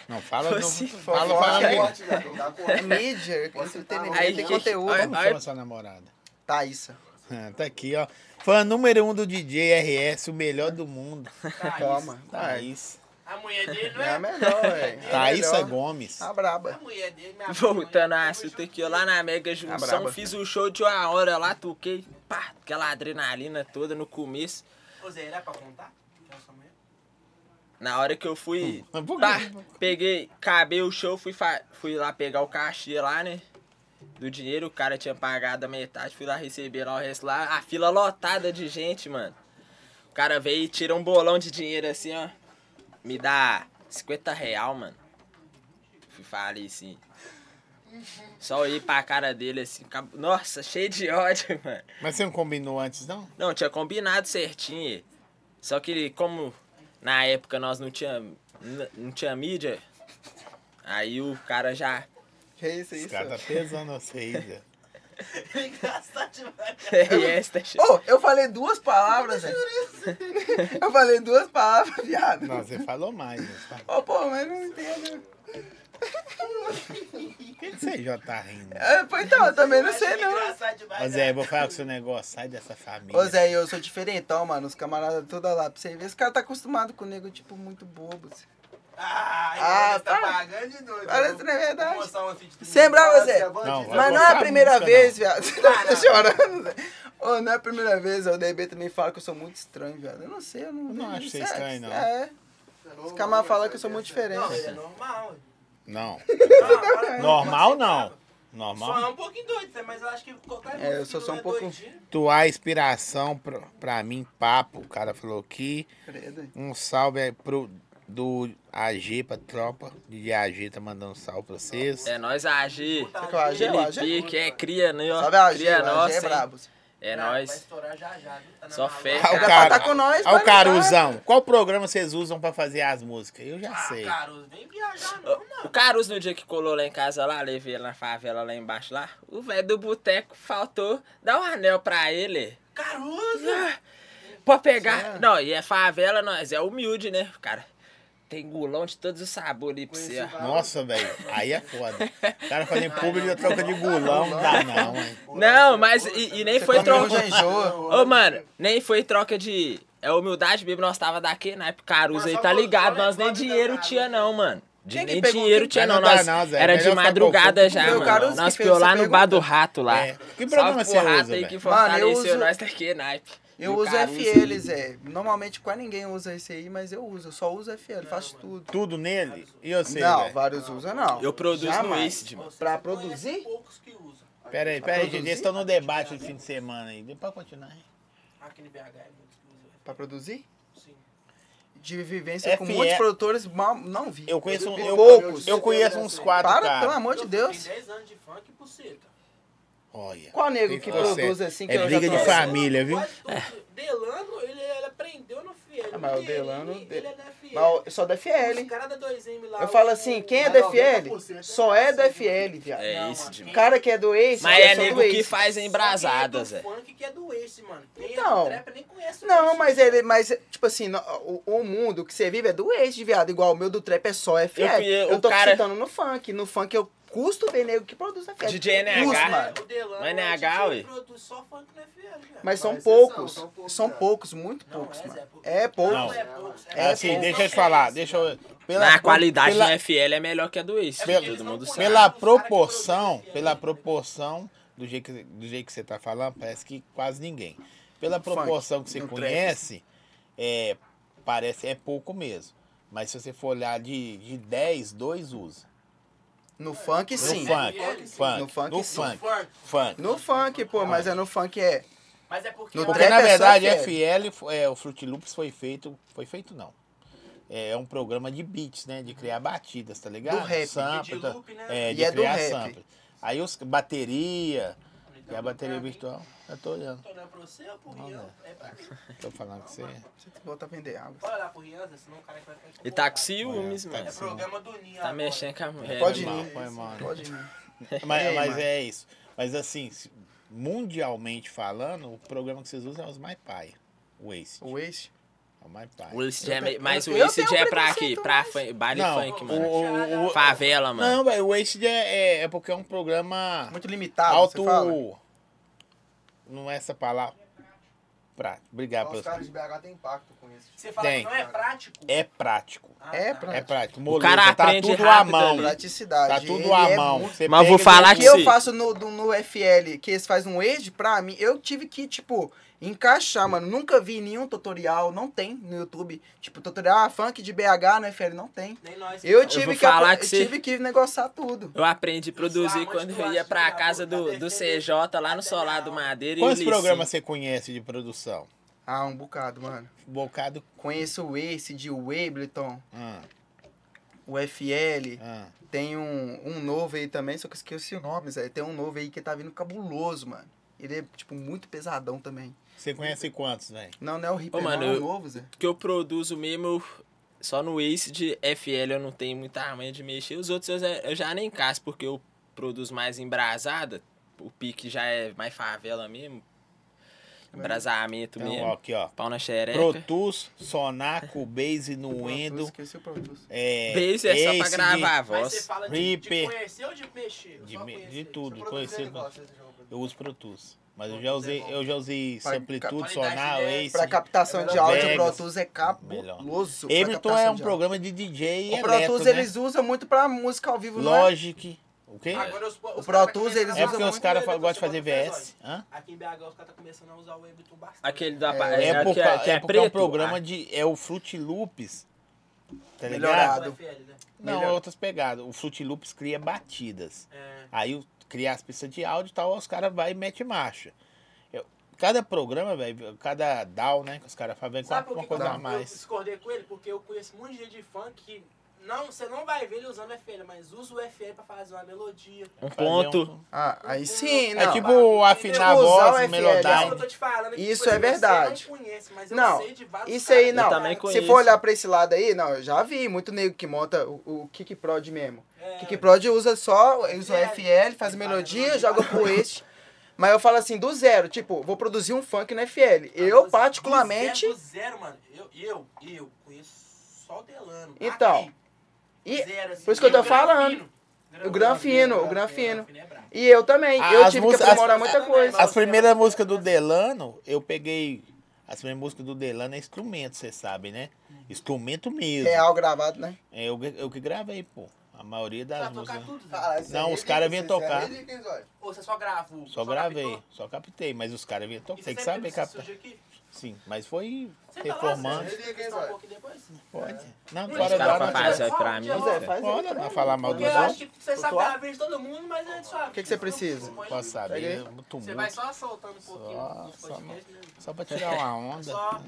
Speaker 1: Não, fala. Não,
Speaker 5: Você-
Speaker 1: fala, fala, fala.
Speaker 4: É mídia, [laughs] entretenimento,
Speaker 5: Aí,
Speaker 4: tem
Speaker 5: gente,
Speaker 4: conteúdo.
Speaker 5: olha-
Speaker 1: Como chama sua namorada? [laughs]
Speaker 4: Tá, isso.
Speaker 1: Ah, Tá aqui, ó. Fã número um do DJ RS, o melhor do
Speaker 4: [laughs]
Speaker 1: mundo.
Speaker 4: Tá Toma.
Speaker 5: Tá
Speaker 1: Thaís.
Speaker 6: A mulher dele não
Speaker 4: É a
Speaker 6: é.
Speaker 4: melhor, velho. É a
Speaker 1: Thaísa
Speaker 4: melhor.
Speaker 1: Gomes.
Speaker 4: A
Speaker 6: A
Speaker 4: braba.
Speaker 6: mulher dele, minha
Speaker 5: Voltando
Speaker 6: mãe,
Speaker 5: ao
Speaker 6: eu
Speaker 5: assunto
Speaker 6: juro
Speaker 5: aqui, ó, lá na Mega Junção,
Speaker 4: braba.
Speaker 5: fiz o show de uma hora lá, toquei, pá, aquela adrenalina toda no começo.
Speaker 6: que- Ô, Zé, era pra contar? Que é sua
Speaker 4: [laughs]
Speaker 6: mulher?
Speaker 5: Na hora que eu fui,
Speaker 1: Hum, Mas por
Speaker 5: pá,
Speaker 1: quê?
Speaker 5: peguei, acabei o show, fui, fa- fui lá pegar o cachê lá, né? Do dinheiro, o cara tinha pagado a metade, fui lá receber lá o resto lá, a fila lotada de gente, mano. O cara veio e tira um bolão de dinheiro assim, ó. Me dá 50 real, mano. Fui falei assim. Só olhei pra cara dele assim, cab- nossa, cheio de ódio, [laughs] mano.
Speaker 1: Mas você não combinou antes, não?
Speaker 5: Não, tinha combinado certinho. Só que como na época nós não tinha, n- não tinha mídia, aí o cara já. [laughs]
Speaker 4: Que isso, é
Speaker 1: Os
Speaker 4: isso.
Speaker 1: caras tá pesando vocês. é. velho.
Speaker 6: Engraçado demais.
Speaker 5: Yes, tá che-
Speaker 4: Ô, eu falei duas palavras, velho. [laughs] Eu falei duas palavras, [laughs] viado.
Speaker 1: Não, você falou mais. Né?
Speaker 4: Ô, pô, mas não entendo.
Speaker 1: Por que que você já tá rindo?
Speaker 4: É, pô, então, eu também não
Speaker 6: Eu
Speaker 4: sei,
Speaker 6: achei
Speaker 4: não.
Speaker 6: Engraçado demais.
Speaker 1: Ô
Speaker 6: né?
Speaker 1: Zé, vou falar com o seu negócio. Sai dessa família.
Speaker 4: Ô, Zé, eu sou diferentão, mano. Os camaradas toda lá pra você ver. Esse cara tá acostumado com o nego, tipo, muito bobo. assim.
Speaker 6: Ah,
Speaker 4: Ah,
Speaker 6: ah tá
Speaker 4: tá.
Speaker 6: pagando de doido.
Speaker 4: Parece que não é verdade.
Speaker 6: Vou mostrar uma fita de
Speaker 4: Você é bravo, Zé?
Speaker 1: Não,
Speaker 7: Não,
Speaker 1: vai
Speaker 4: Mas
Speaker 1: cortar
Speaker 4: não é a
Speaker 1: a
Speaker 4: primeira
Speaker 1: música,
Speaker 4: vez, viado. Você tá [laughs]
Speaker 6: Caralho.
Speaker 4: chorando, Zé. Ô, não é a primeira vez. O DB também fala que eu sou muito estranho, viado. Eu não sei, eu não...
Speaker 1: Eu não acho que você é
Speaker 4: É,
Speaker 1: estranho, não.
Speaker 4: É. Os camaradas falam que eu sou muito diferente.
Speaker 6: Não, é normal.
Speaker 1: Não.
Speaker 6: Não, agora-
Speaker 1: Normal,
Speaker 6: quando você tava,
Speaker 1: não.
Speaker 6: Só é
Speaker 1: Normal.
Speaker 6: um pouquinho doido, Zé, mas eu acho que qualquer
Speaker 4: É, eu
Speaker 6: música
Speaker 4: sou
Speaker 6: que
Speaker 4: só
Speaker 6: não
Speaker 4: um pouco-
Speaker 6: doidinho-
Speaker 1: Tua inspiração pra, pra mim, papo. O cara falou aqui.
Speaker 4: Credo.
Speaker 1: Um salve aí pro do AG pra tropa. DJ AG tá mandando um salve pra vocês.
Speaker 5: É nós AG.
Speaker 4: que eu AG? O AG?
Speaker 5: GLP, que é cria, né? ó.
Speaker 4: Sabe a G?
Speaker 5: Cria
Speaker 4: A G é
Speaker 5: nossa. hein?
Speaker 4: brabo.
Speaker 5: É
Speaker 6: Não, Vai
Speaker 5: nós.
Speaker 6: estourar já já, viu? Tá na
Speaker 5: Só
Speaker 6: mala.
Speaker 5: fé.
Speaker 1: Ah, o
Speaker 4: Era pra
Speaker 1: cara-
Speaker 4: tá com nós,
Speaker 1: Ó
Speaker 4: mas
Speaker 1: o
Speaker 4: não
Speaker 1: Caruzão. Qual programa vocês usam pra fazer as músicas? Eu já
Speaker 6: Ah,
Speaker 1: sei.
Speaker 6: Caruso, vem viajar não, não.
Speaker 5: O Caruso, no dia que colou lá em casa, lá, levei ele na favela lá embaixo, lá, o velho do boteco faltou dar um anel pra ele.
Speaker 6: Caruso!
Speaker 5: Ah, Pra pegar. Não, e é favela, nós é humilde, né, cara? Tem gulão de todos os sabores aí pra você, ó.
Speaker 1: Nossa, velho. Aí é
Speaker 5: [laughs]
Speaker 1: foda. O cara fazendo público da troca de gulão. Não dá não, hein?
Speaker 5: Não, mas. E, e nem foi
Speaker 4: Foi troco. Já
Speaker 5: troca.
Speaker 4: enjoa.
Speaker 5: Ô, mano, nem foi troca de. É humildade mesmo, nós tava daqui, na época Caruso aí,
Speaker 6: só
Speaker 5: tá
Speaker 6: vou-
Speaker 5: ligado?
Speaker 6: só
Speaker 5: Nós nem
Speaker 6: levanta
Speaker 5: dinheiro
Speaker 6: da
Speaker 5: tinha, não, mano. De-
Speaker 4: Quem que
Speaker 5: nem
Speaker 4: pegou?
Speaker 5: dinheiro
Speaker 4: Quem
Speaker 5: tinha, não.
Speaker 1: pegou? Não
Speaker 5: Nós
Speaker 1: dá não, Zé.
Speaker 5: era
Speaker 1: Melhor
Speaker 5: de
Speaker 1: ficar
Speaker 5: madrugada
Speaker 1: pouco.
Speaker 5: já,
Speaker 4: Foi o
Speaker 5: mano.
Speaker 4: Caruso que
Speaker 5: nós
Speaker 4: fez
Speaker 5: piou lá
Speaker 4: essa
Speaker 5: no bar do
Speaker 4: pergunta.
Speaker 5: rato lá.
Speaker 1: É. Que programa
Speaker 5: Salve pro
Speaker 1: você
Speaker 5: rato
Speaker 1: usa,
Speaker 5: aí
Speaker 1: velho?
Speaker 5: que
Speaker 4: Mano, eu
Speaker 5: fortaleceu
Speaker 4: uso-
Speaker 5: nós daqui, naipe. E
Speaker 4: Eu
Speaker 5: o
Speaker 4: uso
Speaker 5: Caruso-
Speaker 4: FL, Zé. Normalmente quase ninguém usa esse aí, mas eu uso. Eu só uso FL, faço tudo.
Speaker 1: Tudo nele? E eu sei,
Speaker 4: não,
Speaker 1: velho.
Speaker 4: vários usam, não.
Speaker 5: Eu produzo no
Speaker 4: Jamais.
Speaker 5: Acid, mano.
Speaker 4: Pra
Speaker 6: Você conhece
Speaker 4: produzir?
Speaker 6: poucos que usam.
Speaker 1: Pera aí, pera aí, gente. Eles estão no debate do fim
Speaker 4: né?
Speaker 1: de semana aí. Depois continuar, hein?
Speaker 6: Aqui no BH é muito que usa.
Speaker 4: Pra produzir?
Speaker 6: Sim.
Speaker 4: De vivência com
Speaker 1: FL.
Speaker 4: muitos produtores, mal, não vi.
Speaker 1: Eu
Speaker 5: um-
Speaker 1: conheço, um,
Speaker 4: vi
Speaker 1: eu,
Speaker 4: poucos. né?
Speaker 1: eu conheço uns quatro,
Speaker 4: Para, pelo
Speaker 1: cara.
Speaker 4: amor de Deus.
Speaker 6: Tem 10 anos de funk e buceta.
Speaker 1: Olha.
Speaker 4: Qual nego
Speaker 1: Tem
Speaker 4: que
Speaker 1: você.
Speaker 4: produz assim que
Speaker 1: É
Speaker 4: eu já
Speaker 1: briga de
Speaker 4: tô-
Speaker 1: fa- família, viu? É.
Speaker 6: Quase tudo. Delano, ele, ele aprendeu no FL.
Speaker 4: Ah, mas o
Speaker 6: Ele-
Speaker 4: Delano-
Speaker 6: Ele, ele é da FL.
Speaker 4: Mas eu sou da
Speaker 6: Os
Speaker 4: FL.
Speaker 6: cara da 2M lá.
Speaker 4: Eu
Speaker 6: o-
Speaker 4: falo assim, quem é da FL só é da FL, viado.
Speaker 5: É
Speaker 6: Não,
Speaker 5: isso,
Speaker 6: mano,
Speaker 5: de
Speaker 6: quem-
Speaker 4: O cara que é do Ace,
Speaker 5: Mas
Speaker 4: ele
Speaker 5: é
Speaker 4: só do
Speaker 5: nego que
Speaker 4: Ace.
Speaker 5: faz
Speaker 6: Só
Speaker 5: embrasada,
Speaker 6: quem é
Speaker 5: Zé.
Speaker 6: do funk que é do Ace, mano. Quem
Speaker 4: Então.
Speaker 6: é do trap nem conhece o
Speaker 4: Não,
Speaker 6: Ace.
Speaker 4: mas ele, mas, tipo assim, no- o, o mundo que você vive é do ex de viado, igual o meu do trap é só FL.
Speaker 5: Eu
Speaker 4: Eu,
Speaker 5: conhe- o
Speaker 4: tô
Speaker 5: cara-
Speaker 4: citando no funk. No funk eu custo ver nego que produz na festa.
Speaker 5: DJ NH.
Speaker 4: Custo, mano.
Speaker 6: É, O Delano,
Speaker 5: Mas
Speaker 6: o
Speaker 5: NH,
Speaker 6: DJ
Speaker 5: ué.
Speaker 6: produz só funk no FL, velho.
Speaker 4: Mas é são
Speaker 7: Mas
Speaker 4: poucos.
Speaker 7: são
Speaker 4: São
Speaker 7: poucos,
Speaker 4: poucos,
Speaker 7: cara.
Speaker 4: muito
Speaker 6: Não,
Speaker 4: poucos,
Speaker 6: é, Zé,
Speaker 4: mano.
Speaker 6: porque-
Speaker 4: É poucos.
Speaker 1: Não.
Speaker 6: é poucos, é
Speaker 4: É,
Speaker 1: assim,
Speaker 6: poucos.
Speaker 1: deixa eu te falar, deixa eu.
Speaker 5: Na qualidade
Speaker 1: pela,
Speaker 5: do FL é melhor que a do Ace.
Speaker 1: Pela-
Speaker 5: todo mundo sabe.
Speaker 1: pela proporção, pela proporção do jeito que, do jeito que você tá falando, parece que quase ninguém. Pela proporção que você
Speaker 4: no trap.
Speaker 1: conhece, é, parece é pouco mesmo. Mas se você for olhar de, de 10, 2 usa.
Speaker 4: No funk,
Speaker 1: No
Speaker 4: sim.
Speaker 1: funk,
Speaker 6: No
Speaker 1: funk, no
Speaker 4: funk,
Speaker 1: funk, no
Speaker 4: sim.
Speaker 1: funk,
Speaker 6: é Funk.
Speaker 1: funk.
Speaker 4: No funk, pô, mas é no funk é.
Speaker 6: Mas é porque...
Speaker 4: No
Speaker 6: ela-
Speaker 1: Porque
Speaker 4: trap
Speaker 1: na
Speaker 4: é só
Speaker 1: verdade
Speaker 4: FL.
Speaker 1: FL, é, o Fruit Loops foi feito, foi feito não. É um programa de beats, né? De criar batidas, tá ligado?
Speaker 4: Do rap.
Speaker 1: Sample,
Speaker 6: E de loop, né?
Speaker 1: É,
Speaker 4: E
Speaker 1: de
Speaker 4: é do
Speaker 1: criar
Speaker 4: rap.
Speaker 1: sample. Aí os bateria,
Speaker 6: um
Speaker 1: e a bateria
Speaker 6: pra mim,
Speaker 1: virtual, eu tô olhando,
Speaker 6: Tô olhando pra você ou pro Rian? É pra mim.
Speaker 1: tô falando com você.
Speaker 4: Você volta a vender água.
Speaker 6: Olha lá pro Rian, Zé, senão o cara que vai ficar
Speaker 5: E tá
Speaker 6: incomodado.
Speaker 5: com ciúmes,
Speaker 1: É,
Speaker 5: mano.
Speaker 6: É programa do Ninho
Speaker 5: Tá
Speaker 6: agora.
Speaker 5: mexendo com a mulher.
Speaker 4: Pode
Speaker 5: né,
Speaker 4: ir.
Speaker 5: mano?
Speaker 1: mal, foi mal.
Speaker 4: Pode ir.
Speaker 1: [laughs] Mas,
Speaker 4: E aí,
Speaker 1: mas
Speaker 4: mano?
Speaker 1: é isso. Mas assim, se- mundialmente falando, o programa que vocês usam é os My Pai, o Ace.
Speaker 4: O ex?
Speaker 1: É mais pai.
Speaker 5: O Ulisse já é meio- mas o
Speaker 4: eu
Speaker 5: Ulisse
Speaker 4: tenho
Speaker 5: já é pra
Speaker 4: preconceito,
Speaker 5: quê? Pra
Speaker 4: mas-
Speaker 5: fun- baile
Speaker 1: Não,
Speaker 5: funk,
Speaker 1: o,
Speaker 5: mano.
Speaker 1: o, o-
Speaker 5: Favela, mano.
Speaker 1: Não, velho, o Wasted é, é- é porque é um programa
Speaker 4: Muito limitado,
Speaker 1: alto.
Speaker 4: você fala?
Speaker 1: Não é essa palavra. Pra, obrigado
Speaker 3: Os
Speaker 1: pelos.
Speaker 3: caras de BH têm impacto com isso.
Speaker 2: Você fala
Speaker 1: Tem.
Speaker 2: que não é prático?
Speaker 1: É prático.
Speaker 2: Ah,
Speaker 4: É,
Speaker 2: tá.
Speaker 4: pra
Speaker 1: É prático.
Speaker 5: O
Speaker 1: Moleza,
Speaker 5: cara
Speaker 1: tá
Speaker 5: aprende
Speaker 1: tudo à
Speaker 5: rápido
Speaker 1: mão.
Speaker 5: ali.
Speaker 4: praticidade.
Speaker 1: Tá tudo
Speaker 4: Ele
Speaker 1: à
Speaker 4: é
Speaker 1: mão.
Speaker 4: muito-
Speaker 1: Você
Speaker 5: Mas eu vou
Speaker 1: pega e
Speaker 5: falar
Speaker 4: O
Speaker 1: vê
Speaker 4: que
Speaker 5: que
Speaker 4: eu
Speaker 5: se-
Speaker 4: faço no, do- no FL, que eles fazem um Edge, pra mim, eu tive que, tipo, encaixar, mano. Nunca vi nenhum tutorial, não tem no YouTube. Tipo, tutorial ah, funk de BH no FL, não tem.
Speaker 2: Nem nós.
Speaker 4: Eu
Speaker 2: Não.
Speaker 4: tive
Speaker 5: vou
Speaker 4: que, apro-
Speaker 5: falar
Speaker 4: eu
Speaker 5: que você-
Speaker 4: tive que negociar tudo.
Speaker 5: Eu aprendi a produzir
Speaker 2: Isso,
Speaker 5: quando
Speaker 2: amante
Speaker 5: eu
Speaker 2: do
Speaker 5: ia pra
Speaker 2: latim,
Speaker 5: casa
Speaker 2: amor,
Speaker 5: do,
Speaker 2: tá
Speaker 5: do
Speaker 2: defendendo.
Speaker 5: CJ lá no Solar do Madeira e
Speaker 1: Quantos
Speaker 5: Ulisses.
Speaker 1: programas você conhece de produção?
Speaker 4: Ah, um bocado, mano.
Speaker 1: Bocado.
Speaker 4: Conheço o Ace de Wableton,
Speaker 1: Ah,
Speaker 4: o FL.
Speaker 1: ah.
Speaker 4: Tem um, um novo aí também, só que eu esqueci o nome, Zé. Tem um novo aí que tá vindo cabuloso, mano. Ele é, tipo, muito pesadão também.
Speaker 1: Você conhece quantos, velho?
Speaker 4: Não, não é o Ripper,
Speaker 5: Ô, mano,
Speaker 4: não, é o
Speaker 5: eu-
Speaker 4: novo, Zé.
Speaker 5: que eu produzo mesmo, eu- só no Ace de FL eu não tenho muita manha de mexer. Os outros eu já, eu já nem caço, porque eu produzo mais embrasada. O pique já é mais favela mesmo.
Speaker 4: é
Speaker 5: Embrasamento
Speaker 4: um
Speaker 1: Então, ó,
Speaker 5: mesmo.
Speaker 1: aqui, ó.
Speaker 5: Pau na xereca.
Speaker 1: Protus, Sonaco, Base, Nuendo.
Speaker 4: Esqueci o produto.
Speaker 1: É,
Speaker 5: Base é só pra
Speaker 1: Acid,
Speaker 5: gravar a
Speaker 2: Mas você
Speaker 5: voz.
Speaker 2: fala de, de
Speaker 1: Reaper.
Speaker 2: conhecer ou de mexer? Eu
Speaker 1: De
Speaker 2: só
Speaker 1: me-
Speaker 2: conhecer.
Speaker 1: de tudo.
Speaker 3: Eu
Speaker 1: conheci-
Speaker 3: produzi negócio esse jogo.
Speaker 1: Eu uso Protus. Mas
Speaker 5: é
Speaker 1: eu já usei, eu já usei
Speaker 4: Pra-
Speaker 1: Samplitude,
Speaker 2: pra-
Speaker 1: Sonar,
Speaker 2: qualidade, né?
Speaker 1: Ace.
Speaker 4: Pra captação
Speaker 3: É
Speaker 4: de
Speaker 3: melhor.
Speaker 4: áudio, o
Speaker 1: Vegas.
Speaker 4: Pro Tools é cabuloso. pra
Speaker 1: Ableton
Speaker 4: captação
Speaker 1: é um
Speaker 4: de áudio.
Speaker 1: programa de DJ e
Speaker 4: O Pro
Speaker 1: eletro,
Speaker 4: Tools
Speaker 1: né?
Speaker 4: eles usam muito pra música ao vivo, não é?
Speaker 1: Logic. O quê?
Speaker 2: Agora os, os
Speaker 4: O Pro
Speaker 2: cara tá
Speaker 4: Tools,
Speaker 2: começando
Speaker 4: eles
Speaker 2: a
Speaker 1: É
Speaker 2: usar
Speaker 1: porque
Speaker 4: usam
Speaker 1: os
Speaker 2: muito
Speaker 1: caras
Speaker 2: Ableton,
Speaker 1: gostam de fazer
Speaker 2: chamando de
Speaker 1: VS. Hã?
Speaker 2: Aqui em BH os caras estão começando a usar o Ableton bastante.
Speaker 5: Aquele da
Speaker 4: É,
Speaker 5: pa-
Speaker 1: É,
Speaker 5: que
Speaker 1: porque, é,
Speaker 5: que
Speaker 1: porque é um
Speaker 5: preto.
Speaker 1: programa
Speaker 5: Ah,
Speaker 1: de. É o Fruit Loops. Tá
Speaker 4: Melhorado.
Speaker 1: ligado?
Speaker 2: O FL, né?
Speaker 1: Não, é
Speaker 4: Melhor.
Speaker 1: outras pegadas. O Fruit Loops cria batidas.
Speaker 2: É.
Speaker 1: Aí o- cria as pistas de áudio e tal, os caras vai e mete marcha. Eu- cada programa, velho, cada down, né, que os caras fazem, vem com
Speaker 2: Sabe por
Speaker 1: uma
Speaker 2: que que
Speaker 1: coisa
Speaker 2: eu,
Speaker 1: a
Speaker 2: eu
Speaker 1: mais.
Speaker 2: discordei com ele? Porque eu conheço muito gente de funk que... Não, você não vai ver ele usando o FL, mas usa o FL pra fazer uma melodia.
Speaker 4: É,
Speaker 5: Um
Speaker 1: Fazer um-
Speaker 5: ponto.
Speaker 4: Ah, aí sim, não.
Speaker 1: É tipo afinar a
Speaker 4: Tipo, usar o
Speaker 1: voz,
Speaker 4: FL,
Speaker 2: É isso que
Speaker 1: melodar.
Speaker 2: eu tô te falando. que,
Speaker 4: Isso
Speaker 2: tipo
Speaker 4: é
Speaker 2: assim,
Speaker 4: verdade.
Speaker 2: Você não conhece, mas eu
Speaker 4: Não,
Speaker 2: sei de vários
Speaker 4: isso aí
Speaker 2: caras.
Speaker 4: não.
Speaker 5: também
Speaker 2: Cara,
Speaker 5: conheço.
Speaker 4: Se for olhar pra esse lado aí, não, eu já vi muito nego que monta o, o Kick Prod mesmo.
Speaker 2: É,
Speaker 4: Kick Prod usa só, usa o FL, faz
Speaker 2: Ele
Speaker 4: melodia,
Speaker 2: faz
Speaker 4: joga pro este. Mas eu falo assim, do zero, tipo, vou produzir um funk no FL. Eu,
Speaker 2: do
Speaker 4: particularmente,
Speaker 2: Zero, do zero, mano. Eu, eu, eu conheço só o Delano.
Speaker 4: Então,
Speaker 2: Aqui,
Speaker 4: e-
Speaker 2: zero, assim.
Speaker 4: por isso que eu
Speaker 2: E
Speaker 4: tô
Speaker 2: o Gran
Speaker 4: falando.
Speaker 2: Fino.
Speaker 4: O Gran Fino, o Gran Fino.
Speaker 2: é brabo.
Speaker 4: e eu também.
Speaker 1: Ah,
Speaker 4: eu
Speaker 1: as
Speaker 4: tive que
Speaker 1: músicas-
Speaker 4: aprimorar
Speaker 1: as-
Speaker 4: muita coisa.
Speaker 1: As primeiras músicas do Delano, eu peguei. As primeiras músicas do Delano é instrumento, vocês sabem, né? Instrumento mesmo.
Speaker 4: Real É gravado, né?
Speaker 1: É eu, eu que gravei, pô. A maioria das
Speaker 2: Sabe tocar
Speaker 1: músicas.
Speaker 2: tudo, Zé?
Speaker 3: Cara, isso é
Speaker 1: Não, os
Speaker 3: relíquia,
Speaker 1: caras vêm
Speaker 3: isso é
Speaker 1: tocar.
Speaker 3: relíquia, hein, Zóio?
Speaker 2: Ou você só gravou?
Speaker 1: Só gravei, só captei, mas os caras vieram tocar. Tem que saber captar. Sim, mas foi
Speaker 2: tá
Speaker 1: performance.
Speaker 3: Zé?
Speaker 1: Pode. Não,
Speaker 2: Os
Speaker 1: fora
Speaker 5: Os
Speaker 1: da
Speaker 5: caras
Speaker 1: hora.
Speaker 5: pra
Speaker 1: não
Speaker 5: fazer
Speaker 1: tira.
Speaker 2: faz-
Speaker 5: pra mim.
Speaker 2: Não,
Speaker 4: Zé,
Speaker 5: cara.
Speaker 4: faz aí
Speaker 1: Foda
Speaker 4: pra
Speaker 1: não
Speaker 4: mim,
Speaker 1: tá falar
Speaker 4: pô.
Speaker 1: mal
Speaker 2: né, Porque
Speaker 1: dos
Speaker 2: eu acho
Speaker 1: outros.
Speaker 2: que você sabe
Speaker 4: Pontuar?
Speaker 2: a vez de todo mundo, mas é só.
Speaker 4: O que que você precisa?
Speaker 1: Posso saber, é muito
Speaker 2: Você vai
Speaker 1: muito.
Speaker 2: só soltando um pouquinho
Speaker 1: Só-
Speaker 2: nos
Speaker 1: só
Speaker 2: podcasts, né?
Speaker 1: Só pra tirar
Speaker 4: [laughs]
Speaker 1: uma onda.
Speaker 2: Só.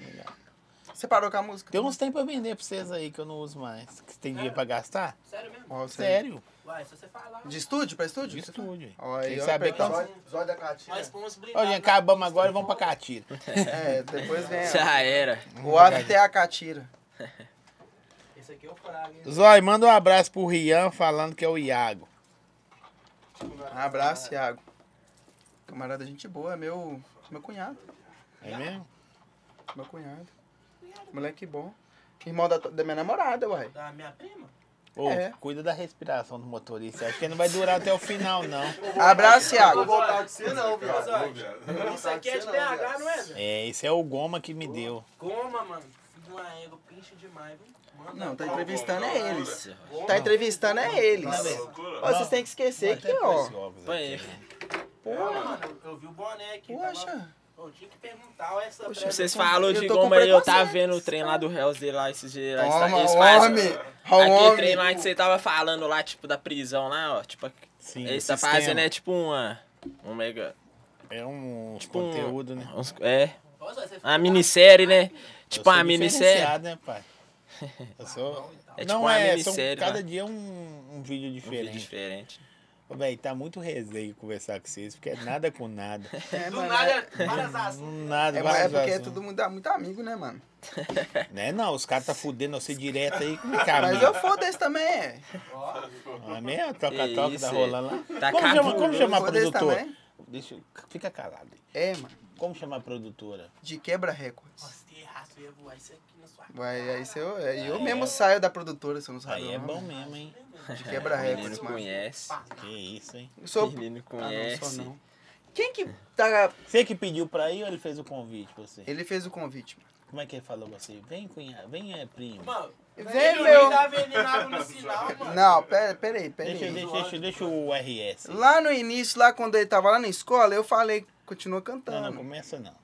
Speaker 4: Você parou com a música?
Speaker 1: Tem uns tem pra vender pra vocês aí que eu não uso mais. Que tem dinheiro pra gastar?
Speaker 2: Sério mesmo?
Speaker 4: Ó, você-
Speaker 1: Sério.
Speaker 2: Vai, se você falar.
Speaker 4: De estúdio pra estúdio?
Speaker 1: De estúdio. hein?
Speaker 4: Ó, aí,
Speaker 1: Tem que
Speaker 4: ó,
Speaker 1: saber
Speaker 4: Então-
Speaker 1: quantos.
Speaker 3: Zóio- Zóio da Catina.
Speaker 2: Nós fomos brincar.
Speaker 1: Ó, gente, acabamos agora e vamos pra Catira.
Speaker 4: É, depois vem.
Speaker 5: [laughs] Já era.
Speaker 4: O after é a catira.
Speaker 2: Esse aqui é o Fraga, hein?
Speaker 1: Zói, manda um abraço pro Rian falando que é o Iago.
Speaker 4: Abraço, Iago. Camarada, gente boa, é meu, meu cunhado.
Speaker 1: É mesmo?
Speaker 4: Meu cunhado. Moleque bom. Irmão da, da minha namorada, uai.
Speaker 2: Da minha prima?
Speaker 1: Ô,
Speaker 4: É.
Speaker 1: cuida da respiração do motorista. Acho que ele não vai durar até o final, não.
Speaker 4: Abraço,
Speaker 3: Vou
Speaker 4: Iago.
Speaker 3: voltar com você não,
Speaker 2: Mas,
Speaker 3: viado.
Speaker 2: ó,
Speaker 3: tá
Speaker 10: viado.
Speaker 2: Isso aqui é de BH, não é, Zé?
Speaker 1: É, esse é o Goma que me deu.
Speaker 2: Goma, mano. Filho de uma égua, pinche demais, viu? Manda.
Speaker 4: Não, tá entrevistando é eles.
Speaker 2: Goma.
Speaker 4: Tá entrevistando é eles.
Speaker 3: tá
Speaker 2: Tá
Speaker 10: Essa
Speaker 4: Ó,
Speaker 10: loucura.
Speaker 4: vocês têm que esquecer que,
Speaker 1: Até
Speaker 4: ó.
Speaker 1: pôs óculos
Speaker 5: Põe
Speaker 1: aqui,
Speaker 5: aí.
Speaker 1: né?
Speaker 2: É,
Speaker 4: Pô,
Speaker 2: mano, eu- eu vi o boné aqui. Tava...
Speaker 4: poxa.
Speaker 2: Eu tinha que perguntar ó, essa
Speaker 4: Poxa,
Speaker 2: prévia-
Speaker 5: Tipo, Vocês falam
Speaker 4: eu
Speaker 5: de
Speaker 4: tô com
Speaker 5: goma aí, eu tava
Speaker 4: preconceito.
Speaker 5: vendo o trem lá do Hells dele lá esses dias. lá,
Speaker 4: Toma,
Speaker 5: eles fazem-
Speaker 4: homem.
Speaker 5: Aquele
Speaker 4: Homem.
Speaker 5: trem lá que você tava falando lá, tipo, da prisão lá, ó. Tipo,
Speaker 1: Sim,
Speaker 5: eles
Speaker 1: o
Speaker 5: tá
Speaker 1: sistema.
Speaker 5: fazendo é tipo uma. Um mega.
Speaker 1: É um
Speaker 5: Tipo um-
Speaker 1: conteúdo, né?
Speaker 5: uns- é.
Speaker 2: Ó, Zé, você
Speaker 5: Uma
Speaker 2: fica-
Speaker 5: minissérie, né?
Speaker 1: Eu
Speaker 5: Tipo
Speaker 1: sou
Speaker 5: uma minissérie.
Speaker 1: diferenciado, né, pai? Eu sou...
Speaker 5: É tipo
Speaker 1: não
Speaker 5: uma
Speaker 1: é, são,
Speaker 5: minissérie,
Speaker 1: cada
Speaker 5: né?
Speaker 1: dia é um, um vídeo
Speaker 5: Um vídeo
Speaker 1: diferente.
Speaker 5: diferente.
Speaker 1: Ô, Véi, tá muito resenha conversar com vocês, porque é nada com nada.
Speaker 4: É,
Speaker 2: Do
Speaker 4: mano,
Speaker 2: nada,
Speaker 4: é-
Speaker 2: [laughs] várias ações.
Speaker 1: nada,
Speaker 4: é, é
Speaker 1: vários
Speaker 4: porque
Speaker 1: assuntos.
Speaker 4: todo mundo é muito amigo, né, mano?
Speaker 1: Né, não, os caras tá fudendo você direto aí, como é que é,
Speaker 4: Mas
Speaker 1: amigo?
Speaker 4: eu foda-se também, é.
Speaker 1: Não é mesmo? Troca-troca
Speaker 5: Isso,
Speaker 1: tá
Speaker 5: é.
Speaker 1: rolando lá.
Speaker 5: Tá
Speaker 1: como chama, como
Speaker 5: cabuloso.
Speaker 1: chama a
Speaker 4: Foda-se
Speaker 1: produtora?
Speaker 4: também.
Speaker 1: Deixa, eu- fica calado aí.
Speaker 4: É, mano.
Speaker 1: Como chama a produtora?
Speaker 4: De quebra recordes.
Speaker 2: Nossa, que errado. fácil, eu ia voar isso aqui na sua cara.
Speaker 4: Ué, aí você, aí eu
Speaker 1: Aí
Speaker 4: mesmo
Speaker 1: é-
Speaker 4: saio da produtora, se eu não sabe.
Speaker 1: Aí é
Speaker 4: não.
Speaker 1: bom mesmo, hein?
Speaker 4: De quebra
Speaker 2: É,
Speaker 4: recordes,
Speaker 5: Um Menino
Speaker 2: isso,
Speaker 4: mano.
Speaker 5: conhece. Um
Speaker 2: Pá.
Speaker 1: Que isso, hein?
Speaker 4: Eu sou.
Speaker 5: Menino
Speaker 4: Ah, não, sou
Speaker 5: conhece.
Speaker 4: não. Quem que tá.
Speaker 1: Você que pediu pra ir ou ele fez o convite pra você?
Speaker 4: Ele fez o convite, mano.
Speaker 1: Como é que ele falou pra você? Vem, cunhado, vem, é, primo.
Speaker 2: Mano,
Speaker 4: Vem,
Speaker 2: velho,
Speaker 4: meu.
Speaker 2: ele tá venenado no sinal, mano.
Speaker 4: Não, pera, pera aí, pera
Speaker 1: Deixa,
Speaker 4: aí.
Speaker 1: deixa, deixa, deixa o RS. aí.
Speaker 4: Lá no início, lá quando ele tava lá na escola, eu falei, continua
Speaker 1: Não, não
Speaker 4: cantando.
Speaker 1: começa não.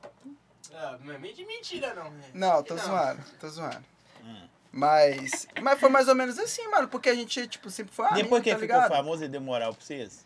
Speaker 2: Ah, Não é meio de mentira, não. né?
Speaker 4: Não, tô
Speaker 2: Não.
Speaker 4: zoando, tô zoando.
Speaker 5: Ah.
Speaker 1: Hum.
Speaker 4: Mas, mas foi mais ou menos assim, mano, porque a gente, tipo, sempre foi amigo,
Speaker 1: Depois que
Speaker 4: tá
Speaker 1: ele ficou
Speaker 4: ligado?
Speaker 1: famoso, ele deu moral pra vocês?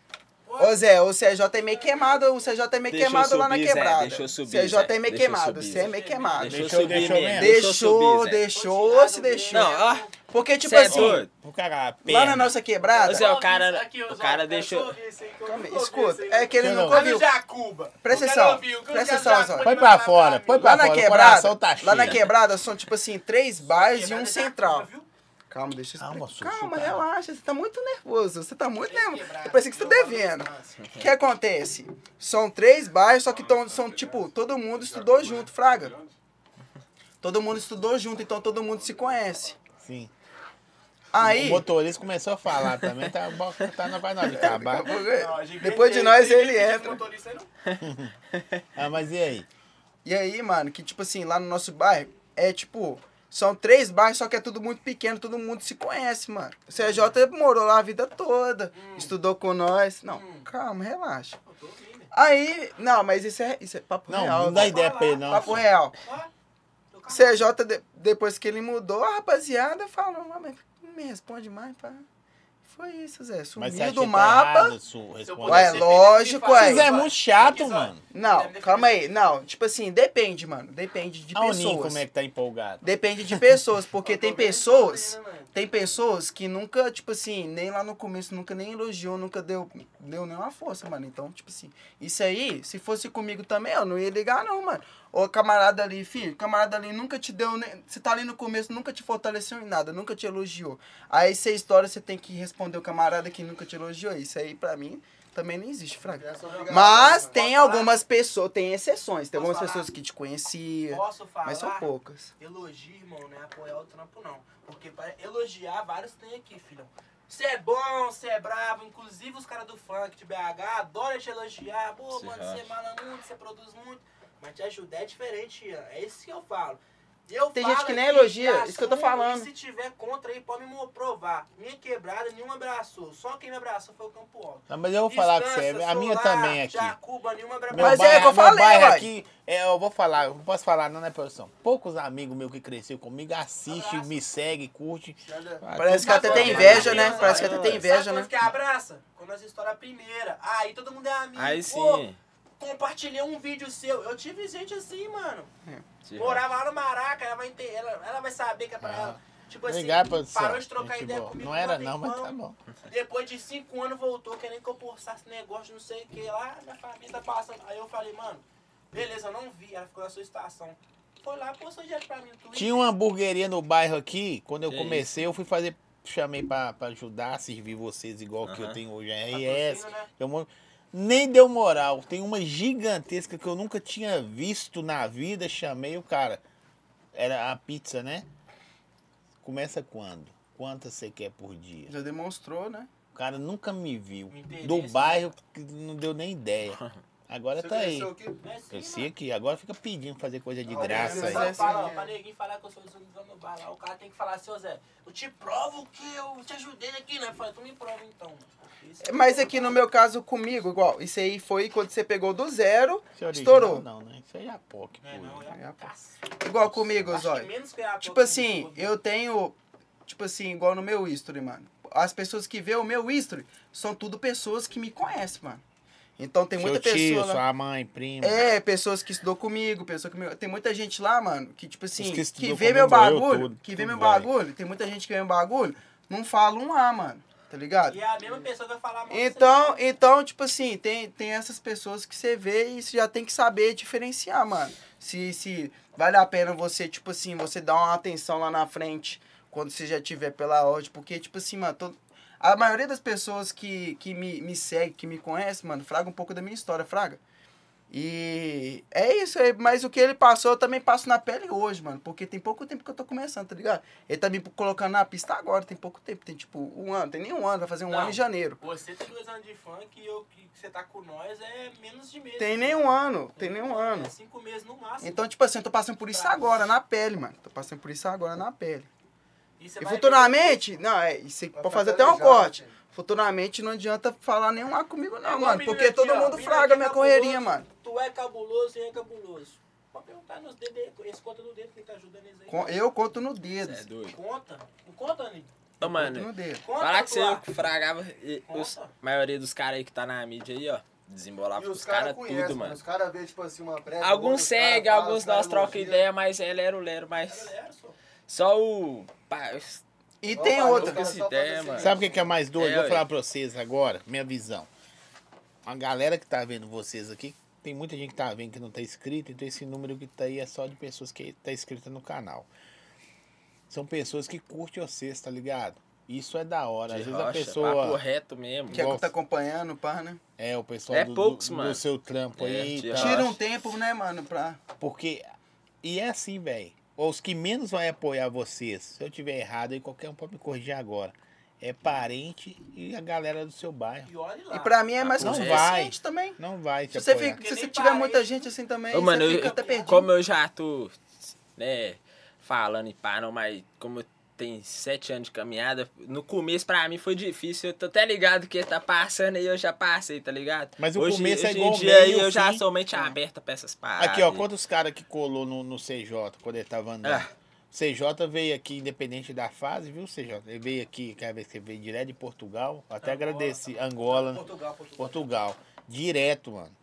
Speaker 4: Ô Zé, o CJ é meio queimado, o CJ é meio
Speaker 5: Deixa eu
Speaker 4: queimado lá na
Speaker 5: subir, Zé,
Speaker 4: quebrada.
Speaker 5: deixa eu subir,
Speaker 4: CJ
Speaker 5: Zé,
Speaker 4: é meio
Speaker 5: deixa eu
Speaker 4: queimado,
Speaker 5: subir,
Speaker 4: você é
Speaker 5: Zé.
Speaker 4: meio queimado.
Speaker 5: Deixou,
Speaker 1: Deixou,
Speaker 5: Ah, subir
Speaker 1: deixou
Speaker 5: mesmo.
Speaker 1: mesmo.
Speaker 4: Deixou,
Speaker 5: É, subir, Zé.
Speaker 4: deixou, se deixou.
Speaker 5: Não, ó.
Speaker 4: Porque, tipo
Speaker 5: Cê é
Speaker 4: assim,
Speaker 5: doido?
Speaker 1: O cara, a perna.
Speaker 4: lá na nossa quebrada,
Speaker 5: Ô, Zé, o
Speaker 2: Ouvi
Speaker 5: cara-
Speaker 2: isso aqui,
Speaker 5: o
Speaker 2: Zó,
Speaker 5: cara deixou-
Speaker 2: ouvi isso aí, que eu
Speaker 4: Calma aí,
Speaker 2: ouvi
Speaker 4: escuta,
Speaker 2: isso aí.
Speaker 4: é que ele
Speaker 1: Deixa eu não.
Speaker 4: nunca ouviu.
Speaker 2: Olha o Jacuba.
Speaker 4: Presta
Speaker 2: Eu quero
Speaker 4: atenção,
Speaker 2: ouvir, eu quero
Speaker 4: presta
Speaker 2: que o
Speaker 4: atenção,
Speaker 2: Jacuba
Speaker 4: Zó.
Speaker 1: Põe
Speaker 2: vai falar
Speaker 1: pra fora,
Speaker 2: mim.
Speaker 1: põe pra
Speaker 4: Lá na
Speaker 1: fora, o
Speaker 4: quebrada,
Speaker 1: coração tá cheio.
Speaker 4: lá na quebrada são, tipo assim, três bares e um central.
Speaker 2: Viu?
Speaker 4: Calma, deixa eu
Speaker 1: Calma,
Speaker 4: explicar.
Speaker 1: Sussu, calma.
Speaker 4: Calma, relaxa, você tá muito nervoso, você tá muito nervoso.
Speaker 2: Quebrado.
Speaker 4: Parece que você tá
Speaker 2: Eu amo
Speaker 4: devendo.
Speaker 2: esse lance.
Speaker 4: O que acontece? São três bairros, só que tão, são, tipo, todo mundo estudou junto, Fraga. Todo mundo estudou junto, então todo mundo se conhece.
Speaker 1: Sim. O
Speaker 4: Aí,
Speaker 1: motorista começou a falar também, tá, bom, tá na vai na hora de acabar.
Speaker 2: Não, a gente
Speaker 4: depois de
Speaker 2: vem-
Speaker 4: nós
Speaker 2: tem-
Speaker 4: ele
Speaker 2: tem- tem
Speaker 4: entra.
Speaker 2: motorista aí, não?
Speaker 1: Ah, mas e aí?
Speaker 4: E aí, mano, que tipo assim, lá no nosso bairro, é tipo, são três bairros, só que é tudo muito pequeno, todo mundo se conhece, mano. O CJ morou lá a vida toda, estudou com nós. Não, calma, relaxa.
Speaker 2: Eu Hum. tô ouvindo.
Speaker 4: Aí, não, mas isso é, isso é papo
Speaker 1: Não,
Speaker 4: real.
Speaker 1: não dá
Speaker 4: Zé.
Speaker 1: ideia pra ele, não.
Speaker 4: Papo é
Speaker 1: filho.
Speaker 4: real.
Speaker 2: Ó, tô calmo.
Speaker 4: CJ, de- depois que ele mudou, a rapaziada falou, ah, mas não me responde mais, pá. Foi isso, Zé.
Speaker 1: Mas
Speaker 4: Sumiu
Speaker 1: você tá
Speaker 4: do
Speaker 1: do
Speaker 4: mapa.
Speaker 1: Su,
Speaker 2: Se eu
Speaker 1: responde.
Speaker 4: Ué,
Speaker 2: pudesse,
Speaker 1: Você-
Speaker 2: eu
Speaker 4: lógico,
Speaker 2: faria.
Speaker 4: ué.
Speaker 1: Mas é muito chato, mano.
Speaker 4: Não, calma aí. Não, tipo assim, depende, mano. Depende de
Speaker 1: Olha o Ninho
Speaker 4: pessoas.
Speaker 1: como é que tá empolgado.
Speaker 4: Depende de
Speaker 2: [laughs]
Speaker 4: pessoas, porque
Speaker 2: Eu tô
Speaker 4: tem
Speaker 2: vendo que tá
Speaker 4: pessoas.
Speaker 2: vendo, mano.
Speaker 4: Tem pessoas que nunca, tipo assim, nem lá no começo, nunca nem elogiou, nunca deu, deu nenhuma força, mano. Então, tipo assim, isso aí, se fosse comigo também, eu não ia ligar, não, mano. Ô, camarada ali, filho, camarada ali nunca te deu, nem, você tá ali no começo, nunca te fortaleceu em nada, nunca te elogiou. Aí, se é história, você tem que responder o camarada que nunca te elogiou. Isso aí, pra mim, também não existe,
Speaker 2: É
Speaker 4: fraga. Tá Mas
Speaker 2: né?
Speaker 4: tem algumas pessoas, tem exceções. Tem
Speaker 2: Posso
Speaker 4: algumas
Speaker 2: falar?
Speaker 4: pessoas que te conheciam,
Speaker 2: Posso falar?
Speaker 4: mas são poucas.
Speaker 2: Elogio, irmão, não é apoiar o trampo, não. Porque para elogiar, vários tem aqui, filhão. Você é bom, você é bravo. Inclusive os caras do funk de BH adoram te elogiar. Pô,
Speaker 5: Se
Speaker 2: mano,
Speaker 5: racha.
Speaker 2: você mala muito, você produz muito. Mas te ajudar é diferente, Ian. É isso que eu falo. Eu
Speaker 4: Tem
Speaker 2: falo
Speaker 4: gente que nem
Speaker 2: aqui,
Speaker 4: elogia, isso que eu tô
Speaker 2: assumo, e
Speaker 4: falando.
Speaker 2: Se tiver contra aí, pode me provar. Minha quebrada, nenhum abraçou. Só quem me abraçou foi o Campo Alto.
Speaker 1: Não, mas eu vou falar pra você,
Speaker 2: Distância,
Speaker 1: a minha
Speaker 2: Solar,
Speaker 1: também aqui.
Speaker 2: Jacuba, nenhuma
Speaker 1: Meu
Speaker 4: Mas é
Speaker 1: bairro,
Speaker 4: que eu
Speaker 1: meu
Speaker 4: falei,
Speaker 1: bairro
Speaker 4: uai.
Speaker 1: aqui, é, eu vou falar, eu não posso falar não, né, produção? Poucos amigos meus que cresceu comigo assistem,
Speaker 2: Abraço.
Speaker 1: me seguem, curte.
Speaker 2: abraçada.
Speaker 4: Parece que
Speaker 2: Mas
Speaker 4: até
Speaker 2: olha,
Speaker 4: tem inveja,
Speaker 2: mas
Speaker 4: né?
Speaker 2: olha,
Speaker 4: Parece que até
Speaker 2: olha,
Speaker 4: tem inveja,
Speaker 2: sabe
Speaker 4: né?
Speaker 2: quando que abraça? Quando nós estoura a primeira. Aí todo mundo é amigo.
Speaker 5: Aí
Speaker 2: Pô,
Speaker 5: sim.
Speaker 2: compartilhei um vídeo seu. Eu tive gente assim, mano.
Speaker 5: Se racha.
Speaker 2: Morava lá no Maraca, ela vai, ente- ela, ela vai saber que é pra
Speaker 1: Ah.
Speaker 2: ela. Tipo assim,
Speaker 1: Obrigado, produção.
Speaker 2: parou de trocar
Speaker 1: Gente
Speaker 2: ideia
Speaker 1: boa.
Speaker 2: comigo.
Speaker 1: Não era
Speaker 2: manda
Speaker 1: não, mas
Speaker 2: irmão.
Speaker 1: tá bom.
Speaker 2: Depois de cinco anos voltou querendo que eu forçasse negócio, não sei o que lá, minha família tá passando. Aí eu falei, mano, beleza, eu não vi, ela ficou na sua estação. Foi lá, postou direto pra mim no Twitter.
Speaker 1: Tinha um uma hamburgueria no bairro aqui, quando eu
Speaker 5: Que
Speaker 1: comecei, eu fui fazer, chamei pra, pra ajudar, servir vocês igual que eu
Speaker 5: Aham.
Speaker 1: tenho hoje, a RS.
Speaker 2: Patrocínio, né?
Speaker 1: Eu mo- nem deu moral. Tem uma gigantesca que eu nunca tinha visto na vida. Chamei o cara. Era a pizza, né? Começa quando? Quantas você quer por dia?
Speaker 4: Já demonstrou, né?
Speaker 1: O cara nunca me viu.
Speaker 2: O interesse,
Speaker 1: Do
Speaker 2: né?
Speaker 1: bairro, que não deu nem
Speaker 5: [laughs]
Speaker 1: ideia. Agora tá aí.
Speaker 2: É assim, mano.
Speaker 1: Cresci aqui. Agora fica pedindo fazer coisa de
Speaker 2: Não,
Speaker 1: graça
Speaker 2: mas
Speaker 1: aí.
Speaker 2: só
Speaker 4: aí.
Speaker 2: Fala, ó, pra ninguém falar que eu sou desunizado no bar lá. O cara tem que falar, seu Zé, eu te provo que eu te ajudei aqui, né? Eu falei, tu me prova então. Isso é
Speaker 4: Mas
Speaker 2: bom,
Speaker 4: aqui no
Speaker 2: mano.
Speaker 4: meu caso, comigo, igual, isso aí foi quando você pegou do zero.
Speaker 1: Isso é original,
Speaker 4: Estourou.
Speaker 1: Não, né? Isso aí é a POC,
Speaker 2: É, não,
Speaker 1: pô.
Speaker 2: é a caça.
Speaker 4: Igual comigo,
Speaker 2: Acho que
Speaker 4: Zói.
Speaker 2: menos que a
Speaker 4: Tipo
Speaker 2: pouco
Speaker 4: assim,
Speaker 2: que
Speaker 4: eu tenho. Tipo assim, igual no meu history, mano. As pessoas que vê o meu history são tudo pessoas que me conhecem, mano. Então tem muita
Speaker 1: Seu tio,
Speaker 4: pessoa. lá-
Speaker 1: sua mãe, primo.
Speaker 4: É, pessoas que estudou comigo, pessoa que me... Tem muita gente lá, mano, que tipo assim,
Speaker 1: Os
Speaker 4: que,
Speaker 1: que estudou
Speaker 4: vê meu
Speaker 1: comigo, eu,
Speaker 4: bagulho,
Speaker 1: tudo,
Speaker 4: que vê
Speaker 1: tudo
Speaker 4: meu
Speaker 1: velho.
Speaker 4: bagulho, tem muita gente que vê meu bagulho, não fala um A, mano, tá ligado?
Speaker 2: E a mesma pessoa vai falar mal.
Speaker 4: Então, então, tipo assim, tem, tem essas pessoas que você vê e você já tem que saber diferenciar, mano. Se, se vale a pena você, tipo assim, você dar uma atenção lá na frente quando você já tiver pela ordem. Porque, tipo assim, mano, todo- a maioria das pessoas que, que me, me segue, que me conhece, mano, fraga um pouco da minha história, fraga. E E é isso aí, mas o que ele passou, eu também passo na pele hoje, mano. Porque tem pouco tempo que eu tô começando, tá ligado? Ele tá me colocando na pista agora, tem pouco tempo. Tem tipo um ano, tem nem um ano, vai fazer um
Speaker 6: Não.
Speaker 4: ano em janeiro.
Speaker 6: Você tem dois anos de funk e eu que que você tá com nós é menos de mês.
Speaker 4: Tem nem um ano, tem nem um ano.
Speaker 6: É cinco meses no máximo.
Speaker 4: Então, tipo assim, eu tô passando por isso agora, na pele, mano. Tô passando por isso agora, na pele.
Speaker 6: E você
Speaker 4: E
Speaker 6: vai ver-
Speaker 4: futuramente, não, é, isso aí
Speaker 7: Vai
Speaker 4: pode
Speaker 7: ficar
Speaker 4: fazer até um
Speaker 7: calejado,
Speaker 4: corte.
Speaker 7: filho.
Speaker 4: Futuramente não adianta falar nenhum lá comigo,
Speaker 6: né? É
Speaker 4: não,
Speaker 6: igual
Speaker 4: mano.
Speaker 6: menino
Speaker 4: Porque
Speaker 6: aqui,
Speaker 4: todo
Speaker 6: ó,
Speaker 4: mundo
Speaker 6: menino aqui
Speaker 4: fraga
Speaker 6: é
Speaker 4: minha
Speaker 6: cabuloso,
Speaker 4: correria, mano.
Speaker 6: Tu é cabuloso e é cabuloso. Pode perguntar nos dedos, aí, esse conta no dedo que tá ajudando eles aí.
Speaker 4: Com- Eu conto no dedo.
Speaker 5: Cê é né? doido.
Speaker 6: Conta. Não conta, Aninho?
Speaker 5: Ô,
Speaker 4: Conto no
Speaker 5: mano,
Speaker 4: dedo.
Speaker 6: Conta,
Speaker 5: falar que você
Speaker 6: Tuá.
Speaker 5: que fragava. e os-
Speaker 6: Conta.
Speaker 5: maioria dos caras aí que tá na mídia aí, ó. Desembolava
Speaker 7: E
Speaker 5: com Tá, tipo, os
Speaker 7: cara
Speaker 5: caras
Speaker 7: conhecem,
Speaker 5: tudo, mano.
Speaker 7: Os caras vê, tipo assim, uma prévia.
Speaker 5: Alguns
Speaker 7: os cara
Speaker 5: segue,
Speaker 7: fala,
Speaker 5: alguns
Speaker 7: os cara
Speaker 5: nós trocam
Speaker 7: elogia.
Speaker 5: ideia, mas é lero lero, mas.
Speaker 6: Galera, só.
Speaker 5: Só o. pá, os-
Speaker 4: E
Speaker 7: Ó,
Speaker 4: tem
Speaker 7: valeu,
Speaker 4: outra.
Speaker 7: cara,
Speaker 5: Esse
Speaker 7: só pra
Speaker 5: ideia,
Speaker 7: você ver.
Speaker 3: assim,
Speaker 5: mano.
Speaker 1: Sabe o que que é mais doido?
Speaker 5: É,
Speaker 1: Vou
Speaker 5: ué.
Speaker 1: falar pra vocês agora, minha visão. A galera que tá vendo vocês aqui, tem muita gente que tá vendo que não tá inscrito, então esse número que tá aí é só de pessoas que tá inscrita no canal. São pessoas que curtem vocês, tá ligado? Isso é da hora. Às
Speaker 5: de
Speaker 1: vezes a
Speaker 5: rocha, Papo
Speaker 1: pessoa.
Speaker 5: reto mesmo.
Speaker 4: Que é que
Speaker 1: Nossa.
Speaker 4: tá acompanhando, pá, né?
Speaker 1: É, o pessoal
Speaker 5: É
Speaker 1: do,
Speaker 5: poucos,
Speaker 1: do,
Speaker 5: mano.
Speaker 1: do seu trampo
Speaker 5: É,
Speaker 1: aí. tá? e
Speaker 5: tira-
Speaker 1: tal.
Speaker 4: Tira um
Speaker 5: acho.
Speaker 4: tempo, né, mano, pra.
Speaker 1: Porque. E é assim, velho. Os que menos vão apoiar vocês, se eu tiver errado aí, qualquer um pode me corrigir agora. É parente e a galera do seu bairro.
Speaker 6: E olha lá.
Speaker 4: E pra mim é mais
Speaker 1: Não
Speaker 4: não
Speaker 1: vai.
Speaker 4: suficiente também.
Speaker 1: Não vai te
Speaker 4: Se você,
Speaker 1: apoiar.
Speaker 4: fica-
Speaker 6: Ah, Porque
Speaker 4: se você
Speaker 6: nem
Speaker 4: tiver
Speaker 6: parente-
Speaker 4: muita gente assim também,
Speaker 5: Ô, mano,
Speaker 4: você
Speaker 5: eu,
Speaker 4: fica até perdido.
Speaker 5: como eu já tô, né, falando e pá, não, mas como eu tenho sete anos de caminhada, no começo pra mim foi difícil. Eu tô até ligado que tá passando aí, eu já passei, tá ligado?
Speaker 1: Mas o
Speaker 5: hoje,
Speaker 1: começo é
Speaker 5: hoje
Speaker 1: igual
Speaker 5: em
Speaker 1: o
Speaker 5: dia aí
Speaker 1: meio,
Speaker 5: eu
Speaker 1: o
Speaker 5: já
Speaker 1: fim. Ah.
Speaker 5: sou mente aberta pra essas paradas.
Speaker 1: Aqui, ó, quantos caras que colou no, no CJ quando ele tava andando?
Speaker 4: É.
Speaker 5: Ah.
Speaker 1: CJ veio aqui, independente da fase, viu, CJ? Ele veio aqui, aquela vez que ele veio direto de Portugal. Até agradeci. Angola,
Speaker 6: Portugal, Portugal.
Speaker 1: Portugal. Direto, mano.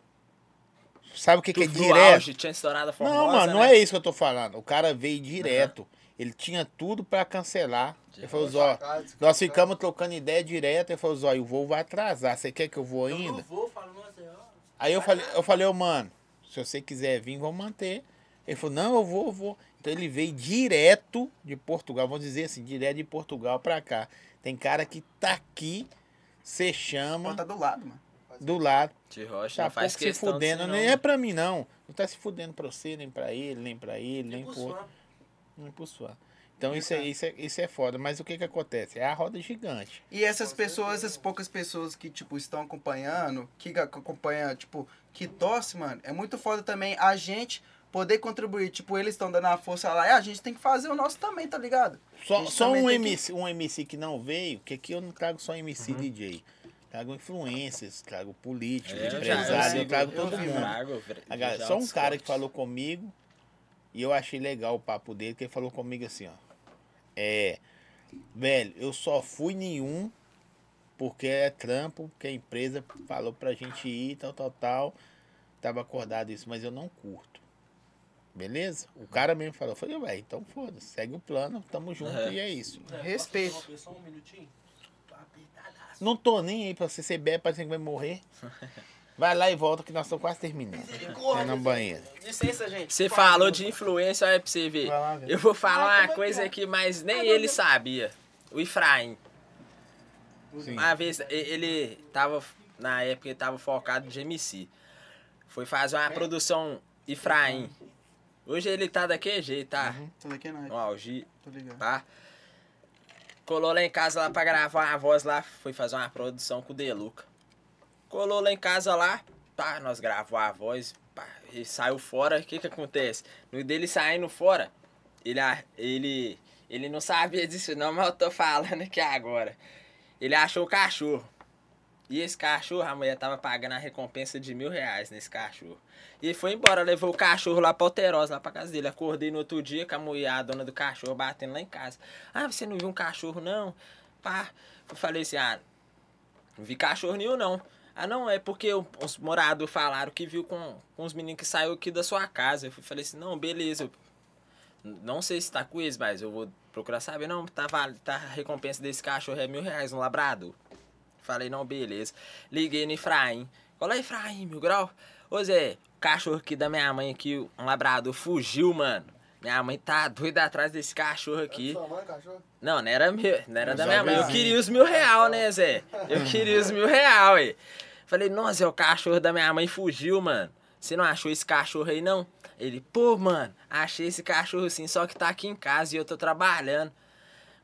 Speaker 1: Sabe o que, que é
Speaker 5: no
Speaker 1: direto?
Speaker 5: auge, tinha estourado a formosa,
Speaker 1: Não, mano, não
Speaker 5: né?
Speaker 1: é isso que eu tô falando. O cara veio direto. Ele tinha tudo pra cancelar. Ele falou, ó, nós ficamos trocando ideia direto. Ele falou, ó, o voo vai atrasar. Você quer que eu vou
Speaker 6: Eu não
Speaker 1: ainda?
Speaker 6: vou, falo, nossa, ó.
Speaker 1: Aí eu falei, eu falei, ô, mano, se você quiser vir, vamos manter. Ele falou, não, eu vou, eu vou. Então ele veio direto de Portugal, vamos dizer assim, direto de Portugal pra cá. Tem cara que tá aqui, você chama
Speaker 4: Tá do lado, mano.
Speaker 1: do lado.
Speaker 5: De rocha,
Speaker 1: Tá
Speaker 5: não faz
Speaker 1: pouco se
Speaker 5: questão
Speaker 1: fudendo,
Speaker 5: disso,
Speaker 1: nem
Speaker 5: não.
Speaker 1: é pra mim, não. Não tá se fudendo pra você, nem pra ele, nem pra ele, nem
Speaker 6: Tipo,
Speaker 1: pro outro.
Speaker 6: sua.
Speaker 1: Não impulsionar. Então isso é, isso, é, isso é foda. Mas o que que acontece? É a roda gigante.
Speaker 4: E essas pessoas, essas poucas pessoas que, tipo, estão acompanhando, que ac- acompanha, tipo, que torce, mano, é muito foda também a gente poder contribuir. Tipo, eles estão dando a força lá e a gente tem que fazer o nosso também, tá ligado?
Speaker 1: Só,
Speaker 4: Isso
Speaker 1: só
Speaker 4: também
Speaker 1: um,
Speaker 4: tem
Speaker 1: MC, um MC que não veio, que aqui eu não trago só MC
Speaker 5: Uhum.
Speaker 1: DJ. Trago influencers, trago político,
Speaker 5: É, eu já-
Speaker 1: empresário, eu,
Speaker 5: sigo-
Speaker 1: assim, trago
Speaker 5: eu
Speaker 1: todo
Speaker 5: já
Speaker 1: mundo.
Speaker 5: trago, eu já
Speaker 1: A galera- só um
Speaker 5: autoescola.
Speaker 1: cara que falou comigo e eu achei legal o papo dele, que ele falou comigo assim, ó. É, velho, eu só fui nenhum porque é trampo, porque a empresa falou pra gente ir, tal, tal, tal. Tava acordado isso, mas eu não curto. Beleza? O cara mesmo falou, eu falei, velho, então foda-se, segue o plano, tamo junto
Speaker 5: É.
Speaker 1: e é isso.
Speaker 6: É, posso
Speaker 4: Respeito.
Speaker 6: interromper Só um minutinho. Tô apertadaço.
Speaker 1: Não tô nem aí pra você ser bebe, parece que vai
Speaker 5: [laughs]
Speaker 1: morrer. Vai lá e volta que nós estamos quase terminando. Tô na banheira.
Speaker 6: Licença, gente.
Speaker 5: Você
Speaker 6: Fala.
Speaker 5: falou de influência, olha pra você ver.
Speaker 4: Vai lá, velho.
Speaker 5: Eu vou falar
Speaker 6: Ah,
Speaker 5: uma
Speaker 6: como é
Speaker 5: coisa
Speaker 6: que é?
Speaker 5: aqui, mas
Speaker 6: Ah,
Speaker 5: nem
Speaker 6: não,
Speaker 5: ele
Speaker 6: não.
Speaker 5: sabia. O Efraim.
Speaker 1: Sim.
Speaker 5: Uma vez, e- ele tava, na época, ele tava focado de MC. Foi fazer
Speaker 1: É?
Speaker 5: uma produção Efraim. Hoje ele tá daquele jeito, tá?
Speaker 1: Uhum.
Speaker 4: Tô daqui,
Speaker 5: No
Speaker 4: não,
Speaker 5: auge,
Speaker 4: tô ligado.
Speaker 5: pá. tá? Colou lá em casa lá pra gravar uma voz lá. Foi fazer uma produção com o Deluca. Colou lá em casa lá, pá, nós gravou a voz, pá, ele saiu fora, o que que acontece? No dele saindo fora, ele, a- ele, ele não sabia disso não, [laughs] mas eu tô falando aqui agora. Ele achou o cachorro. E esse cachorro, a mulher tava pagando a recompensa de mil reais nesse cachorro. E ele foi embora, levou o cachorro lá pra Alterosa, lá pra casa dele. Acordei no outro dia com a mulher, a dona do cachorro, batendo lá em casa. Ah, você não viu um cachorro, não? Pá. Eu falei assim, ah, não vi cachorro nenhum, não. Ah, não, é porque o- os moradores falaram que viu com, com os meninos que saiu aqui da sua casa. Eu fui- falei assim, não, beleza. eu n- Não sei se tá com eles, mas eu vou procurar saber. Não, tá, val- tá a recompensa desse cachorro é mil reais, um labrador. Falei, não, beleza. Liguei no Efraim. Olha lá, Efraim, mil grau. Ô Zé, o cachorro aqui da minha mãe aqui, um labrador, fugiu, mano. Minha mãe tá doida atrás desse cachorro aqui.
Speaker 7: Sua mãe, cachorro?
Speaker 5: Não, não era meu, não era
Speaker 1: Mas
Speaker 5: da minha mãe. Eu
Speaker 1: obviamente.
Speaker 5: queria os mil real, né, Zé? Eu queria os mil real, ué. Falei, nossa, é o cachorro da minha mãe fugiu, mano. Você não achou esse cachorro aí, não? Ele, pô, mano, achei esse cachorro assim, só que tá aqui em casa e eu tô trabalhando.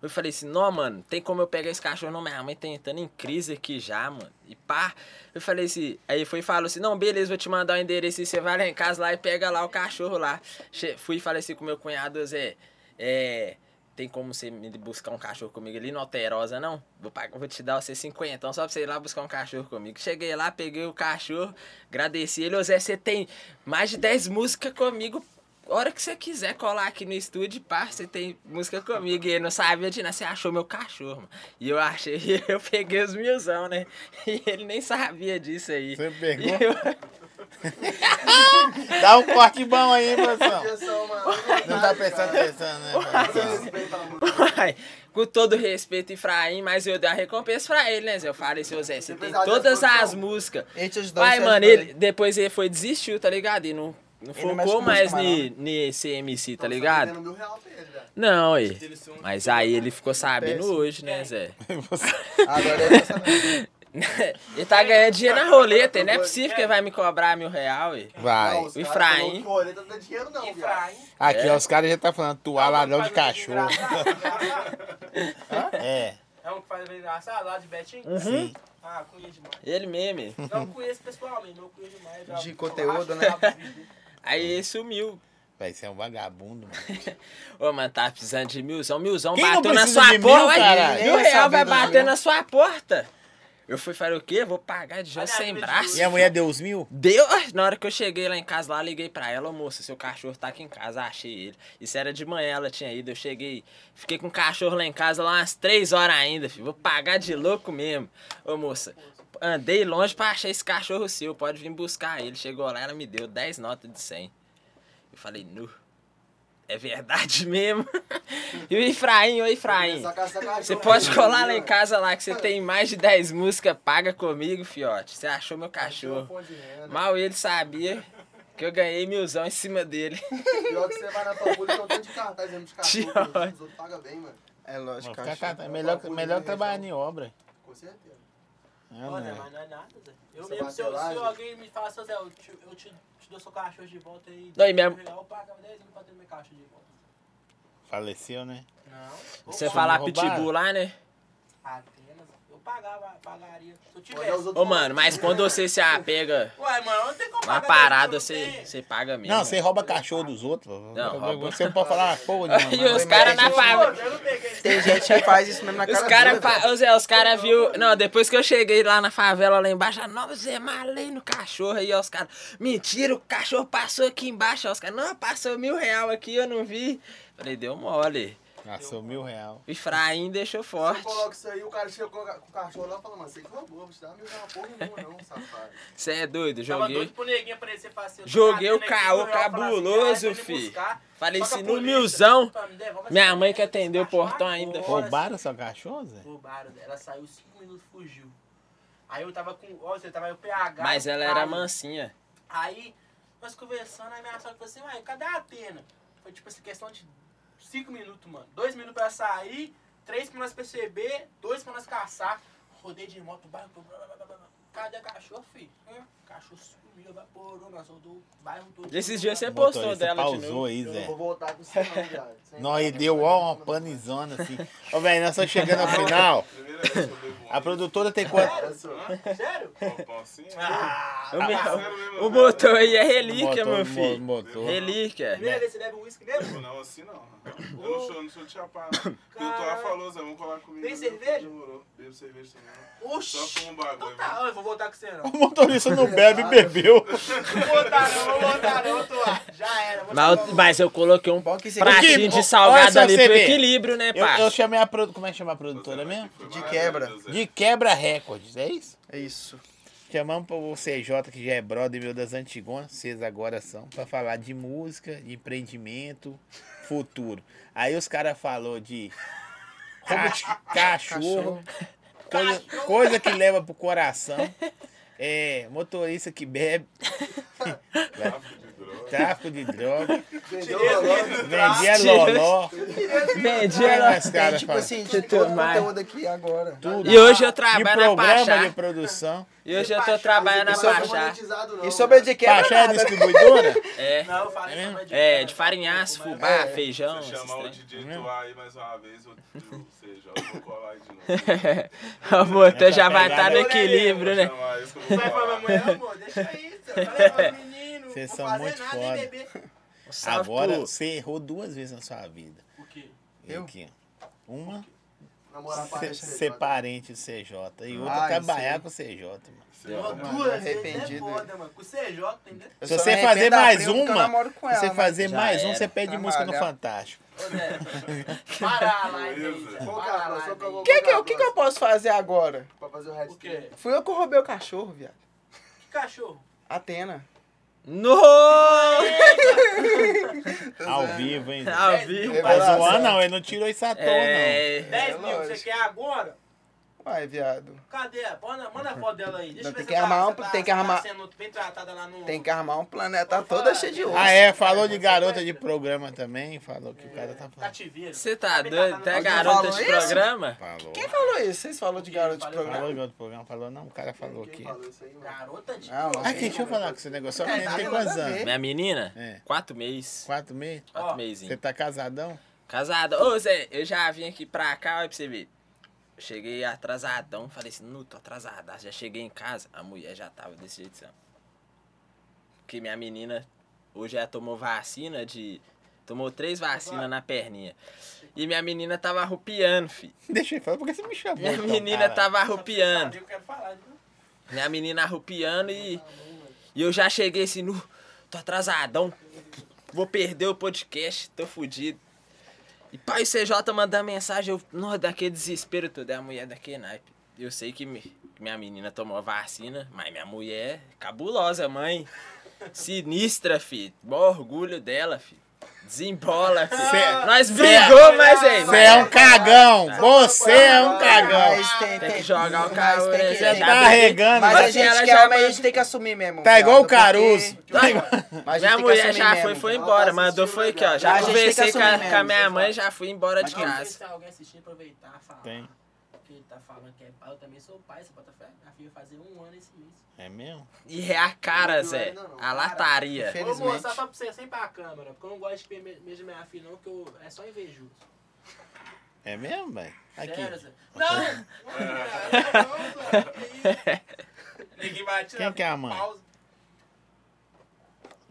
Speaker 5: Eu falei assim, não, mano, tem como eu pegar esse cachorro? Não, minha mãe tá entrando em crise aqui já, mano. E pá. Eu falei assim, aí foi e falou assim, não, beleza, vou te mandar o endereço e você vai lá em casa lá e pega lá o cachorro lá. Che- fui e falei assim com meu cunhado, Zé, é, tem como você me buscar um cachorro comigo ali na Alterosa, não? Vou, pagar, vou te dar você 50, então só pra você ir lá buscar um cachorro comigo. Cheguei lá, peguei o cachorro, agradeci ele, ô Zé, você tem mais de 10 músicas comigo, hora que você quiser colar aqui no estúdio, pá, você tem música comigo. E ele não sabia de nada, você achou meu cachorro, mano. E eu achei, [laughs] eu peguei os milzão, né? E ele nem sabia disso aí.
Speaker 1: Você
Speaker 5: E
Speaker 1: pegou?
Speaker 5: eu- [laughs]
Speaker 1: Dá um corte bom aí, hein, produção?
Speaker 3: Só uma-
Speaker 1: [laughs] Não tá prestando atenção, né, produção?
Speaker 5: Tá Uai, com todo respeito, Efraim, mas eu dei uma recompensa pra ele, né, Zé? Eu falei, seu Zé, você tem todas as músicas.
Speaker 4: Ele te ajudou.
Speaker 5: Vai,
Speaker 4: você
Speaker 5: mano,
Speaker 4: ajudou né?
Speaker 5: ele, depois ele foi desistiu, tá ligado? E não,
Speaker 4: não
Speaker 5: não
Speaker 4: né? mexe
Speaker 5: focou
Speaker 4: com
Speaker 5: mais
Speaker 4: música mais,
Speaker 5: ni, ni CMC, tá ligado?
Speaker 3: Tá mil real pra ele, velho.
Speaker 5: Não, e. Mas aí ele
Speaker 4: um
Speaker 5: ficou sabendo hoje, né, Zé?
Speaker 4: Agora ele tá sabendo.
Speaker 5: ele tá ganhando dinheiro na roleta, não é possível que ele vai me cobrar mil real, e.
Speaker 1: [laughs] Vai.
Speaker 3: Não, os
Speaker 5: o
Speaker 3: caras
Speaker 5: Efraim.
Speaker 3: falou que o Orelha não dá dinheiro, não, viado.
Speaker 2: Efraim.
Speaker 1: Aqui, ó, os caras já tá falando toaladão de
Speaker 2: faz vídeo
Speaker 1: cachorro.
Speaker 6: [laughs]
Speaker 2: engraçado.
Speaker 1: É.
Speaker 2: É um que faz vídeo engraçado lá de Betinho?
Speaker 1: Sim.
Speaker 2: Ah, conheço demais.
Speaker 5: Ele mesmo.
Speaker 2: Não conheço pessoalmente, não conheço demais. já-
Speaker 4: De conteúdo, né?
Speaker 2: já-
Speaker 6: é
Speaker 5: Aí ele sumiu.
Speaker 1: Vai ser um vagabundo, mano.
Speaker 5: Ô, mano, tá precisando de milzão. Milzão
Speaker 1: Quem não
Speaker 5: bateu na
Speaker 1: precisa
Speaker 5: sua
Speaker 1: de mil,
Speaker 5: porta.
Speaker 1: caralho?
Speaker 5: mil
Speaker 4: Ninguém
Speaker 5: real
Speaker 4: sabe
Speaker 5: vai
Speaker 4: dos
Speaker 5: bater
Speaker 1: né?
Speaker 4: mil.
Speaker 5: na sua porta. Eu fui fazer o quê? Vou pagar de já
Speaker 2: Olha,
Speaker 5: sem
Speaker 2: acredito.
Speaker 5: braço.
Speaker 1: E a mulher deu os mil?
Speaker 5: Deu, na hora que eu cheguei lá em casa, lá liguei pra ela, ô moça, seu cachorro tá aqui em casa, achei ele. Isso era de manhã, ela tinha ido, eu cheguei, fiquei com o cachorro lá em casa lá umas três horas ainda, filho. vou pagar de louco mesmo. Ô moça, andei longe pra achar esse cachorro seu, pode vir buscar ele. Chegou lá, ela me deu 10 notas de 100. Eu falei, nu, é verdade [laughs] mesmo? e o Efraim, ô Efraim,
Speaker 3: Saca- saca-
Speaker 5: você
Speaker 3: saca-
Speaker 5: pode
Speaker 3: saca-
Speaker 5: colar lá em casa lá que você tem mais de 10 músicas, paga comigo, fiote, você achou meu cachorro.
Speaker 3: Pô, de renda.
Speaker 5: Mal ele sabia que eu ganhei milzão em cima dele.
Speaker 3: Pior que você vai na tua bolha, tem um tanto de cartaz mesmo
Speaker 5: [laughs]
Speaker 3: de
Speaker 5: Tchau.
Speaker 3: cachorro. Os outros pagam bem, mano.
Speaker 4: É
Speaker 1: Mano,
Speaker 4: lógico,
Speaker 1: fica
Speaker 4: acho.
Speaker 1: cata- é melhor, melhor trabalhar
Speaker 5: né,
Speaker 1: em obra.
Speaker 3: Com certeza.
Speaker 1: É,
Speaker 3: Ah,
Speaker 2: Olha,
Speaker 1: né?
Speaker 2: mas não é nada, Zé. Eu
Speaker 3: Você
Speaker 2: mesmo, se, eu-
Speaker 3: bateu lá,
Speaker 2: se
Speaker 3: Zé?
Speaker 2: alguém me fala, seu Zé, eu te, eu te, te dou seu cachorro de volta aí.
Speaker 5: Não, e mesmo-
Speaker 2: Eu pago 10 mil pra ter meu cachorro de volta.
Speaker 1: Faleceu, né?
Speaker 2: Não,
Speaker 5: Você falar
Speaker 1: roubaram?
Speaker 5: pitbull lá, né?
Speaker 2: apenas. Eu pagava, pagaria. Se eu
Speaker 3: Olha os
Speaker 2: tivesse.
Speaker 3: outros
Speaker 5: Ô, mano, mas quando você se apega
Speaker 2: Uai, mano, não tem como
Speaker 5: uma
Speaker 2: pagar
Speaker 5: parada,
Speaker 2: dez mil, não
Speaker 5: você,
Speaker 2: tem.
Speaker 5: você paga mesmo.
Speaker 1: Não, você rouba cachorro dos outros.
Speaker 5: Não, rouba.
Speaker 1: você não pode falar uma
Speaker 5: [laughs]
Speaker 1: porra nenhuma.
Speaker 5: E
Speaker 1: não.
Speaker 5: os caras na
Speaker 4: Mas
Speaker 5: fábrica.
Speaker 2: Eu não peguei.
Speaker 4: Tem gente que faz isso mesmo na cara
Speaker 5: Os caras,
Speaker 4: dura, velho.
Speaker 5: pa... Ô, Zé, os caras viu. Não, depois que eu cheguei lá na favela, lá embaixo, ah, não, Zé, malei no cachorro aí, ó, os caras. Mentira, o cachorro passou aqui embaixo, ó, os caras. Não, passou mil real aqui, eu não vi. Falei, deu mole.
Speaker 1: Gastou mil real.
Speaker 5: O Efraim deixou
Speaker 3: Se eu
Speaker 5: forte.
Speaker 3: coloco isso aí, o cara chega com o ca- com o cachorro lá e fala, mano, você que roubou, vou te dar mil real porra nenhuma não, safado.
Speaker 5: Você é doido,
Speaker 2: Tava
Speaker 5: joguei.
Speaker 2: doido pro neguinho aparecer assim, facinho.
Speaker 5: Joguei o
Speaker 2: caô
Speaker 5: caô cabuloso, fi. Falei assim, no milzão. Minha
Speaker 2: um
Speaker 5: mãe que atendeu o portão ainda.
Speaker 2: assim,
Speaker 1: Roubaram sua cachorra, Zé?
Speaker 2: Roubaram, ela saiu 5 minutos, fugiu. Aí eu tava com. Ó, você tava aí o PH.
Speaker 5: Mas
Speaker 2: o
Speaker 5: ela era
Speaker 2: Caio.
Speaker 5: mansinha.
Speaker 2: Aí, nós conversando, aí minha sogra falou assim, uai, cadê a Atena? Foi tipo assim, questão de 5 minutos, mano. 2 minutos pra sair, 3 pra nós perceber, 2 pra nós caçar. Rodei de moto, bairro, todo, blá, blá, blá, blá, blá. cadê a cachorro, filho? Hã? Cachorro sumiu, evaporou, nós rodou o bairro todo.
Speaker 5: Esses dias você
Speaker 1: O
Speaker 5: postou
Speaker 1: motorista
Speaker 5: dela de
Speaker 1: pausou
Speaker 5: novo.
Speaker 1: aí,
Speaker 3: Eu não
Speaker 1: Zé.
Speaker 3: vou voltar com isso não, viado. Isso aí
Speaker 1: Não, e
Speaker 3: tá-
Speaker 1: é. deu ó, uma panizona assim. Ô, velho, nós estamos chegando
Speaker 5: [laughs]
Speaker 1: ao final.
Speaker 11: Primeira vez que eu bebo
Speaker 1: A
Speaker 11: um
Speaker 1: produtora tem quanto?
Speaker 3: Olha só.
Speaker 5: é [laughs]
Speaker 2: Sério?
Speaker 11: copão assim.
Speaker 2: Ah,
Speaker 5: O meu-
Speaker 11: Sério mesmo, né?
Speaker 5: O
Speaker 11: não.
Speaker 5: motor aí é relíquia,
Speaker 1: Motor,
Speaker 5: meu
Speaker 1: mo-
Speaker 5: filho.
Speaker 1: motor.
Speaker 5: Relíquia.
Speaker 2: primeira vez que você bebe um uísque mesmo?
Speaker 11: Não,
Speaker 3: é-
Speaker 11: não, assim não. Eu não sou, não sou de chapar. não. Porque o Toá falou, Zé, vamos colar comigo. né?
Speaker 2: Tem
Speaker 11: Não,
Speaker 2: cerveja?
Speaker 11: Demorou. Bebo cerveja também. não.
Speaker 2: Oxi!
Speaker 11: Só com um bagulho.
Speaker 2: Então tá, ó, eu vou voltar com você não.
Speaker 1: O motorista não bebe
Speaker 5: Ah,
Speaker 1: e bebeu.
Speaker 2: Não vou voltar não, vou voltar não, eu tô lá. Já era, vou
Speaker 5: Mas, mas eu coloquei um
Speaker 4: Bom que você
Speaker 5: pratinho
Speaker 1: Olha
Speaker 5: de salgado
Speaker 1: só
Speaker 5: ali
Speaker 1: você
Speaker 5: pro
Speaker 1: ver.
Speaker 5: equilíbrio, né,
Speaker 1: Eu,
Speaker 5: pá?
Speaker 1: eu chamei a produtora. Como é que chama a produtora
Speaker 11: Zé, mas
Speaker 1: mesmo?
Speaker 11: que foi
Speaker 4: De
Speaker 11: maravilhoso,
Speaker 4: quebra.
Speaker 11: Zé.
Speaker 1: De quebra recordes, é isso?
Speaker 4: É isso.
Speaker 1: Chamamos pra o CJ, que já é brother meu das antigonas, vocês agora são, pra falar de música, de empreendimento, futuro. Aí os caras falaram de ca- cachorro, coisa, coisa que leva pro
Speaker 5: [laughs]
Speaker 1: coração, é, motorista que bebe,
Speaker 11: Tráfico de droga.
Speaker 1: tráfico de droga,
Speaker 3: Entendeu? Loló?
Speaker 1: vendia é loló,
Speaker 5: Vendi
Speaker 1: Vai
Speaker 5: ela.
Speaker 1: nas caras
Speaker 4: tipo
Speaker 1: fazendo
Speaker 4: assim,
Speaker 5: Deixa
Speaker 4: de
Speaker 5: eu
Speaker 4: todo o
Speaker 5: tomar.
Speaker 4: conteúdo aqui agora.
Speaker 1: tudo.
Speaker 5: E hoje eu
Speaker 1: De
Speaker 5: trabalho na
Speaker 1: programa
Speaker 5: Pachá.
Speaker 1: de produção.
Speaker 5: E hoje eu tô trabalhando na
Speaker 3: Isso não é
Speaker 5: Pachá.
Speaker 3: monetizado, não.
Speaker 4: E sobre a de quebra,
Speaker 1: Pachá é distribuidora?
Speaker 5: É.
Speaker 2: Não, eu falei
Speaker 1: É
Speaker 2: que não é de
Speaker 5: É,
Speaker 2: cara.
Speaker 5: de farinhaço,
Speaker 2: Mas-
Speaker 5: fubá, feijão.
Speaker 12: Você
Speaker 5: esses
Speaker 12: chamar o
Speaker 5: trem.
Speaker 12: DJ
Speaker 1: Entendeu?
Speaker 12: Tuá aí mais uma vez, eu, eu sei já, eu vou colar aí de novo.
Speaker 5: O motor já vai estar
Speaker 2: Olha
Speaker 5: no
Speaker 2: aí,
Speaker 12: Vou
Speaker 5: equilíbrio, né?
Speaker 12: chamar isso que eu vou
Speaker 2: Vai pra minha
Speaker 12: colar.
Speaker 2: mulher, amor, deixa aí. seu. Eu Falei pros meninos,
Speaker 1: Vocês
Speaker 2: não
Speaker 1: são
Speaker 2: fazer
Speaker 1: muito
Speaker 2: nada,
Speaker 1: foda.
Speaker 2: hein, bebê.
Speaker 5: Salve
Speaker 1: Agora
Speaker 5: pro-
Speaker 1: você errou duas vezes na sua vida.
Speaker 2: O quê?
Speaker 1: Eu?
Speaker 4: Eu?
Speaker 1: Aqui. Uma, [laughs]
Speaker 3: Namorar pra
Speaker 1: ser, ser parente do CJ. E outra,
Speaker 4: Ah,
Speaker 1: trabalhar
Speaker 4: isso aí.
Speaker 1: com o CJ, mano.
Speaker 2: Não,
Speaker 4: mano,
Speaker 2: duas vezes é
Speaker 4: arrependido.
Speaker 2: foda, mano. Com o CJ, entendeu?
Speaker 4: eu
Speaker 1: Se
Speaker 4: só
Speaker 1: você
Speaker 4: me
Speaker 1: fazer
Speaker 4: arrependo da
Speaker 1: mais
Speaker 4: prima porque eu
Speaker 1: uma,
Speaker 4: namoro com
Speaker 1: Se você
Speaker 4: ela, né?
Speaker 1: fazer
Speaker 5: Já
Speaker 1: mais um,
Speaker 5: era. Tá
Speaker 1: você pede música no
Speaker 4: Trabalhar.
Speaker 1: Fantástico.
Speaker 2: Ô, Zé, Parar lá, hein,
Speaker 3: Qual que é
Speaker 2: Parar
Speaker 3: a
Speaker 2: lá,
Speaker 3: próxima? Qual que é
Speaker 2: hein.
Speaker 3: o-
Speaker 4: O que, que, eu- que que eu posso fazer agora?
Speaker 3: Pra fazer o
Speaker 2: O
Speaker 3: resto.
Speaker 2: quê?
Speaker 4: Fui eu que roubei o cachorro, viado.
Speaker 2: Que cachorro?
Speaker 4: Atena.
Speaker 5: No! Tá
Speaker 1: Ao vivo, hein? Zé?
Speaker 5: Ao
Speaker 2: Dez
Speaker 5: vivo.
Speaker 2: mil,
Speaker 1: Mas
Speaker 4: Vai lá,
Speaker 1: o ano
Speaker 4: Zé.
Speaker 1: não, ele não tirou isso à toa,
Speaker 5: É.
Speaker 2: 10 mil,
Speaker 4: lógico.
Speaker 2: você quer agora?
Speaker 4: Uai, viado.
Speaker 2: Cadê? Manda, manda a foto dela aí. Deixa
Speaker 4: Não,
Speaker 2: eu ver
Speaker 4: tem
Speaker 2: se
Speaker 4: que
Speaker 2: tá-
Speaker 4: armar
Speaker 2: se
Speaker 4: um-
Speaker 2: tá-
Speaker 4: tem que
Speaker 2: se tá
Speaker 4: armar-
Speaker 2: sendo bem tratada lá no...
Speaker 4: Tem que armar um planeta
Speaker 2: Vamos
Speaker 4: toda
Speaker 2: falar.
Speaker 4: cheia de
Speaker 1: não.
Speaker 4: ouro.
Speaker 1: Ah, é, falou de garota de programa também, falou que o cara tá falando.
Speaker 2: Cativeiro.
Speaker 5: Você tá
Speaker 2: Bem
Speaker 5: doido?
Speaker 2: tratada
Speaker 5: Tá
Speaker 2: no-
Speaker 4: Alguém
Speaker 5: garota
Speaker 4: falou
Speaker 5: de
Speaker 4: isso?
Speaker 5: programa?
Speaker 1: Falou.
Speaker 4: Quem falou isso? Vocês falaram de garoto de
Speaker 2: Falei,
Speaker 4: programa.
Speaker 1: Falou de outro programa, falou não, o cara falou aqui.
Speaker 3: Quem falou isso aí, mano?
Speaker 2: Garota de...
Speaker 4: Não,
Speaker 1: Aqui, deixa eu falar com esse negócio. Só menino tem quantos
Speaker 4: Nada a ver.
Speaker 1: anos?
Speaker 5: Minha menina?
Speaker 1: É.
Speaker 5: Quatro meses.
Speaker 1: Quatro meses?
Speaker 5: Quatro
Speaker 2: Ó,
Speaker 1: Você
Speaker 5: meizinhos.
Speaker 1: tá casadão? [laughs]
Speaker 5: Casada. Ô, Zé, eu já vim aqui pra cá, olha pra você ver. Cheguei atrasadão, falei assim, não, tô atrasada. Já cheguei em casa, a mulher já tava desse jeito, assim, ó. Porque minha menina hoje ela tomou vacina de... Tomou três vacinas na perninha. E minha menina tava arrupiando, fi.
Speaker 1: Deixa eu falar, porque você me chamou?
Speaker 5: Minha
Speaker 1: então,
Speaker 5: menina
Speaker 1: cara?
Speaker 5: tava
Speaker 2: Só pra você
Speaker 5: arrupiando.
Speaker 2: saber o que eu quero falar, viu?
Speaker 5: Minha Né, menina arrupiando e. E eu já cheguei assim, nu, tô atrasadão. Vou perder o podcast, tô fudido. E pai, o CJ mandando mensagem, eu, nossa, daquele desespero todo, é a mulher daquele naipe. Eu sei que me- que minha menina tomou a vacina, mas minha mulher, é cabulosa, mãe. Sinistra, filho. Mó orgulho dela, filho. Desembola, filho.
Speaker 1: Cê-
Speaker 5: Nós brigou, mas aí.
Speaker 1: Você é um cagão! Você é um cagão!
Speaker 4: Mas tem,
Speaker 5: Tem que jogar o
Speaker 4: mas
Speaker 5: carro,
Speaker 4: tem
Speaker 5: né?
Speaker 4: que-
Speaker 5: Já
Speaker 4: tem-
Speaker 5: dá
Speaker 1: Tá regando,
Speaker 4: Mas a
Speaker 5: Mas
Speaker 4: gente
Speaker 5: ela
Speaker 4: que
Speaker 5: já
Speaker 4: é homem, a
Speaker 5: manda-
Speaker 4: gente tem que assumir mesmo.
Speaker 1: Tá
Speaker 4: viado,
Speaker 1: igual o
Speaker 4: porque-
Speaker 1: Caruso. Tá igual-
Speaker 4: Mas a gente
Speaker 5: Minha
Speaker 4: tem que
Speaker 5: mulher
Speaker 4: assumir
Speaker 5: já
Speaker 4: mesmo.
Speaker 5: foi, foi embora,
Speaker 3: Ela tá
Speaker 5: mandou
Speaker 3: assistindo,
Speaker 5: foi aqui, ó.
Speaker 3: né?
Speaker 4: A
Speaker 5: Já
Speaker 4: gente tem que
Speaker 5: conversei com a,
Speaker 4: assumir
Speaker 5: com
Speaker 4: mesmo,
Speaker 5: a minha
Speaker 4: você
Speaker 5: mãe,
Speaker 4: fala.
Speaker 5: já fui embora de
Speaker 2: Não, mas
Speaker 5: casa.
Speaker 2: se alguém assistir, aproveitar, falar.
Speaker 1: Tem.
Speaker 2: Que ele tá falando que é pai, eu também sou pai, você bota fé? Minha filha vai fazer um ano esse mês.
Speaker 1: É mesmo?
Speaker 5: E é a cara, Zé.
Speaker 3: Não, não,
Speaker 5: A lataria.
Speaker 2: Vou
Speaker 4: Felizmente.
Speaker 2: mostrar só pra você, sem pra câmera, porque eu não gosto de ver me- mesmo minha filha, não, que eu, é só invejoso.
Speaker 1: É mesmo, velho?
Speaker 2: Sério,
Speaker 1: Aqui.
Speaker 2: Zé? Não! Não, cara, não, Zé, que isso? [laughs] Ninguém bate
Speaker 1: Quem
Speaker 2: na
Speaker 1: que é a mãe?
Speaker 2: pausa.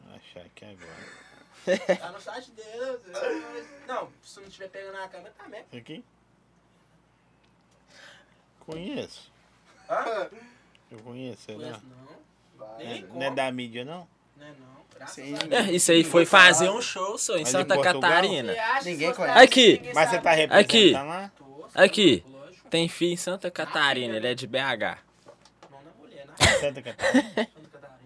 Speaker 1: Vou achar aqui agora.
Speaker 2: Tá no chat dele. Zé. Não, se não tiver pegando na câmera, tá merda.
Speaker 1: Isso Aqui? Conheço.
Speaker 2: Hã?
Speaker 1: Eu conheço, sei lá.
Speaker 2: Conheço não.
Speaker 3: Vai.
Speaker 2: Nem
Speaker 1: Não é
Speaker 2: como.
Speaker 1: da mídia, não?
Speaker 2: Não é não. Graças
Speaker 4: Sim.
Speaker 2: a Deus.
Speaker 5: É, Isso aí foi fazer um show, só em
Speaker 1: Mas em
Speaker 5: Santa
Speaker 1: Portugal?
Speaker 5: Catarina.
Speaker 2: Você acha,
Speaker 4: Ninguém
Speaker 2: se fosse
Speaker 4: conhece.
Speaker 2: pra mim,
Speaker 5: Aqui.
Speaker 2: assim, ninguém
Speaker 1: Mas você
Speaker 2: sabe.
Speaker 1: tá representando lá?
Speaker 2: Tô, sim,
Speaker 5: Aqui.
Speaker 2: Lógico.
Speaker 5: Tem filho em Santa Catarina, ele é de BH.
Speaker 2: Mão na mulher, na
Speaker 1: Santa Catarina.
Speaker 2: Santa Catarina.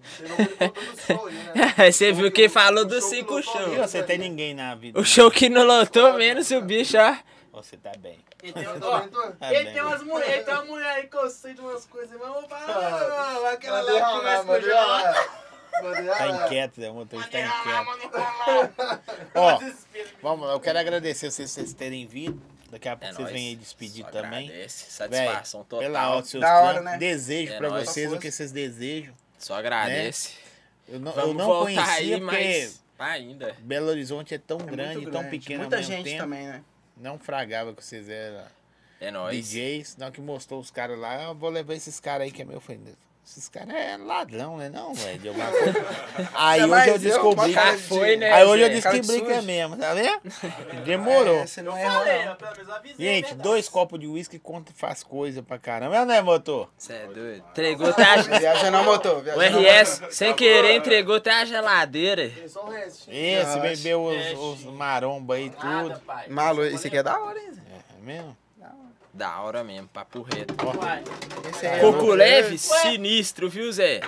Speaker 3: Você não contou todo o show aí, né?
Speaker 5: Aí você viu que falou
Speaker 3: O
Speaker 5: dos
Speaker 3: show que
Speaker 5: cinco
Speaker 3: lotou
Speaker 1: E
Speaker 5: shows.
Speaker 1: você tem ninguém na vida.
Speaker 5: O
Speaker 1: não?
Speaker 5: show que não lotou menos o bicho, ó.
Speaker 1: Você tá bem.
Speaker 2: Ele tem,
Speaker 3: Você
Speaker 2: [laughs] ó,
Speaker 3: também tô?
Speaker 1: Tá
Speaker 2: ele
Speaker 1: bem.
Speaker 2: tem umas mulheres, ele tem uma mulher aí que eu sei de umas coisas, mas vou
Speaker 3: Ah,
Speaker 2: falar, não, aquela
Speaker 3: Mandei
Speaker 2: lá que
Speaker 3: ralar,
Speaker 2: começa com o
Speaker 3: mandei
Speaker 2: jogo.
Speaker 3: ralar. Mandei
Speaker 1: Tá
Speaker 3: ralar.
Speaker 1: inquieto, Zé. O motorista tá
Speaker 2: Mandei ralar,
Speaker 1: inquieto.
Speaker 2: mandei ralar.
Speaker 4: tá
Speaker 1: Ó,
Speaker 2: Desespero.
Speaker 1: vamos lá. Eu quero agradecer vocês, vocês terem vindo. Daqui a
Speaker 5: É
Speaker 1: pouco vocês
Speaker 5: nóis.
Speaker 1: vêm aí despedir
Speaker 5: Só
Speaker 1: também.
Speaker 5: Agradece, satisfação
Speaker 1: Véi, Pela hora
Speaker 5: total.
Speaker 1: dos seus
Speaker 4: Da hora,
Speaker 1: trampos.
Speaker 4: né?
Speaker 1: Desejo
Speaker 5: É
Speaker 1: pra
Speaker 5: nóis.
Speaker 1: vocês o
Speaker 4: Força.
Speaker 1: que vocês desejam.
Speaker 5: Só agradece.
Speaker 1: né? Eu não, eu
Speaker 5: Vamos
Speaker 1: não
Speaker 5: voltar
Speaker 1: conhecia
Speaker 5: aí,
Speaker 1: porque
Speaker 5: mas ainda.
Speaker 1: Belo Horizonte é tão
Speaker 4: É muito
Speaker 1: grande, e tão pequeno
Speaker 4: Muita
Speaker 1: ao mesmo
Speaker 4: gente
Speaker 1: tempo.
Speaker 4: também, né?
Speaker 1: Não fragava que vocês eram
Speaker 5: É nóis.
Speaker 1: DJs. Na hora que mostrou os caras lá, eu vou levar esses caras aí que é meu filho. Esses caras é ladrão, né? Não, velho. de alguma
Speaker 4: [laughs]
Speaker 1: coisa. Aí hoje
Speaker 4: Ainda é mais
Speaker 1: eu descobri.
Speaker 4: uma cara
Speaker 5: Já
Speaker 4: de-
Speaker 5: foi, né?
Speaker 1: Aí hoje eu
Speaker 5: Zé?
Speaker 4: Cara de
Speaker 1: descobri que é
Speaker 4: sujo.
Speaker 1: mesmo, tá vendo? Demorou.
Speaker 4: É, você
Speaker 2: Eu
Speaker 4: não errou,
Speaker 2: falei, ó,
Speaker 4: não.
Speaker 2: pelo menos avisei.
Speaker 1: Gente,
Speaker 2: né?
Speaker 1: dois copos de uísque conta faz coisa pra caramba. É, né, motor?
Speaker 5: Cê é doido. Entregou até
Speaker 1: [laughs]
Speaker 5: a... [laughs]
Speaker 4: Viaja não, motor.
Speaker 5: O
Speaker 4: Viaja não.
Speaker 5: RS, sem querer, entregou até a geladeira.
Speaker 3: Tem só um restinho.
Speaker 1: Esse,
Speaker 4: acho-
Speaker 1: bebeu
Speaker 2: é,
Speaker 1: os, os maromba aí e
Speaker 2: Nada,
Speaker 1: tudo.
Speaker 2: pai.
Speaker 4: Malu, esse aqui é da hora, hein? Zé?
Speaker 1: É mesmo?
Speaker 5: Da hora mesmo, papo reto.
Speaker 2: Uai,
Speaker 4: Esse aí é
Speaker 5: Coco
Speaker 4: novo.
Speaker 5: leve, sinistro, viu, Zé?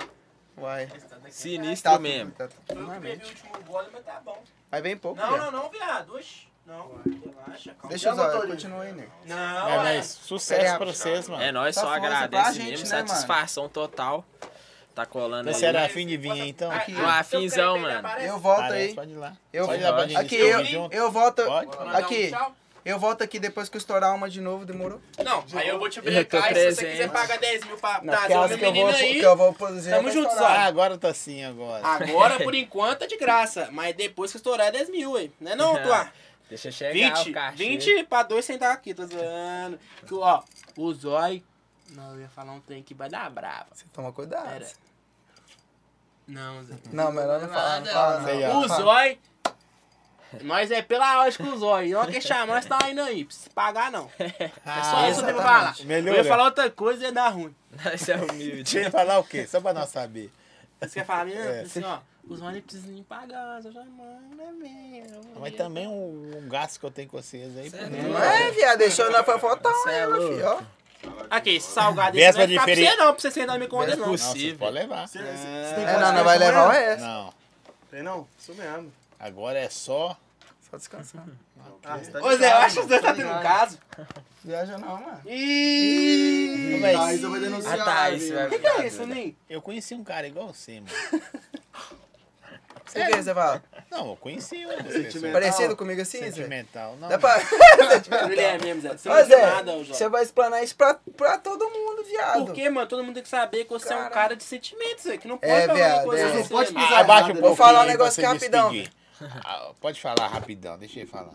Speaker 4: Uai.
Speaker 2: esse tá daqui.
Speaker 5: Sinistro
Speaker 4: Tá
Speaker 5: mesmo.
Speaker 4: tudo, tá tudo
Speaker 2: Eu que bebi o
Speaker 4: normalmente.
Speaker 2: último gole, mas tá bom.
Speaker 4: Mas bem pouco,
Speaker 2: Não,
Speaker 4: viado.
Speaker 2: não, não, viado. Oxi. Não, relaxa, calma.
Speaker 4: Deixa eu
Speaker 3: Já
Speaker 4: usar,
Speaker 3: botou
Speaker 4: continua aí, né?
Speaker 2: Não,
Speaker 1: É,
Speaker 2: ué.
Speaker 1: mas sucesso pra vocês, mano.
Speaker 5: É nóis,
Speaker 4: Tá
Speaker 5: só
Speaker 4: força pra
Speaker 5: agradece
Speaker 4: gente,
Speaker 5: mesmo,
Speaker 4: né, mano?
Speaker 5: satisfação total. Tá colando
Speaker 1: Você
Speaker 5: aí.
Speaker 1: era afim de vir, então?
Speaker 2: Aqui.
Speaker 5: Um afinzão,
Speaker 2: Então, peraí,
Speaker 5: mano.
Speaker 2: peraí,
Speaker 4: Eu
Speaker 2: aparece.
Speaker 4: volto
Speaker 1: Parece,
Speaker 4: aí.
Speaker 1: Pode ir lá.
Speaker 4: Eu,
Speaker 1: Pode ir lá, pode ir.
Speaker 4: aqui,
Speaker 1: Estamos
Speaker 4: eu,
Speaker 1: juntos.
Speaker 4: eu volto.
Speaker 1: Pode?
Speaker 2: Mandar um
Speaker 4: Aqui.
Speaker 2: tchau? Tá,
Speaker 4: Eu volto aqui depois que eu estourar uma de novo, demorou?
Speaker 2: Não, aí eu vou te
Speaker 5: tô
Speaker 2: brincar. E se você quiser
Speaker 5: 300.
Speaker 2: pagar 10 mil pra
Speaker 4: Não,
Speaker 2: trazer
Speaker 4: que
Speaker 2: o
Speaker 4: elas
Speaker 2: meu
Speaker 4: que eu,
Speaker 2: menino
Speaker 4: vou, que
Speaker 2: aí,
Speaker 4: eu vou produzir.
Speaker 2: Tamo
Speaker 4: vai
Speaker 2: junto,
Speaker 4: estourar.
Speaker 1: Ah, agora tá sim, agora.
Speaker 2: agora por enquanto é de graça. Mas depois que estourar é 10 mil, ué. Não é não,
Speaker 5: [laughs]
Speaker 2: Tuá?
Speaker 5: Deixa chegar
Speaker 2: 20,
Speaker 5: o cachê.
Speaker 2: 20 pra dois sentar aqui, tô zoando. Que, ó, o zói. Não, eu ia falar um trem que vai dar brava.
Speaker 4: Você toma cuidado.
Speaker 2: Pera. Não, Zé.
Speaker 4: Não, melhor não falar. Não
Speaker 3: Nada.
Speaker 4: fala, não.
Speaker 1: Sei, ó.
Speaker 2: O zói. Nós é pela ótica o zói. Não quer chamar, nós tá indo aí. Precisa pagar, não. É só
Speaker 1: Ah,
Speaker 2: isso
Speaker 1: tá
Speaker 2: que eu tenho pra falar.
Speaker 1: Melhor.
Speaker 2: Eu ia falar outra coisa e ia dar ruim.
Speaker 5: [laughs] Nós é humilde.
Speaker 1: Você ia falar o quê? Só pra nós saber.
Speaker 2: Você quer falar, menina?
Speaker 1: É.
Speaker 2: Assim, ó, os ônibus precisam nem pagar, só já manda mesmo.
Speaker 1: Mas também um, um gasto que eu tenho com vocês aí. pô, né?
Speaker 4: Não é, viado, deixou na fofotar ela, fi, ó.
Speaker 2: Aqui, esse salgado esse
Speaker 1: Véspera
Speaker 2: não é pra
Speaker 1: de feri-
Speaker 2: você não, pra você sentar na minha
Speaker 5: é
Speaker 2: conta não.
Speaker 1: Não, você pode levar.
Speaker 4: É, não, não vai levar o resto.
Speaker 1: Não,
Speaker 13: Falei, não, isso mesmo.
Speaker 1: agora é só.
Speaker 4: Só descansar.
Speaker 3: Ah, tá,
Speaker 2: Ô Zé, eu acho que os dois tá tendo
Speaker 1: É.
Speaker 2: um caso.
Speaker 4: Viaja não, mano.
Speaker 1: Ih,
Speaker 3: Ah,
Speaker 1: mas
Speaker 3: isso eu vou
Speaker 5: Ah,
Speaker 3: denunciar.
Speaker 5: tá, isso vai
Speaker 2: O que, que é isso, Nin?
Speaker 1: eu conheci um cara igual você, mano.
Speaker 4: O que que você fala?
Speaker 1: Não, eu conheci um. Sentimental.
Speaker 4: Parecido comigo assim, Zé?
Speaker 1: Sentimental. Não, Ah,
Speaker 4: Dá pra...
Speaker 2: Ele é mesmo, Zé. Você não
Speaker 4: Ô,
Speaker 2: entendeu
Speaker 4: Zé,
Speaker 2: nada, ô
Speaker 4: você é um
Speaker 2: Zé.
Speaker 4: vai explanar isso pra, pra todo mundo, viado.
Speaker 2: Porque, mano, todo mundo tem que saber que você é um
Speaker 4: Cara.
Speaker 2: cara de sentimentos, Zé, que não pode
Speaker 4: É,
Speaker 2: falar
Speaker 4: viado,
Speaker 2: coisa
Speaker 4: é.
Speaker 2: assim,
Speaker 4: Não
Speaker 3: pode
Speaker 2: mano.
Speaker 3: pisar.
Speaker 2: Ah,
Speaker 1: Abaixa um
Speaker 3: Vou
Speaker 1: pouquinho
Speaker 4: falar um
Speaker 1: aí pra
Speaker 4: negócio
Speaker 1: você
Speaker 4: rapidão.
Speaker 1: despedir. Ah, pode falar rapidão, deixa eu falar.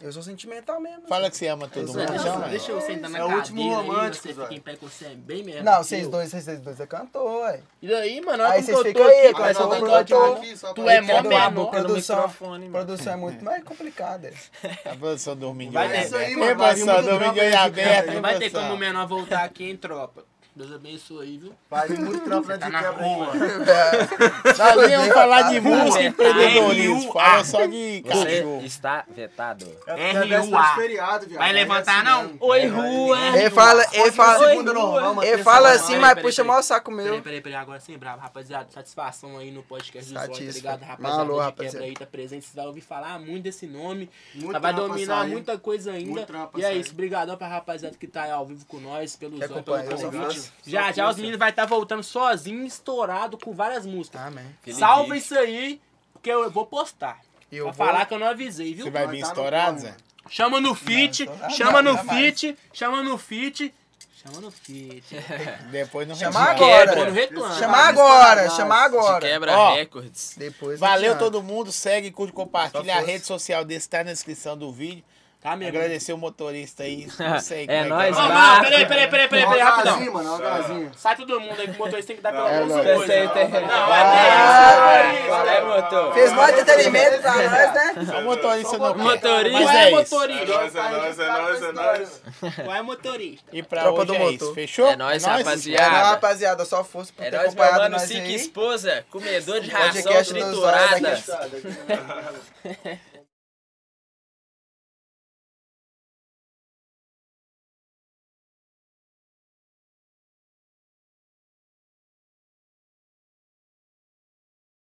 Speaker 4: Eu sou sentimental mesmo.
Speaker 1: Fala que você ama todo mundo,
Speaker 2: não,
Speaker 1: chama.
Speaker 2: Deixa eu sentar na
Speaker 3: É o
Speaker 2: cadeira
Speaker 3: último
Speaker 2: aí,
Speaker 3: romântico,
Speaker 2: você
Speaker 3: Zé.
Speaker 2: fica em pé com você é bem mesmo.
Speaker 4: Não, vocês dois, vocês dois é cantor, ué.
Speaker 2: E daí, mano, olha
Speaker 4: Aí
Speaker 2: como
Speaker 4: vocês
Speaker 2: que eu
Speaker 4: ficam
Speaker 2: tô
Speaker 4: aí,
Speaker 2: aqui.
Speaker 4: quando
Speaker 2: Olha
Speaker 4: eu
Speaker 2: como
Speaker 4: sou
Speaker 2: que eu tô
Speaker 4: produtor.
Speaker 2: aqui.
Speaker 3: aqui, só
Speaker 2: Tu
Speaker 3: pra-
Speaker 2: é
Speaker 4: Quer
Speaker 2: mó
Speaker 4: doar a
Speaker 2: menor.
Speaker 4: boca
Speaker 5: pelo
Speaker 4: Produção,
Speaker 5: microfone, mano.
Speaker 4: produção é muito mais complicada.
Speaker 1: A produção dormindo de
Speaker 2: Vai
Speaker 1: olho
Speaker 2: ter
Speaker 3: isso aí,
Speaker 1: aberto.
Speaker 3: mano,
Speaker 1: Ei,
Speaker 3: vai vir
Speaker 1: produção,
Speaker 3: muito
Speaker 1: dormindo de
Speaker 3: drama
Speaker 1: olho é
Speaker 3: aí de cara,
Speaker 1: aberto.
Speaker 2: Não
Speaker 1: hein,
Speaker 2: vai ter
Speaker 1: produção?
Speaker 2: como o menor voltar aqui, hein, tropa. Deus abençoe, aí, viu?
Speaker 3: Vai vir muito trampo né, de quebra aí, mano.
Speaker 1: Nós íamos falar de música e
Speaker 2: RU.
Speaker 1: empreendedorismo. Fala só de
Speaker 5: Você
Speaker 1: cachorro.
Speaker 5: está vetado.
Speaker 3: É véspera de feriado, viado.
Speaker 2: Vai
Speaker 3: Aí é
Speaker 2: levantar,
Speaker 3: assim
Speaker 2: não?
Speaker 3: mesmo. Vai,
Speaker 2: Oi, rua.
Speaker 3: vai. assim
Speaker 4: Ele fala, ele
Speaker 3: Segunda,
Speaker 4: fala, assim,
Speaker 3: segunda normal, mano.
Speaker 4: ele fala
Speaker 3: Terça
Speaker 4: assim,
Speaker 3: normal.
Speaker 4: mas
Speaker 2: peraí,
Speaker 4: puxa
Speaker 2: peraí.
Speaker 4: mal o saco
Speaker 2: Peraí,
Speaker 4: meu.
Speaker 2: peraí, peraí, agora sim, bravo, rapaziada. Satisfação aí no podcast do Zóio, tá
Speaker 4: Satisfa.
Speaker 2: ligado? Rapaziada,
Speaker 4: Alô,
Speaker 2: de
Speaker 4: rapaziada.
Speaker 2: quebra aí tá presente, você vai ouvir falar muito desse nome.
Speaker 3: Muito
Speaker 2: Ela vai
Speaker 3: trampo
Speaker 2: dominar
Speaker 3: essa aí.
Speaker 2: muita coisa ainda.
Speaker 3: Muito trampo
Speaker 2: E é
Speaker 3: essa
Speaker 2: isso, brigadão pra rapaziada que tá aí ao vivo com nós, pelo
Speaker 4: Que
Speaker 2: Zóio,
Speaker 4: acompanha,
Speaker 2: pelo
Speaker 4: só
Speaker 2: convite.
Speaker 3: força, só
Speaker 2: Já, já os
Speaker 3: força.
Speaker 2: meninos vai estar voltando sozinho, estourado, com várias músicas.
Speaker 4: Amém.
Speaker 5: Aquele
Speaker 2: Salva
Speaker 5: vídeo.
Speaker 2: isso aí, porque eu vou postar.
Speaker 4: E eu
Speaker 2: pra
Speaker 4: vou-
Speaker 2: falar que eu não avisei, viu?
Speaker 1: Você vai vir
Speaker 3: Vai tá no
Speaker 1: estourado,
Speaker 3: plano,
Speaker 1: Zé?
Speaker 3: mano.
Speaker 2: Chama no fit,
Speaker 4: tô- ah,
Speaker 2: chama
Speaker 4: não,
Speaker 2: no
Speaker 4: jamais.
Speaker 2: fit, chama no fit, chama no fit.
Speaker 1: Depois não
Speaker 4: Chamar
Speaker 1: reclama.
Speaker 4: agora.
Speaker 2: Pô, não reclama.
Speaker 4: Chamar agora,
Speaker 3: Vai.
Speaker 4: chamar
Speaker 5: De
Speaker 4: agora.
Speaker 5: quebra
Speaker 1: Ó.
Speaker 5: recordes.
Speaker 4: Depois eu te
Speaker 1: Valeu
Speaker 4: amo.
Speaker 1: todo mundo, segue, curte, compartilha.
Speaker 4: Só
Speaker 1: A
Speaker 4: força.
Speaker 1: rede social desse tá na descrição do vídeo.
Speaker 2: Tá mesmo.
Speaker 1: Agradecer o motorista aí, não sei
Speaker 5: É
Speaker 1: como é que
Speaker 5: nóis,
Speaker 2: Ô,
Speaker 1: é.
Speaker 5: vai.
Speaker 2: mano, peraí, peraí, peraí, peraí, peraí,
Speaker 3: Uma
Speaker 2: rapidão.
Speaker 3: gazinha, mano, uma gazinha.
Speaker 2: Sai todo mundo aí que o motorista tem que dar pelo
Speaker 14: É,
Speaker 2: menos
Speaker 14: não.
Speaker 2: coisa.
Speaker 5: Esse aí tem-
Speaker 2: Não, é isso,
Speaker 4: Ah,
Speaker 2: é
Speaker 5: Vai,
Speaker 2: isso.
Speaker 5: motor.
Speaker 4: Fez mais entretenimento pra nós, né?
Speaker 1: O motorista não quer.
Speaker 5: Motorista.
Speaker 1: Mas
Speaker 2: Vai,
Speaker 1: é
Speaker 14: É
Speaker 1: isso.
Speaker 2: motorista.
Speaker 14: nóis, é nóis, é nóis, é nóis.
Speaker 2: Vai, motorista.
Speaker 1: E pra
Speaker 4: Tropa
Speaker 1: hoje
Speaker 4: do
Speaker 1: é
Speaker 4: motor.
Speaker 1: isso. Fechou?
Speaker 5: É nóis,
Speaker 4: É, não,
Speaker 5: rapaziada.
Speaker 4: rapaziada, só força por
Speaker 5: É
Speaker 4: ter
Speaker 5: nóis, meu
Speaker 4: acompanhado
Speaker 5: mano.
Speaker 4: nós
Speaker 5: Sica
Speaker 4: aí.
Speaker 5: esposa, comedor de ração
Speaker 4: Podcast dos olhos
Speaker 3: Tá,
Speaker 5: triturada.
Speaker 4: aqui.
Speaker 3: Sabe, aqui, né?